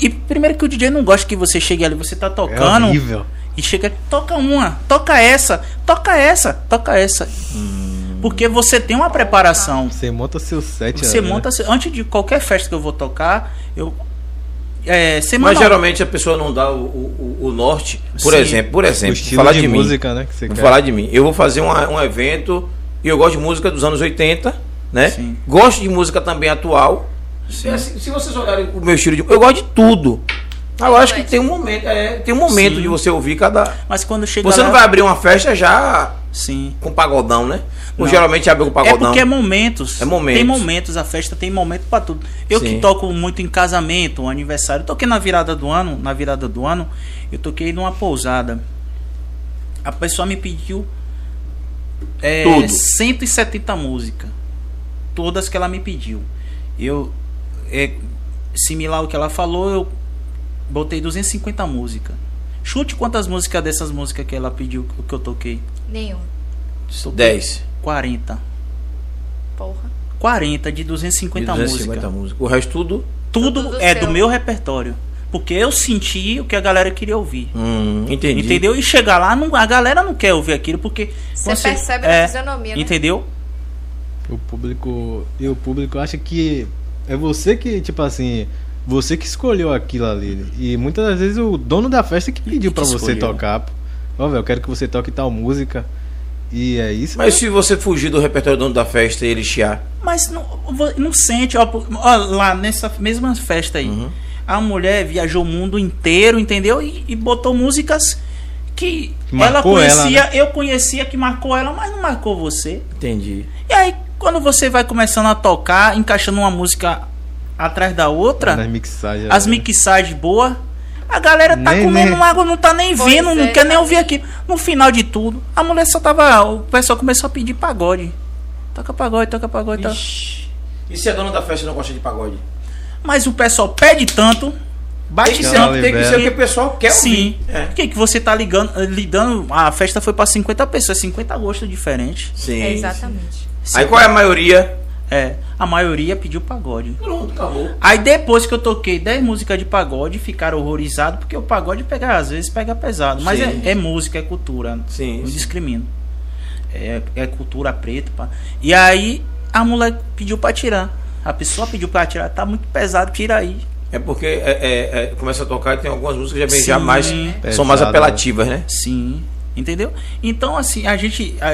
Speaker 5: E e primeiro que o DJ não gosta que você chegue ali, você tá
Speaker 4: É
Speaker 5: tocando
Speaker 4: horrível.
Speaker 5: e chega, toca uma, toca essa, toca essa, toca essa.
Speaker 4: Hum.
Speaker 5: Porque você tem uma preparação.
Speaker 4: Você monta seu set.
Speaker 5: Você
Speaker 4: né?
Speaker 5: monta. Antes de qualquer festa que eu vou tocar, eu. É,
Speaker 3: Mas
Speaker 5: semanal.
Speaker 3: geralmente a pessoa não dá o, o- o- o norte. Por
Speaker 5: Sim.
Speaker 3: exemplo, por
Speaker 4: o
Speaker 3: exemplo, vou
Speaker 4: estilo
Speaker 3: falar
Speaker 4: de,
Speaker 3: de, mim.
Speaker 4: música, né? Que você
Speaker 3: Vou
Speaker 4: quer.
Speaker 3: falar de mim. Eu vou fazer uma- um evento e eu gosto de música dos anos 80, né?
Speaker 5: Sim.
Speaker 3: Gosto de música também atual. É, Se, se vocês olharem o meu estilo de eu gosto de tudo. Agora acho que tem um momento, é, tem um momento
Speaker 5: Sim.
Speaker 3: de você ouvir cada.
Speaker 5: Mas quando chega
Speaker 3: Você
Speaker 5: lá,
Speaker 3: não vai abrir uma festa já
Speaker 5: Sim.
Speaker 3: com pagodão, né? Ou
Speaker 5: Não.
Speaker 3: geralmente abre com
Speaker 5: É
Speaker 3: pagodão.
Speaker 5: porque é momentos.
Speaker 3: É momentos.
Speaker 5: Tem momentos, a festa tem momento pra tudo. Eu
Speaker 3: Sim.
Speaker 5: que toco muito em casamento, um aniversário. Toquei na virada do ano, na virada do ano, eu toquei numa pousada. A pessoa me pediu é,
Speaker 3: Tudo.
Speaker 5: 170 músicas. Todas que ela me pediu. Eu é similar ao que ela falou, eu botei 250 músicas. Chute quantas músicas dessas músicas que ela pediu que- que eu toquei?
Speaker 1: Nenhum.
Speaker 5: Toquei
Speaker 3: 10.
Speaker 5: 40.
Speaker 1: Porra.
Speaker 5: 40 de 250,
Speaker 3: 250
Speaker 5: músicas.
Speaker 3: músicas. O resto tudo.
Speaker 5: Tudo
Speaker 1: Tudo
Speaker 5: é
Speaker 1: seu.
Speaker 5: do meu repertório. Porque eu senti o que a galera queria ouvir.
Speaker 3: Hum, entendi.
Speaker 5: Entendeu? E chegar lá, não- a galera não quer ouvir aquilo porque.
Speaker 1: Você
Speaker 5: quando
Speaker 1: percebe
Speaker 5: é,
Speaker 1: na fisionomia, né?
Speaker 5: Entendeu?
Speaker 4: O público. E o público acha que. É você que, tipo assim. Você que escolheu aquilo ali. E muitas das vezes o dono da festa que pediu
Speaker 5: que
Speaker 4: pra você
Speaker 5: escolheu.
Speaker 4: tocar. pô. Ó, velho, eu quero que você toque tal música. E é isso.
Speaker 3: Mas se você fugir do repertório do dono da festa e ele chiar.
Speaker 5: Mas não, vo- não sente. Ó, por- ó, lá nessa mesma festa aí. A mulher viajou o mundo inteiro, entendeu? E, e botou músicas que ela
Speaker 4: Marcou ela,
Speaker 5: conhecia, eu conhecia que marcou ela, mas não marcou você.
Speaker 3: Entendi.
Speaker 5: E aí, quando você vai começando a tocar, encaixando uma música atrás da outra,
Speaker 4: Nas mixagens.
Speaker 5: as
Speaker 4: né?
Speaker 5: mixagens boas, a galera tá
Speaker 4: Nem-
Speaker 5: comendo
Speaker 4: nem-
Speaker 5: água, não tá nem
Speaker 1: Pois
Speaker 5: vendo, não
Speaker 1: é.
Speaker 5: quer nem ouvir aquilo. No final de tudo, a mulher só tava. O pessoal começou a pedir pagode. Toca pagode, toca pagode, toca.
Speaker 3: Ixi. E se a dona da festa não gosta de pagode?
Speaker 5: Mas o pessoal pede tanto,
Speaker 3: Tem
Speaker 5: bate
Speaker 3: que,
Speaker 4: Ela
Speaker 3: ser,
Speaker 5: tanto.
Speaker 3: tem que ser o que o pessoal quer
Speaker 5: É Sim.
Speaker 3: ouvir. É.
Speaker 5: Por que, que você tá ligando, lidando? A festa foi pra 50 pessoas, 50 gostos diferentes.
Speaker 3: Sim.
Speaker 1: É, exatamente.
Speaker 3: Aí qual é a maioria?
Speaker 5: É. A maioria pediu pagode.
Speaker 3: Pronto, acabou.
Speaker 5: Aí depois que eu toquei 10 músicas de pagode, ficaram horrorizados, porque o pagode pega, às vezes pega pesado. Mas
Speaker 3: Sim.
Speaker 5: é, é música, é cultura.
Speaker 3: Sim,
Speaker 5: Não
Speaker 3: sim.
Speaker 5: discrimino. É, é cultura preta. pá. E aí a mulher pediu pra tirar. A pessoa pediu pra tirar, tá muito pesado, tira aí.
Speaker 3: É porque é, é, é, começa a tocar e tem algumas músicas já, bem, já
Speaker 5: Sim.
Speaker 3: mais,
Speaker 4: Pesada,
Speaker 3: são mais apelativas, né?
Speaker 5: Sim. Entendeu? Então, assim, a gente. a-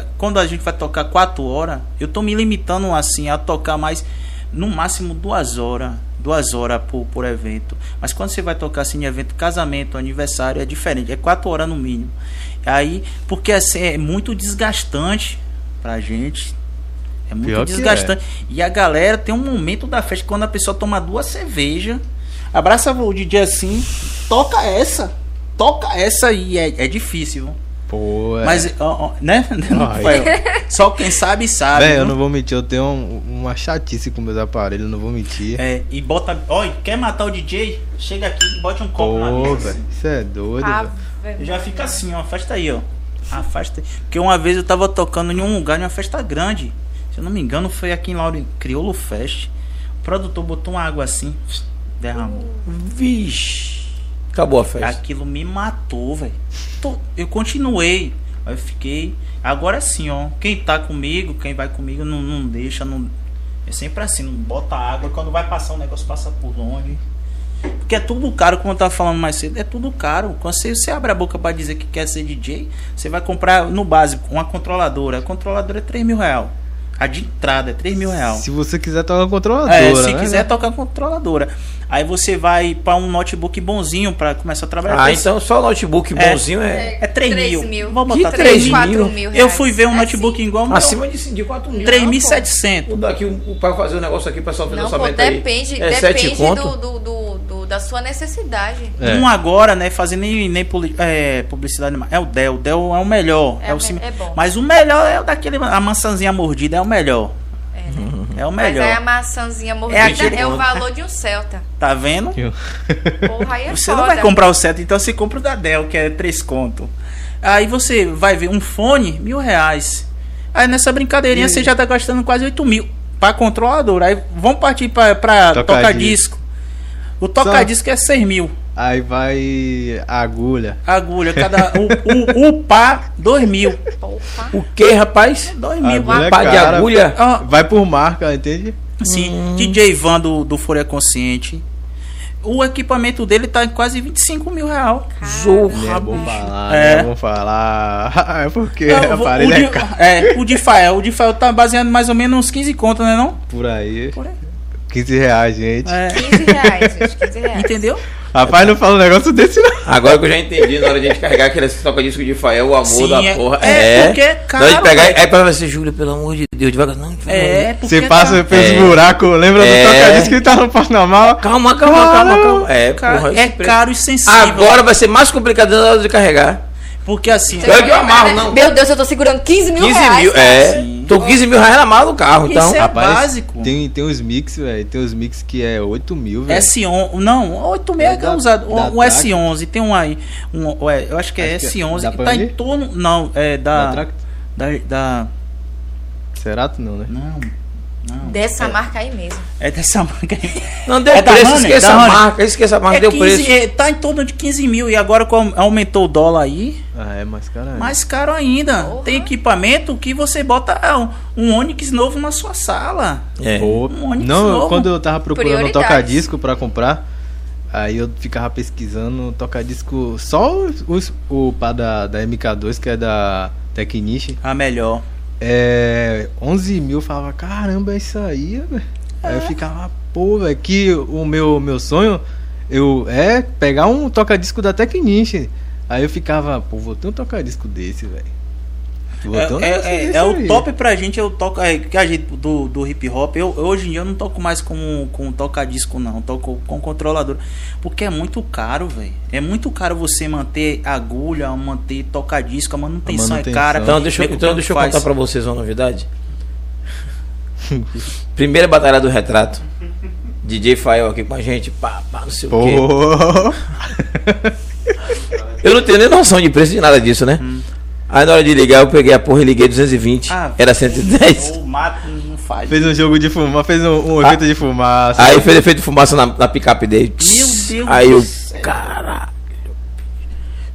Speaker 5: a- quando a gente vai tocar 4 horas, eu tô me limitando, assim, a tocar mais. No máximo duas horas. Duas horas por, por evento. Mas quando você vai tocar assim em evento, casamento, aniversário, é diferente. É quatro horas no mínimo. Aí, porque assim, é muito desgastante pra gente. É muito
Speaker 4: Pior que é.
Speaker 5: desgastante. E a galera tem um momento da festa quando a pessoa toma duas cervejas, abraça o DJ assim, toca essa, toca essa aí. É, é difícil. viu?
Speaker 4: Pô, é.
Speaker 5: Mas, ó, ó, né? Não,
Speaker 4: Ai.
Speaker 5: foi, ó. Só quem sabe, sabe.
Speaker 4: Véi, eu
Speaker 5: viu?
Speaker 4: não vou mentir, eu tenho um- uma chatice com meus aparelhos, não vou mentir.
Speaker 5: É, e bota. Ó, quer matar o DJ? Chega aqui e bote um copo na
Speaker 4: Pô,
Speaker 5: mesa.
Speaker 4: velho, isso é doido,
Speaker 1: Ah,
Speaker 4: velho.
Speaker 1: velho.
Speaker 5: Já fica assim, ó, afasta aí, ó. Afasta aí. Porque uma vez eu tava tocando em um lugar, em uma festa grande. Se eu não me engano, foi aqui em Lauro Criolo Fest. O produtor botou uma água assim, derramou.
Speaker 3: Vixe. Acabou a festa.
Speaker 5: Aquilo me matou, velho. Tô- Eu continuei. Aí eu fiquei. Agora sim, ó. Quem tá comigo, quem vai comigo, não, não deixa. Não... É sempre assim, não bota água. Quando vai passar um negócio, passa por longe. Porque é tudo caro, como eu tava falando mais cedo, é tudo caro. Quando você, você abre a boca pra dizer que quer ser DJ, você vai comprar no básico uma controladora. A controladora é 3 mil real. A de entrada é 3 mil real.
Speaker 4: Se você quiser tocar controladora,
Speaker 5: É, se
Speaker 4: né?
Speaker 5: quiser tocar controladora. Aí você vai pra um notebook bonzinho pra começar a trabalhar.
Speaker 3: Ah,
Speaker 5: Porque
Speaker 3: então só o notebook bonzinho é,
Speaker 5: É 3
Speaker 1: 3
Speaker 5: mil.
Speaker 1: mil.
Speaker 5: Vamos
Speaker 3: Que
Speaker 5: botar
Speaker 3: três
Speaker 5: 3
Speaker 1: 3,
Speaker 5: mil.
Speaker 3: mil?
Speaker 1: 4 mil
Speaker 5: Eu
Speaker 1: reais.
Speaker 5: fui ver um
Speaker 1: É
Speaker 5: notebook
Speaker 1: assim.
Speaker 5: igual ao meu.
Speaker 3: acima de, de 4 mil. O
Speaker 5: 3.700.
Speaker 3: daqui, o, o pai fazer um negócio aqui pra só fazer
Speaker 1: Não, pô,
Speaker 3: orçamento aí.
Speaker 1: depende,
Speaker 3: É
Speaker 1: depende
Speaker 3: sete conto?
Speaker 1: do, do, do- do- da sua necessidade.
Speaker 4: É.
Speaker 5: Um agora, né? Fazer nem, nem poli- é, publicidade. mais. É o Dell. O Dell é o melhor.
Speaker 1: É
Speaker 5: É, o
Speaker 1: me-
Speaker 5: sim-
Speaker 1: é bom.
Speaker 5: Mas o melhor é o daquele. A maçãzinha mordida é o melhor. É, o
Speaker 1: né? Mas aí a
Speaker 5: melhor.
Speaker 1: maçãzinha mordida
Speaker 5: aquele
Speaker 1: é, o
Speaker 5: ponto.
Speaker 1: valor de um Celta.
Speaker 5: Tá vendo?
Speaker 1: Porra, aí é
Speaker 5: Você
Speaker 1: foda.
Speaker 5: não vai comprar o certo, então você compra o da Dell, que é 3 conto. Aí você vai ver um fone, mil reais. Aí nessa brincadeirinha você já tá gastando quase 8 mil pra controlador. Aí vamos partir pra, pra
Speaker 4: Tocar
Speaker 5: toca-disco. O toca-disco é 6 mil.
Speaker 4: Aí vai a agulha.
Speaker 5: Agulha, cada. um, O, o, o pá, 2 mil.
Speaker 1: Porra.
Speaker 3: O que, rapaz?
Speaker 5: 2
Speaker 4: A
Speaker 5: mil.
Speaker 4: agulha é
Speaker 3: Pá de
Speaker 4: cara.
Speaker 3: agulha?
Speaker 5: Ah,
Speaker 4: Vai por marca, entende?
Speaker 5: Sim, DJ Van do, do Folha Consciente. O equipamento dele tá em quase 25 mil real.
Speaker 3: Né.
Speaker 4: Não é bom falar,
Speaker 5: É.
Speaker 4: não é bom falar. É porque
Speaker 5: Eu
Speaker 4: o
Speaker 5: vou-
Speaker 4: aparelho
Speaker 5: o
Speaker 4: é
Speaker 5: de-
Speaker 4: caro
Speaker 5: é, o de Fael. O de Fael tá baseando mais ou menos uns 15 contas, né não?
Speaker 4: por aí.
Speaker 5: Por aí.
Speaker 4: 15 reais, gente.
Speaker 5: É,
Speaker 1: 15 reais, gente. 15 reais.
Speaker 5: entendeu?
Speaker 4: Rapaz, não fala um negócio desse, não.
Speaker 3: Agora que eu já entendi, na hora de a gente carregar aquele toca-disco de Fael, o amor
Speaker 5: Sim,
Speaker 3: da
Speaker 5: é-
Speaker 3: porra.
Speaker 5: é porque é
Speaker 3: Na hora
Speaker 5: caro,
Speaker 3: de pegar,
Speaker 5: velho.
Speaker 3: aí pra você, Júlia, pelo amor de Deus, devagar. Não,
Speaker 5: É, porque
Speaker 4: Você passa
Speaker 5: tá-
Speaker 4: pelos
Speaker 3: É.
Speaker 4: buracos, lembra
Speaker 3: É.
Speaker 4: do tocadisco que tá no Panamá?
Speaker 3: Calma, calma, calma, calma. É,
Speaker 5: cara,
Speaker 3: porra,
Speaker 5: é
Speaker 3: esse preço-
Speaker 5: caro e sensível.
Speaker 3: Agora vai ser mais complicado na hora de carregar.
Speaker 5: Porque assim,
Speaker 3: Pior É que eu amarro, não.
Speaker 1: Meu Deus, eu tô segurando 15 mil
Speaker 3: 15
Speaker 1: reais.
Speaker 3: mil, é. Tô com 15 mil reais na mala do carro, então.
Speaker 5: né? Isso é
Speaker 4: Rapaz,
Speaker 5: básico.
Speaker 4: Tem, tem uns mix, velho. Tem uns mix que é 8 mil, velho.
Speaker 5: S11, não, 86
Speaker 4: É
Speaker 5: é,
Speaker 4: da-
Speaker 5: usado.
Speaker 4: da
Speaker 5: O, o
Speaker 4: Tracker?
Speaker 5: S11 tem um aí, um, é, eu acho que é
Speaker 4: Acho que é
Speaker 5: S11
Speaker 4: da
Speaker 5: que tá em
Speaker 4: Pioneer?
Speaker 5: torno, não, é
Speaker 4: Da
Speaker 5: da
Speaker 4: Tract-
Speaker 5: da, da-
Speaker 4: Ah. Cerato não, né?
Speaker 5: não, não,
Speaker 1: Dessa marca aí mesmo.
Speaker 5: é dessa marca. aí.
Speaker 3: Não deu
Speaker 5: É da
Speaker 3: preço,
Speaker 5: Honey,
Speaker 3: esqueça
Speaker 5: da
Speaker 3: a
Speaker 5: Honey.
Speaker 3: marca, esqueça a marca,
Speaker 5: É
Speaker 3: deu
Speaker 5: 15,
Speaker 3: preço.
Speaker 5: é, tá em torno de 15 mil e agora com, aumentou o dólar aí,
Speaker 4: Ah, é mais caralho.
Speaker 5: mais caro ainda. Tem equipamento que você bota um, um Onix novo na sua sala.
Speaker 3: É.
Speaker 4: Pô,
Speaker 5: Um Onix
Speaker 4: não, eu-
Speaker 5: novo.
Speaker 4: quando eu tava procurando um
Speaker 1: Prioridades.
Speaker 4: toca-disco pra comprar, aí eu ficava pesquisando um toca-disco só os, os- o pá da, da MK2, que é da Techniche.
Speaker 5: A melhor.
Speaker 4: É. 11 mil, eu falava, caramba, é isso aí, velho. Aí eu ficava, pô, velho, que o meu, meu sonho eu, é pegar um toca-disco da Techniche. Aí eu ficava, pô, vou ter um toca-disco desse, velho. Vou
Speaker 5: É,
Speaker 4: ter um
Speaker 5: é-
Speaker 4: negócio
Speaker 5: é-
Speaker 4: desse
Speaker 5: é o
Speaker 4: aí.
Speaker 5: top pra gente, eu toco. É, que a gente do, do hip hop, eu, eu hoje em dia eu não toco mais com, com toca-disco, não. Eu toco com controlador. Porque é muito caro, velho. É muito caro você manter agulha, manter toca-disco, a manutenção,
Speaker 4: manutenção.
Speaker 5: é cara.
Speaker 4: Então
Speaker 3: Então deixa, eu-
Speaker 5: Nego
Speaker 3: então
Speaker 5: tanto
Speaker 3: deixa eu
Speaker 5: faz.
Speaker 3: contar pra vocês uma novidade. Primeira batalha do retrato. DJ Fael aqui com a gente, pá, pá, não sei o quê.
Speaker 4: Pô.
Speaker 3: Eu não tenho nem noção de preço de nada disso, né? Aí na hora de ligar, eu peguei a porra e liguei 220.
Speaker 5: Hum. Ah,
Speaker 3: era 110.
Speaker 5: Ou mato, não faz.
Speaker 4: Fez um jogo de fumaça, fez um, um efeito de fumaça.
Speaker 3: Aí fez efeito de fumaça na, na picape dele.
Speaker 5: Deus
Speaker 3: Aí
Speaker 5: do
Speaker 3: eu,
Speaker 5: céu.
Speaker 3: caralho.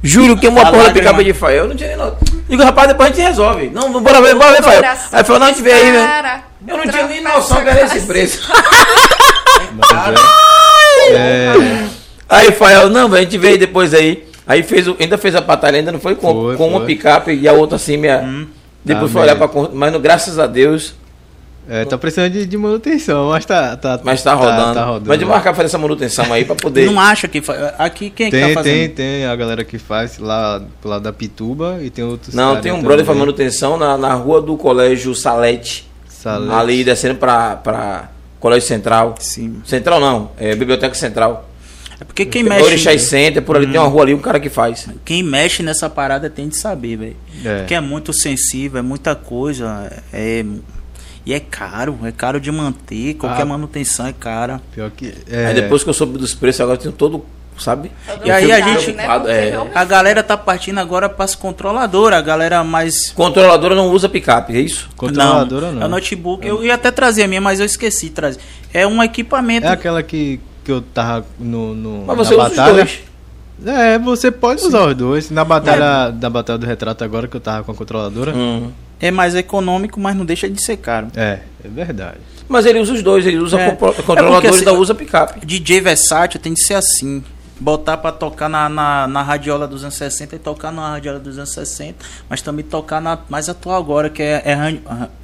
Speaker 3: Juro que uma
Speaker 5: A
Speaker 3: porra da
Speaker 5: lágrima.
Speaker 3: picape de Fael. Eu não tinha nem nota. Digo, rapaz, depois a gente resolve. Não, não, bora ver, bora ver, Fael. Aí falou, não, a gente vê aí, né?
Speaker 1: Cara,
Speaker 3: Eu não tinha nem noção que era esse preço.
Speaker 4: Mas é, um é,
Speaker 3: Aí Fael, não, velho, a gente veio depois aí. Aí fez o, ainda fez a batalha, ainda não foi com,
Speaker 4: Foi,
Speaker 3: com uma
Speaker 4: foi.
Speaker 3: picape e a outra assim, minha. Depois
Speaker 4: Tá
Speaker 3: foi olhar pra.
Speaker 4: mesmo.
Speaker 3: con- Mas no, graças a Deus,
Speaker 4: é, tá precisando de, de manutenção, mas tá, tá,
Speaker 3: mas tá rodando.
Speaker 4: tá rodando.
Speaker 3: Mas de marcar fazer essa manutenção aí pra poder.
Speaker 5: Não acha que fa- Aqui quem é que tá
Speaker 4: Tem,
Speaker 5: fazendo?
Speaker 4: tem, tem a galera que faz lá pro lado da Pituba e tem outros.
Speaker 3: Não,
Speaker 4: caras
Speaker 3: tem um
Speaker 4: também.
Speaker 3: brother fazendo manutenção na, na rua do colégio Salete.
Speaker 4: Salete.
Speaker 3: Ali descendo pra, pra Colégio Central.
Speaker 5: Sim.
Speaker 3: Central não, é Biblioteca Central.
Speaker 5: É porque quem
Speaker 3: Orixá
Speaker 5: mexe.
Speaker 3: Center, por ali tem uma
Speaker 4: Hum.
Speaker 3: rua ali, um cara que faz.
Speaker 5: Quem mexe nessa parada tem de saber, velho.
Speaker 4: É.
Speaker 5: Porque é muito sensível, é muita coisa. É... E é caro, é caro de manter, qualquer
Speaker 4: Ah.
Speaker 5: manutenção é cara.
Speaker 4: Pior que. É,
Speaker 3: Aí depois que eu soube dos preços, agora eu tenho todo, sabe?
Speaker 1: Todo
Speaker 3: Eu
Speaker 5: aí
Speaker 3: fico
Speaker 5: a gente-
Speaker 3: preocupado,
Speaker 1: Né, porque
Speaker 3: é.
Speaker 1: realmente-
Speaker 5: A galera tá partindo agora para as controladoras, a galera mais.
Speaker 3: Controladora não usa picape, é isso?
Speaker 4: Controladora
Speaker 5: É o
Speaker 4: não. um-
Speaker 5: notebook. Eu ia até trazer a minha, mas eu esqueci de trazer. É um equipamento.
Speaker 4: É aquela que, que eu tava no. no
Speaker 3: Mas você
Speaker 4: na
Speaker 3: usa os
Speaker 4: batalha.
Speaker 3: dois.
Speaker 4: É, você pode usar os dois. Na batalha, da batalha do retrato agora que eu tava com a controladora.
Speaker 3: É. Hum.
Speaker 5: É mais econômico, mas não deixa de ser caro.
Speaker 4: É, é verdade.
Speaker 3: Mas ele usa os dois, ele usa
Speaker 5: É.
Speaker 3: compro-
Speaker 5: É
Speaker 3: controlador
Speaker 5: porque,
Speaker 3: e
Speaker 5: assim,
Speaker 3: ainda usa picape.
Speaker 5: DJ versátil tem de ser assim. Botar pra tocar na, na, na radiola dos anos 60 e tocar na radiola dos anos 60, mas também tocar na mais atual agora, que é, é Honey-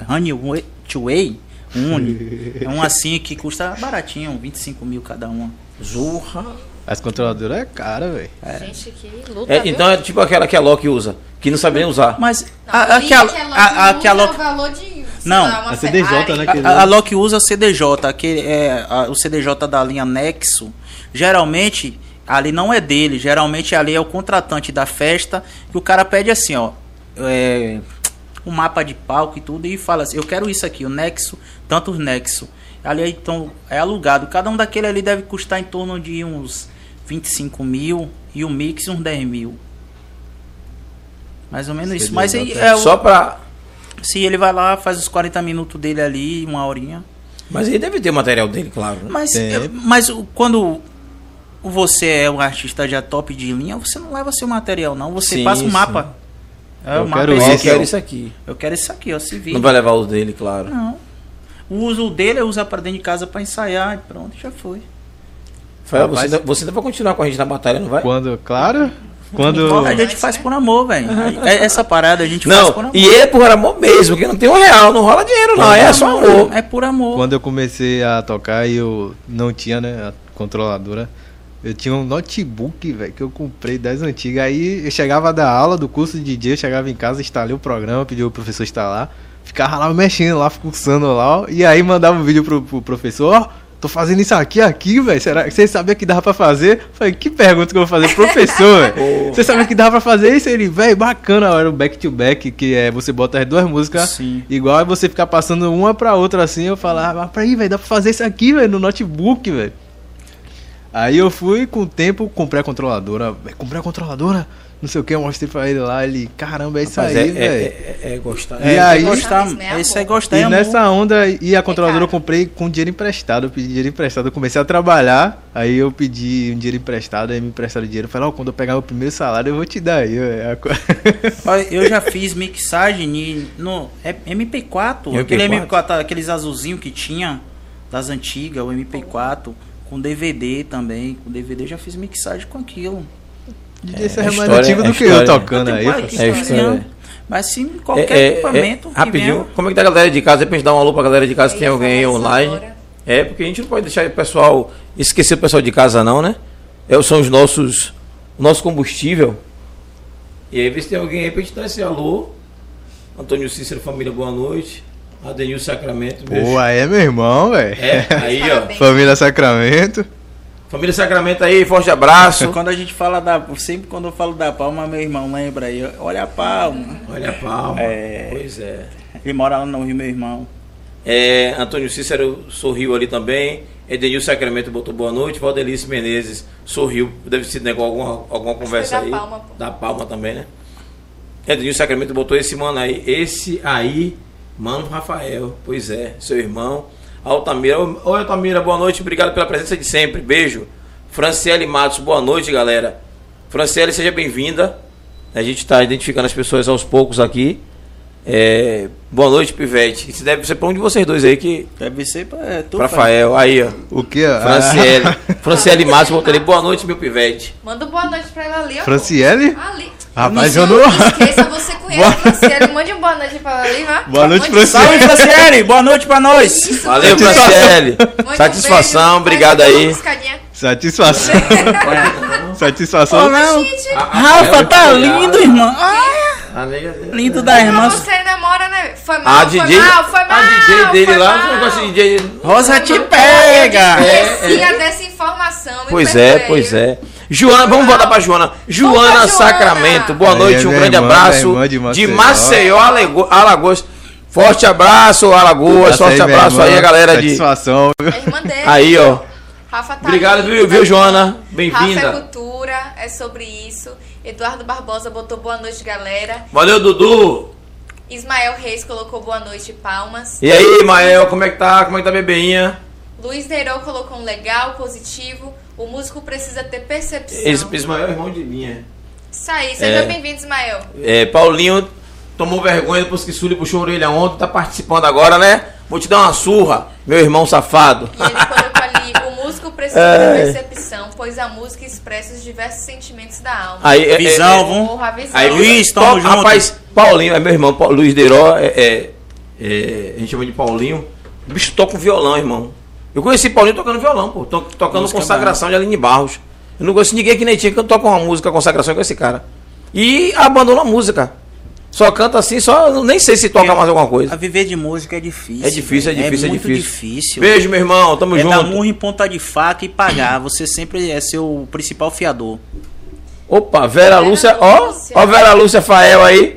Speaker 5: Honey Way- to Way, Uni. É um assim que custa baratinho, 25 mil cada uma.
Speaker 3: Zurra.
Speaker 4: As controladoras é cara, velho.
Speaker 1: Gente, que luta,
Speaker 3: É,
Speaker 1: viu?
Speaker 3: então é tipo aquela que a Loki usa, que não sabe nem usar.
Speaker 5: Mas
Speaker 1: Não, é
Speaker 5: a, a,
Speaker 1: liga
Speaker 5: que a,
Speaker 1: que ela
Speaker 5: a, a,
Speaker 1: usa
Speaker 5: que a
Speaker 1: o
Speaker 5: Loki-
Speaker 1: valor de, sei
Speaker 5: Não,
Speaker 1: lá, uma
Speaker 4: A CDJ,
Speaker 1: Ferrari.
Speaker 4: né? que-
Speaker 5: A, a Loki usa CDJ, que é a- o CDJ da linha Nexo. Geralmente, ali não é dele. Geralmente, ali é o contratante da festa. Que o cara pede assim, ó. é, um mapa de palco e tudo. E fala assim: Eu quero isso aqui, o Nexo, tantos Nexo. Ali então é alugado. Cada um daquele ali deve custar em torno de um uns 25 mil. E o mix, uns 10 mil. Mais ou menos isso. Mas aí
Speaker 3: Exatamente.
Speaker 5: é o-
Speaker 3: Só pra.
Speaker 5: se ele vai lá, faz os 40 minutos dele ali, uma horinha.
Speaker 3: Mas ele deve ter o material dele, claro. né?
Speaker 5: Mas,
Speaker 4: Tem.
Speaker 5: é, mas o- quando você é um artista já top de linha, você não leva seu material, não. Você
Speaker 3: Sim,
Speaker 5: passa um
Speaker 3: sim.
Speaker 5: mapa. É,
Speaker 4: Eu
Speaker 5: o mapa
Speaker 4: quero
Speaker 5: é
Speaker 3: Ó,
Speaker 5: esse
Speaker 3: Eu
Speaker 4: isso.
Speaker 5: aqui,
Speaker 3: quero
Speaker 5: ó.
Speaker 3: isso aqui.
Speaker 5: Eu quero isso aqui, ó. Se
Speaker 3: Não
Speaker 5: vídeo.
Speaker 3: vai levar o dele, claro.
Speaker 5: Não. O uso dele é usar pra dentro de casa pra ensaiar e pronto, já foi.
Speaker 3: Rafael, você,
Speaker 4: Rapaz.
Speaker 3: ainda, você ainda vai continuar com a gente na batalha, não vai?
Speaker 4: Quando, claro, quando...
Speaker 5: a gente faz por amor, velho. É- Essa parada a gente faz por
Speaker 3: Não,
Speaker 5: amor.
Speaker 3: e é por amor mesmo, porque não tem um real, não rola dinheiro, não. É só amor.
Speaker 5: É por amor.
Speaker 4: Quando eu comecei a tocar e eu não tinha, né, a controladora, eu tinha um notebook, velho, que eu comprei das antigas. Aí eu chegava da aula do curso de DJ, eu chegava em casa, instalei o programa, pedi o professor instalar, ficava lá mexendo lá, cursando lá, ó, e aí mandava um vídeo pro, pro professor, ó, tô fazendo isso aqui, aqui, velho, será que você sabia que dava pra fazer? Eu Falei, que pergunta que eu vou fazer, pro professor, velho, você sabia que dava pra fazer isso? Ele, velho, bacana, era o back to back, que é, você bota as duas músicas
Speaker 5: Sim.
Speaker 4: Igual é você ficar passando uma pra outra assim, eu falava, ah, peraí, velho, dá pra fazer isso aqui, velho, no notebook, velho. Aí eu fui, com o tempo, comprei a controladora, velho, comprei a controladora, não sei o que, eu mostrei pra ele lá, ele, caramba, é isso
Speaker 3: Mas
Speaker 4: aí,
Speaker 3: é, é,
Speaker 4: velé.
Speaker 3: é- é gostar.
Speaker 4: E aí-
Speaker 5: gostar,
Speaker 1: Isso é amor.
Speaker 5: isso é gostar,
Speaker 4: E
Speaker 5: é amor. É
Speaker 4: nessa onda, e a controladora eu
Speaker 1: caro.
Speaker 4: comprei com dinheiro emprestado, eu pedi dinheiro emprestado, eu comecei a trabalhar, aí eu pedi um dinheiro emprestado, aí me emprestaram dinheiro, eu falei, ó, quando eu pegar meu primeiro salário, eu vou te dar aí, velho. a co-
Speaker 3: É,
Speaker 5: Olha, Eu já fiz mixagem e no é MP4, Aquele
Speaker 3: MP4?
Speaker 5: MP4, aqueles azulzinhos que tinha das antigas, o MP4, com DVD também. Com DVD eu já fiz mixagem com aquilo.
Speaker 4: DJ Serra
Speaker 3: a
Speaker 4: é mais
Speaker 3: história-
Speaker 4: antigo
Speaker 3: a
Speaker 4: do que eu
Speaker 3: história-
Speaker 4: tocando
Speaker 5: Tem
Speaker 4: aí,
Speaker 5: quase
Speaker 4: pô.
Speaker 5: que
Speaker 3: É
Speaker 5: isso,
Speaker 3: história.
Speaker 5: né? Mas sim,
Speaker 3: É,
Speaker 5: qualquer
Speaker 3: é,
Speaker 5: equipamento.
Speaker 3: é,
Speaker 5: que
Speaker 3: rapidinho,
Speaker 5: venha-
Speaker 3: como é que tá a galera de casa? Pra gente dar um alô pra galera de casa, se
Speaker 1: Eu
Speaker 3: tem
Speaker 1: ia
Speaker 3: alguém aí
Speaker 1: falar isso
Speaker 3: online.
Speaker 1: agora.
Speaker 3: É, porque a gente não pode deixar o pessoal esquecer o pessoal de casa, não, né? É, são os nossos. O nosso combustível. E aí, vê se tem alguém aí pra gente dar esse alô. Antônio Cícero, família, boa noite. Adenil Sacramento,
Speaker 4: Pô, aí é meu irmão, velho.
Speaker 3: É, aí, ó.
Speaker 1: Parabéns.
Speaker 4: Família Sacramento.
Speaker 3: Família Sacramento aí, forte abraço.
Speaker 5: Quando a gente fala da. Sempre quando eu falo da palma, meu irmão lembra aí. Olha a palma.
Speaker 3: Olha a palma.
Speaker 5: É.
Speaker 3: Pois é.
Speaker 5: Ele mora lá no Rio, meu irmão.
Speaker 3: É, Antônio Cícero sorriu ali também. Edenil Sacramento botou boa noite. Valdelice Menezes sorriu. Deve ser né, com alguma, alguma conversa
Speaker 1: da
Speaker 3: aí.
Speaker 1: Palma, pô.
Speaker 3: Da palma também, né? Edenil Sacramento botou esse mano aí. Esse aí, mano Rafael. Pois é, seu irmão. Altamira. Ô, Oi, Altamira, boa noite. Obrigado pela presença de sempre. Beijo. Franciele Matos, boa noite, galera. Franciele, seja bem-vinda. A gente está identificando as pessoas aos poucos aqui. É, boa noite, Pivete. Isso deve ser para um de vocês dois aí que.
Speaker 5: Deve ser pra. É, tu,
Speaker 3: Rafael, aí, ó.
Speaker 4: O Ah. que? ó?
Speaker 3: Franciele. Franciele Matos botou ali. Boa noite, meu Pivete.
Speaker 1: Manda um boa noite pra ela ali, ó.
Speaker 4: Franciele?
Speaker 1: Ali.
Speaker 4: Rapaz,
Speaker 1: não,
Speaker 4: eu não-
Speaker 1: esqueça, você conhece a Franciele. Mande um boa noite pra ela ali, vá. Um
Speaker 4: Boa noite,
Speaker 1: Mande-
Speaker 4: Franciele.
Speaker 5: Oi, Franciele, boa noite pra nós.
Speaker 3: Valeu,
Speaker 4: Satisfação.
Speaker 3: Franciele.
Speaker 1: Mande um
Speaker 3: Satisfação,
Speaker 1: beijo.
Speaker 3: obrigado
Speaker 1: Mande uma
Speaker 3: aí.
Speaker 1: piscadinha.
Speaker 4: Satisfação.
Speaker 5: Oh,
Speaker 4: Satisfação.
Speaker 5: não.
Speaker 1: Gente,
Speaker 5: Rafa,
Speaker 3: É,
Speaker 5: tá lindo, irmão. Ah,
Speaker 3: irmão.
Speaker 5: lindo da irmã.
Speaker 1: Mas você namora, né? Foi mal,
Speaker 3: A
Speaker 1: foi
Speaker 3: Ah, DJ,
Speaker 1: mal, foi mal.
Speaker 3: a DJ dele
Speaker 1: foi
Speaker 3: lá,
Speaker 1: mal.
Speaker 3: o negócio de DJ.
Speaker 5: Rosa te pega.
Speaker 1: Esquecia dessa informação. me
Speaker 3: é. Pois é,
Speaker 1: perdoe.
Speaker 3: pois é. Joana, vamos voltar pra Joana. Joana
Speaker 1: Joana.
Speaker 3: Sacramento, boa
Speaker 4: Aí,
Speaker 3: noite, um
Speaker 4: minha
Speaker 3: grande
Speaker 4: irmã, minha
Speaker 3: abraço.
Speaker 4: irmã de
Speaker 3: De
Speaker 4: Maceió.
Speaker 3: Maceió, Alago- Alagoas. Forte abraço, Alagoas.
Speaker 4: Abraço aí,
Speaker 3: Forte
Speaker 4: minha
Speaker 3: abraço
Speaker 4: irmã.
Speaker 3: aí, a galera de.
Speaker 4: Tá Satisfação.
Speaker 1: É irmã dele.
Speaker 3: Aí, ó.
Speaker 1: Rafa tá
Speaker 3: Obrigado,
Speaker 1: lindo,
Speaker 3: viu,
Speaker 1: tá
Speaker 3: viu,
Speaker 1: lindo.
Speaker 3: Joana?
Speaker 1: Rafa é
Speaker 3: Bem-vinda.
Speaker 1: cultura, é sobre isso. Eduardo Barbosa botou boa noite, galera.
Speaker 3: Valeu, Dudu.
Speaker 1: Ismael Reis colocou boa noite, palmas.
Speaker 3: E aí, Mael, como é que tá? Como é que tá, bebeinha?
Speaker 1: Luiz Neirou colocou um legal, positivo. O músico precisa ter percepção.
Speaker 3: Esse, esse Mael é irmão de minha.
Speaker 1: Isso aí, seja
Speaker 3: É.
Speaker 1: bem-vindo, Ismael.
Speaker 3: É, Paulinho tomou vergonha depois que Sully puxou a orelha ontem, tá participando agora, né? Vou te dar uma surra, meu irmão safado.
Speaker 1: E ele colocou ali, o músico precisa ter percepção, pois a música expressa os diversos sentimentos da alma.
Speaker 3: Aí, é, é,
Speaker 5: Visão,
Speaker 3: é,
Speaker 5: vamos.
Speaker 1: Porra, visão.
Speaker 3: Aí,
Speaker 5: Luiz,
Speaker 3: Paulo-
Speaker 5: tamo junto.
Speaker 3: Rapaz, Paulinho, é meu irmão, Paulo- Luiz Deiró, é, é- é, a gente chama de Paulinho. O bicho toca um violão, irmão. Eu conheci Paulinho tocando violão, pô, to- tocando
Speaker 5: Música
Speaker 3: Consagração de Aline Barros. Eu não conheço ninguém que nem tinha que toca uma música Consagração com esse cara. E abandonou a música. Só canta assim, só nem sei se toca mais alguma
Speaker 5: A
Speaker 3: coisa.
Speaker 5: viver de música é difícil.
Speaker 3: É difícil, é
Speaker 5: velho.
Speaker 3: difícil, é,
Speaker 5: muito
Speaker 3: difícil.
Speaker 5: difícil.
Speaker 3: Beijo, meu irmão, tamo
Speaker 5: é dar
Speaker 3: junto.
Speaker 5: murro em ponta de faca e pagar. Você sempre é seu principal fiador.
Speaker 3: Opa, Vera
Speaker 1: Vera
Speaker 3: Lúcia, ó,
Speaker 1: Lúcia.
Speaker 3: ó Vera Lúcia Fael aí,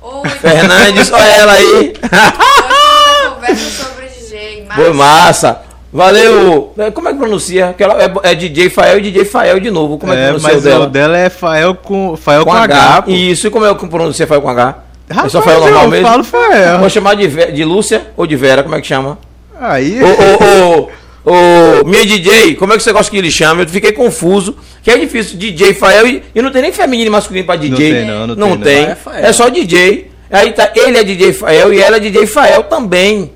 Speaker 1: Ou o
Speaker 3: Fernandes, ó ela aí.
Speaker 1: Hoje a conversa sobre o DJ, mas
Speaker 3: Foi massa. Valeu! É, Como é que pronuncia? Porque ela é, é DJ Fael e DJ Fael de novo. Como é que
Speaker 4: É,
Speaker 3: pronuncia o
Speaker 4: mas
Speaker 3: dela?
Speaker 4: o dela é Fael com, Fael com,
Speaker 3: com
Speaker 4: H.
Speaker 3: H.
Speaker 4: pô.
Speaker 3: E isso, e como é que pronuncia Fael com H? é
Speaker 4: Rapaz,
Speaker 3: só Fael normal
Speaker 4: eu
Speaker 3: mesmo?
Speaker 4: falo Fael.
Speaker 3: Vou chamar de, Ve- de Lúcia ou de Vera, como é que chama?
Speaker 4: Aí.
Speaker 3: Ô, ô, ô, ô, minha DJ, como é que você gosta que ele chama? Eu fiquei confuso, que é difícil, DJ Fael, e, e não tem nem feminino e masculino pra DJ.
Speaker 4: tem, não, não tem, não.
Speaker 3: tem. É só DJ. Aí tá, ele é DJ Fael e ela é DJ Fael também.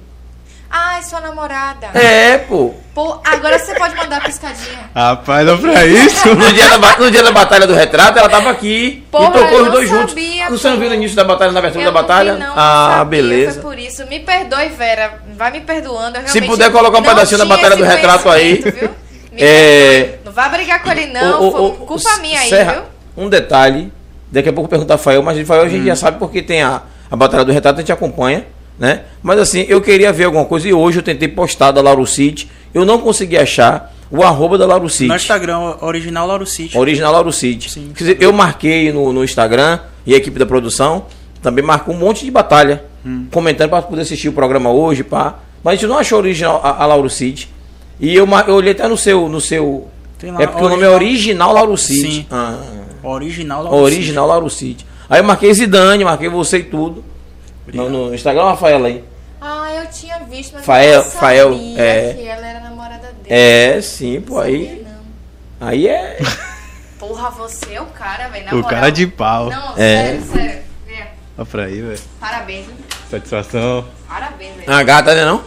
Speaker 1: Ai, sua namorada.
Speaker 3: É, pô.
Speaker 1: Pô, agora você pode mandar a piscadinha.
Speaker 4: Rapaz, não pra isso.
Speaker 3: No dia, da, ba- no dia da batalha do retrato, ela tava aqui
Speaker 1: Porra,
Speaker 3: e tocou
Speaker 1: eu
Speaker 3: os dois
Speaker 1: não
Speaker 3: juntos.
Speaker 1: sabia,
Speaker 3: Você não viu no início da batalha, na abertura da
Speaker 1: não vi,
Speaker 3: batalha?
Speaker 1: não, não
Speaker 3: ah,
Speaker 1: sabia,
Speaker 3: beleza.
Speaker 1: Foi por isso. Me perdoe, Vera. Vai me perdoando. Eu
Speaker 3: Se
Speaker 1: realmente
Speaker 3: puder colocar um
Speaker 1: não
Speaker 3: pedacinho da
Speaker 1: tinha
Speaker 3: Batalha
Speaker 1: esse
Speaker 3: do Retrato aí.
Speaker 1: conhecimento, viu? Me
Speaker 3: É.
Speaker 1: Não vá brigar com ele, não.
Speaker 3: Ô, ô,
Speaker 1: foi
Speaker 3: ô,
Speaker 1: culpa
Speaker 3: S-
Speaker 1: minha aí,
Speaker 3: Serra,
Speaker 1: viu?
Speaker 3: Um detalhe, daqui a pouco eu pergunto a Fael, mas Fael a gente já sabe porque tem a, a Batalha do Retrato, a gente acompanha, né? Mas assim, eu queria ver alguma coisa e hoje eu tentei postar da Larucite, eu não consegui achar o arroba da Larucite.
Speaker 5: No Instagram, original Lauro City.
Speaker 3: Original Lauro Cid.
Speaker 5: Sim.
Speaker 3: Quer dizer, eu marquei no, no Instagram e a equipe da produção também marcou um monte de batalha.
Speaker 5: Hum.
Speaker 3: Comentando para poder assistir o programa hoje, pá. Mas a gente não achou original a, a Lauro Cid. E eu, mar- eu olhei até no seu. No seu
Speaker 5: Tem lá,
Speaker 3: é porque o nome é Original Lauro Cid.
Speaker 5: Sim.
Speaker 3: Ah,
Speaker 5: Original Lauro City.
Speaker 3: original Lauro Cid. Aí eu marquei Zidane, marquei você e tudo. No, no Instagram, Rafaela aí.
Speaker 1: Ah, eu tinha visto, mas
Speaker 3: Fael-
Speaker 1: eu não sabia
Speaker 3: Fael, é.
Speaker 1: que ela era namorada dele.
Speaker 3: É, sim, pô.
Speaker 1: Sabia,
Speaker 3: Aí,
Speaker 1: não.
Speaker 3: aí é.
Speaker 1: Porra, você é o cara, velho. na
Speaker 4: O
Speaker 1: moral.
Speaker 4: cara de pau.
Speaker 1: Não,
Speaker 3: É.
Speaker 1: sério, sério. É,
Speaker 4: Olha pra aí, velho.
Speaker 1: Parabéns, viu?
Speaker 4: Satisfação.
Speaker 1: Parabéns, velho.
Speaker 3: A gata, né não?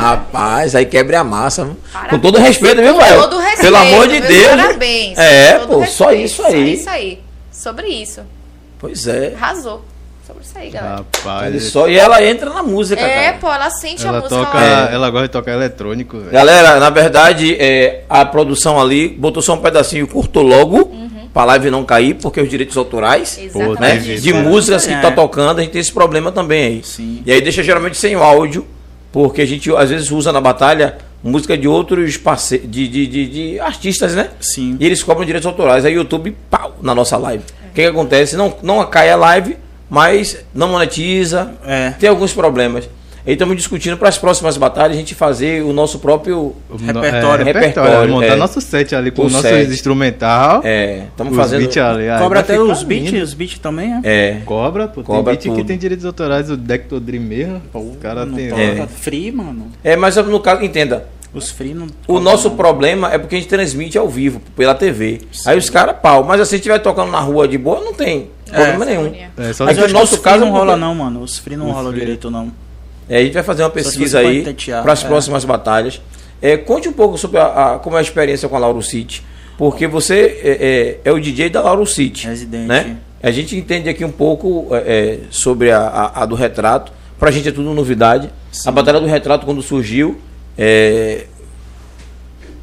Speaker 3: Rapaz, aí quebre a massa. viu?
Speaker 1: Parabéns.
Speaker 3: Com todo respeito, viu,
Speaker 1: Com
Speaker 3: Fael?
Speaker 1: todo respeito.
Speaker 3: Pelo amor de
Speaker 1: viu?
Speaker 3: Deus.
Speaker 1: Parabéns.
Speaker 3: É,
Speaker 1: Com todo
Speaker 3: pô, só
Speaker 1: respeito,
Speaker 3: isso aí.
Speaker 1: Só isso aí. Sobre isso.
Speaker 3: Pois é.
Speaker 1: Arrasou. Sobre isso aí, galera.
Speaker 3: Ele
Speaker 4: Rapaz.
Speaker 3: só, e ela entra na música,
Speaker 1: é,
Speaker 3: cara.
Speaker 1: pô, ela sente a
Speaker 4: Ela,
Speaker 1: música.
Speaker 4: toca,
Speaker 1: ela-
Speaker 4: ela gosta de tocar eletrônico, velho.
Speaker 3: Galera, na verdade, é, a produção ali botou só um pedacinho curto logo,
Speaker 1: Uhum.
Speaker 3: pra live não cair, porque os direitos autorais,
Speaker 1: Exatamente.
Speaker 3: né?
Speaker 4: teve-
Speaker 3: De músicas que
Speaker 5: É.
Speaker 3: tá tocando, a gente tem esse problema também aí.
Speaker 5: Sim.
Speaker 3: E aí deixa geralmente sem o áudio, porque a gente às vezes usa na batalha música de outros parceiros, de, de, de, de artistas, né?
Speaker 5: Sim.
Speaker 3: E eles cobram direitos autorais. Aí o YouTube, pau, na nossa live. O que, que acontece? Não, não cai a live, mas não monetiza.
Speaker 5: É.
Speaker 3: Tem alguns problemas. Aí estamos discutindo para as próximas batalhas a gente fazer o nosso próprio.
Speaker 4: O
Speaker 5: Repertório.
Speaker 4: é, repertório.
Speaker 3: Repertório,
Speaker 4: Montar
Speaker 3: é.
Speaker 4: nosso set ali com
Speaker 3: O
Speaker 4: o nosso
Speaker 3: set.
Speaker 4: instrumental.
Speaker 3: É, estamos
Speaker 4: os
Speaker 3: fazendo.
Speaker 4: beats ali. aí
Speaker 5: Cobra
Speaker 4: vai
Speaker 5: até
Speaker 4: ficar
Speaker 5: os beats,
Speaker 4: lindo.
Speaker 5: os beats também, é?
Speaker 3: É.
Speaker 4: Cobra, pô.
Speaker 3: Cobra
Speaker 4: tem beat que
Speaker 3: tudo.
Speaker 4: tem direitos autorais, o Dector Dream mesmo. Os caras
Speaker 5: não
Speaker 4: tem.
Speaker 5: toca.
Speaker 3: É.
Speaker 5: Free, mano.
Speaker 3: É, mas no caso, entenda.
Speaker 5: Os free não.
Speaker 3: O nosso problema é porque a gente transmite ao vivo, pela TV. Aí os caras, pau. Mas assim, se estiver tocando na rua de boa, não tem problema nenhum.
Speaker 4: É, só
Speaker 3: Mas aqui
Speaker 5: Mas eu
Speaker 3: no
Speaker 5: acho
Speaker 3: nosso
Speaker 5: que os free
Speaker 3: caso um
Speaker 5: não
Speaker 3: não
Speaker 5: rola,
Speaker 3: tem-
Speaker 5: não, mano. Os free não rola direito, não.
Speaker 3: É, a gente vai fazer uma
Speaker 5: que
Speaker 3: pesquisa
Speaker 5: você pode
Speaker 3: aí
Speaker 5: tatear,
Speaker 3: para as
Speaker 5: é.
Speaker 3: próximas batalhas. É, conte um pouco sobre a, a- como é a experiência com a Lauro City, porque você é, é- é o DJ da Lauro City.
Speaker 5: Residente.
Speaker 3: Né? A gente entende aqui um pouco é, é, sobre a, a- a do retrato. Para a gente é tudo novidade. A batalha do retrato, quando surgiu, é,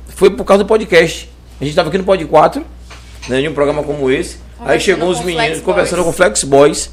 Speaker 3: foi por causa do podcast. A gente estava aqui no Pod 4, né, em um programa como esse. Aí
Speaker 1: Conversando
Speaker 3: chegou os
Speaker 1: com
Speaker 3: meninos
Speaker 1: Flex
Speaker 3: conversando
Speaker 1: Boys.
Speaker 3: com Flex Boys.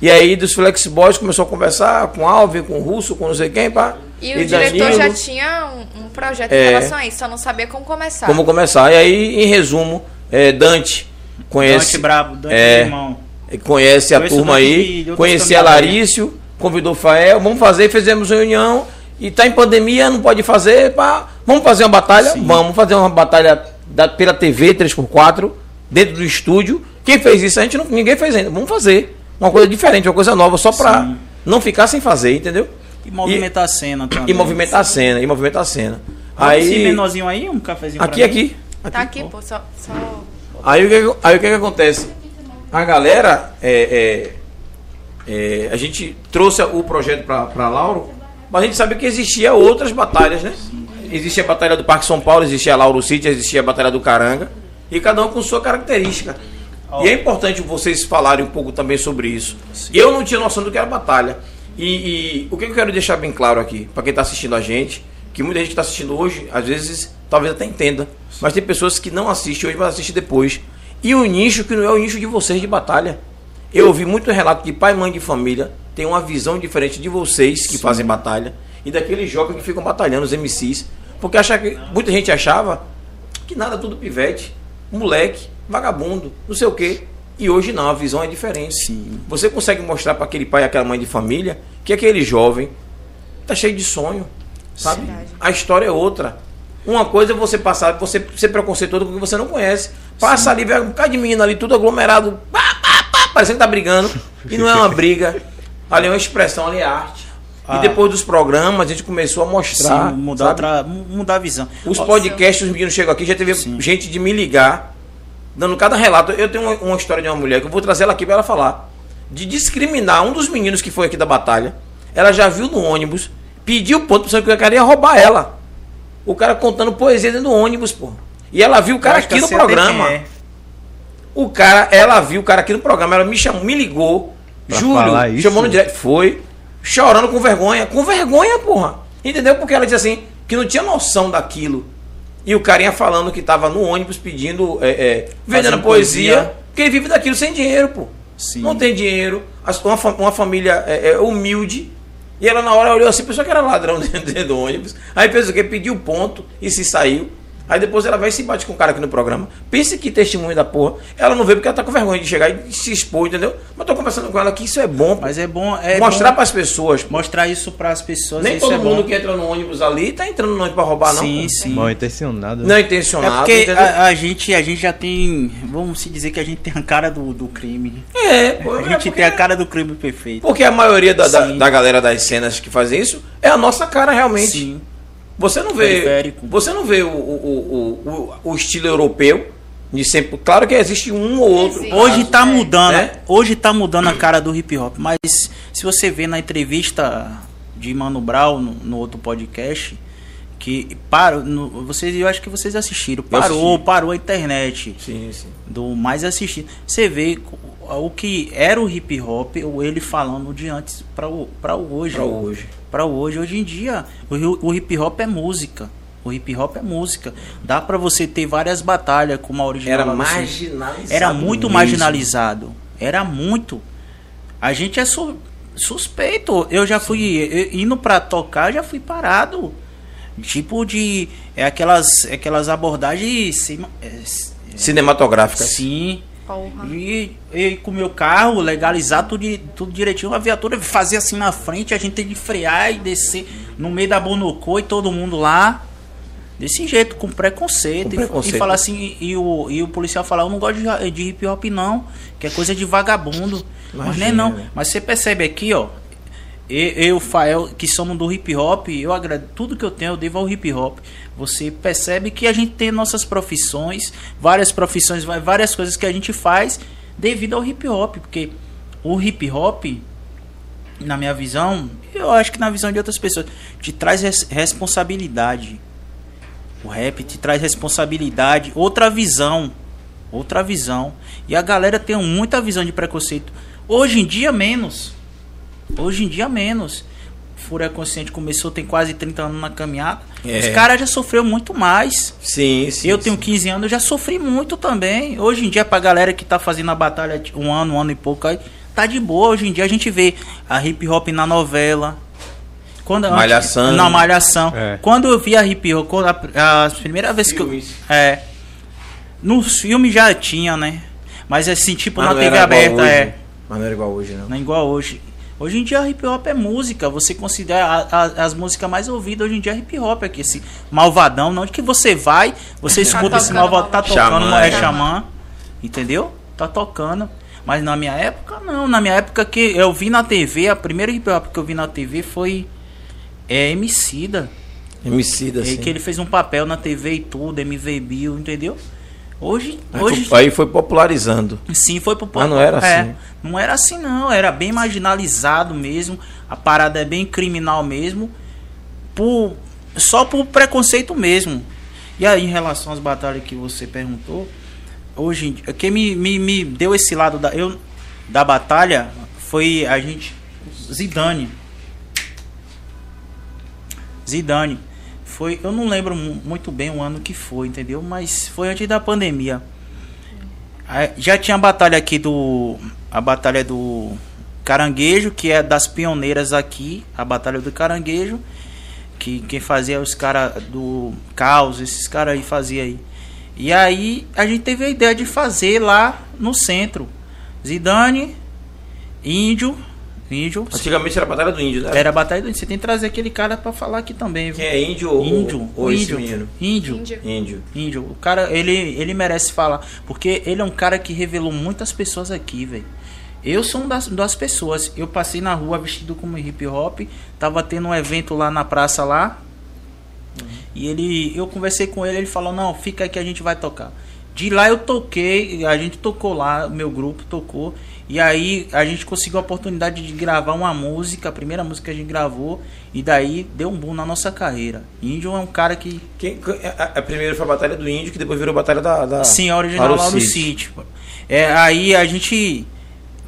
Speaker 3: E aí dos Flex Boys começou a conversar com Alvin, com o Russo, com não sei quem, pá.
Speaker 1: E o diretor
Speaker 3: Danilo,
Speaker 1: já tinha um, um projeto
Speaker 3: É.
Speaker 1: em relação a isso, só não sabia como começar.
Speaker 3: Como começar. E aí, em resumo, é, Dante conhece,
Speaker 5: Dante Brabo, Dante
Speaker 3: É.
Speaker 5: Irmão.
Speaker 3: conhece a
Speaker 5: Conheço
Speaker 3: turma
Speaker 5: o Dante de
Speaker 3: aí,
Speaker 5: outros
Speaker 3: conhecia
Speaker 5: também.
Speaker 3: Larício, convidou o Fael, vamos fazer, fizemos reunião. E tá em pandemia, não pode fazer, pá. Vamos fazer uma batalha? Vamos fazer uma batalha da- pela TV 3x4, dentro do estúdio. Quem fez isso? A gente não, ninguém fez ainda. Vamos fazer. Uma coisa diferente, uma coisa nova, só pra
Speaker 5: Sim.
Speaker 3: não ficar sem fazer, entendeu?
Speaker 5: E movimentar a cena também.
Speaker 3: E movimentar a cena, e movimentar a cena.
Speaker 5: Esse
Speaker 3: Aí.
Speaker 5: menorzinho aí, um cafezinho
Speaker 3: Aqui,
Speaker 5: pra mim?
Speaker 3: aqui.
Speaker 1: Tá aqui, pô, só. só...
Speaker 3: Aí o que, aí o que, que acontece? A galera. é, é, é, a gente trouxe o projeto pra, pra Lauro, mas a gente sabe que existia outras batalhas, né? Existia a Batalha do Parque São Paulo, existia a Lauro City, existia a Batalha do Caranga. E cada um com sua característica. E é importante vocês falarem um pouco também sobre isso. Eu não tinha noção do que era batalha. E, e o que eu quero deixar bem claro aqui, para quem está assistindo a gente, que muita gente que está assistindo hoje, às vezes, talvez até entenda. Mas tem pessoas que não assistem hoje, mas assistem depois. E o nicho que não é o nicho de vocês de batalha. Eu ouvi muito relato de pai e mãe de família tem uma visão diferente de vocês que fazem batalha e daqueles jovens que ficam batalhando, os MCs. Porque acha que, muita gente achava que nada tudo pivete, moleque, vagabundo, não sei o quê. E hoje não, a visão é diferente.
Speaker 5: Sim.
Speaker 3: Você consegue mostrar para aquele pai e aquela mãe de família que aquele jovem tá cheio de sonho, sabe? A história é outra. Uma coisa é você passar, você ser preconceituoso com o que você não conhece. Passa ali, vê um bocado de menino ali, tudo aglomerado, pá, pá, pá, parecendo que tá brigando. E não é uma briga. Ali é uma expressão, ali é arte. E depois dos programas, a gente começou a mostrar.
Speaker 5: Ah. Sim, mudar,
Speaker 3: sabe?
Speaker 5: outra- mu- mudar a visão.
Speaker 3: Os
Speaker 5: Ó,
Speaker 3: podcasts, os meninos chegam aqui, já teve
Speaker 5: Sim.
Speaker 3: gente de me ligar, dando cada relato. Eu tenho uma, uma história de uma mulher que eu vou trazer ela aqui pra ela falar. De discriminar um dos meninos que foi aqui da batalha. Ela já viu no ônibus, pediu ponto, pensando que o cara ia roubar ela. O cara contando poesia dentro do ônibus, pô. E ela viu o cara
Speaker 5: acho que
Speaker 3: aqui no
Speaker 5: eu sei até
Speaker 3: programa.
Speaker 5: quem é.
Speaker 3: O cara, ela viu o cara aqui no programa, ela me chamou, me ligou.
Speaker 4: Pra falar
Speaker 3: Júlio,
Speaker 4: isso?
Speaker 3: chamou no direct. Foi. Chorando com vergonha. Com vergonha, porra. Entendeu? Porque ela disse assim, que não tinha noção daquilo. E o carinha falando que tava no ônibus pedindo. é, é, vendendo
Speaker 5: Fazendo
Speaker 3: poesia,
Speaker 5: poesia.
Speaker 3: Porque ele vive daquilo sem dinheiro, pô.
Speaker 5: Sim.
Speaker 3: Não tem dinheiro. as- Uma, fa- uma família é, é, humilde. E ela na hora olhou assim, pensou que era ladrão dentro, dentro do ônibus. Aí fez o quê? Pediu ponto e se saiu. Aí depois ela vai e se bate com o cara aqui no programa. Pense que testemunho da porra. Ela não veio porque ela tá com vergonha de chegar e se expor, entendeu? Mas tô conversando com ela que isso é bom. pô.
Speaker 5: Mas é bom. É
Speaker 3: Mostrar
Speaker 5: bom
Speaker 3: para as pessoas. pô.
Speaker 5: mostrar isso para as pessoas.
Speaker 3: Nem
Speaker 5: isso
Speaker 3: todo
Speaker 5: é bom.
Speaker 3: mundo que entra no ônibus ali tá entrando no ônibus pra roubar, não.
Speaker 5: Sim,
Speaker 3: pô.
Speaker 5: sim.
Speaker 4: Mal intencionado. né?
Speaker 3: Não é
Speaker 5: É
Speaker 3: intencionado.
Speaker 5: porque
Speaker 3: entendeu?
Speaker 5: a, a gente, a gente já tem. Vamos se dizer que a gente tem a cara do, do crime.
Speaker 3: É, pô,
Speaker 5: A
Speaker 3: é
Speaker 5: gente
Speaker 3: porque-
Speaker 5: tem a cara do crime perfeito.
Speaker 3: Porque a maioria da, da,
Speaker 5: Sim.
Speaker 3: da galera das cenas que fazem isso é a nossa cara realmente.
Speaker 5: Sim.
Speaker 3: Você não vê.
Speaker 5: Periférico.
Speaker 3: Você não vê o, o, o, o, o estilo europeu de sempre. Claro que existe um ou outro.
Speaker 1: Existe.
Speaker 5: Hoje tá
Speaker 1: É.
Speaker 5: mudando.
Speaker 3: É.
Speaker 5: Hoje tá mudando a cara do hip hop. Mas se você vê na entrevista de Mano Brown no, no outro podcast, que parou. no- vocês, eu acho que vocês assistiram. Parou,
Speaker 3: assisti.
Speaker 5: parou a internet.
Speaker 3: Sim, sim.
Speaker 5: do mais assistido. Você vê o que era o hip hop, ou ele falando de antes para o, pra o hoje.
Speaker 3: Pra hoje.
Speaker 5: Pra hoje. Hoje em dia, o, ri- o hip hop é música. O hip hop é música. Dá pra você ter várias batalhas com uma original.
Speaker 3: Era
Speaker 5: lá no sul.
Speaker 3: marginalizado.
Speaker 5: Era muito
Speaker 3: mesmo.
Speaker 5: marginalizado. Era muito. A gente é su- suspeito. Eu já fui eu- indo pra tocar, já fui parado. Tipo de. É aquelas, aquelas abordagens. cima- é,
Speaker 3: Cinematográfica.
Speaker 5: Sim.
Speaker 1: Porra.
Speaker 5: Tá E, e com o meu carro, legalizar tudo, di- tudo direitinho, a viatura fazia assim na frente, a gente tem que frear e descer no meio da Bonocô e todo mundo lá. Desse jeito, com preconceito.
Speaker 3: Com
Speaker 5: e fa-
Speaker 3: preconceito. né?
Speaker 5: E, falar assim, e o, e o policial falar, eu não gosto de, ra- de hip hop não, que é coisa de vagabundo. Mas nem não. Mas você percebe aqui, ó. e- Eu, Fael, que somos do hip hop, eu agradeço tudo que eu tenho, eu devo ao hip hop. Você percebe que a gente tem nossas profissões, várias profissões, vai- várias coisas que a gente faz devido ao hip hop, porque o hip hop, na minha visão, eu acho que na visão de outras pessoas, te traz res- responsabilidade. O rap te traz responsabilidade, outra visão, outra visão. E a galera tem muita visão de preconceito. Hoje em dia menos. Hoje em dia menos. Fúria Consciente começou tem quase 30 anos na caminhada.
Speaker 3: É.
Speaker 5: Os caras já sofreu muito mais.
Speaker 3: Sim, sim.
Speaker 5: eu tenho
Speaker 3: sim.
Speaker 5: 15 anos, eu já sofri muito também. Hoje em dia, pra galera que tá fazendo a batalha de um ano, um ano e pouco aí, tá de boa. Hoje em dia a gente vê a hip hop na novela. Quando, antes-
Speaker 3: Malhação.
Speaker 5: Na malhação.
Speaker 4: É.
Speaker 5: Quando eu vi a hip hop, quando a, a primeira vez que eu.
Speaker 3: Filmes.
Speaker 5: É. Nos filmes já tinha, né? Mas assim, tipo,
Speaker 3: Mas
Speaker 5: na
Speaker 3: não
Speaker 5: TV
Speaker 3: era igual
Speaker 5: aberta,
Speaker 3: hoje. né?
Speaker 5: é.
Speaker 3: Mas não era igual hoje, não.
Speaker 5: Não é igual hoje. Hoje em dia hip hop é música. Você considera a- a- as músicas mais ouvidas hoje em dia é hip hop aqui. Esse malvadão, não. De que você vai, você escuta esse
Speaker 1: tocando
Speaker 5: malvadão, tá
Speaker 3: Xamã,
Speaker 5: tocando, é
Speaker 3: é.
Speaker 5: xamã. Entendeu? Tá tocando. Mas na minha época, não. Na minha época que eu vi na TV, a primeira hip hop que eu vi na TV foi. É Emicida.
Speaker 3: Emicida,
Speaker 5: É,
Speaker 3: assim.
Speaker 5: que ele fez um papel na TV e tudo, MV Bill, entendeu? Hoje,
Speaker 3: Aí
Speaker 5: hoje
Speaker 3: foi- Aí foi popularizando.
Speaker 5: Sim, foi pro
Speaker 3: Mas não era
Speaker 5: é,
Speaker 3: assim.
Speaker 5: Não era assim, não. Era bem marginalizado mesmo. A parada é bem criminal mesmo. Por, só por preconceito mesmo. E aí, em relação às batalhas que você perguntou, hoje em dia, quem me, me, me deu esse lado da, eu, da batalha foi a gente. Zidane. Zidane. Foi, eu não lembro mu- muito bem o ano que foi, entendeu? Mas foi antes da pandemia. Aí, Já tinha a batalha aqui do. A batalha do Caranguejo, que é das pioneiras aqui, a batalha do Caranguejo. Que quem fazia os caras do Caos, esses caras aí fazia aí. E aí a gente teve a ideia de fazer lá no centro. Zidane, Índio Índio.
Speaker 3: Antigamente era a batalha do índio, né?
Speaker 5: Era a Batalha do Índio. Você tem que trazer aquele cara pra falar aqui também, viu?
Speaker 3: Quem é índio ou,
Speaker 5: Índio.
Speaker 3: ou esse
Speaker 5: índio,
Speaker 3: menino?
Speaker 5: Índio.
Speaker 1: Índio.
Speaker 3: Índio.
Speaker 5: Índio, o cara, ele, ele merece falar. Porque ele é um cara que revelou muitas pessoas aqui, velho. Eu sou uma das, das pessoas. Eu passei na rua vestido como hip hop. Tava tendo um evento lá na praça lá. E ele. Eu conversei com ele, ele falou, não, fica aqui, a gente vai tocar. De lá eu toquei, a gente tocou lá, meu grupo tocou. E aí a gente conseguiu a oportunidade de gravar uma música, a primeira música que a gente gravou, e daí deu um boom na nossa carreira. Índio é um cara que
Speaker 3: Quem, a, a- a primeira foi a batalha do índio, que depois virou a batalha da. da
Speaker 5: Sim, a original lá no
Speaker 3: Laurocite.
Speaker 5: sítio. É, aí a gente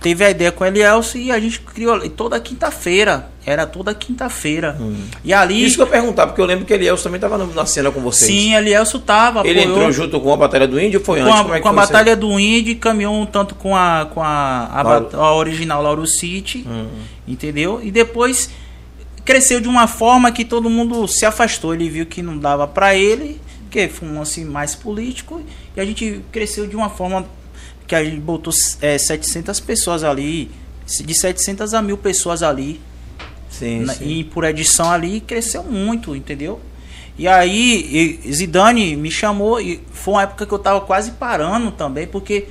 Speaker 5: teve a ideia com o Elielso e a gente criou e toda quinta-feira. Era toda quinta-feira. E ali.
Speaker 3: Hum. Isso que eu perguntar, porque eu lembro que Elielso também estava na cena com vocês.
Speaker 5: sim, Elielso tava.
Speaker 3: Ele
Speaker 5: apoiou
Speaker 3: entrou junto com a batalha do índio ou foi
Speaker 5: com
Speaker 3: antes?
Speaker 5: a,
Speaker 3: Como é que
Speaker 5: com a
Speaker 3: foi isso aí?
Speaker 5: batalha do Indy, caminhou um tanto com a, com a, a,
Speaker 3: Lauro- Hum,
Speaker 5: bat- a original Lauro City, entendeu? E depois cresceu de uma forma que todo mundo se afastou. Ele viu que não dava pra ele, que foi um lance mais político, e a gente cresceu de uma forma que a gente botou eh, 700 pessoas ali, de 700 a mil pessoas ali,
Speaker 3: Sim,
Speaker 5: na-
Speaker 3: sim.
Speaker 5: né? e por edição ali cresceu muito, entendeu? E aí e Zidane me chamou e foi uma época que eu tava quase parando também, porque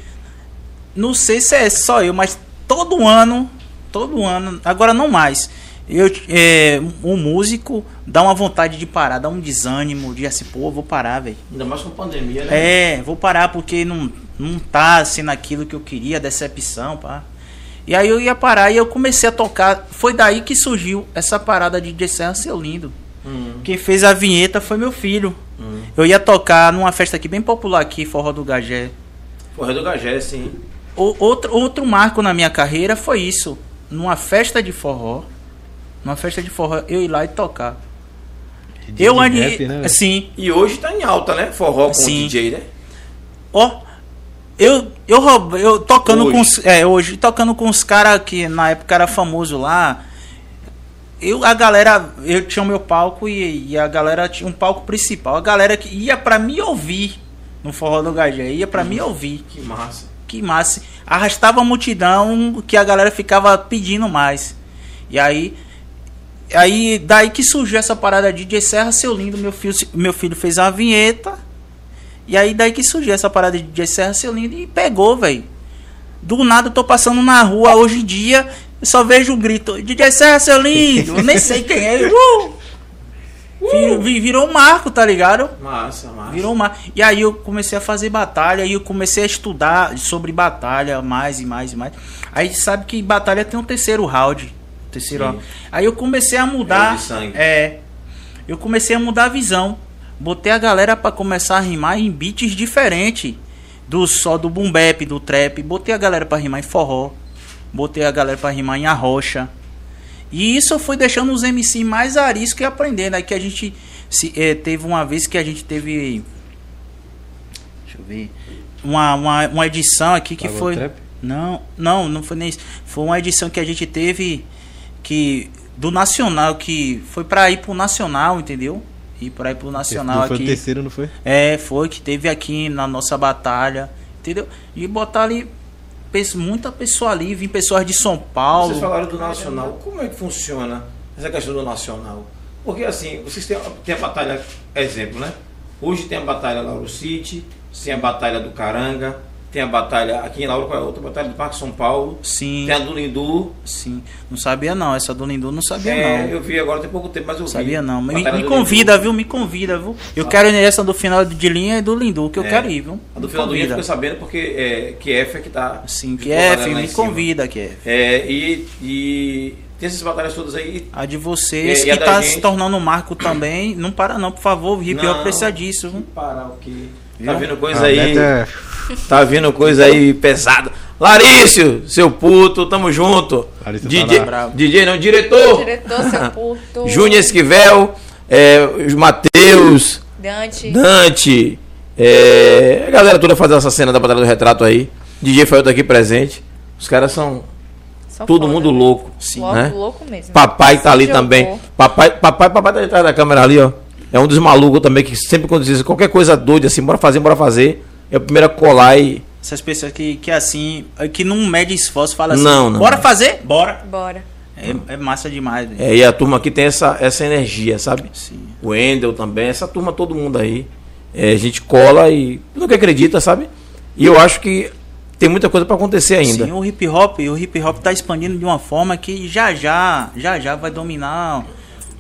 Speaker 5: não sei se é só eu, mas todo ano, todo ano, agora não mais. Eu, é, um músico dá uma vontade de parar, dá um desânimo de assim, pô, vou parar, velho.
Speaker 3: Ainda mais com a pandemia, né?
Speaker 5: É, vou parar porque não, não tá sendo aquilo que eu queria, decepção, pá. E aí eu ia parar e eu comecei a tocar. Foi daí que surgiu essa parada de DJ Serra Seu Lindo.
Speaker 4: Hum.
Speaker 5: Quem fez a vinheta foi meu filho. Eu ia tocar numa festa aqui bem popular aqui, Forró do Gagé.
Speaker 3: Correio do Gagé, sim.
Speaker 5: O- outro, outro marco na minha carreira foi isso. Numa festa de forró. Numa festa de forró, eu ir lá e tocar.
Speaker 4: DJ
Speaker 5: Eu
Speaker 4: de
Speaker 5: ani-
Speaker 4: rap, né, velho?
Speaker 5: Sim,
Speaker 3: E hoje tá em alta, né? Forró com
Speaker 5: Sim.
Speaker 3: o DJ, né?
Speaker 5: Ó, eu, eu, roub- eu tocando
Speaker 3: Hoje.
Speaker 5: com os, é, hoje, tocando com os caras que na época era famoso lá. Eu, a galera, eu tinha o meu palco e, e a galera tinha um palco principal. A galera que ia pra me ouvir no Forró do Gajé, ia pra me ouvir.
Speaker 3: Que massa.
Speaker 5: Que massa. Arrastava a multidão que a galera ficava pedindo mais. E aí. Aí, daí que surgiu essa parada de DJ Serra, seu lindo, meu filho, meu filho fez a vinheta. E aí daí que surgiu essa parada de DJ Serra, seu lindo, e pegou, velho. Do nada eu tô passando na rua hoje em dia, eu só vejo o grito, DJ Serra, seu lindo, eu nem sei quem é. Uh! Vi- vi- Virou um marco, tá ligado?
Speaker 3: Massa, massa.
Speaker 5: Virou um uma. E aí eu comecei a fazer batalha e eu comecei a estudar sobre batalha mais e mais e mais. Aí sabe que batalha tem um terceiro round. Terceiro
Speaker 3: Sim.
Speaker 5: round. Aí eu comecei a
Speaker 3: É o
Speaker 5: mudar.
Speaker 3: de sangue.
Speaker 5: É. Eu comecei a mudar a visão. Botei a galera pra começar a rimar em beats diferentes. Do só do boom bap, do trap. Botei a galera pra rimar em forró. Botei a galera pra rimar em arrocha. E isso foi deixando os MC mais arisco e aprendendo. Aí né? que a gente se, eh, teve uma vez que a gente teve. Deixa eu ver. Uma, uma, uma edição aqui que
Speaker 4: Pagou
Speaker 5: foi.
Speaker 4: trap?
Speaker 5: Não, não, não foi nem isso. Foi uma edição que a gente teve que. Do Nacional, que foi pra ir pro Nacional, entendeu? E pra ir pro Nacional
Speaker 4: Foi o
Speaker 5: aqui.
Speaker 4: terceiro, não foi?
Speaker 5: É, foi que teve aqui na nossa batalha, entendeu? E botar ali pes- muita pessoa ali, vim pessoas de São Paulo.
Speaker 3: Vocês falaram do nacional. Como é que funciona essa questão do nacional? Porque assim, vocês têm, têm a batalha, exemplo, né? Hoje tem a batalha Lauro City, tem a batalha do Caranga, tem a batalha aqui em Lauro, qual é a outra? Batalha do Parque São Paulo,
Speaker 5: Sim,
Speaker 3: tem a do Lindu.
Speaker 5: sim. Não sabia não, essa do Lindu não sabia
Speaker 3: É,
Speaker 5: não.
Speaker 3: eu vi agora tem pouco tempo, mas eu vi. tá
Speaker 5: Sabia não. Me,
Speaker 3: Batalha
Speaker 5: me
Speaker 3: do
Speaker 5: convida,
Speaker 3: Lindu.
Speaker 5: viu? Me convida, viu? Eu quero ir essa do final de linha e do Lindu, que eu
Speaker 3: Ah. É.
Speaker 5: quero ir, viu?
Speaker 3: A do
Speaker 5: Me
Speaker 3: final do dia
Speaker 5: convida.
Speaker 3: fica sabendo porque é, Kiev é que tá.
Speaker 5: Sim,
Speaker 3: ficou a
Speaker 5: Kef,
Speaker 3: galera lá em
Speaker 5: me
Speaker 3: cima.
Speaker 5: convida, Kef.
Speaker 3: É, e, e tem essas batalhas todas aí.
Speaker 5: A de vocês,
Speaker 3: E- e a
Speaker 5: que
Speaker 3: da
Speaker 5: tá
Speaker 3: gente?
Speaker 5: se tornando um marco também. Não para não, por favor, o hip
Speaker 3: Não.
Speaker 5: hop precisa disso, viu?
Speaker 3: Parar o que. Tá
Speaker 5: Viu?
Speaker 3: vindo coisa
Speaker 4: A
Speaker 3: aí.
Speaker 4: meta é-
Speaker 3: Tá vindo coisa aí pesada. Larício, seu puto, tamo junto.
Speaker 4: Larício tá
Speaker 3: DJ,
Speaker 4: lá.
Speaker 5: Bravo.
Speaker 3: DJ não, diretor.
Speaker 1: Diretor, seu puto.
Speaker 3: Júnior Esquivel, é, os Matheus,
Speaker 1: Dante.
Speaker 3: Dante, é, a galera toda fazendo essa cena da Batalha do Retrato aí. DJ Fael tá aqui presente. Os caras são
Speaker 1: Só
Speaker 3: todo
Speaker 1: foda.
Speaker 3: mundo louco.
Speaker 1: Louco,
Speaker 3: né?
Speaker 1: louco mesmo.
Speaker 3: Papai tá ali
Speaker 1: Jogou.
Speaker 3: também. Papai, papai, papai tá detrás da câmera ali, ó. É um dos malucos também que sempre quando diz qualquer coisa doida assim, bora fazer, bora fazer. É o primeiro a colar e.
Speaker 5: é Essas pessoas que, que assim, que não mede esforço, fala assim,
Speaker 3: Não, não.
Speaker 5: bora fazer? Bora.
Speaker 1: Bora.
Speaker 5: É, é massa demais, velho.
Speaker 3: É, e a turma aqui tem essa, essa energia, sabe?
Speaker 5: Sim.
Speaker 3: O Endel também, essa turma, todo mundo aí. É, a gente cola e nunca acredita, sabe? E eu acho que tem muita coisa pra acontecer ainda.
Speaker 5: Sim, o hip hop, o hip hop tá expandindo de uma forma que já já, já já vai dominar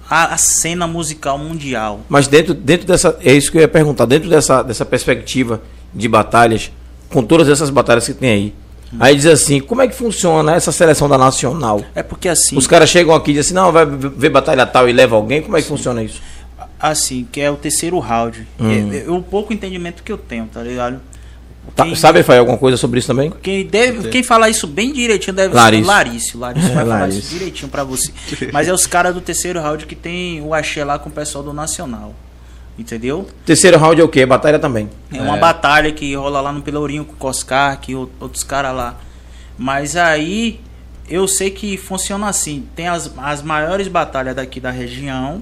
Speaker 5: a, a cena musical mundial.
Speaker 3: Mas dentro, dentro dessa. É isso que eu ia perguntar. Dentro dessa, dessa perspectiva de batalhas, com todas essas batalhas que tem aí. Aí diz assim: como é que funciona essa seleção da nacional?
Speaker 5: É porque assim,
Speaker 3: Os caras chegam aqui e dizem assim: não, vai ver batalha tal e leva alguém. Como é que funciona isso?
Speaker 5: assim, que é o terceiro round. É, é o pouco entendimento que eu tenho, tá ligado?
Speaker 3: Hum. Tá,
Speaker 5: Quem-
Speaker 3: sabe, Rafael, alguma coisa sobre isso também?
Speaker 5: Quem, deve, quem falar isso bem direitinho deve
Speaker 3: Larício.
Speaker 5: ser Larício. Larício vai falar isso
Speaker 3: Larício.
Speaker 5: direitinho pra você. Mas é os caras do terceiro round que tem o axé lá com o pessoal do Nacional. Entendeu?
Speaker 3: Terceiro round é o quê? Batalha também.
Speaker 5: É uma batalha que rola lá no Pelourinho com o Coscar, que o- outros caras lá. Mas aí eu sei que funciona assim. Tem as, as maiores batalhas daqui da região.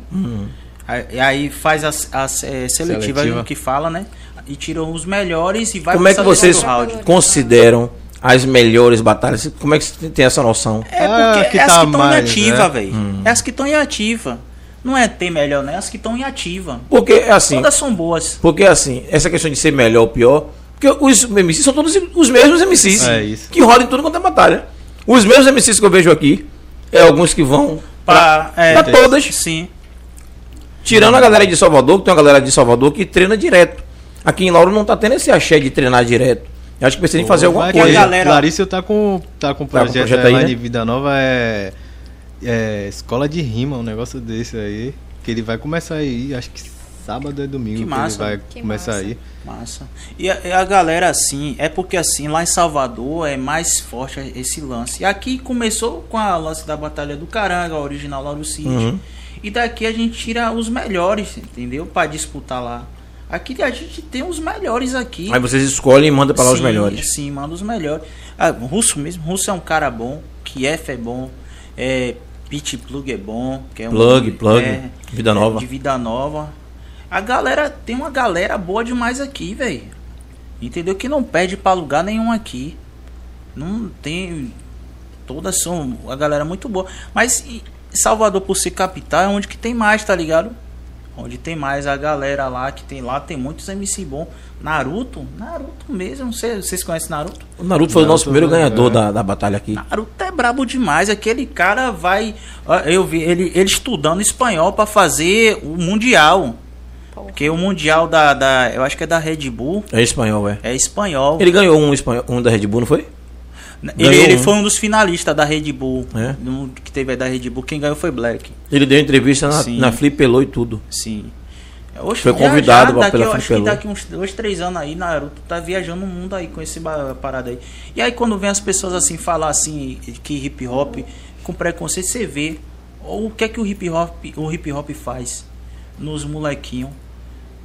Speaker 5: Aí, aí faz as, as eh, seletivas
Speaker 4: Seletiva.
Speaker 5: que fala, né? E tiram os melhores e vai
Speaker 3: como é que
Speaker 5: pra seleção
Speaker 3: vocês
Speaker 5: do round.
Speaker 3: consideram as melhores batalhas? Como é que você tem essa noção?
Speaker 5: É
Speaker 4: Ah,
Speaker 5: porque
Speaker 4: que
Speaker 5: é as
Speaker 4: tá
Speaker 5: que estão em
Speaker 4: mais,
Speaker 5: ativa,
Speaker 4: né?
Speaker 5: velho. É as que estão em ativa. Não é ter melhor, né? É as que estão em ativa.
Speaker 3: Porque assim,
Speaker 5: Todas são boas.
Speaker 3: porque assim, essa questão de ser melhor ou pior, porque os MCs são todos os mesmos MCs
Speaker 4: É isso.
Speaker 3: que rolam em tudo quanto é batalha. Os mesmos MCs que eu vejo aqui, é alguns que vão
Speaker 5: Pra, é,
Speaker 3: pra todas.
Speaker 5: Sim.
Speaker 3: Tirando a galera de Salvador, que tem uma galera de Salvador que treina direto. Aqui em Lauro não tá tendo esse axé de treinar direto. Eu acho que precisa em fazer alguma
Speaker 4: Mas
Speaker 5: que a
Speaker 3: coisa.
Speaker 5: galera-
Speaker 4: Larissa tá com, tá com
Speaker 3: Tá com
Speaker 4: um
Speaker 3: um
Speaker 4: projeto,
Speaker 3: projeto
Speaker 4: aí,
Speaker 3: aí,
Speaker 4: lá
Speaker 3: né?
Speaker 4: de Vida Nova, é, é escola de rima, um negócio desse aí. Que ele vai começar aí, acho que sábado é domingo
Speaker 5: Que
Speaker 4: que,
Speaker 5: massa.
Speaker 4: ele vai
Speaker 1: Que
Speaker 4: começar
Speaker 1: massa.
Speaker 4: aí.
Speaker 5: Massa. E a, e a galera, assim, é porque assim, lá em Salvador é mais forte esse lance. Aqui começou com a lance da Batalha do Caranga, a original Lauro Cid.
Speaker 3: Uhum.
Speaker 5: E daqui a gente tira os melhores, entendeu? Pra disputar lá. Aqui a gente tem os melhores aqui.
Speaker 3: Aí vocês escolhem e mandam pra lá os
Speaker 5: Sim,
Speaker 3: melhores.
Speaker 5: Sim, manda os melhores. Ah, o russo mesmo, russo é um cara bom, Kiev é bom, é, Pit Plug é bom, que é um-
Speaker 3: Plug, plug, Vida
Speaker 5: é,
Speaker 3: Nova.
Speaker 5: de vida nova. A galera tem uma galera boa demais aqui, velho. Entendeu? Que não perde pra lugar nenhum aqui. Não tem todas são a galera muito boa, mas e Salvador por ser capital é onde que tem mais, tá ligado? Onde tem mais a galera lá que tem lá, tem muitos MC bom. Naruto, Naruto mesmo, cê- vocês conhecem Naruto?
Speaker 3: O Naruto foi o nosso
Speaker 4: Naruto,
Speaker 3: primeiro
Speaker 4: né,
Speaker 3: ganhador
Speaker 4: é.
Speaker 3: da, da batalha aqui.
Speaker 5: Naruto é brabo demais, aquele cara vai, ó, eu vi ele, ele estudando espanhol pra fazer o mundial. Porque o mundial da, da, eu acho que é da Red Bull,
Speaker 3: É espanhol, é.
Speaker 5: é espanhol.
Speaker 3: Ele ganhou um, espanhol, um da Red Bull, não foi?
Speaker 5: Ele,
Speaker 3: ganhou
Speaker 5: ele
Speaker 3: um.
Speaker 5: foi um dos finalistas da Red Bull,
Speaker 3: É?
Speaker 5: no, que teve a da Red Bull, quem ganhou foi Black.
Speaker 3: Ele deu entrevista na,
Speaker 5: Sim.
Speaker 3: na Flip Pelô e tudo.
Speaker 5: Sim. É, Hoje,
Speaker 3: Foi convidado
Speaker 5: daqui,
Speaker 3: pela
Speaker 5: eu acho que
Speaker 3: Flipelô.
Speaker 5: daqui uns dois, três anos aí, Naruto tá viajando o mundo aí com esse ba- parada aí. E aí quando vem as pessoas assim falar assim que hip hop com preconceito, você vê o que é que o hip hop, o hip hop faz nos molequinhos.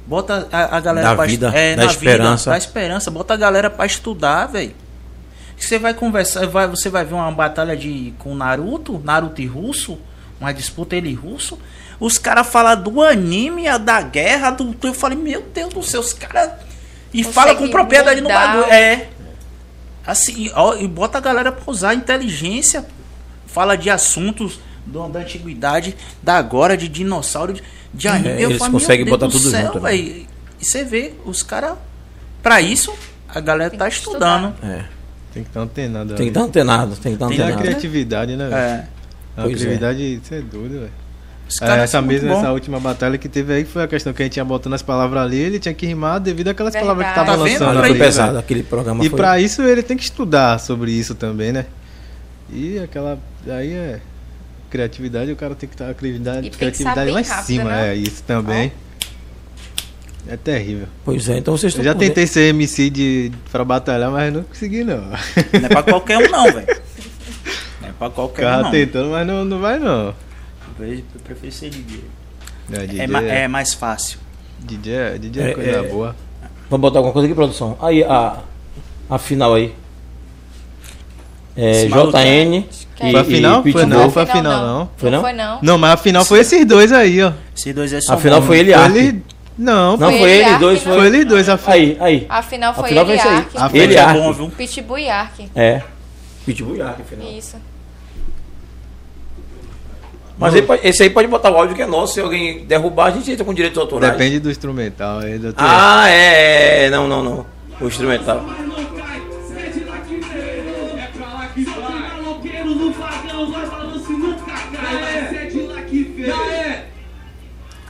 Speaker 5: Bota a, a galera
Speaker 3: Da
Speaker 5: pra estu-
Speaker 3: vida,
Speaker 5: é,
Speaker 3: da
Speaker 5: na
Speaker 3: esperança.
Speaker 5: Vida, da esperança, bota a galera pra estudar, velho. Você vai conversar, vai, você vai ver uma batalha de com Naruto, Naruto e Russo, uma disputa ele e Russo. Os caras falam do anime, a da guerra, do. Eu falei, meu Deus do céu, os caras. E
Speaker 1: Consegue
Speaker 5: fala com propriedade no
Speaker 1: mudar.
Speaker 5: bagulho. É. Assim, ó, e bota a galera pra usar a inteligência. Fala de assuntos do- da antiguidade, da agora, de dinossauro, de, de anime.
Speaker 3: É,
Speaker 5: Eu
Speaker 3: eles
Speaker 5: falo, meu
Speaker 3: conseguem
Speaker 5: Deus
Speaker 3: botar
Speaker 5: do
Speaker 3: tudo
Speaker 5: céu,
Speaker 3: junto, né?
Speaker 5: véi. E você vê, os caras. Pra isso, a galera
Speaker 1: Tem
Speaker 5: tá
Speaker 1: que
Speaker 5: estudando.
Speaker 3: É.
Speaker 4: Tem que estar antenado.
Speaker 3: Tem que
Speaker 4: ali.
Speaker 3: estar antenado, tem que estar
Speaker 5: Tem
Speaker 4: Tem a
Speaker 3: antenado.
Speaker 4: criatividade, né? velho?
Speaker 5: É.
Speaker 3: Pois
Speaker 4: A
Speaker 3: é. tá
Speaker 4: criatividade, isso é doido, velho.
Speaker 5: Os
Speaker 4: É,
Speaker 5: caras
Speaker 4: essa
Speaker 5: são muito
Speaker 4: mesma,
Speaker 5: bom.
Speaker 4: essa última batalha que teve aí foi a questão que a gente ia botando as palavras ali, ele tinha que rimar devido àquelas
Speaker 1: Verdade.
Speaker 4: palavras que tava
Speaker 5: Tá vendo?
Speaker 4: lançando.
Speaker 5: Olha
Speaker 3: Mas
Speaker 5: aí,
Speaker 3: foi
Speaker 4: ali,
Speaker 3: pesado,
Speaker 4: velho.
Speaker 3: aquele programa
Speaker 4: E
Speaker 3: foi.
Speaker 4: pra isso ele tem que estudar sobre isso também, né? E aquela. Aí é. Criatividade, o cara tem que estar.
Speaker 1: E
Speaker 4: Criatividade,
Speaker 1: pensar
Speaker 4: criatividade
Speaker 1: bem
Speaker 4: lá em
Speaker 1: rápido,
Speaker 4: cima,
Speaker 1: né?
Speaker 4: é isso também. É terrível.
Speaker 3: Pois é, então vocês
Speaker 4: Eu
Speaker 3: estão
Speaker 4: já
Speaker 3: por dentro.
Speaker 4: tentei ser MC de, pra batalhar, mas não consegui não.
Speaker 5: Não é pra qualquer um, não, velho. Não é pra qualquer um,
Speaker 4: Ficava
Speaker 5: não.
Speaker 4: tentando, mas não, não vai não.
Speaker 5: Eu prefiro ser DJ.
Speaker 4: É, DJ,
Speaker 5: É, ma- é mais fácil.
Speaker 4: DJ, é- DJ é,
Speaker 3: É,
Speaker 4: coisa
Speaker 3: é.
Speaker 4: boa.
Speaker 3: Vamos botar alguma coisa aqui, produção. Aí, a, a final aí. É,
Speaker 5: Esse maluco,
Speaker 3: JN.
Speaker 1: Foi
Speaker 3: e-
Speaker 4: Foi a final?
Speaker 3: e Pitbull.
Speaker 4: Foi não, foi a
Speaker 1: Final
Speaker 4: final
Speaker 1: não.
Speaker 4: não.
Speaker 3: Foi não?
Speaker 1: Foi não.
Speaker 4: Não, mas a final foi esses dois aí, ó.
Speaker 5: Esses dois é só
Speaker 3: A final
Speaker 5: bom.
Speaker 3: foi ele e Ark.
Speaker 4: Ele. Não,
Speaker 3: Não,
Speaker 4: foi,
Speaker 3: foi ele, dois,
Speaker 1: Ark, não.
Speaker 3: foi.
Speaker 4: eles dois a final.
Speaker 3: Aí, aí.
Speaker 1: Afinal
Speaker 3: A
Speaker 1: foi
Speaker 3: final
Speaker 1: ele
Speaker 3: foi
Speaker 1: e
Speaker 3: isso aí.
Speaker 1: Ark.
Speaker 4: A
Speaker 3: Ele
Speaker 5: Ele
Speaker 3: e
Speaker 5: é
Speaker 3: Ark.
Speaker 5: bom, viu?
Speaker 4: Ah.
Speaker 1: Pitbull e Ark.
Speaker 3: É. Pitbull e Ark, final.
Speaker 1: Isso.
Speaker 2: Mas aí pode- esse aí pode botar o áudio que é nosso. Se alguém derrubar, a gente entra com direitos autorais.
Speaker 4: Depende do instrumental aí, doutor.
Speaker 2: Ah, é, é, é. Não, não, não. O instrumental.
Speaker 8: É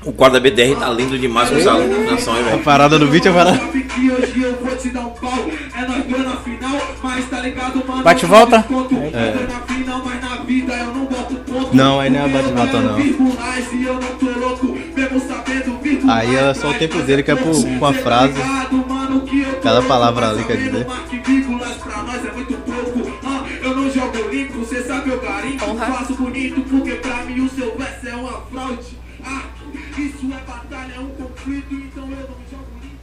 Speaker 2: O quadro da BDR tá lindo demais com essa iluminação aí,
Speaker 4: A
Speaker 2: velho.
Speaker 4: parada do beat é parada.
Speaker 8: Que hoje eu vou te dar um pau. É nós dois na final, mas tá ligado, mano?
Speaker 5: Bate e volta.
Speaker 8: Desconto. É. Na final, mas na vida eu não boto ponto.
Speaker 4: Não, aí não é bate e volta, não.
Speaker 8: Virgulais e eu não tô louco, mesmo sabendo virgulais,
Speaker 4: Aí é só o tempo dele que é por-
Speaker 8: mas
Speaker 4: com a
Speaker 8: cê tá
Speaker 4: frase.
Speaker 8: ligado, mano, que eu tô
Speaker 4: Cada
Speaker 8: louco,
Speaker 4: palavra
Speaker 8: mas
Speaker 4: ali é quer
Speaker 8: sabendo
Speaker 4: dizer.
Speaker 8: mais que vírgulas pra nós é muito pouco. Ah, eu não jogo limpo, cê sabe eu garimpo. Faço bonito porque pra mim o seu verso é uma fraude. Ah, isso é batalha, é um conflito, então eu não jogo limpo.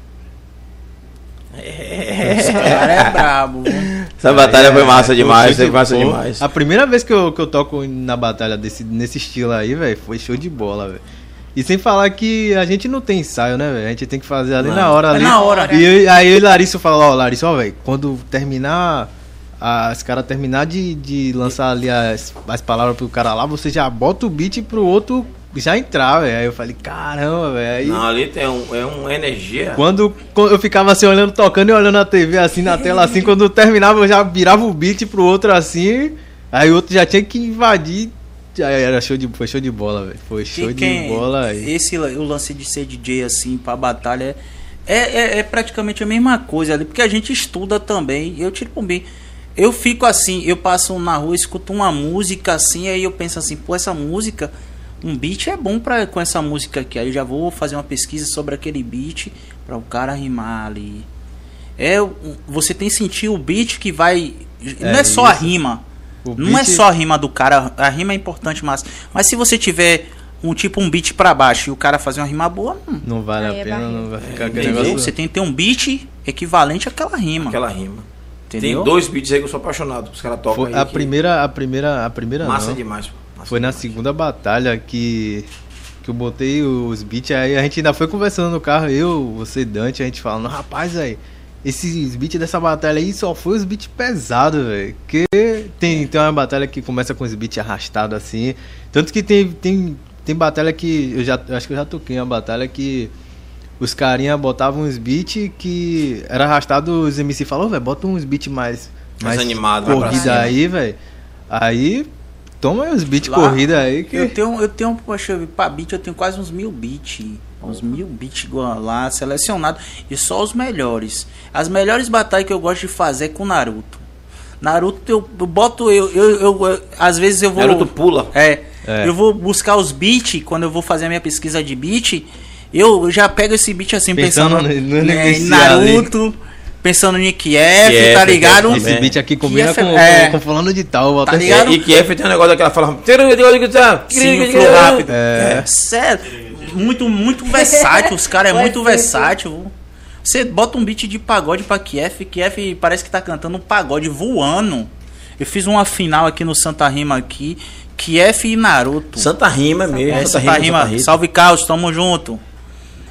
Speaker 3: É,
Speaker 5: Esse cara é brabo. viu?
Speaker 2: Essa batalha foi massa
Speaker 4: É,
Speaker 2: demais, foi
Speaker 4: curti
Speaker 2: massa
Speaker 4: pô.
Speaker 2: demais.
Speaker 4: A primeira vez que eu, que eu toco na batalha desse, nesse estilo aí, velho, foi show de bola, velho. E sem falar que a gente não tem ensaio, né, velho? A gente tem que fazer ali na hora.
Speaker 5: É
Speaker 4: ali.
Speaker 5: na hora.
Speaker 4: E eu- aí o Larissa falou, ó, Larissa, ó, velho, quando terminar, a- os caras terminar de, de lançar ali as, as palavras pro cara lá, você já bota o beat pro outro já entrar, velho. Aí eu falei, caramba, velho. Aí-
Speaker 2: Não, ali tem um, é uma energia.
Speaker 4: quando co- eu ficava assim olhando, tocando e olhando a TV assim na tela assim, quando eu terminava eu já virava o beat pro outro assim, aí o outro já tinha que invadir. Já era show de, foi show de bola, velho. Foi show
Speaker 5: E quem-
Speaker 4: de bola aí.
Speaker 5: Esse la- o lance de ser DJ assim pra batalha é, é, é praticamente a mesma coisa ali, porque a gente estuda também. Eu tiro por mim. Eu fico assim, eu passo na rua, escuto uma música assim, aí eu penso assim, pô, essa música, um beat é bom pra, com essa música aqui. Aí eu já vou fazer uma pesquisa sobre aquele beat pra o cara rimar ali. É, o- você tem que sentir o beat que vai. não é só a
Speaker 4: isso.
Speaker 5: rima.
Speaker 4: O
Speaker 5: não é
Speaker 4: beat-
Speaker 5: só a rima do cara, a rima é importante, mas mas se você tiver um tipo um beat pra baixo e o cara fazer uma rima boa, hum,
Speaker 4: Não vale
Speaker 1: Aí é
Speaker 4: a pena,
Speaker 1: barriga.
Speaker 4: não vai ficar aquele
Speaker 5: entendeu? Você
Speaker 4: um negócio.
Speaker 5: tem que ter um beat equivalente àquela rima,
Speaker 2: Aquela rima.
Speaker 5: entendeu?
Speaker 2: Tem dois beats aí que eu sou apaixonado. Os caras tocam
Speaker 4: Foi
Speaker 2: aí.
Speaker 4: a
Speaker 2: que
Speaker 4: primeira, a primeira, a primeira
Speaker 2: Massa
Speaker 4: não.
Speaker 2: demais. pô. Massa
Speaker 4: Foi na
Speaker 2: demais.
Speaker 4: segunda batalha que que eu botei os beats aí, a gente ainda foi conversando no carro, eu, você, Dante, a gente falando, rapaz, aí esses beats dessa batalha aí só foi os beats pesados, velho. Que
Speaker 2: É.
Speaker 4: tem, tem uma batalha que começa com os beats arrastados assim. Tanto que tem, tem, tem batalha que. Eu já eu acho que eu já toquei uma batalha que os carinha botavam uns beats que era arrastado, os MC falou, velho, bota uns beats mais.
Speaker 2: Mais animado, mais pra
Speaker 4: corrida
Speaker 2: cima."
Speaker 4: aí, velho. Aí toma aí os beats
Speaker 5: Lá-
Speaker 4: corrida aí que.
Speaker 5: Eu tenho, eu tenho, poxa, eu- pra beat eu tenho quase uns mil beats. Uns mil beats igual lá, selecionado. E só os melhores. As melhores batalhas que eu gosto de fazer é com Naruto. Naruto, eu, eu boto. Eu, eu, eu- eu- às vezes eu vou.
Speaker 2: Naruto pula.
Speaker 5: É,
Speaker 4: É.
Speaker 5: Eu vou buscar os beats. Quando eu vou fazer a minha pesquisa de beat, eu já pego esse beat assim, pensando,
Speaker 4: Pensando no- no
Speaker 5: né, em
Speaker 4: inicial
Speaker 5: Naruto, pensando em Nick F,
Speaker 2: Nick
Speaker 5: tá
Speaker 2: F,
Speaker 5: ligado?
Speaker 2: também.
Speaker 4: Esse
Speaker 2: É.
Speaker 4: beat aqui
Speaker 5: Que
Speaker 4: combina com,
Speaker 5: é fe-
Speaker 4: com,
Speaker 5: é.
Speaker 4: com fulano de tal, vou até
Speaker 5: Tá ligado?
Speaker 2: E que F tem um negócio daquela fala.
Speaker 5: Sim, o flow rápido. É. Sério, muito, muito versátil. Os caras é muito versátil. Você bota um beat de pagode pra Kiev, Kiev parece que tá cantando um pagode voando. Eu fiz uma final aqui no Santa Rima aqui, Kiev e Naruto.
Speaker 3: Santa Rima mesmo.
Speaker 5: É, Santa Rima, salve Carlos, tamo junto.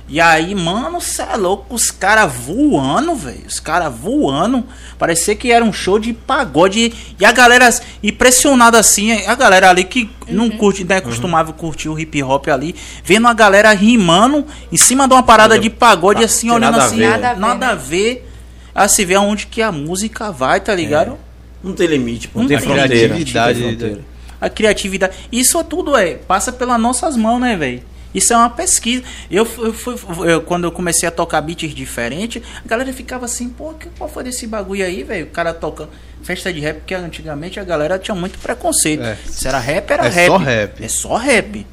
Speaker 5: E aí, mano, cê é louco, os caras voando, velho. Os caras voando. Parecia que era um show de pagode. E a galera impressionada assim, a galera ali que não curte,
Speaker 2: Uhum.
Speaker 5: não é acostumava curtir o hip hop ali, vendo a galera rimando em cima de uma parada de pagode assim,
Speaker 2: tem
Speaker 5: olhando
Speaker 2: tá nada a
Speaker 5: assim,
Speaker 2: ver,
Speaker 1: né?
Speaker 5: nada a ver. A se vê aonde que a música vai,
Speaker 2: É.
Speaker 5: tá ligado?
Speaker 3: Não tem limite, pô.
Speaker 5: Não
Speaker 3: Não tem
Speaker 5: tem
Speaker 3: fronteira.
Speaker 4: criatividade,
Speaker 3: Não tem fronteira.
Speaker 5: a criatividade. Isso tudo é passa pelas nossas mãos, né, velho? Isso é uma pesquisa. Eu, fu- eu fui eu- quando eu comecei a tocar beats diferentes, a galera ficava assim, pô, que, qual foi desse bagulho aí, velho? O cara tocando festa de rap, porque antigamente a galera tinha muito preconceito.
Speaker 4: É.
Speaker 5: Se era rap, era
Speaker 4: É
Speaker 5: rap.
Speaker 4: só rap.
Speaker 5: É só rap.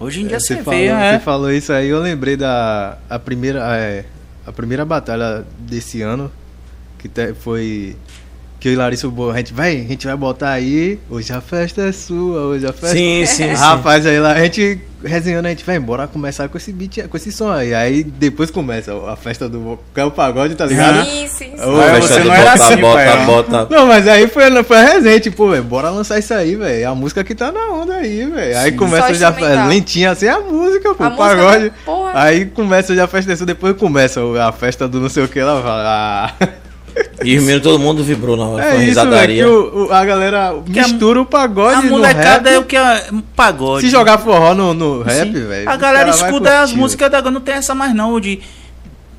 Speaker 5: Hoje em dia você,
Speaker 4: você, falou,
Speaker 5: vê, é.
Speaker 4: você falou isso aí, eu lembrei da a primeira, é, a primeira batalha desse ano, que te- foi. Que eu e Larissa, bo- a gente, véi, a gente vai botar aí. Hoje a festa é sua, hoje a festa
Speaker 3: Sim, sim, sim.
Speaker 4: é. Rapaz, aí lá, a gente resenhando, a gente vai embora começar com esse beat, com esse som aí. Aí depois começa a festa do que é o pagode, tá ligado?
Speaker 1: Isso, isso.
Speaker 4: Ô,
Speaker 5: Vai,
Speaker 4: velho,
Speaker 5: você não era assim, pai, ó.
Speaker 2: bota, bota.
Speaker 4: Não, mas aí foi, foi a resenha, tipo, velho, bora lançar isso aí, velho. A música que tá na onda aí, velho. Aí
Speaker 1: Só
Speaker 4: começa já
Speaker 1: instrumental.
Speaker 4: lentinha assim a música, pô,
Speaker 1: A música tá-
Speaker 4: o pagode.
Speaker 1: porra.
Speaker 4: Aí começa já a festa desse, depois começa o- a festa do não sei o que, ela fala. Ah.
Speaker 3: E o menino, todo mundo vibrou na hora.
Speaker 4: É isso, velho. que o- o- a galera mistura o
Speaker 5: A
Speaker 4: pagode no rap.
Speaker 5: molecada é o que é pagode.
Speaker 4: Se jogar forró no, no rap,
Speaker 5: Sim.
Speaker 4: velho.
Speaker 5: A
Speaker 4: os
Speaker 5: galera
Speaker 4: cara vai
Speaker 5: escuta as
Speaker 4: curtir,
Speaker 5: músicas da agora, não tem essa mais não. De...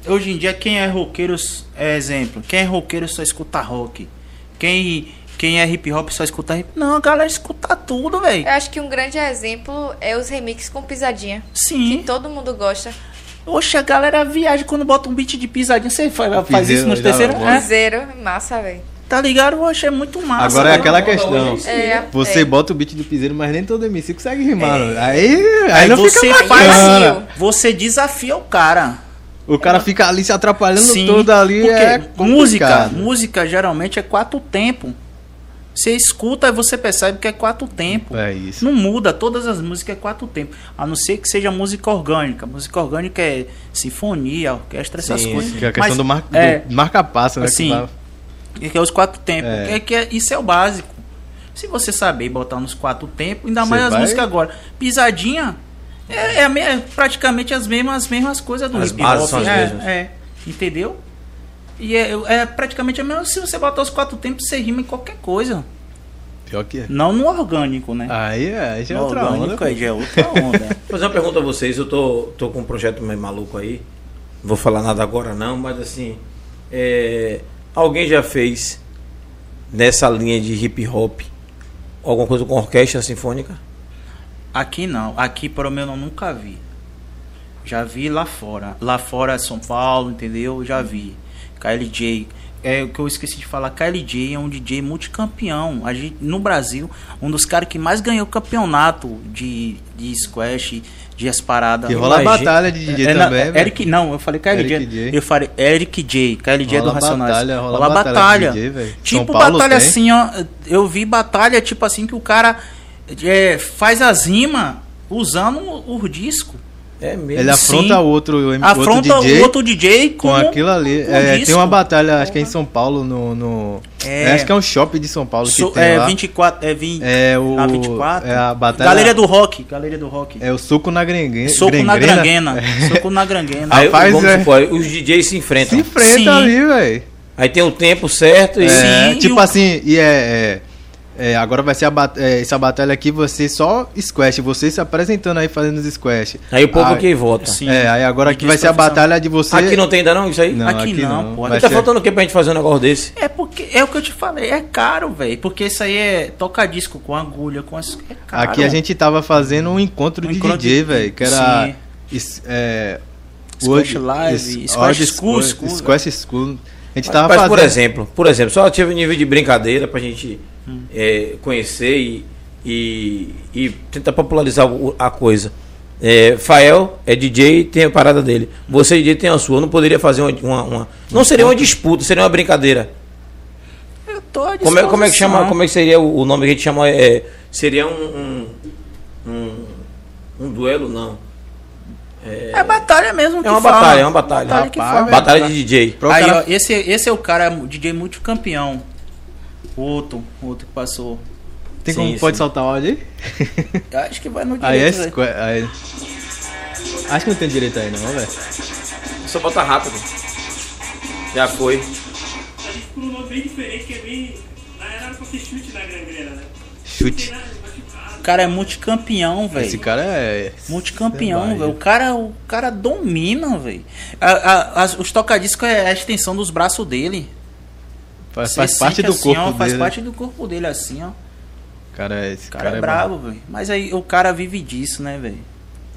Speaker 5: Hoje em dia, quem é roqueiro, é exemplo, quem é roqueiro só escuta rock. Quem, quem é hip hop só escuta hip Não, a galera escuta tudo, velho.
Speaker 1: Eu acho que um grande exemplo é os remixes com pisadinha.
Speaker 5: Sim.
Speaker 1: Que todo mundo gosta.
Speaker 5: Oxe, a galera viaja quando bota um beat de pisadinha. Você faz, faz
Speaker 4: piseiro
Speaker 5: isso nos
Speaker 4: já
Speaker 5: terceiros?
Speaker 4: bota.
Speaker 5: É.
Speaker 1: Zero, massa, velho.
Speaker 5: Tá ligado? Oxe, é muito massa.
Speaker 4: Agora é
Speaker 5: velho.
Speaker 4: aquela questão.
Speaker 1: É,
Speaker 4: Você
Speaker 1: é.
Speaker 4: bota o beat do piseiro, mas nem todo MC consegue rimar. mano. Aí, aí, não
Speaker 5: É. você
Speaker 4: fica
Speaker 5: faz,
Speaker 4: bacana.
Speaker 5: você desafia o cara.
Speaker 4: O cara fica ali se atrapalhando
Speaker 5: É. Sim,
Speaker 4: todo ali.
Speaker 5: porque
Speaker 4: é
Speaker 5: música,
Speaker 4: complicado.
Speaker 5: música geralmente é quatro tempo. Você escuta e você percebe que é quatro tempo.
Speaker 4: É isso.
Speaker 5: Não muda, todas as músicas é quatro tempos. A não ser que seja música orgânica. Música orgânica é sinfonia, orquestra, essas
Speaker 3: Sim,
Speaker 5: coisas.
Speaker 4: Que é a questão
Speaker 5: Mas,
Speaker 4: do, mar...
Speaker 5: é,
Speaker 4: do marca-passo, né? que
Speaker 5: assim,
Speaker 4: fala.
Speaker 5: é que é os quatro tempos.
Speaker 4: É.
Speaker 5: É. que é- isso é o básico. Se você saber botar nos quatro tempos, ainda
Speaker 4: Você
Speaker 5: mais as
Speaker 4: vai-
Speaker 5: músicas agora. Pisadinha é, é a me- é praticamente as mesmas, as mesmas coisas do
Speaker 3: As
Speaker 5: hip
Speaker 3: bases
Speaker 5: hop.
Speaker 3: são as
Speaker 5: é,
Speaker 3: mesmas.
Speaker 5: é. entendeu? E é, é praticamente a mesma. Se você botar os quatro tempos, você rima em qualquer coisa.
Speaker 4: Pior que é.
Speaker 5: Não no orgânico, né?
Speaker 4: Aí, é, aí já é
Speaker 5: no
Speaker 4: outra
Speaker 5: orgânico
Speaker 4: onda.
Speaker 5: é, já é outra onda.
Speaker 3: Vou fazer uma pergunta a vocês, eu tô, tô com um projeto meio maluco aí. Não vou falar nada agora não, mas assim. é, alguém já fez nessa linha de hip hop alguma coisa com orquestra sinfônica?
Speaker 5: Aqui não, aqui pelo menos eu nunca vi. Já vi lá fora. Lá fora é São Paulo, entendeu? Já vi. KLJ. É o que eu esqueci de falar, KLJ é um DJ multicampeão. A gente, no Brasil, um dos caras que mais ganhou campeonato de, de squash, de as paradas.
Speaker 4: Que rola
Speaker 3: Imagina-
Speaker 4: batalha de DJ
Speaker 5: É, não,
Speaker 4: também, velho.
Speaker 5: Eric, não, eu falei KLJ.
Speaker 4: Eric J.
Speaker 5: Eu falei Eric J. KLJ
Speaker 4: Rola
Speaker 5: do Racionais.
Speaker 4: batalha, rola
Speaker 5: Rola
Speaker 4: batalha de
Speaker 5: batalha.
Speaker 4: DJ, velho. São
Speaker 5: tipo
Speaker 4: Paulo
Speaker 5: batalha
Speaker 4: tem.
Speaker 5: assim, ó. Eu vi batalha, tipo assim, que o cara é, faz as rimas usando o, o disco.
Speaker 3: É mesmo.
Speaker 4: Ele afronta
Speaker 5: Sim.
Speaker 4: o outro, o
Speaker 5: Afronta
Speaker 4: outro DJ
Speaker 5: o outro DJ com,
Speaker 4: com aquilo ali.
Speaker 5: com o
Speaker 4: É, tem
Speaker 5: disco.
Speaker 4: uma batalha, acho que é em São Paulo, no. no-
Speaker 5: É.
Speaker 4: Acho que é um shopping de São Paulo
Speaker 5: So-
Speaker 4: que tem.
Speaker 5: é,
Speaker 4: lá.
Speaker 5: 24, é 20.
Speaker 4: É o.
Speaker 5: a 24.
Speaker 4: É a batalha.
Speaker 5: Galeria do Rock. Galeria do Rock.
Speaker 4: É o soco na grengue-
Speaker 5: Soco na
Speaker 4: grengrena.
Speaker 5: granguena. Soco na granguena.
Speaker 3: Aí,
Speaker 4: Rapaz,
Speaker 3: vamos
Speaker 4: é.
Speaker 3: supor, os DJs se
Speaker 4: Se
Speaker 3: enfrentam.
Speaker 4: enfrenta
Speaker 5: Sim.
Speaker 4: ali, velho.
Speaker 3: Aí tem o tempo certo e.
Speaker 4: É,
Speaker 5: Sim,
Speaker 4: tipo
Speaker 5: e o-
Speaker 4: assim, e é, é, é, Agora vai ser a bat- é, essa batalha aqui, você só squash, você se apresentando aí fazendo os squash.
Speaker 3: Aí o povo
Speaker 4: Ah,
Speaker 3: que vota.
Speaker 5: Sim.
Speaker 4: É, aí agora aqui
Speaker 5: Diz
Speaker 4: vai ser a
Speaker 5: profissional.
Speaker 4: batalha de você.
Speaker 3: Aqui não tem ainda não isso aí?
Speaker 4: Não,
Speaker 5: Aqui
Speaker 4: aqui
Speaker 5: não,
Speaker 4: não.
Speaker 5: pô.
Speaker 4: Vai
Speaker 3: Mas tá
Speaker 4: ser-
Speaker 3: faltando o que pra gente fazer um negócio desse?
Speaker 5: É porque é o que eu te falei, é caro, velho. Porque isso aí é tocar disco com agulha, com as. É caro.
Speaker 4: Aqui a gente tava fazendo um encontro
Speaker 5: Um
Speaker 4: de
Speaker 5: encontro
Speaker 4: DJ,
Speaker 5: de-
Speaker 4: velho, que era.
Speaker 5: Sim.
Speaker 4: is- É,
Speaker 5: Squash
Speaker 4: World-
Speaker 5: Live,
Speaker 4: is-
Speaker 5: Squash
Speaker 4: World
Speaker 5: School,
Speaker 4: Squash,
Speaker 5: School, né?
Speaker 4: Squash School. A gente tava
Speaker 3: Mas,
Speaker 4: fazendo.
Speaker 3: por exemplo, por exemplo, só tive um nível de brincadeira pra gente é, conhecer e, e, e tentar popularizar o- a coisa. É, Fael é DJ tem a parada dele. Você DJ tem a sua. Eu não poderia fazer uma. uma- uma- não seria uma disputa, seria uma brincadeira.
Speaker 5: Eu tô
Speaker 3: Como é,
Speaker 5: à
Speaker 3: como é que
Speaker 5: disposição.
Speaker 3: chama? Como é que seria o, o nome que a gente chama? é, seria um, um, um. um duelo, não.
Speaker 5: É batalha mesmo que
Speaker 3: É uma
Speaker 5: fala.
Speaker 3: batalha, é uma batalha.
Speaker 5: Batalha que
Speaker 4: Rapaz,
Speaker 5: fala.
Speaker 4: velho.
Speaker 3: Batalha de DJ.
Speaker 4: Pro
Speaker 5: Aí,
Speaker 4: cara-
Speaker 5: ó, esse, esse é o cara, DJ multicampeão. Outro, outro que passou.
Speaker 4: tem
Speaker 3: sim,
Speaker 4: como
Speaker 3: sim.
Speaker 4: pode soltar o áudio aí?
Speaker 5: Eu Acho que vai no
Speaker 4: Aí é
Speaker 5: direito, velho.
Speaker 4: squash. Aí... Acho que não tem direito aí, não, velho.
Speaker 3: Só bota rápido. Já foi.
Speaker 8: Por um nome bem diferente, que é bem. Na verdade, pra ser chute na grangrena, né?
Speaker 4: Chute.
Speaker 5: O cara é multicampeão, velho.
Speaker 4: Esse cara é.
Speaker 5: Multicampeão,
Speaker 4: Stand by.
Speaker 5: velho. O cara, o cara domina, velho. A- a- as- Os tocadiscos é a extensão dos braços dele.
Speaker 4: Faz,
Speaker 5: Você
Speaker 4: faz parte
Speaker 5: sente
Speaker 4: do
Speaker 5: assim,
Speaker 4: corpo
Speaker 5: ó,
Speaker 4: dele.
Speaker 5: Faz
Speaker 4: né?
Speaker 5: parte do corpo dele, assim, ó.
Speaker 4: Cara, esse
Speaker 5: O
Speaker 4: cara,
Speaker 5: cara, é
Speaker 4: bom.
Speaker 5: brabo, velho. Mas aí o cara vive disso, né, velho?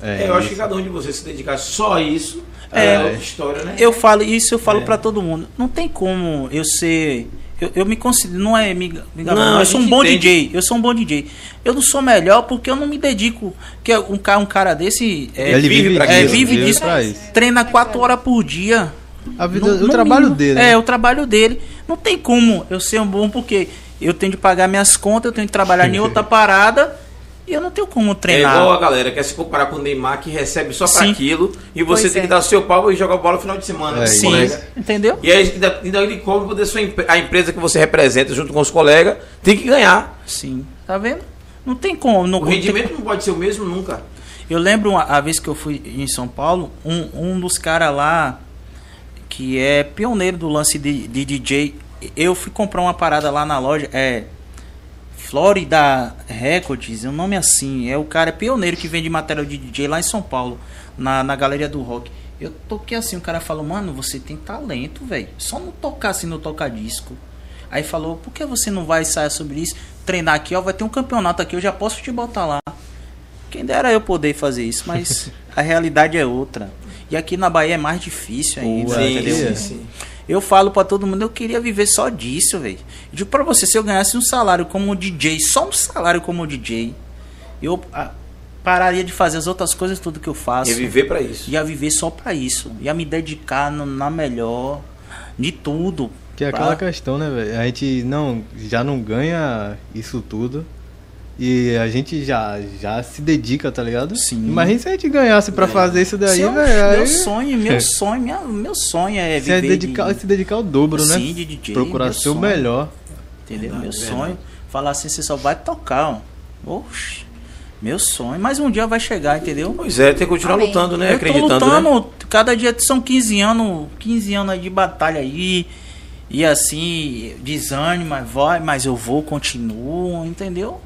Speaker 4: É,
Speaker 3: É, eu acho que
Speaker 4: isso.
Speaker 3: cada um de vocês se dedicar só a isso
Speaker 5: É.
Speaker 3: é outra história, né?
Speaker 5: Eu falo isso, eu falo pra todo mundo. Não tem como eu ser. Eu, eu me considero. Não é. Me, me
Speaker 3: Não,
Speaker 5: não,
Speaker 3: a
Speaker 5: eu sou um
Speaker 3: gente
Speaker 5: bom
Speaker 3: entende.
Speaker 5: DJ. Eu sou um bom DJ. Eu não sou melhor porque eu não me dedico. Porque um cara, um cara desse. É,
Speaker 4: Ele
Speaker 3: vive
Speaker 4: vive,
Speaker 3: pra
Speaker 4: pra
Speaker 5: é,
Speaker 3: isso,
Speaker 5: vive
Speaker 4: vive
Speaker 5: disso.
Speaker 4: pra isso.
Speaker 5: Treina quatro horas por dia.
Speaker 4: A vida,
Speaker 5: No-
Speaker 4: o
Speaker 5: no
Speaker 4: trabalho
Speaker 5: mínimo.
Speaker 4: dele.
Speaker 5: É, o trabalho dele. Não tem como eu ser um bom porque eu tenho de pagar minhas contas, eu tenho de trabalhar em outra parada. E eu não tenho como
Speaker 3: É
Speaker 5: treinar.
Speaker 3: igual a galera quer se comparar com o Neymar que recebe só pra
Speaker 5: Sim.
Speaker 3: aquilo e você
Speaker 1: Pois
Speaker 3: tem
Speaker 1: é.
Speaker 3: que dar seu pau e jogar bola no final de semana.
Speaker 4: É
Speaker 3: com o
Speaker 4: isso.
Speaker 5: Sim,
Speaker 3: colega.
Speaker 5: entendeu?
Speaker 3: E aí ainda, ainda ele cobra poder sua empre- a empresa que você representa junto com os colegas tem que ganhar.
Speaker 5: Sim. Tá vendo? Não tem como. Não,
Speaker 3: O
Speaker 5: não tem-
Speaker 3: rendimento não pode ser o mesmo nunca.
Speaker 5: Eu lembro uma, a vez que eu fui em São Paulo, um, um dos caras lá que é pioneiro do lance de, de DJ. Eu fui comprar uma parada lá na loja, é Florida Records, é um nome assim. É o cara é pioneiro que vende material de DJ lá em São Paulo, na, na galeria do rock. Eu toquei assim, o cara falou, mano, você tem talento, velho. Só não tocar assim no toca-disco. Aí falou, por que você não vai sair sobre isso? Treinar aqui, ó, vai ter um campeonato aqui, eu já posso te botar lá. Quem dera eu poder fazer isso, mas a realidade é outra. E aqui na Bahia é mais difícil ainda,
Speaker 2: Sim,
Speaker 5: entendeu?
Speaker 2: sim, sim.
Speaker 5: Eu falo pra todo mundo, eu queria viver só disso, velho. Digo pra você, se eu ganhasse um salário como DJ, só um salário como DJ, eu ah, pararia de fazer as outras coisas, tudo que eu faço.
Speaker 2: E viver pra isso.
Speaker 5: Ia viver só pra isso. Ia me dedicar no- na melhor de tudo.
Speaker 4: Que é
Speaker 5: pra-
Speaker 4: aquela questão, né, velho? A gente não, já não ganha isso tudo. E a gente já, já se dedica, tá ligado?
Speaker 5: Sim.
Speaker 4: Imagina se a gente ganhasse pra fazer isso daí,
Speaker 5: Se eu-
Speaker 4: velho.
Speaker 5: Meu
Speaker 4: aí
Speaker 5: sonho, meu sonho, minha- meu sonho é
Speaker 4: Se, é
Speaker 5: viver.
Speaker 4: dedicar,
Speaker 5: de,
Speaker 4: se dedicar ao dobro, né?
Speaker 5: Sim, de DJ,
Speaker 4: Procurar
Speaker 5: meu
Speaker 4: ser o
Speaker 5: sonho.
Speaker 4: melhor.
Speaker 5: Entendeu? meu sonho. Falar assim, você só vai tocar, ó. Oxi. Meu sonho. Mas um dia vai chegar, entendeu?
Speaker 2: Pois é, tem que continuar
Speaker 1: Amém.
Speaker 2: lutando, né?
Speaker 5: Eu
Speaker 2: Acreditando,
Speaker 5: tô
Speaker 2: né?
Speaker 5: lutando, cada dia são 15 anos, 15 anos aí de batalha aí. E assim, desânimo, mas vai, mas eu vou, continuo, entendeu?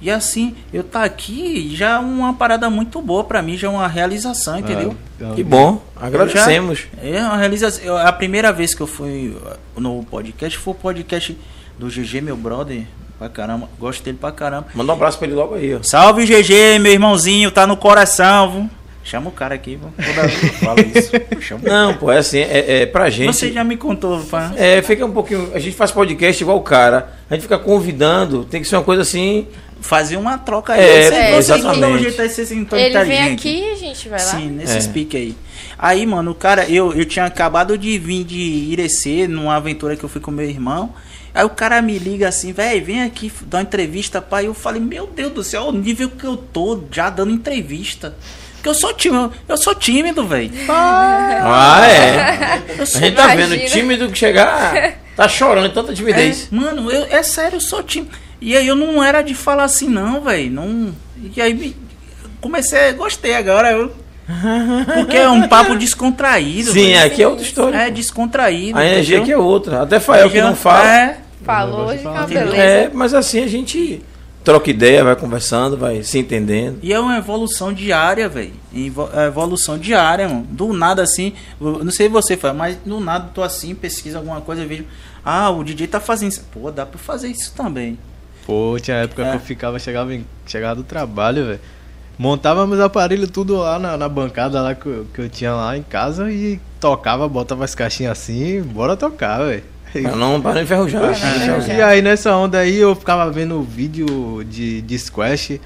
Speaker 5: E assim, eu tá aqui já é uma parada muito boa pra mim, já é uma realização, entendeu?
Speaker 4: Ah,
Speaker 2: Que bom, É. agradecemos.
Speaker 5: É uma realização. Eu- A primeira vez que eu fui uh, no podcast foi o podcast do GG, meu brother, pra caramba, gosto dele pra caramba.
Speaker 2: Manda um abraço pra ele logo aí, ó.
Speaker 5: Salve GG, meu irmãozinho, tá no coração, viu? Chama o cara aqui, viu? Toda vez que eu falo isso. Chama o
Speaker 2: Não, pô, é assim, é, é pra gente.
Speaker 5: Você já me contou, pá.
Speaker 2: É, fica um pouquinho. A gente faz podcast igual o cara. A gente fica convidando, tem que ser uma coisa assim.
Speaker 5: Fazer uma troca aí.
Speaker 2: É,
Speaker 5: Você- você
Speaker 2: exatamente.
Speaker 5: dá um jeito aí, você se torna
Speaker 1: Ele vem
Speaker 5: inteligente.
Speaker 1: aqui e a gente vai lá.
Speaker 5: Sim, nesses
Speaker 2: É.
Speaker 5: piques aí. Aí, mano, o cara, eu, eu tinha acabado de vir de Irecê, numa aventura que eu fui com meu irmão. Aí o cara me liga assim, velho, vem aqui dar uma entrevista, pai. Eu falei, meu Deus do céu, olha o nível que eu tô já dando entrevista. Porque eu sou tímido, eu sou tímido, velho.
Speaker 2: Ah, é.
Speaker 5: Eu
Speaker 2: A
Speaker 5: sou
Speaker 2: gente tá
Speaker 1: Imagina.
Speaker 2: vendo o time do que chegar. Tá chorando, de tanta timidez.
Speaker 5: É, Mano, eu, é sério, eu sou time. E aí eu não era de falar assim, não, velho. Não... E aí me... comecei, gostei agora. Eu... Porque é um papo descontraído.
Speaker 2: Sim,
Speaker 5: velho.
Speaker 2: aqui é outra história.
Speaker 5: é descontraído.
Speaker 2: A energia
Speaker 5: entendeu?
Speaker 2: aqui é outra. Até Fael que não fala.
Speaker 5: É,
Speaker 1: Falou hoje que é uma
Speaker 5: Entendeu?
Speaker 1: beleza.
Speaker 2: É, mas assim a gente troca ideia, vai conversando, vai se entendendo.
Speaker 5: e é uma evolução diária, velho. Invo- é Evolução diária, mano. Do nada assim, eu não sei você, Fábio, mas do nada eu tô assim, pesquisa alguma coisa, vejo. Ah, o DJ tá fazendo isso. Pô, dá pra fazer isso também.
Speaker 4: Pô, tinha época
Speaker 5: É.
Speaker 4: que eu ficava, chegava, em- chegava do trabalho, velho. Montava meus aparelhos tudo lá na, na bancada lá que eu, que eu tinha lá em casa e tocava, botava as caixinhas assim, bora tocar, velho.
Speaker 2: Pra
Speaker 5: Ah,
Speaker 2: não, pra não enferrujar.
Speaker 4: E aí nessa onda aí eu ficava vendo vídeo de, de squash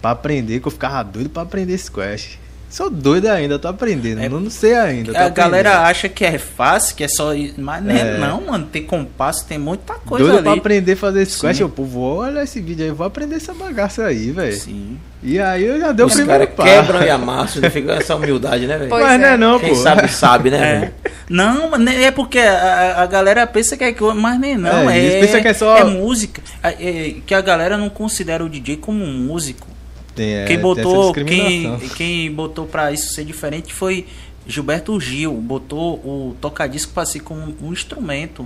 Speaker 4: pra aprender, que eu ficava doido pra aprender squash. Sou doido ainda, tô aprendendo, não, não sei ainda. tô
Speaker 5: É. A galera
Speaker 4: aprendendo.
Speaker 5: acha que é fácil, que é só. ir- Mas não é
Speaker 4: É.
Speaker 5: não, mano. Tem compasso, tem muita coisa
Speaker 4: doido pra
Speaker 5: ali.
Speaker 4: aprender a fazer squash,
Speaker 5: Sim.
Speaker 4: eu, pô, vou olhar esse vídeo aí, vou aprender essa bagaça aí, velho.
Speaker 5: Sim.
Speaker 4: E aí eu já dei o
Speaker 2: Os caras
Speaker 4: primeiro passo.
Speaker 2: quebram e amassam, não fica essa humildade, né, velho?
Speaker 1: Pois
Speaker 4: Mas não
Speaker 1: é.
Speaker 4: é não,
Speaker 2: Quem
Speaker 4: pô.
Speaker 2: sabe, sabe, né?
Speaker 5: É.
Speaker 2: velho?
Speaker 5: Não, mas nem- é porque a, a- a galera pensa que é coisa, mas nem não.
Speaker 4: É,
Speaker 5: É,
Speaker 4: eles pensam que é só-
Speaker 5: música. É- é que a galera não considera o DJ como um músico.
Speaker 4: Tem, é, tem
Speaker 5: quem
Speaker 4: essa
Speaker 5: botou, quem,
Speaker 4: discriminação.
Speaker 5: quem botou pra isso ser diferente foi Gilberto Gil. Botou o tocadisco pra ser como um instrumento.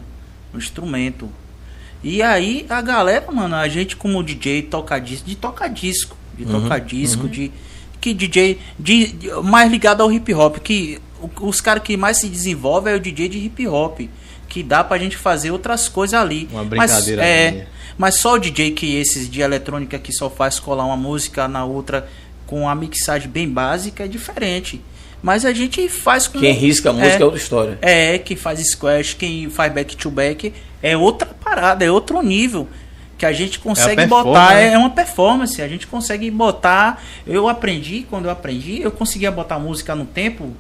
Speaker 5: Um instrumento. E aí a galera, mano, a gente como DJ tocadisco, de tocadisco, de
Speaker 4: Uhum,
Speaker 5: tocadisco, de. Que DJ. De, de- mais ligado ao hip hop. Que o- os caras que mais se desenvolvem é o DJ de hip hop. Que dá pra gente fazer outras coisas ali.
Speaker 4: Uma
Speaker 5: Mas,
Speaker 4: brincadeira.
Speaker 5: é, mas só o DJ que esses de eletrônica que só faz colar uma música na outra com a mixagem bem básica é diferente. Mas a gente faz com
Speaker 2: Quem risca a música é,
Speaker 5: É.
Speaker 2: outra história.
Speaker 5: é, quem faz squash, quem faz back to back, é outra parada, é outro nível. Que a gente consegue
Speaker 4: performance,
Speaker 5: botar, é,
Speaker 4: né?
Speaker 5: é uma performance, a gente consegue botar. Eu aprendi, quando eu aprendi, eu conseguia botar música no tempo,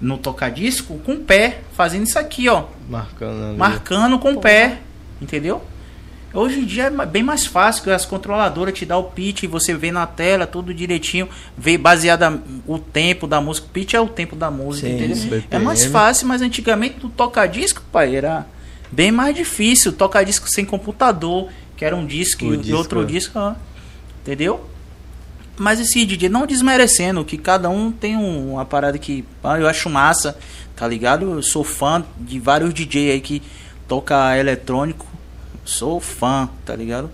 Speaker 5: no tocadisco, com o pé, fazendo isso aqui, ó
Speaker 4: Marcando. ali.
Speaker 5: marcando com o pé, entendeu? Hoje em dia é ma- bem mais fácil que as controladoras te dão o pitch e você vê na tela tudo direitinho, vê baseada o tempo da música. O pitch é o tempo da música,
Speaker 2: Sim,
Speaker 5: entendeu? É
Speaker 4: BPM.
Speaker 5: mais fácil, mas antigamente o toca-disco, pai, era bem mais difícil. Toca-disco sem computador, que era um disco
Speaker 4: O
Speaker 5: e
Speaker 4: disco,
Speaker 5: outro
Speaker 4: é.
Speaker 5: disco, ah, entendeu? Mas esse DJ, não desmerecendo, que cada um tem um- uma parada que ah, eu acho massa, tá ligado? Eu sou fã de vários DJ aí que toca eletrônico. Sou fã, tá ligado?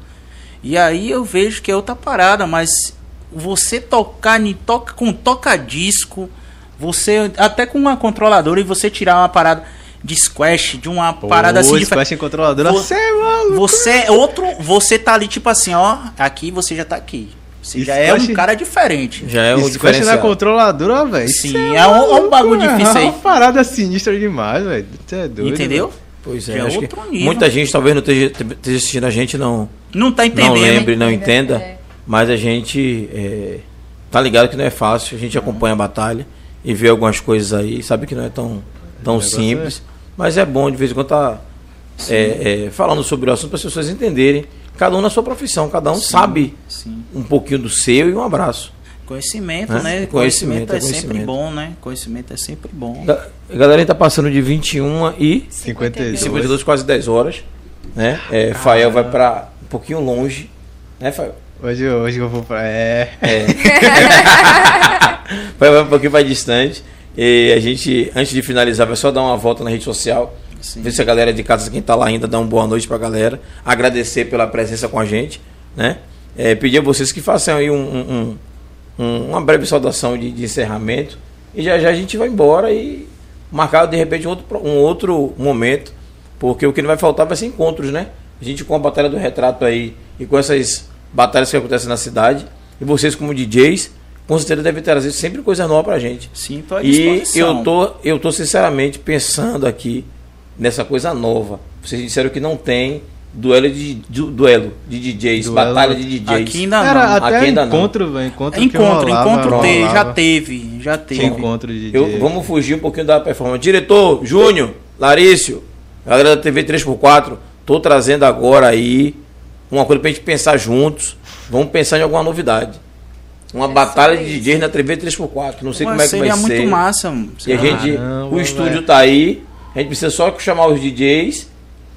Speaker 5: E aí eu vejo que é outra parada, mas você tocar em toca com toca-disco, você até com uma controladora e você tirar uma parada de squash, de uma parada assim
Speaker 4: Ô,
Speaker 5: diferente.
Speaker 4: Splash em controladora.
Speaker 5: Vo-
Speaker 4: Você é maluco.
Speaker 5: Você é outro. Você tá ali, tipo assim, ó. Aqui você já tá aqui. Você já é um
Speaker 4: Squash-
Speaker 5: cara diferente.
Speaker 3: Já é um
Speaker 4: Splash na
Speaker 3: diferencial.
Speaker 4: controladora, velho.
Speaker 5: Sim,
Speaker 4: Cê
Speaker 5: é um- é um
Speaker 4: maluco,
Speaker 5: bagulho
Speaker 4: velho.
Speaker 5: difícil aí.
Speaker 4: É uma parada sinistra demais, velho. Você é doido.
Speaker 5: entendeu?
Speaker 3: Pois
Speaker 5: Que
Speaker 3: é,
Speaker 5: é
Speaker 3: acho
Speaker 5: outro
Speaker 3: que
Speaker 5: nível.
Speaker 3: muita gente talvez não esteja, esteja assistindo a gente não
Speaker 5: Não tá entendendo. é.
Speaker 3: não lembre,
Speaker 5: hein?
Speaker 3: não entenda, mas a gente é, tá ligado que não é fácil, a
Speaker 5: Uhum.
Speaker 3: gente acompanha a batalha e vê algumas coisas aí, sabe que não é tão, tão simples, mas é bom de vez em quando tá é, é, falando sobre o assunto para as pessoas entenderem, cada um na sua profissão, cada um sabe
Speaker 5: Sim.
Speaker 3: um pouquinho do seu e um abraço.
Speaker 5: Conhecimento,
Speaker 3: Né?
Speaker 5: né?
Speaker 3: Conhecimento,
Speaker 5: Conhecimento, é
Speaker 3: é
Speaker 5: sempre
Speaker 3: conhecimento.
Speaker 5: bom, né? Conhecimento é sempre bom.
Speaker 3: Ga- A galera tá passando de 21 e
Speaker 4: 52.
Speaker 3: 52, quase 10 horas, né? É, Fael vai para um pouquinho longe, né, Fael?
Speaker 4: Hoje, hoje eu vou pra. É.
Speaker 3: vai, vai um pouquinho mais distante. E a gente, antes de finalizar, vai só dar uma volta na rede social.
Speaker 5: Sim.
Speaker 3: Ver se a galera de casa, quem tá lá ainda, dá uma boa noite pra galera. Agradecer pela presença com a gente, né? É, pedir a vocês que façam aí um- um- um- um- uma breve saudação de, de encerramento. E já já a gente vai embora e marcar de repente um outro, pro- um outro momento. Porque o que não vai faltar vai ser encontros, né? A gente com a batalha do retrato aí e com essas batalhas que acontecem na cidade. E vocês como DJs, com certeza devem trazer sempre coisa nova pra gente.
Speaker 5: Sim, tô à
Speaker 3: E
Speaker 5: disposição.
Speaker 3: eu tô, eu tô sinceramente pensando aqui nessa coisa nova. Vocês disseram que não tem duelo de, du- duelo de DJs,
Speaker 4: Duelo.
Speaker 3: batalha de DJs.
Speaker 5: Aqui ainda
Speaker 4: Era
Speaker 5: não.
Speaker 4: até
Speaker 3: aqui ainda não.
Speaker 4: encontro, velho.
Speaker 3: tá
Speaker 4: Encontro, que
Speaker 5: Encontro,
Speaker 4: rolava,
Speaker 5: encontro te-
Speaker 4: rolava.
Speaker 5: já teve. Já teve.
Speaker 4: Tinha encontro de.
Speaker 3: Eu,
Speaker 4: de-
Speaker 3: vamos fugir um pouquinho da performance. Diretor, Júnior, Larício, galera da TV 3x4, tô trazendo agora aí uma coisa pra gente pensar juntos. Vamos pensar em alguma novidade. Uma batalha de DJs na TV 3x4. Não sei como é
Speaker 5: Mas
Speaker 3: que vai
Speaker 5: É, seria
Speaker 3: ser.
Speaker 5: muito massa. mano.
Speaker 3: E a
Speaker 5: Sei lá.
Speaker 3: gente,
Speaker 4: Caramba,
Speaker 3: o estúdio tá aí, a gente precisa só chamar os DJs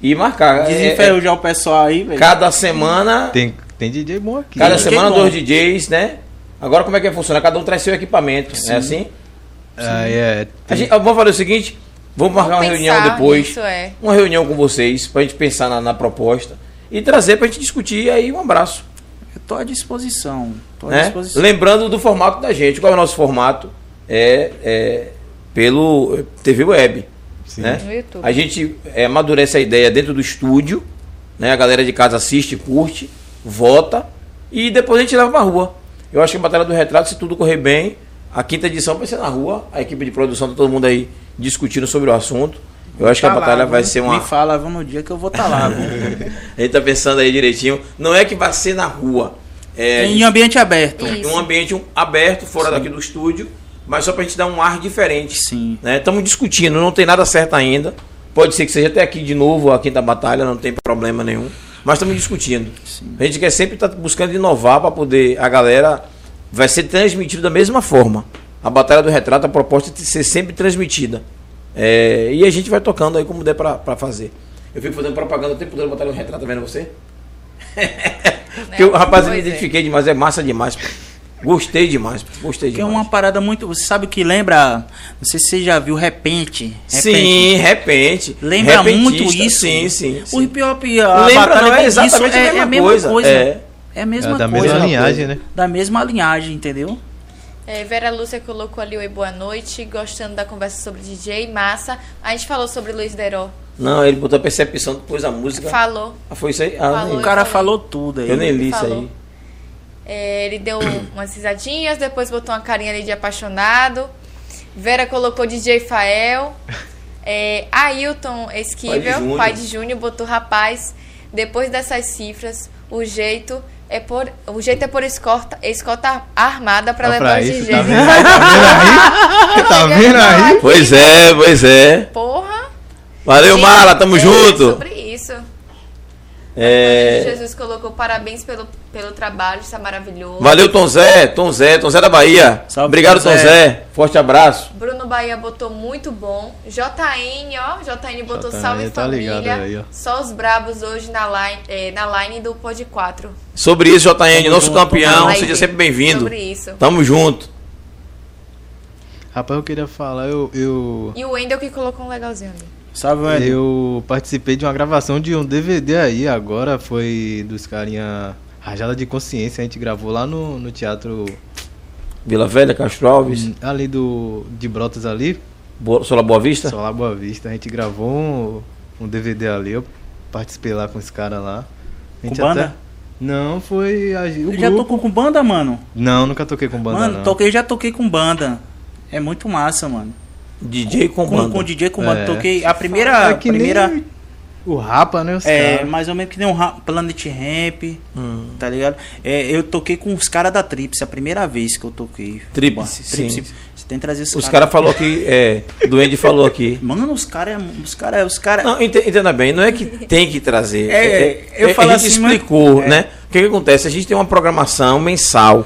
Speaker 3: e marcar. É, é,
Speaker 5: Desenferrujar o pessoal aí, velho.
Speaker 3: cada semana,
Speaker 4: Tem, tem DJ bom aqui.
Speaker 3: cada
Speaker 5: DJ
Speaker 3: semana
Speaker 5: bom.
Speaker 3: dois DJs, né? Agora como é que vai funcionar? Cada um traz seu equipamento, é assim?
Speaker 4: Ah, é.
Speaker 3: A gente, vamos fazer o seguinte, vamos marcar uma reunião depois,
Speaker 1: Isso é.
Speaker 3: uma reunião com vocês, pra gente pensar na, na proposta e trazer pra gente discutir aí um abraço,
Speaker 5: Eu tô à disposição. Tô à
Speaker 3: né?
Speaker 5: disposição.
Speaker 3: Lembrando do formato da gente, qual é o nosso formato? É, é pelo eh, TV Web,
Speaker 4: Sim.
Speaker 3: né?
Speaker 1: No YouTube.
Speaker 3: A gente é, amadurece a ideia dentro do estúdio, né? A galera de casa assiste, curte, vota e depois a gente leva pra rua. Eu acho que a Batalha do Retrato, se tudo correr bem, a quinta edição vai ser na rua. A equipe de produção tá todo mundo aí discutindo sobre o assunto. Eu acho que
Speaker 5: Tá
Speaker 3: a
Speaker 5: lá,
Speaker 3: batalha vai
Speaker 5: viu?
Speaker 3: ser uma.
Speaker 5: Me fala, vamos no dia que eu vou estar lá. viu?
Speaker 3: A gente tá pensando aí direitinho. Não é que vai ser na rua. É,
Speaker 5: em ambiente aberto.
Speaker 1: Isso.
Speaker 3: em um ambiente aberto, fora daqui do estúdio, mas só pra gente dar um ar diferente.
Speaker 5: Sim.
Speaker 3: Estamos discutindo, não tem nada certo ainda. Pode ser que seja até aqui de novo, a quinta batalha, não tem problema nenhum. Mas estamos discutindo. A gente quer sempre estar buscando inovar para poder. A galera vai ser transmitido da mesma forma. A batalha do retrato, a proposta é de ser sempre transmitida. É, e a gente vai tocando aí como der pra, pra fazer. Eu fico fazendo propaganda o tempo todo da batalha do retrato, tá vendo você? Porque o rapaz eu me
Speaker 1: Né? Pois é.
Speaker 3: identifiquei demais, é massa demais. pô. Gostei demais, pô, gostei
Speaker 5: Que é
Speaker 3: demais.
Speaker 5: uma parada muito. Você sabe o que lembra? Não sei se você já viu Repente.
Speaker 3: Sim, repente.
Speaker 5: Lembra
Speaker 3: Repentista,
Speaker 5: muito isso.
Speaker 3: Sim, sim.
Speaker 5: O
Speaker 3: sim.
Speaker 5: pior, pior.
Speaker 3: Lembra, não, é
Speaker 5: disso,
Speaker 3: exatamente a mesma coisa, é.
Speaker 5: É a mesma
Speaker 4: É da
Speaker 5: coisa.
Speaker 4: mesma linhagem, né?
Speaker 5: Da mesma linhagem, entendeu?
Speaker 1: É, Vera Lúcia colocou ali oi, boa noite, gostando da conversa sobre DJ, massa. A gente falou sobre Luiz Deró.
Speaker 3: Não, ele botou a percepção depois da música.
Speaker 1: Falou.
Speaker 3: Ah, foi isso aí? Ah,
Speaker 1: Falou.
Speaker 5: O
Speaker 3: nem-
Speaker 5: cara falou tudo aí.
Speaker 3: eu nem li
Speaker 1: Falou.
Speaker 3: isso aí.
Speaker 1: É, ele deu umas risadinhas, depois botou uma carinha ali de apaixonado. Vera colocou DJ Fael. É, Ailton
Speaker 3: Pai de
Speaker 1: Esquivel,
Speaker 3: Júnior.
Speaker 1: pai de Júnior, botou rapaz. Depois dessas cifras, o jeito é por o jeito é por escorta, escota armada pra
Speaker 4: Tá
Speaker 1: levar
Speaker 4: pra
Speaker 1: os
Speaker 4: isso,
Speaker 1: DJs.
Speaker 4: tá vendo aí? Tá vendo aí?
Speaker 3: Pois é, pois é.
Speaker 1: Porra!
Speaker 3: Valeu,
Speaker 1: Gente,
Speaker 3: Mala, tamo
Speaker 1: é
Speaker 3: junto.
Speaker 1: Sobre isso.
Speaker 3: É,
Speaker 1: Jesus colocou parabéns pelo, pelo trabalho, isso é maravilhoso.
Speaker 3: Valeu, Tom Zé, Tom Zé, Tom Zé da Bahia.
Speaker 5: Salve,
Speaker 3: Obrigado,
Speaker 5: Tom
Speaker 3: Tom
Speaker 5: Zé.
Speaker 3: Zé. Forte abraço.
Speaker 1: Bruno Bahia botou muito bom. JN, ó. JN botou
Speaker 4: JN,
Speaker 1: salve
Speaker 4: tá
Speaker 1: família.
Speaker 4: ligado aí, ó.
Speaker 1: Só os brabos hoje na line, eh, na line do Pod 4.
Speaker 3: Sobre isso, JN,
Speaker 5: Tamo
Speaker 3: nosso
Speaker 5: junto,
Speaker 3: campeão.
Speaker 1: Live
Speaker 3: Seja sempre bem-vindo.
Speaker 1: Sobre isso.
Speaker 3: Tamo junto.
Speaker 4: Rapaz, eu queria falar, eu. Eu,
Speaker 1: E o Wendel que colocou um legalzinho ali.
Speaker 5: Salve, Wendel.
Speaker 4: eu participei de uma gravação de um DVD aí, agora foi dos carinha Rajada de Consciência, a gente gravou lá no, no teatro
Speaker 3: Vila Velha, Castro Alves,
Speaker 4: hum, ali do. de Brotas ali.
Speaker 3: Bo- Sola Boa
Speaker 5: Tá.
Speaker 3: Vista.
Speaker 4: Só lá Boa Vista, a gente gravou um, um DVD ali, eu participei lá com os caras lá. A gente
Speaker 5: Com banda?
Speaker 4: Não, foi a... o
Speaker 5: Eu já
Speaker 4: grupo.
Speaker 5: tocou com banda, mano?
Speaker 4: Não, nunca toquei com banda
Speaker 5: mano,
Speaker 4: não.
Speaker 5: toquei, já toquei com banda. É muito massa, mano.
Speaker 3: DJ com
Speaker 5: Com,
Speaker 3: banda.
Speaker 5: com DJ com banda.
Speaker 4: É.
Speaker 5: Toquei a primeira.
Speaker 4: É que
Speaker 5: primeira
Speaker 4: nem o Rapa, né, os
Speaker 5: é,
Speaker 4: caras.
Speaker 5: mais ou menos que nem um ra- Planet Ramp,
Speaker 3: Hum.
Speaker 5: tá ligado? É, eu toquei com os caras da Trips, a primeira vez que eu toquei.
Speaker 3: Tríplice,
Speaker 5: Pô, Tríplice.
Speaker 3: sim.
Speaker 5: Você tem que trazer esses
Speaker 3: Os caras falou aqui, é, Duende falou aqui.
Speaker 5: Mano, os caras. Os caras. Os cara...
Speaker 3: Não, ente- entenda bem, não é que tem que trazer.
Speaker 5: É, eu
Speaker 3: a
Speaker 5: falo
Speaker 3: gente
Speaker 5: assim, mas-
Speaker 3: explicou,
Speaker 5: é.
Speaker 3: né? O que, que acontece? A gente tem uma programação mensal.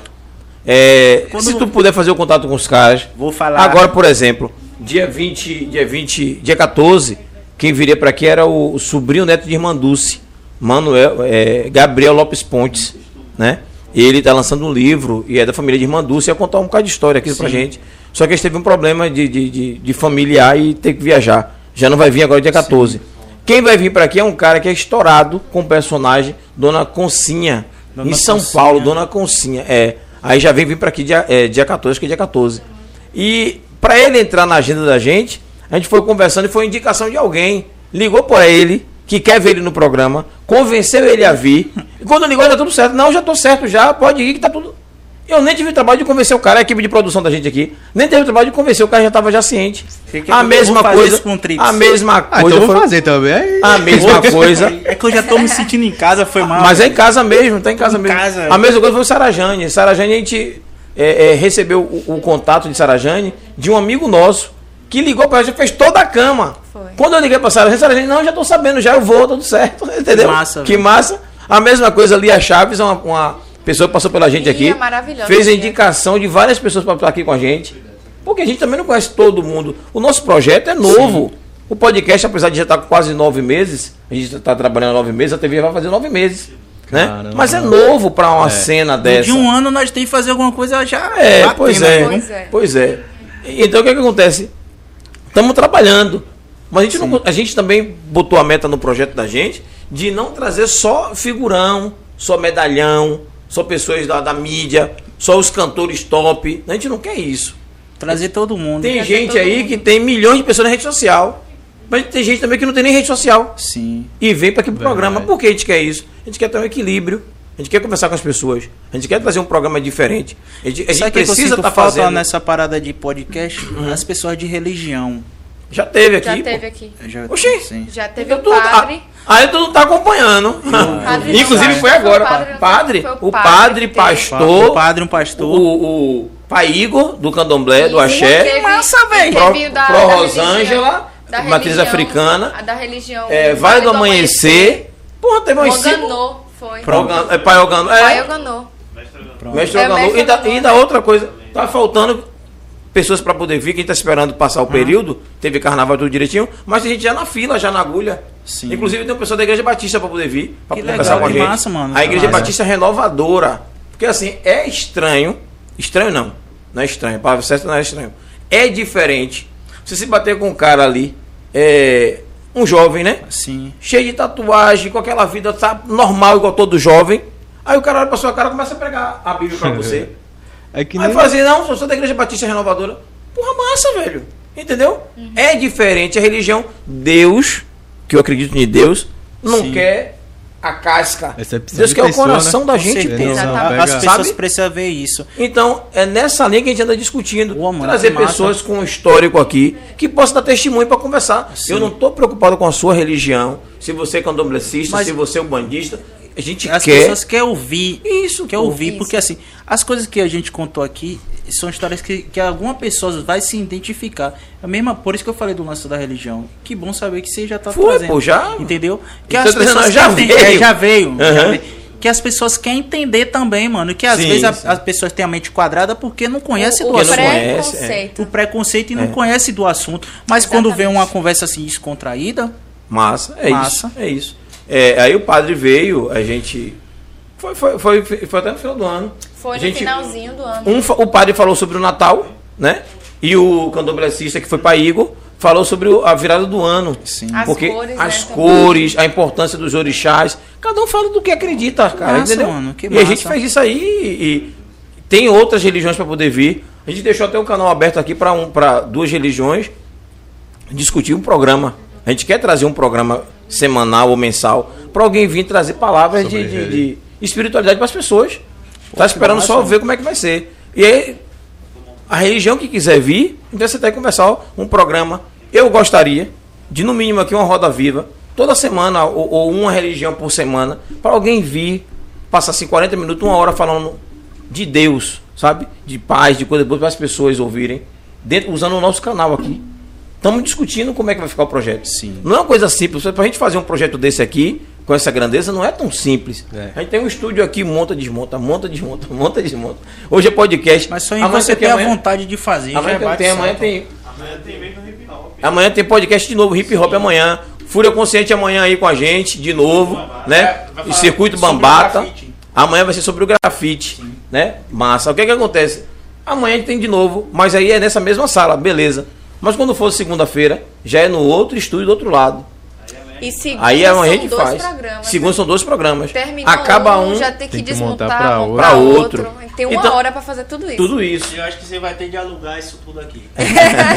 Speaker 3: É,
Speaker 5: Quando-
Speaker 3: Se tu puder fazer o contato com os caras,
Speaker 5: Vou falar.
Speaker 3: Agora, por exemplo, dia 20, dia 20, dia 14, quem viria para aqui era o, o sobrinho neto de Irmanduce, Manuel, é, Gabriel Lopes Pontes, né? Ele está lançando um livro e é da família de Irmanduce, ia contar um bocado de história aqui pra gente. Só que eles teve um problema de, de, de, de familiar e ter que viajar. Já não vai vir agora dia 14. Quem vai vir para aqui é um cara que é estourado com o personagem Dona Concinha,
Speaker 5: Dona
Speaker 3: em São
Speaker 5: Concinha.
Speaker 3: Paulo, Dona Concinha, é. Aí já vem vir para aqui dia, é, dia 14, que é dia 14. E para ele entrar na agenda da gente, a gente foi conversando e foi indicação de alguém. Ligou para ele, que quer ver ele no programa, convenceu ele a vir. E quando ligou, tá tudo certo. Não, já tô certo já, pode ir que tá tudo. Eu nem tive o trabalho de convencer o cara, a equipe de produção da gente aqui, nem teve o trabalho de convencer o cara, já tava já ciente.
Speaker 5: Que que
Speaker 3: a,
Speaker 5: eu
Speaker 3: mesma
Speaker 5: vou fazer
Speaker 3: coisa,
Speaker 5: isso com o Trips?
Speaker 3: a mesma
Speaker 4: Ah,
Speaker 3: coisa,
Speaker 4: então vou
Speaker 3: foi-
Speaker 4: fazer também. é Aí,
Speaker 3: a mesma coisa.
Speaker 5: É que eu já tô me sentindo em casa, foi mal.
Speaker 3: Mas é em casa mesmo, tá em casa
Speaker 5: Em
Speaker 3: mesmo.
Speaker 5: casa. é.
Speaker 3: A mesma coisa foi o Sarajane. Sarajane, a gente é, é, recebeu o, o contato de Sarajane de um amigo nosso que ligou pra gente, fez toda a cama.
Speaker 1: Foi.
Speaker 3: Quando eu liguei pra Sarajane, Sarajane, não, já tô sabendo, já eu vou, tá tudo certo. Entendeu?
Speaker 5: massa,
Speaker 3: Que
Speaker 5: velho.
Speaker 3: massa. A mesma coisa, Lia Chaves, uma, uma pessoa que passou pela gente
Speaker 1: Lia,
Speaker 3: aqui.
Speaker 1: maravilhosa, né?
Speaker 3: Fez a
Speaker 1: Lia.
Speaker 3: indicação de várias pessoas pra estar aqui com a gente. Porque a gente também não conhece todo mundo. O nosso projeto é novo. O podcast, apesar de já estar com quase nove meses, a gente está trabalhando nove meses, a TV vai fazer nove meses. Né?
Speaker 4: Caramba.
Speaker 3: Mas é novo para uma cena dessa.
Speaker 5: De um ano nós temos que fazer alguma coisa já. né?
Speaker 3: É,
Speaker 5: batendo,
Speaker 3: pois é,
Speaker 1: Pois é.
Speaker 3: pois é. Então o que, é que acontece? Estamos trabalhando. Mas a gente, não- a gente também botou a meta no projeto da gente de não trazer só figurão, só medalhão, só pessoas da, da mídia, só os cantores top. A gente não quer isso.
Speaker 5: Trazer todo mundo.
Speaker 3: Tem gente aí que tem milhões de pessoas na rede social. Mas tem gente também que não tem nem rede social
Speaker 5: Sim.
Speaker 3: e vem para aqui pro
Speaker 4: Verdade.
Speaker 3: programa. Por que a gente quer isso? A gente quer ter um equilíbrio. A gente quer conversar com as pessoas. A gente quer trazer um programa diferente. A gente, a gente
Speaker 5: Sabe o que eu
Speaker 3: precisa
Speaker 5: sinto
Speaker 3: estar
Speaker 5: falta né?
Speaker 3: fazendo. Uhum.
Speaker 5: nessa parada de podcast? As pessoas de religião.
Speaker 3: Já teve aqui.
Speaker 1: Já
Speaker 3: pô.
Speaker 1: teve aqui.
Speaker 5: Eu já-
Speaker 3: Oxi.
Speaker 5: Sim.
Speaker 1: Já teve
Speaker 3: Então
Speaker 1: o
Speaker 3: tu- ah,
Speaker 1: padre.
Speaker 3: Aí tu não tá acompanhando.
Speaker 1: Padre não
Speaker 3: Inclusive
Speaker 1: tá.
Speaker 3: foi agora.
Speaker 1: Foi o padre,
Speaker 3: Padre, padre,
Speaker 1: foi o
Speaker 3: o
Speaker 1: padre
Speaker 3: padre,
Speaker 1: que teve.
Speaker 3: pastor,
Speaker 5: Um padre, um pastor.
Speaker 3: o, o pai Igor, do candomblé, É, do
Speaker 1: E
Speaker 3: axé.
Speaker 1: teve-
Speaker 5: Massa, véi.
Speaker 1: teve
Speaker 3: Pro-
Speaker 1: o da-
Speaker 3: Pro
Speaker 1: da
Speaker 3: Rosângela,
Speaker 1: religião- da
Speaker 3: matriz
Speaker 1: religião-
Speaker 3: africana.
Speaker 1: A da religião.
Speaker 3: É, vai do amanhecer. Porra, teve uns cinco.
Speaker 1: Oganou, foi.
Speaker 3: Ogan- é, Pai Ogano. É,
Speaker 1: Pai Oganou.
Speaker 3: Mestre
Speaker 1: É,
Speaker 3: Ogalu.
Speaker 1: mestre
Speaker 3: E da-
Speaker 1: Ogalu,
Speaker 3: E da
Speaker 1: né?
Speaker 3: outra coisa, tá faltando pessoas para poder vir, quem está esperando passar
Speaker 5: Hum.
Speaker 3: o período, teve carnaval tudo direitinho, mas tem gente já na fila, já na agulha.
Speaker 5: Sim.
Speaker 3: Inclusive tem um pessoal da Igreja Batista para poder vir, para
Speaker 5: Que
Speaker 3: poder
Speaker 5: legal,
Speaker 3: conversar com a
Speaker 5: que
Speaker 3: gente.
Speaker 5: massa, mano,
Speaker 3: a
Speaker 5: que
Speaker 3: Igreja
Speaker 5: massa.
Speaker 3: Batista é renovadora. Porque assim, é estranho, estranho não, não é estranho, para certo não é estranho. É diferente. Você se bater com um cara ali, é um jovem, né?
Speaker 5: Sim.
Speaker 3: cheio de tatuagem, com aquela vida sabe, normal, igual todo jovem. Aí o cara olha pra sua cara e começa a pregar a Bíblia pra você.
Speaker 4: é que
Speaker 3: Aí
Speaker 4: nem...
Speaker 3: fala assim, não, eu sou da Igreja Batista Renovadora. Porra, massa, velho. Entendeu?
Speaker 5: Uhum.
Speaker 3: É diferente a religião. Deus, que eu acredito em Deus, não
Speaker 5: Sim.
Speaker 3: quer a casca.
Speaker 4: Excepção
Speaker 3: Deus
Speaker 4: é de
Speaker 3: quer o
Speaker 4: pessoa,
Speaker 3: coração
Speaker 4: né?
Speaker 3: da
Speaker 5: Com
Speaker 3: gente.
Speaker 5: certeza.
Speaker 3: dentro.
Speaker 1: Exatamente.
Speaker 5: A- tá? As
Speaker 4: Sabe?
Speaker 5: pessoas precisam ver isso.
Speaker 3: Então, é nessa linha que a gente anda discutindo.
Speaker 5: Pô, mano,
Speaker 3: trazer
Speaker 5: que massa.
Speaker 3: pessoas com um histórico aqui que possam dar testemunho para conversar. Eu não estou preocupado com a sua religião, se você é candomblessista,
Speaker 5: Mas-
Speaker 3: se você é bandista. A gente
Speaker 5: As
Speaker 3: quer.
Speaker 5: pessoas querem ouvir.
Speaker 3: Isso,
Speaker 5: Quer
Speaker 3: pô.
Speaker 5: ouvir,
Speaker 1: Isso.
Speaker 5: porque assim, as coisas que a gente contou aqui são histórias que, que alguma pessoa vai se identificar. É A mesma, por isso que eu falei do lance da religião. Que bom saber que você já tá
Speaker 3: Foi,
Speaker 5: trazendo.
Speaker 3: pô, já?
Speaker 5: Entendeu? Que
Speaker 3: Então,
Speaker 5: as
Speaker 3: tá dizendo,
Speaker 5: pessoas
Speaker 3: já
Speaker 5: querem-
Speaker 3: veio.
Speaker 5: é, já veio. já
Speaker 3: Aham.
Speaker 5: veio. Que as pessoas querem entender também, mano. Que às
Speaker 3: Sim,
Speaker 5: vezes a-
Speaker 3: sim.
Speaker 5: as pessoas têm a mente quadrada porque não
Speaker 3: é
Speaker 5: conhece
Speaker 1: o,
Speaker 5: do
Speaker 1: o
Speaker 5: assunto.
Speaker 3: conhece,
Speaker 5: O
Speaker 1: preconceito.
Speaker 5: preconceito
Speaker 3: É.
Speaker 5: e não conhece do assunto. Mas quando vem
Speaker 1: Exatamente.
Speaker 5: uma conversa assim descontraída,
Speaker 3: Massa, é
Speaker 5: Massa.
Speaker 3: isso. É isso. É, aí o padre veio, a gente. Foi, foi, foi, foi até no final do ano.
Speaker 1: Foi
Speaker 3: A
Speaker 1: no
Speaker 3: é. gente-
Speaker 1: finalzinho do ano.
Speaker 3: Um, fa- o padre falou sobre o Natal, né? E o candomblessista que foi para Igor falou sobre o- a virada do ano. Sim.
Speaker 1: As
Speaker 3: Porque
Speaker 1: cores, né,
Speaker 3: as
Speaker 1: também.
Speaker 3: cores, a importância dos orixás. Cada um fala do que acredita, cara.
Speaker 5: Massa,
Speaker 3: entendeu?
Speaker 5: mano, que
Speaker 3: e a gente
Speaker 5: massa.
Speaker 3: fez isso aí e, e tem outras religiões para poder vir. A gente deixou até um canal aberto aqui para um, pra duas religiões discutir um programa. A gente quer trazer um programa semanal ou mensal para alguém vir trazer palavras de, de- de espiritualidade para as pessoas. Tá esperando só ver como é que vai ser. E aí, a religião que quiser vir, então você tem que começar um programa. Eu gostaria de, no mínimo, aqui uma roda viva, toda semana ou, ou uma religião por semana, para alguém vir, passar assim 40 minutos, uma hora falando de Deus, sabe? De paz, de coisa boa, para as pessoas ouvirem, dentro, usando o nosso canal aqui. Estamos discutindo como é que vai ficar o projeto. Sim. Não é uma coisa simples. Para a gente fazer um projeto desse aqui, com essa grandeza, não é tão simples.
Speaker 4: É.
Speaker 3: A gente tem um estúdio aqui, monta, desmonta, monta, desmonta, monta, desmonta. Hoje é podcast.
Speaker 5: mas só em
Speaker 3: Amanhã
Speaker 5: você
Speaker 3: tem
Speaker 5: ter a
Speaker 3: amanhã-
Speaker 5: vontade de fazer. já
Speaker 3: Amanhã tem,
Speaker 5: bate
Speaker 3: tem, amanhã
Speaker 5: certo.
Speaker 3: tem.
Speaker 9: Amanhã tem mesmo no Hip Hop.
Speaker 3: Amanhã tem podcast de novo, hip hop amanhã. Fúria Consciente amanhã aí com a gente, de novo, né?
Speaker 5: Vai
Speaker 3: E
Speaker 5: falar
Speaker 3: Circuito
Speaker 5: sobre o
Speaker 3: Bambata.
Speaker 5: grafite.
Speaker 3: Amanhã vai ser sobre o grafite, né? Massa. O que é que acontece? Amanhã a gente tem de novo, mas aí é nessa mesma sala, beleza. Mas quando for segunda-feira, já é no outro estúdio do outro lado.
Speaker 1: E segunda
Speaker 3: Aí é
Speaker 1: são
Speaker 3: a gente
Speaker 1: dois
Speaker 3: faz.
Speaker 1: programas. né?
Speaker 3: Segunda são dois programas.
Speaker 1: Terminou
Speaker 3: Acaba um,
Speaker 1: já tem que
Speaker 4: Tem que
Speaker 1: desmontar,
Speaker 4: montar
Speaker 1: montar
Speaker 4: pra
Speaker 3: pra outro.
Speaker 1: outro. Tem uma
Speaker 3: Então-
Speaker 1: hora pra fazer tudo isso.
Speaker 3: tudo isso.
Speaker 9: Eu acho que você vai ter de alugar isso tudo aqui.
Speaker 5: É,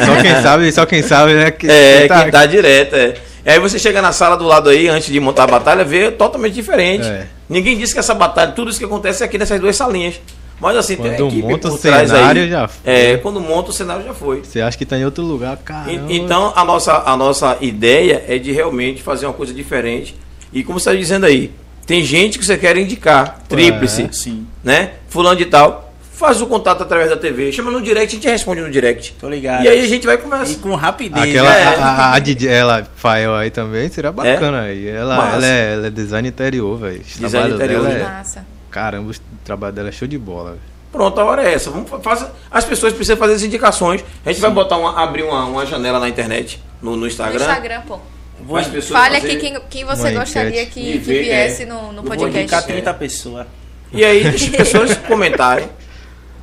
Speaker 4: Só quem sabe, só quem sabe, né? que-
Speaker 3: É,
Speaker 4: quem tá-
Speaker 3: quem tá direto, é. E aí você chega na sala do lado aí, antes de montar a batalha, vê totalmente diferente.
Speaker 4: É.
Speaker 3: Ninguém disse que essa batalha, tudo isso que acontece é aqui nessas duas salinhas. Mas assim, tem
Speaker 4: Quando
Speaker 3: uma equipe
Speaker 4: monta o
Speaker 3: por trás
Speaker 4: cenário,
Speaker 3: aí.
Speaker 4: já
Speaker 3: É, quando monta o cenário já foi.
Speaker 4: Você acha que tá em outro lugar,
Speaker 3: E-
Speaker 4: caramba.
Speaker 3: Então a nossa, a nossa ideia é de realmente fazer uma coisa diferente. E como você está dizendo aí, tem gente que você quer indicar, tríplice,
Speaker 5: Sim,
Speaker 3: né? Fulano de tal. Faz o contato através da TV, chama no direct, a gente responde no direct.
Speaker 5: tô ligado.
Speaker 3: E aí a gente vai conversar.
Speaker 5: E com rapidez.
Speaker 4: Aquela
Speaker 5: né?
Speaker 3: é.
Speaker 4: a, a, a DJ, ela Fael aí também, será bacana aí. Ela,
Speaker 3: Massa.
Speaker 4: ela, é, ela é design interior, velho.
Speaker 3: Design
Speaker 4: Design
Speaker 3: interior,
Speaker 4: interior,
Speaker 3: né?
Speaker 4: dela é,
Speaker 1: Massa.
Speaker 4: Caramba, o trabalho dela é show de bola. velho.
Speaker 3: Pronto, a hora é essa. Vamos fa- faça, as pessoas precisam fazer as indicações. A gente vai botar uma, abrir uma, uma janela na internet, no, no
Speaker 1: No
Speaker 3: Instagram.
Speaker 1: Instagram, pô.
Speaker 3: Vou- as pessoas
Speaker 1: Fale aqui
Speaker 3: fazerem-
Speaker 1: quem, quem você
Speaker 4: Uma
Speaker 1: gostaria
Speaker 4: enquete.
Speaker 1: que,
Speaker 3: E
Speaker 1: que
Speaker 3: ver,
Speaker 1: viesse
Speaker 3: é.
Speaker 1: no, no
Speaker 3: Eu vou
Speaker 1: podcast.
Speaker 5: Indicar 30 pessoas.
Speaker 3: E aí, deixa as pessoas comentarem.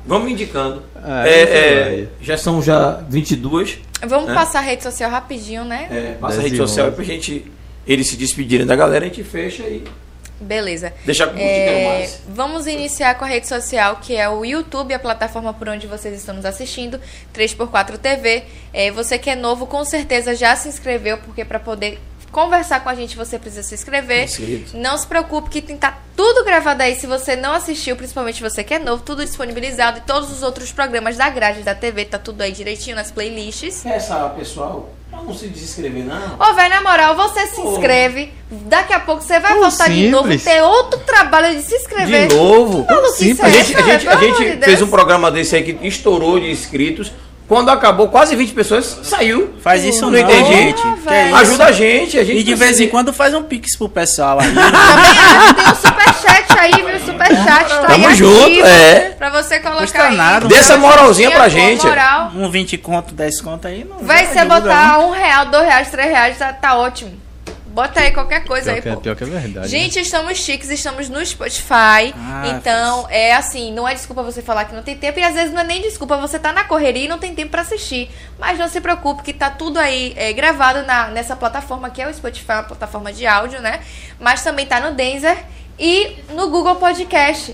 Speaker 3: Vamos indicando.
Speaker 4: Ah,
Speaker 3: É,
Speaker 4: isso
Speaker 3: é,
Speaker 4: vai.
Speaker 3: já são já 22.
Speaker 1: Vamos
Speaker 3: É.
Speaker 1: passar a rede social rapidinho, né?
Speaker 3: É, passa a
Speaker 4: Dez
Speaker 3: rede
Speaker 4: e
Speaker 3: social
Speaker 4: onze.
Speaker 3: pra gente. Eles se despedirem da galera, a gente fecha e
Speaker 1: Beleza.
Speaker 3: deixa com
Speaker 1: É,
Speaker 3: é... mais.
Speaker 1: vamos iniciar com a rede social, que é o YouTube, a plataforma por onde vocês estão nos assistindo, 3x4 TV. É, você que é novo, com certeza já se inscreveu, porque para poder conversar com a gente, você precisa se inscrever.
Speaker 3: Inscrito.
Speaker 1: Não se preocupe que tem- tá tudo gravado aí. Se você não assistiu, principalmente você que é novo, tudo disponibilizado e todos os outros programas da grade da TV, tá tudo aí direitinho nas playlists.
Speaker 3: Essa pessoal, pra não se desinscrever, não.
Speaker 1: Ô, velho, na moral, você se
Speaker 3: Ô.
Speaker 1: inscreve. Daqui a pouco você vai
Speaker 4: Tão
Speaker 1: voltar de novo,
Speaker 4: simples.
Speaker 1: ter outro trabalho de se
Speaker 3: De
Speaker 1: inscrever.
Speaker 3: novo.
Speaker 1: Maluquice
Speaker 3: A
Speaker 1: é
Speaker 3: gente, a
Speaker 1: essa, velho?
Speaker 3: gente, a
Speaker 1: Pelo
Speaker 3: gente
Speaker 1: amor de Deus.
Speaker 3: fez um programa desse aí que estourou de inscritos. Quando acabou, quase 20 pessoas saiu.
Speaker 5: Faz isso não,
Speaker 3: não entendi.
Speaker 5: gente.
Speaker 1: Ah,
Speaker 5: Que é
Speaker 1: velho.
Speaker 5: isso?
Speaker 3: Ajuda a gente, a gente.
Speaker 5: E de vez em
Speaker 3: precisa.
Speaker 5: quando faz um pix pro pessoal aí. né?
Speaker 1: Também acho que tem um superchat aí, viu? Superchat tá aí
Speaker 3: Tamo
Speaker 1: ativo
Speaker 3: junto, é.
Speaker 1: Pra você colocar
Speaker 5: Custa
Speaker 1: aí.
Speaker 5: nada.
Speaker 3: Dê essa moralzinha pra
Speaker 1: Pô,
Speaker 3: gente.
Speaker 1: moral.
Speaker 5: Um 20 conto, 10 conto aí não.
Speaker 1: Vai
Speaker 5: não
Speaker 1: ser
Speaker 5: ajuda,
Speaker 4: né?
Speaker 1: botar um real, dois reais, três reais, tá, tá ótimo. Bota aí qualquer coisa
Speaker 4: Pior
Speaker 1: aí,
Speaker 4: que, é,
Speaker 1: pô.
Speaker 4: pior que é verdade. né?
Speaker 1: Gente, estamos chiques, estamos no Spotify.
Speaker 5: Ah,
Speaker 1: então, é assim, não é desculpa você falar que não tem tempo. E às vezes não é nem desculpa, você tá na correria e não tem tempo pra assistir. Mas não se preocupe, que tá tudo aí é, gravado na, nessa plataforma que é o Spotify, uma plataforma de áudio, né? Mas também tá no Denzer e no Google Podcast.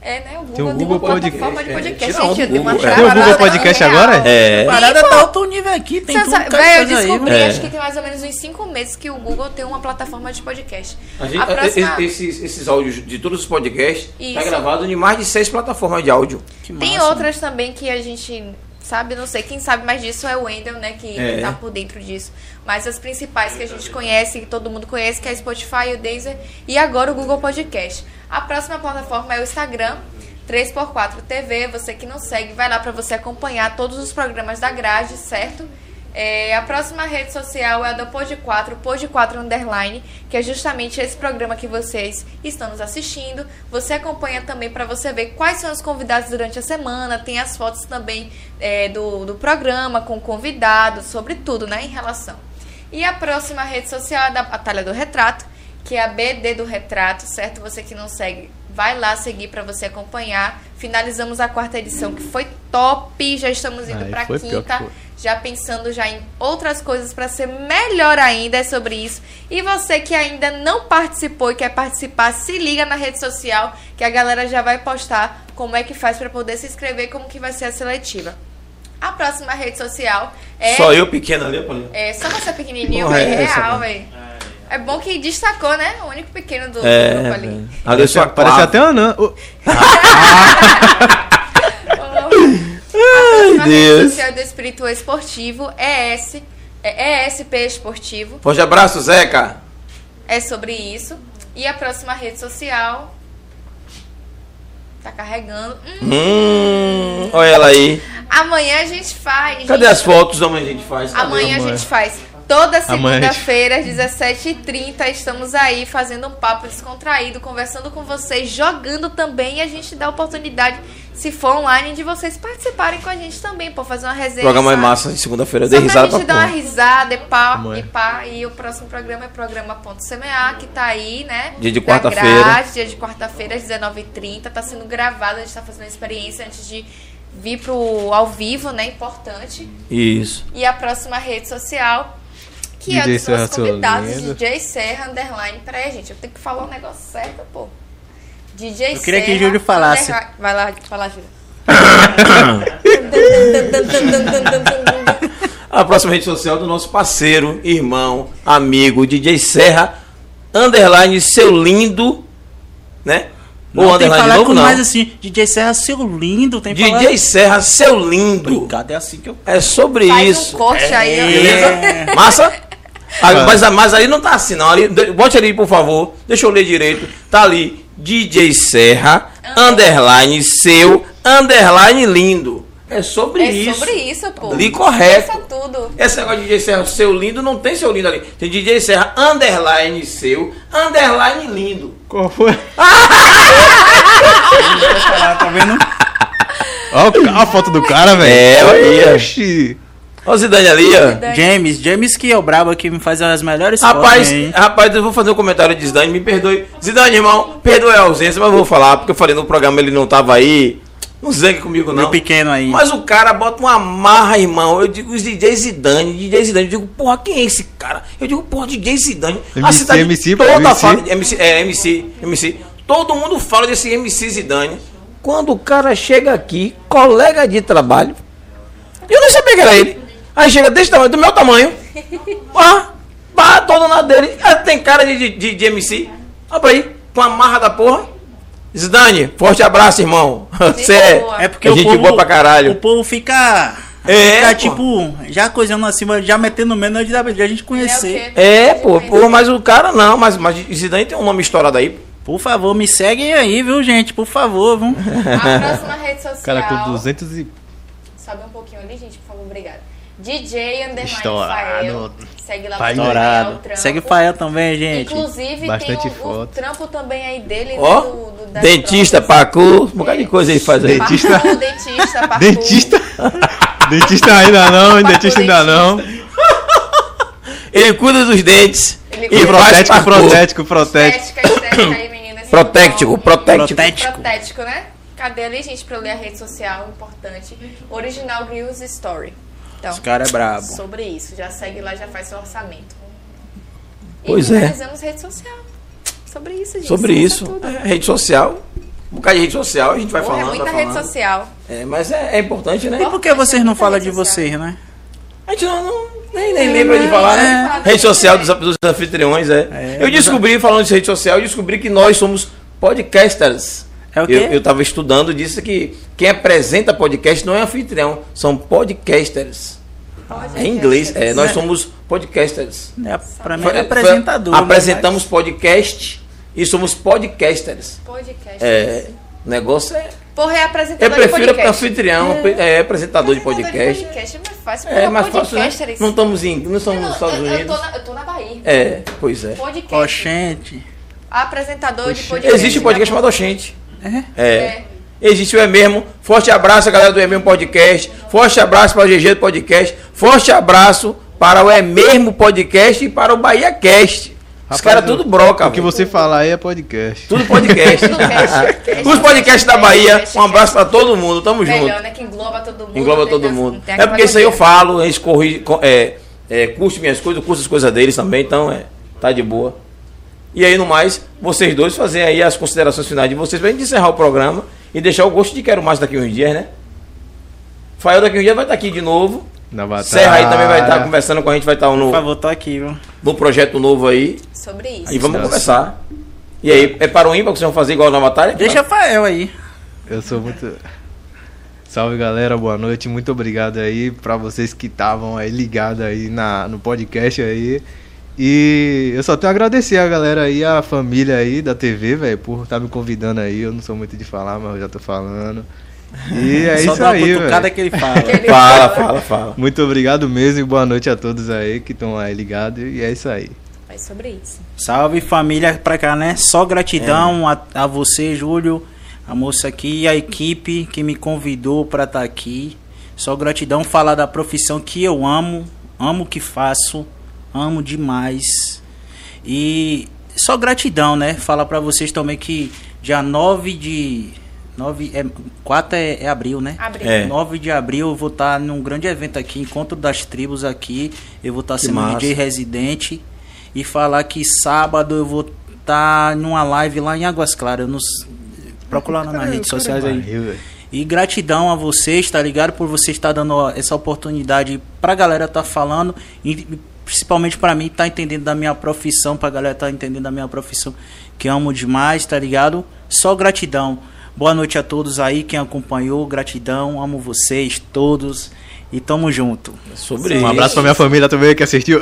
Speaker 1: É, né? O Google,
Speaker 4: Tem o
Speaker 1: tem
Speaker 4: Google
Speaker 1: uma plataforma de
Speaker 3: Podcast, é.
Speaker 1: podcast.
Speaker 3: Tira onda
Speaker 1: Gente, eu
Speaker 3: do
Speaker 1: dei uma
Speaker 3: Google, é.
Speaker 4: né? Tem o Google
Speaker 1: travada
Speaker 4: Podcast
Speaker 1: surreal.
Speaker 4: agora?
Speaker 5: não.
Speaker 3: É.
Speaker 5: A parada tá alto nível aqui, tem
Speaker 1: Você
Speaker 5: tudo
Speaker 1: sabe-
Speaker 5: que tá
Speaker 1: Véi, eu
Speaker 5: coisa aí,
Speaker 1: descobri,
Speaker 5: mano.
Speaker 3: É.
Speaker 1: acho que tem mais ou menos uns cinco meses que o Google tem uma plataforma de podcast.
Speaker 3: A gente-
Speaker 1: A
Speaker 5: é,
Speaker 1: próxima-
Speaker 3: e- e- esses, esses áudios de todos os podcasts tá
Speaker 1: Isso.
Speaker 3: gravado em mais de seis plataformas de áudio.
Speaker 5: Que
Speaker 1: Tem
Speaker 5: massa.
Speaker 1: outras também que a gente sabe, não sei, quem sabe mais disso é o Wendel, né, que
Speaker 3: É.
Speaker 1: tá por dentro disso. Mas as principais que a gente conhece, que todo mundo conhece, que é Spotify, o Deezer e agora o Google Podcast. A próxima plataforma é o Instagram. 3x4 TV. Você que não segue, vai lá para você acompanhar todos os programas da grade, certo? É, a próxima rede social é a do Pod 4, Pod 4 Underline, que é justamente esse programa que vocês estão nos assistindo. Você acompanha também para você ver quais são os convidados durante a semana, tem as fotos também é, do, do programa, com convidados, sobre tudo, né, em relação. E a próxima rede social é da Batalha do Retrato, que é a BD do Retrato, certo? Você que não segue, vai lá seguir para você acompanhar. Finalizamos a quarta edição, que foi top, já estamos indo
Speaker 4: Aí
Speaker 1: para
Speaker 4: foi pior que
Speaker 1: quinta
Speaker 4: foi.
Speaker 1: já pensando já em outras coisas para ser melhor ainda é sobre isso. E você que ainda não participou e quer participar, se liga na rede social que a galera já vai postar como é que faz para poder se inscrever e como que vai ser a seletiva. A próxima rede social é
Speaker 3: Só eu pequeno ali, Paulinho.
Speaker 1: é só você pequenininho,
Speaker 3: Que porra
Speaker 1: velho,
Speaker 3: é essa,
Speaker 1: real, velho. É bom que destacou, né? O único pequeno do do grupo ali.
Speaker 3: É, velho. Ali eu sou a
Speaker 4: Parece
Speaker 3: clava.
Speaker 4: até uma anã. Ô,
Speaker 1: Ai,
Speaker 3: Deus.
Speaker 1: rede social do Espírito Esportivo é ES, é ESP Esportivo.
Speaker 5: um-
Speaker 3: Forte abraço, Zeca.
Speaker 1: É sobre isso. E a próxima rede social. Tá carregando. Hum,
Speaker 3: Hum, olha ela aí.
Speaker 1: amanhã a gente faz.
Speaker 3: Cadê
Speaker 1: gente.
Speaker 3: as fotos? Amanhã a gente faz. tá cadê?
Speaker 1: Amanhã a
Speaker 4: Amanhã.
Speaker 1: gente faz. Toda
Speaker 4: Amanhã a gente-
Speaker 1: segunda-feira, às 17h30, estamos aí fazendo um papo descontraído, conversando com vocês, jogando também. E a gente dá a oportunidade, se for online, de vocês participarem com a gente também, pô, fazer uma resenha.
Speaker 3: Programa é
Speaker 1: sabe?
Speaker 3: massa de segunda-feira. Eu
Speaker 1: Só pra
Speaker 3: dei risada
Speaker 1: gente
Speaker 3: pra
Speaker 1: dar uma
Speaker 3: porra.
Speaker 1: risada e pá,
Speaker 4: Como é?
Speaker 1: e pá. E o próximo programa é programa.cma, que tá aí, né?
Speaker 3: Dia de
Speaker 1: Da
Speaker 3: quarta-feira.
Speaker 1: grade, Dia de quarta-feira, às 19h30. Tá sendo gravado, a gente tá fazendo uma experiência antes de vir pro ao vivo, né? Importante.
Speaker 3: Isso.
Speaker 1: E a próxima rede social, que é
Speaker 4: DJ
Speaker 1: dos nossos
Speaker 4: Serra
Speaker 1: convidados,
Speaker 4: Solendo.
Speaker 1: DJ Serra Underline. Peraí, gente, eu tenho que falar um negócio certo, pô. DJ
Speaker 5: Eu queria que
Speaker 1: Serra,
Speaker 5: Júlio falasse.
Speaker 1: underline- Vai lá, fala, Júlio.
Speaker 3: A próxima rede social do nosso parceiro, irmão, amigo, DJ Serra, underline, seu lindo, né? Ou
Speaker 5: tem que
Speaker 3: underline de
Speaker 5: falar
Speaker 3: novo,
Speaker 5: com
Speaker 3: não.
Speaker 5: mais assim, DJ Serra, seu lindo, tem que falar-
Speaker 3: DJ Serra, seu lindo.
Speaker 5: Obrigado, é assim que eu...
Speaker 3: É sobre
Speaker 1: Faz
Speaker 3: isso. É
Speaker 1: um corte aí, ó. É
Speaker 5: É.
Speaker 3: Beleza? Massa? Ah, mas, mas aí não tá assim, não. Ali, de- bote ali, por favor. Deixa eu ler direito. Tá ali. DJ Serra, underline, seu, underline, lindo. É sobre
Speaker 1: É
Speaker 3: isso.
Speaker 1: sobre isso, pô.
Speaker 3: Ali correto.
Speaker 1: Pensa tudo.
Speaker 3: Esse negócio de DJ Serra, é seu lindo, não tem seu lindo ali. Tem DJ Serra, underline, seu, underline, lindo.
Speaker 4: Qual foi?
Speaker 5: Ah, tá vendo?
Speaker 4: Ó, o ca- a foto do cara,
Speaker 3: É,
Speaker 4: velho.
Speaker 3: olha.
Speaker 4: Oxi.
Speaker 3: Olha o Zidane ali, ó.
Speaker 1: Dani.
Speaker 5: James, James que é o brabo que me faz as melhores
Speaker 3: Rapaz,
Speaker 5: fotos, hein?
Speaker 3: rapaz, eu vou fazer um comentário de Zidane, me perdoe. Zidane, irmão, perdoe a ausência, mas eu vou falar, porque eu falei no programa ele não tava aí. Não zangue comigo,
Speaker 5: Meu
Speaker 3: não.
Speaker 5: pequeno aí.
Speaker 3: Mas o cara bota uma marra, irmão. Eu digo, os DJ Zidane, DJ Zidane. Eu digo, porra, quem é esse cara? Eu digo, porra, DJ Zidane. a
Speaker 4: MC,
Speaker 3: cidade
Speaker 4: MC,
Speaker 3: toda
Speaker 4: MC.
Speaker 3: fala de MC, é, MC, MC. Todo mundo fala desse MC Zidane. Quando o cara chega aqui, colega de trabalho, eu não sabia que era ele. Aí chega desse tamanho, do meu tamanho. Pá, pá, todo lado dele. Ah, Tem cara de, de, de- de MC. Olha pra aí, com a marra da porra. Zidane, forte abraço, irmão. Você é,
Speaker 1: boa.
Speaker 5: É porque
Speaker 3: é
Speaker 5: o
Speaker 3: gente
Speaker 5: povo,
Speaker 3: boa pra caralho.
Speaker 5: O povo fica.
Speaker 3: É,
Speaker 5: fica,
Speaker 3: pô.
Speaker 5: tipo, já coisando acima, já metendo menos antes da de a gente
Speaker 1: Ele
Speaker 5: conhecer.
Speaker 1: o quê?
Speaker 3: É, pô, pô, mas o cara não, mas, mas Zidane tem um nome estourado aí.
Speaker 5: Por favor, me seguem aí, viu, gente? Por favor, viu?
Speaker 1: A próxima rede social.
Speaker 4: O cara com 200 e.
Speaker 1: Sobe um pouquinho ali, gente, por favor, obrigada. DJ Underline
Speaker 4: Estourado.
Speaker 1: Fael. Segue lá pra
Speaker 4: Fael.
Speaker 1: acompanhar o trampo.
Speaker 5: Segue o Fael também, gente.
Speaker 1: Inclusive,
Speaker 4: Bastante
Speaker 1: tem o, o
Speaker 4: foto.
Speaker 1: trampo também aí dele.
Speaker 3: Ó,
Speaker 1: do- do- das
Speaker 3: dentista,
Speaker 1: provas.
Speaker 3: pacu, um bocado de coisa ele faz aí.
Speaker 4: Dentista.
Speaker 1: Pacu, dentista, pacu.
Speaker 4: Dentista? dentista ainda não, hein?
Speaker 1: Papo
Speaker 4: Dentista ainda não.
Speaker 3: Ele cuida dos dentes.
Speaker 1: Ele
Speaker 3: E
Speaker 1: cuida-
Speaker 3: faz
Speaker 4: Protético,
Speaker 3: pacu.
Speaker 4: protético, protético.
Speaker 1: Estética, estética aí, meninas.
Speaker 3: Protético, protético.
Speaker 5: Protético.
Speaker 1: Protético, né? Cadê ali, gente, pra eu ler a rede social importante? Original Grills Story. Então,
Speaker 5: Esse cara é brabo.
Speaker 1: sobre isso. Já segue lá, já faz seu orçamento.
Speaker 3: Pois
Speaker 1: e
Speaker 3: é.
Speaker 1: finalizamos rede social. Sobre isso, gente.
Speaker 3: Sobre isso,
Speaker 1: tudo.
Speaker 3: é, rede social. Um bocado de rede social, a gente vai
Speaker 1: Porra, é
Speaker 3: falando.
Speaker 1: muita
Speaker 3: vai
Speaker 1: rede
Speaker 3: falando.
Speaker 1: social.
Speaker 3: É, mas é, é importante, né?
Speaker 5: E por que vocês não falam de vocês, né?
Speaker 3: A gente não, não- nem, nem lembra de falar, né?
Speaker 1: É.
Speaker 3: Rede social dos, dos anfitriões, é.
Speaker 5: É,
Speaker 3: Eu descobri, falando de rede social, eu descobri que nós somos podcasters.
Speaker 5: É o quê?
Speaker 3: Eu, eu tava estudando, disse que quem apresenta podcast não é anfitrião, são podcasters. É em inglês, é, nós somos podcasters.
Speaker 5: É, pra mim
Speaker 3: Foi-
Speaker 5: é
Speaker 3: foi-
Speaker 5: apresentador. né?
Speaker 3: Apresentamos podcast e somos podcasters.
Speaker 1: Podcast.
Speaker 3: É,
Speaker 2: O negócio é.
Speaker 1: Porra, é
Speaker 3: Eu
Speaker 1: apresentador de
Speaker 3: prefiro
Speaker 1: podcast.
Speaker 3: anfitrião, é, apresentador de podcast.
Speaker 1: é mais fácil.
Speaker 3: É mais fácil, né?
Speaker 1: podcaster, isso.
Speaker 3: Não estamos em, não somos nos
Speaker 1: Não,
Speaker 3: Estados
Speaker 1: eu, eu, tô
Speaker 3: Unidos.
Speaker 1: na, eu tô na Bahia.
Speaker 3: É, pois é.
Speaker 1: Podcast.
Speaker 5: Oxente.
Speaker 1: Apresentador de podcast. né?
Speaker 3: Existe um podcast chamado Oxente. É?
Speaker 1: É.
Speaker 3: Existe o É Mesmo. Forte abraço, galera do É Mesmo Podcast. Forte abraço para o GG do Podcast. Forte abraço para o É Mesmo Podcast e para o Bahia Cast. Os
Speaker 4: Rapaz,
Speaker 3: caras tudo broca,
Speaker 4: O que
Speaker 3: velho.
Speaker 4: você falar aí é podcast.
Speaker 3: Tudo podcast.
Speaker 1: Tudo cast.
Speaker 3: Os podcasts da Bahia.
Speaker 1: Cast,
Speaker 3: Um abraço para todo mundo. Tamo junto.
Speaker 1: Melhor, né? Que engloba todo mundo.
Speaker 3: Engloba
Speaker 1: não tem
Speaker 3: todo
Speaker 1: nada-
Speaker 3: mundo.
Speaker 1: não tem
Speaker 3: É porque isso aí eu
Speaker 1: aquela
Speaker 3: falo, eles corrigem, co- é, é, curte minhas coisas, eu curto as coisas deles também, então é, tá de boa. E aí, no mais, vocês dois fazem aí as considerações finais de vocês pra gente encerrar o programa e deixar o gosto de quero mais daqui uns dias, né? Fael daqui uns dias vai estar aqui de novo.
Speaker 4: Na batalha.
Speaker 3: Serra aí também vai estar conversando com a gente, vai estar
Speaker 5: Por
Speaker 3: no,
Speaker 5: favor, tô aqui, viu?
Speaker 3: no projeto novo aí.
Speaker 1: Sobre isso.
Speaker 3: Aí vamos
Speaker 4: Nossa.
Speaker 3: conversar. E aí, é para o ímpar que vocês vão fazer igual na batalha?
Speaker 5: Deixa o Fael aí.
Speaker 4: Eu sou muito. Salve galera, boa noite. Muito obrigado aí pra vocês que estavam aí ligados aí na, no podcast aí. E eu só tenho a agradecer a galera aí, a família aí da TV, velho, por estar me convidando aí. Eu não sou muito de falar, mas eu já tô falando. E é
Speaker 5: Só
Speaker 4: isso
Speaker 5: dá uma
Speaker 4: aí,
Speaker 5: cutucada
Speaker 4: velho.
Speaker 5: que ele fala.
Speaker 3: Fala, fala, fala.
Speaker 4: Muito obrigado mesmo e boa noite a todos aí que estão aí ligados. E é isso aí.
Speaker 1: É sobre isso.
Speaker 5: Salve família pra cá, né? Só gratidão a, a você, Júlio, a moça aqui e a equipe que me convidou pra estar aqui. Só gratidão falar da profissão que eu amo, amo o que faço, amo demais. E só gratidão, né? Falar pra vocês também que dia 9 de. 9 é, 4 é, é abril, né?
Speaker 1: Abril.
Speaker 3: É.
Speaker 5: 9 de abril eu vou estar num grande evento aqui, Encontro das Tribos aqui. Eu vou estar
Speaker 3: Que
Speaker 5: sendo
Speaker 3: massa.
Speaker 5: DJ residente e falar que sábado eu vou estar numa live lá em Águas Claras. Nos... Procura lá nas minhas redes sociais aí.
Speaker 4: Valeu, velho.
Speaker 5: E gratidão a vocês, tá ligado? Por vocês estar dando ó, essa oportunidade pra galera tá falando e principalmente pra mim tá entendendo da minha profissão, pra galera tá entendendo da minha profissão que eu amo demais, tá ligado? Só gratidão. Boa noite a todos aí quem acompanhou, gratidão, amo vocês todos e tamo junto.
Speaker 3: Sobre
Speaker 4: Um
Speaker 3: isso.
Speaker 4: abraço pra minha família também que assistiu.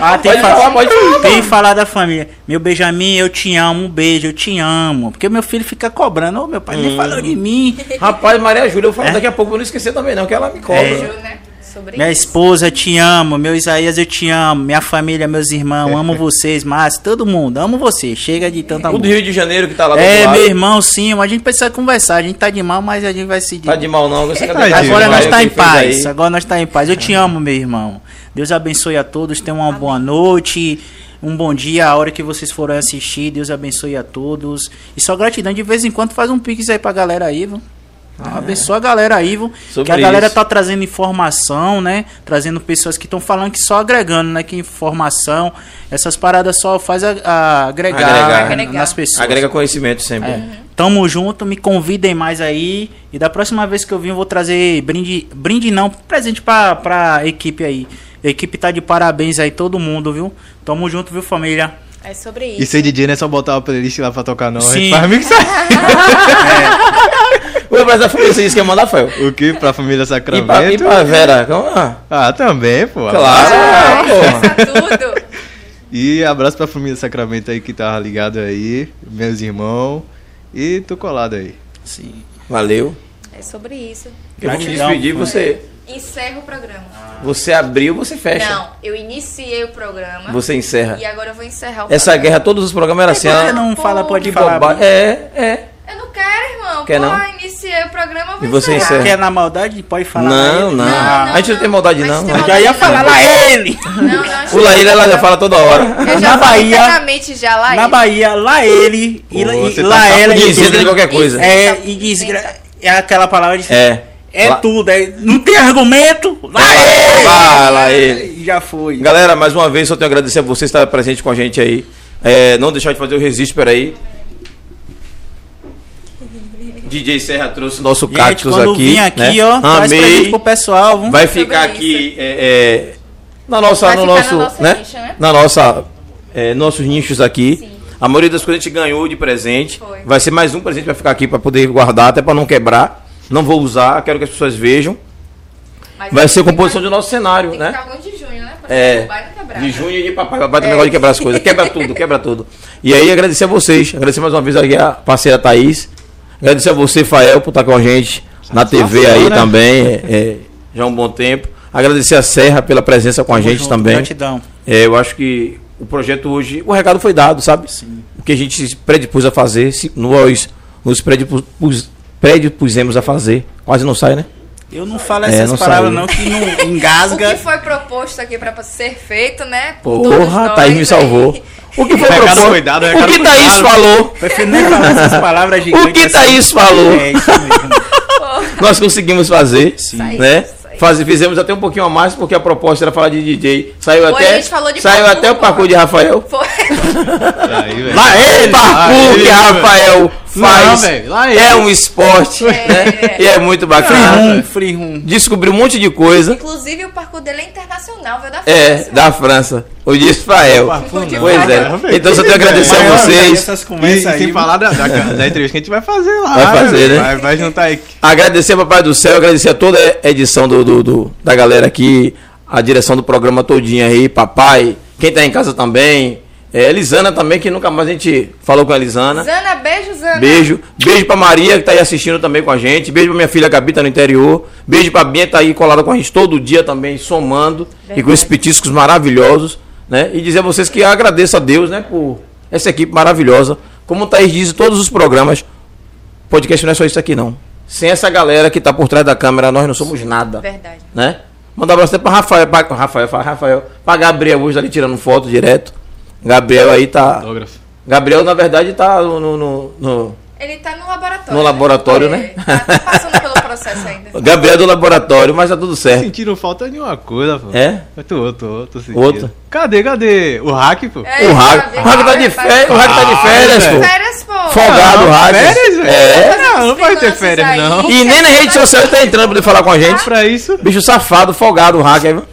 Speaker 5: Ah, tem que
Speaker 3: Pode falar, pode falar.
Speaker 5: tem que falar da família. Meu Benjamin, eu te amo, um beijo, eu te amo. Porque meu filho fica cobrando, ô meu pai
Speaker 3: Hum.
Speaker 5: nem falou de mim.
Speaker 3: Rapaz, Maria Júlia, eu falo daqui a pouco, eu não esquecer também não, que ela me cobra.
Speaker 5: É.
Speaker 1: Ju, né? Sobre
Speaker 5: Minha
Speaker 1: isso.
Speaker 5: esposa, te amo. Meu Isaías, eu te amo. Minha família, meus irmãos, amo vocês, mas todo mundo, amo vocês. Chega de tanta
Speaker 3: O do
Speaker 5: amor.
Speaker 3: Rio de Janeiro que tá lá do
Speaker 5: É,
Speaker 3: outro lado.
Speaker 5: meu irmão, sim, mas a gente precisa conversar. A gente tá de mal, mas a gente vai se
Speaker 3: Tá de mal não. você quer
Speaker 4: Tadinho,
Speaker 3: deixar
Speaker 5: Agora
Speaker 3: de
Speaker 5: nós
Speaker 3: mal,
Speaker 5: tá
Speaker 3: quem
Speaker 5: em
Speaker 3: fez
Speaker 5: paz.
Speaker 3: aí. É.
Speaker 5: Agora nós tá em paz. Eu te amo, meu irmão. Deus abençoe a todos. Tenham uma boa noite. Um bom dia, a hora que vocês forem assistir, Deus abençoe a todos. E só gratidão, de vez em quando faz um pix aí pra galera aí, viu? Abençoa a galera aí, viu?
Speaker 3: Ah, é. Sobre
Speaker 5: que a galera
Speaker 3: isso.
Speaker 5: tá trazendo informação, né? Trazendo pessoas que estão falando que só agregando, né? Que informação, essas paradas só faz a, a agregar,
Speaker 3: Agregar.
Speaker 5: nas pessoas.
Speaker 3: Agrega conhecimento sempre.
Speaker 5: É.
Speaker 1: Uhum.
Speaker 5: Tamo junto, me convidem mais aí. E da próxima vez que eu vim, eu vou trazer brinde. Brinde não, presente pra, pra equipe aí. A equipe tá de parabéns aí, todo mundo, viu? Tamo junto, viu, família?
Speaker 1: É sobre
Speaker 4: E
Speaker 1: isso.
Speaker 4: ser DJ não é só botar uma playlist lá pra tocar, não.
Speaker 5: Sim.
Speaker 4: É faz mixagem.
Speaker 3: O abraço da família, você disse que é ia mandar, Fael.
Speaker 4: O que? Pra família
Speaker 3: E pra, e
Speaker 4: Sacramento?
Speaker 3: pra Vera. Calma lá.
Speaker 4: Ah, também, pô.
Speaker 5: "Ah,
Speaker 3: Claro. pô.
Speaker 1: Tá Ah, tudo.
Speaker 4: E abraço pra família Sacramento aí que tava ligado aí, meus irmãos. E tô colado aí.
Speaker 5: Sim.
Speaker 3: Valeu.
Speaker 1: É sobre isso.
Speaker 3: Eu vou me
Speaker 5: Gratidão,
Speaker 3: despedir,
Speaker 5: mano.
Speaker 3: você,
Speaker 1: Encerra o programa.
Speaker 3: você abriu, você fecha.
Speaker 1: Não, eu iniciei o programa.
Speaker 3: Você encerra.
Speaker 1: E agora eu vou encerrar o
Speaker 3: Essa
Speaker 1: programa.
Speaker 3: guerra, todos os programas eram assim.
Speaker 5: Por
Speaker 3: ah,
Speaker 5: que não fala, pode
Speaker 3: que
Speaker 5: falar?
Speaker 3: bobagem. É, é.
Speaker 1: Eu não quero, irmão.
Speaker 3: Quer
Speaker 1: Pô,
Speaker 3: não?
Speaker 1: iniciei o programa, eu vou
Speaker 3: E você
Speaker 1: encerrar.
Speaker 3: encerra.
Speaker 5: Quer na maldade? Pode falar.
Speaker 3: É Não,
Speaker 5: aí.
Speaker 3: não.
Speaker 1: Não, não,
Speaker 3: A gente não tem
Speaker 1: não.
Speaker 3: maldade,
Speaker 1: A gente
Speaker 3: não. né?
Speaker 1: tem
Speaker 5: Já ia falar lá ele!
Speaker 1: Não, não, acho
Speaker 3: O Laíla, ela já
Speaker 1: não.
Speaker 3: fala toda hora.
Speaker 1: Eu já
Speaker 5: Na
Speaker 1: falo
Speaker 5: Bahia-
Speaker 1: internamente já, lá
Speaker 5: Na
Speaker 1: ele.
Speaker 5: Bahia, lá ele. E, lá- e lá ela.
Speaker 3: Dizendo tá de qualquer coisa.
Speaker 5: É, e desgra... é aquela palavra de.
Speaker 3: É.
Speaker 5: É
Speaker 3: Lá-
Speaker 5: tudo, é... não tem argumento. Lá
Speaker 3: Fala ele.
Speaker 5: ele! Já foi.
Speaker 3: Galera, mais uma vez só tenho a agradecer a vocês estar presente com a gente aí. É, não deixar de fazer o Resiste, peraí. DJ Serra trouxe o nosso
Speaker 5: Gente,
Speaker 3: cactus
Speaker 5: quando
Speaker 3: aqui.
Speaker 5: vim aqui,
Speaker 3: né?
Speaker 5: ó, faz presente
Speaker 3: Amei.
Speaker 5: pro pessoal, viu?
Speaker 3: Vai ficar
Speaker 1: Sobre isso.
Speaker 3: aqui é, é, na nossa,
Speaker 1: Vai
Speaker 3: no
Speaker 1: ficar
Speaker 3: nosso,
Speaker 1: na nossa
Speaker 3: né?
Speaker 1: nicha, né?
Speaker 3: Na nossa, é, nossos nichos aqui. A maioria das coisas a gente ganhou de presente.
Speaker 1: Foi.
Speaker 3: Vai ser mais um presente para ficar aqui para poder guardar, até para não quebrar. Não vou usar, quero que as pessoas vejam.
Speaker 1: Mas
Speaker 3: Vai
Speaker 1: É, tem
Speaker 3: ser a
Speaker 1: que
Speaker 3: composição
Speaker 1: ficar-
Speaker 3: do nosso cenário,
Speaker 1: Tem que
Speaker 3: né?
Speaker 1: ficar algum de junho, né? Pra
Speaker 3: É,
Speaker 1: derrubar e não quebrar.
Speaker 3: de junho e de papai. Papai tem negócio de quebrar as coisas. Quebra tudo, quebra tudo. E aí, agradecer a vocês. Agradecer mais uma vez aqui a parceira Thaís. Agradecer a você, Fael, por estar com a gente na TV aí
Speaker 5: né?
Speaker 3: também. é, é, já há um bom tempo. Agradecer a Serra pela presença com a gente
Speaker 5: junto,
Speaker 3: também.
Speaker 5: Gratidão.
Speaker 3: É, eu acho que o projeto hoje, o recado foi dado, sabe? Sim. O que a gente se predispôs a fazer, se nós nos predispus, predispusemos a fazer. Quase não sai, né?
Speaker 5: Eu não falo
Speaker 3: É,
Speaker 5: essas
Speaker 3: não
Speaker 5: palavras
Speaker 3: saiu.
Speaker 5: não que não
Speaker 1: O que
Speaker 5: engasga.
Speaker 1: foi proposto aqui pra ser feito, né? por todos
Speaker 3: Porra,
Speaker 1: nós
Speaker 3: Thaís me
Speaker 1: aí.
Speaker 3: salvou. O que foi
Speaker 4: Recado
Speaker 3: proposto-
Speaker 4: foi dado,
Speaker 3: O
Speaker 4: recado
Speaker 3: que
Speaker 4: foi
Speaker 3: Thaís
Speaker 4: dado.
Speaker 3: falou,
Speaker 5: Prefiro nem falar essas palavras gigantes. assim.
Speaker 3: que Thaís falou?
Speaker 5: É isso mesmo.
Speaker 3: nós conseguimos fazer.
Speaker 1: aí,
Speaker 3: Né?
Speaker 1: isso aí.
Speaker 3: Faz- fizemos até um pouquinho a mais, porque a proposta era falar de DJ. Saiu
Speaker 1: Pô,
Speaker 3: até.
Speaker 1: a gente falou de
Speaker 3: saiu
Speaker 1: parkour,
Speaker 3: até o
Speaker 1: pô.
Speaker 3: parkour de Rafael.
Speaker 1: Foi.
Speaker 3: Tá
Speaker 4: Aí, velho.
Speaker 3: Lá ele, parkour
Speaker 4: ele,
Speaker 3: que Rafael faz.
Speaker 4: velho, lá
Speaker 3: é
Speaker 4: ele.
Speaker 3: um esporte, né? E é muito bacana.
Speaker 5: Free room, free room.
Speaker 3: Descobri um monte de coisa.
Speaker 1: Inclusive, o parkour dele é internacional, veio da
Speaker 3: É,
Speaker 1: França.
Speaker 3: da França. O de Israel.
Speaker 1: Parkour de
Speaker 3: Pois
Speaker 1: França.
Speaker 3: é. Então só tenho a agradecer a vocês.
Speaker 5: Essas
Speaker 4: E
Speaker 5: conversas aí.
Speaker 4: sem falar da, da, da entrevista que a gente vai fazer lá.
Speaker 3: Vai fazer,
Speaker 4: velho.
Speaker 3: né?
Speaker 4: Vai, vai juntar aí.
Speaker 3: Agradecer, Papai do Céu, agradecer a toda a edição do, do- do- da galera aqui, a direção do programa todinha aí, papai, quem tá em casa também, é, Elisana também, que nunca mais a gente falou com a Elisana.
Speaker 1: Zana, beijo, Zana.
Speaker 3: Beijo. Beijo pra Maria, que tá aí assistindo também com a gente. Beijo pra minha filha Gabi, tá no interior. Beijo pra Bia, que tá aí colada com a gente todo dia também, somando. E com esses petiscos maravilhosos, né? E dizer a vocês que agradeço a Deus, né, por essa equipe maravilhosa. Como o Thaís diz, em todos os programas, podcast não é só isso aqui, não. Sem essa galera que tá por trás da câmera, nós não somos nada
Speaker 1: É Verdade.
Speaker 3: né? Mandar um abraço até pra Rafael, pra Rafael, pra Rafael, pra Gabriel hoje ali tirando foto direto. Gabriel aí tá. Gabriel, na verdade, tá no, no- no- no-
Speaker 1: Ele tá no laboratório.
Speaker 3: No laboratório,
Speaker 1: É,
Speaker 3: né?
Speaker 1: Tá, tá passando pelo processo ainda.
Speaker 3: Gabriel do laboratório, mas tá tudo certo.
Speaker 4: Sentiram falta de uma coisa, pô.
Speaker 3: É?
Speaker 4: Eu tô, eu tô, eu tô sentindo.
Speaker 3: Outra.
Speaker 4: Cadê, cadê? O hack, pô.
Speaker 1: É,
Speaker 3: O
Speaker 1: ele
Speaker 3: Rago.
Speaker 1: tá
Speaker 3: O Rago tá de
Speaker 1: bem-
Speaker 3: férias, o Rago tá de férias,
Speaker 4: velho.
Speaker 3: pô.
Speaker 1: Férias, pô.
Speaker 3: Folgado, o Rago.
Speaker 4: férias, velho?
Speaker 3: É.
Speaker 4: Não, não vai ter
Speaker 1: Freelancers
Speaker 4: férias,
Speaker 1: aí.
Speaker 4: não.
Speaker 3: E nem na rede social ele tá entrando pra ele falar com a gente.
Speaker 4: Pra isso.
Speaker 3: Bicho safado, folgado, o hacker. viu?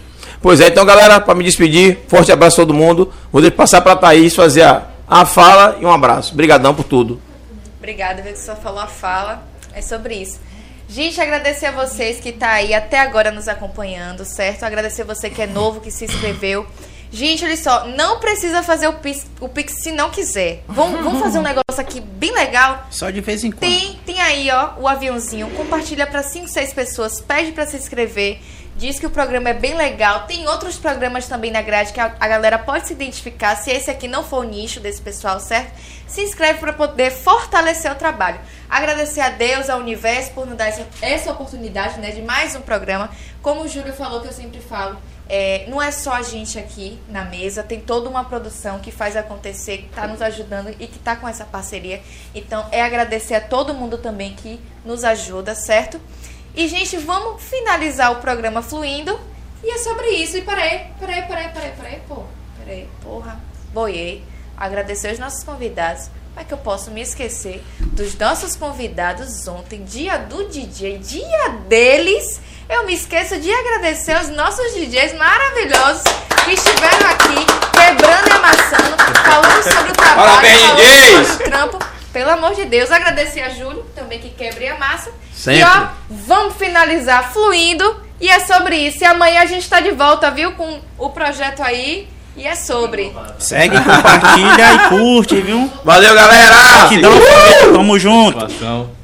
Speaker 3: Pois é, então galera, pra me despedir, forte abraço a todo mundo. Vou deixar passar pra Thaís fazer a, a fala e um abraço. Obrigadão por tudo.
Speaker 1: Obrigada, viu que só falou a fala. É sobre isso. Gente, agradecer a vocês que tá aí até agora nos acompanhando, certo? Agradecer você que é novo, que se inscreveu. Gente, olha só, não precisa fazer o Pix, o Pix se não quiser. Vamos, vamos fazer um negócio aqui bem legal.
Speaker 5: Só de vez em quando.
Speaker 1: Tem, tem aí, ó, o aviãozinho. Compartilha pra 5, 6 pessoas. Pede pra se inscrever. Diz que o programa é bem legal. Tem outros programas também na grade que a, a galera pode se identificar. Se esse aqui não for o nicho desse pessoal, certo? Se inscreve pra poder fortalecer o trabalho. Agradecer a Deus, ao universo, por nos dar essa, essa oportunidade, né? De mais um programa. Como o Júlio falou, que eu sempre falo, é, não é só a gente aqui na mesa, tem toda uma produção que faz acontecer, que está nos ajudando e que está com essa parceria. Então, é agradecer a todo mundo também que nos ajuda, certo? E, gente, vamos finalizar o programa fluindo. E é sobre isso. E peraí, peraí, peraí, peraí, peraí, pô. Peraí, porra. Boiei. Agradecer os nossos convidados. Como é que eu posso me esquecer dos nossos convidados ontem, dia do DJ, dia deles? Eu me esqueço de agradecer aos nossos DJs maravilhosos que estiveram aqui quebrando e amassando, falando sobre o trabalho,
Speaker 3: Parabéns,
Speaker 1: falando
Speaker 3: DJs!
Speaker 1: sobre o trampo. Pelo amor de Deus, agradecer a Júlio também que quebra e amassa.
Speaker 3: Sempre.
Speaker 1: E ó, vamos finalizar fluindo e é sobre isso. E amanhã a gente tá de volta, viu, com o projeto aí. E é sobre.
Speaker 5: Segue, compartilha e curte, viu?
Speaker 3: Valeu, galera! Uh!
Speaker 5: Que dão, família. tamo junto.
Speaker 4: Situação.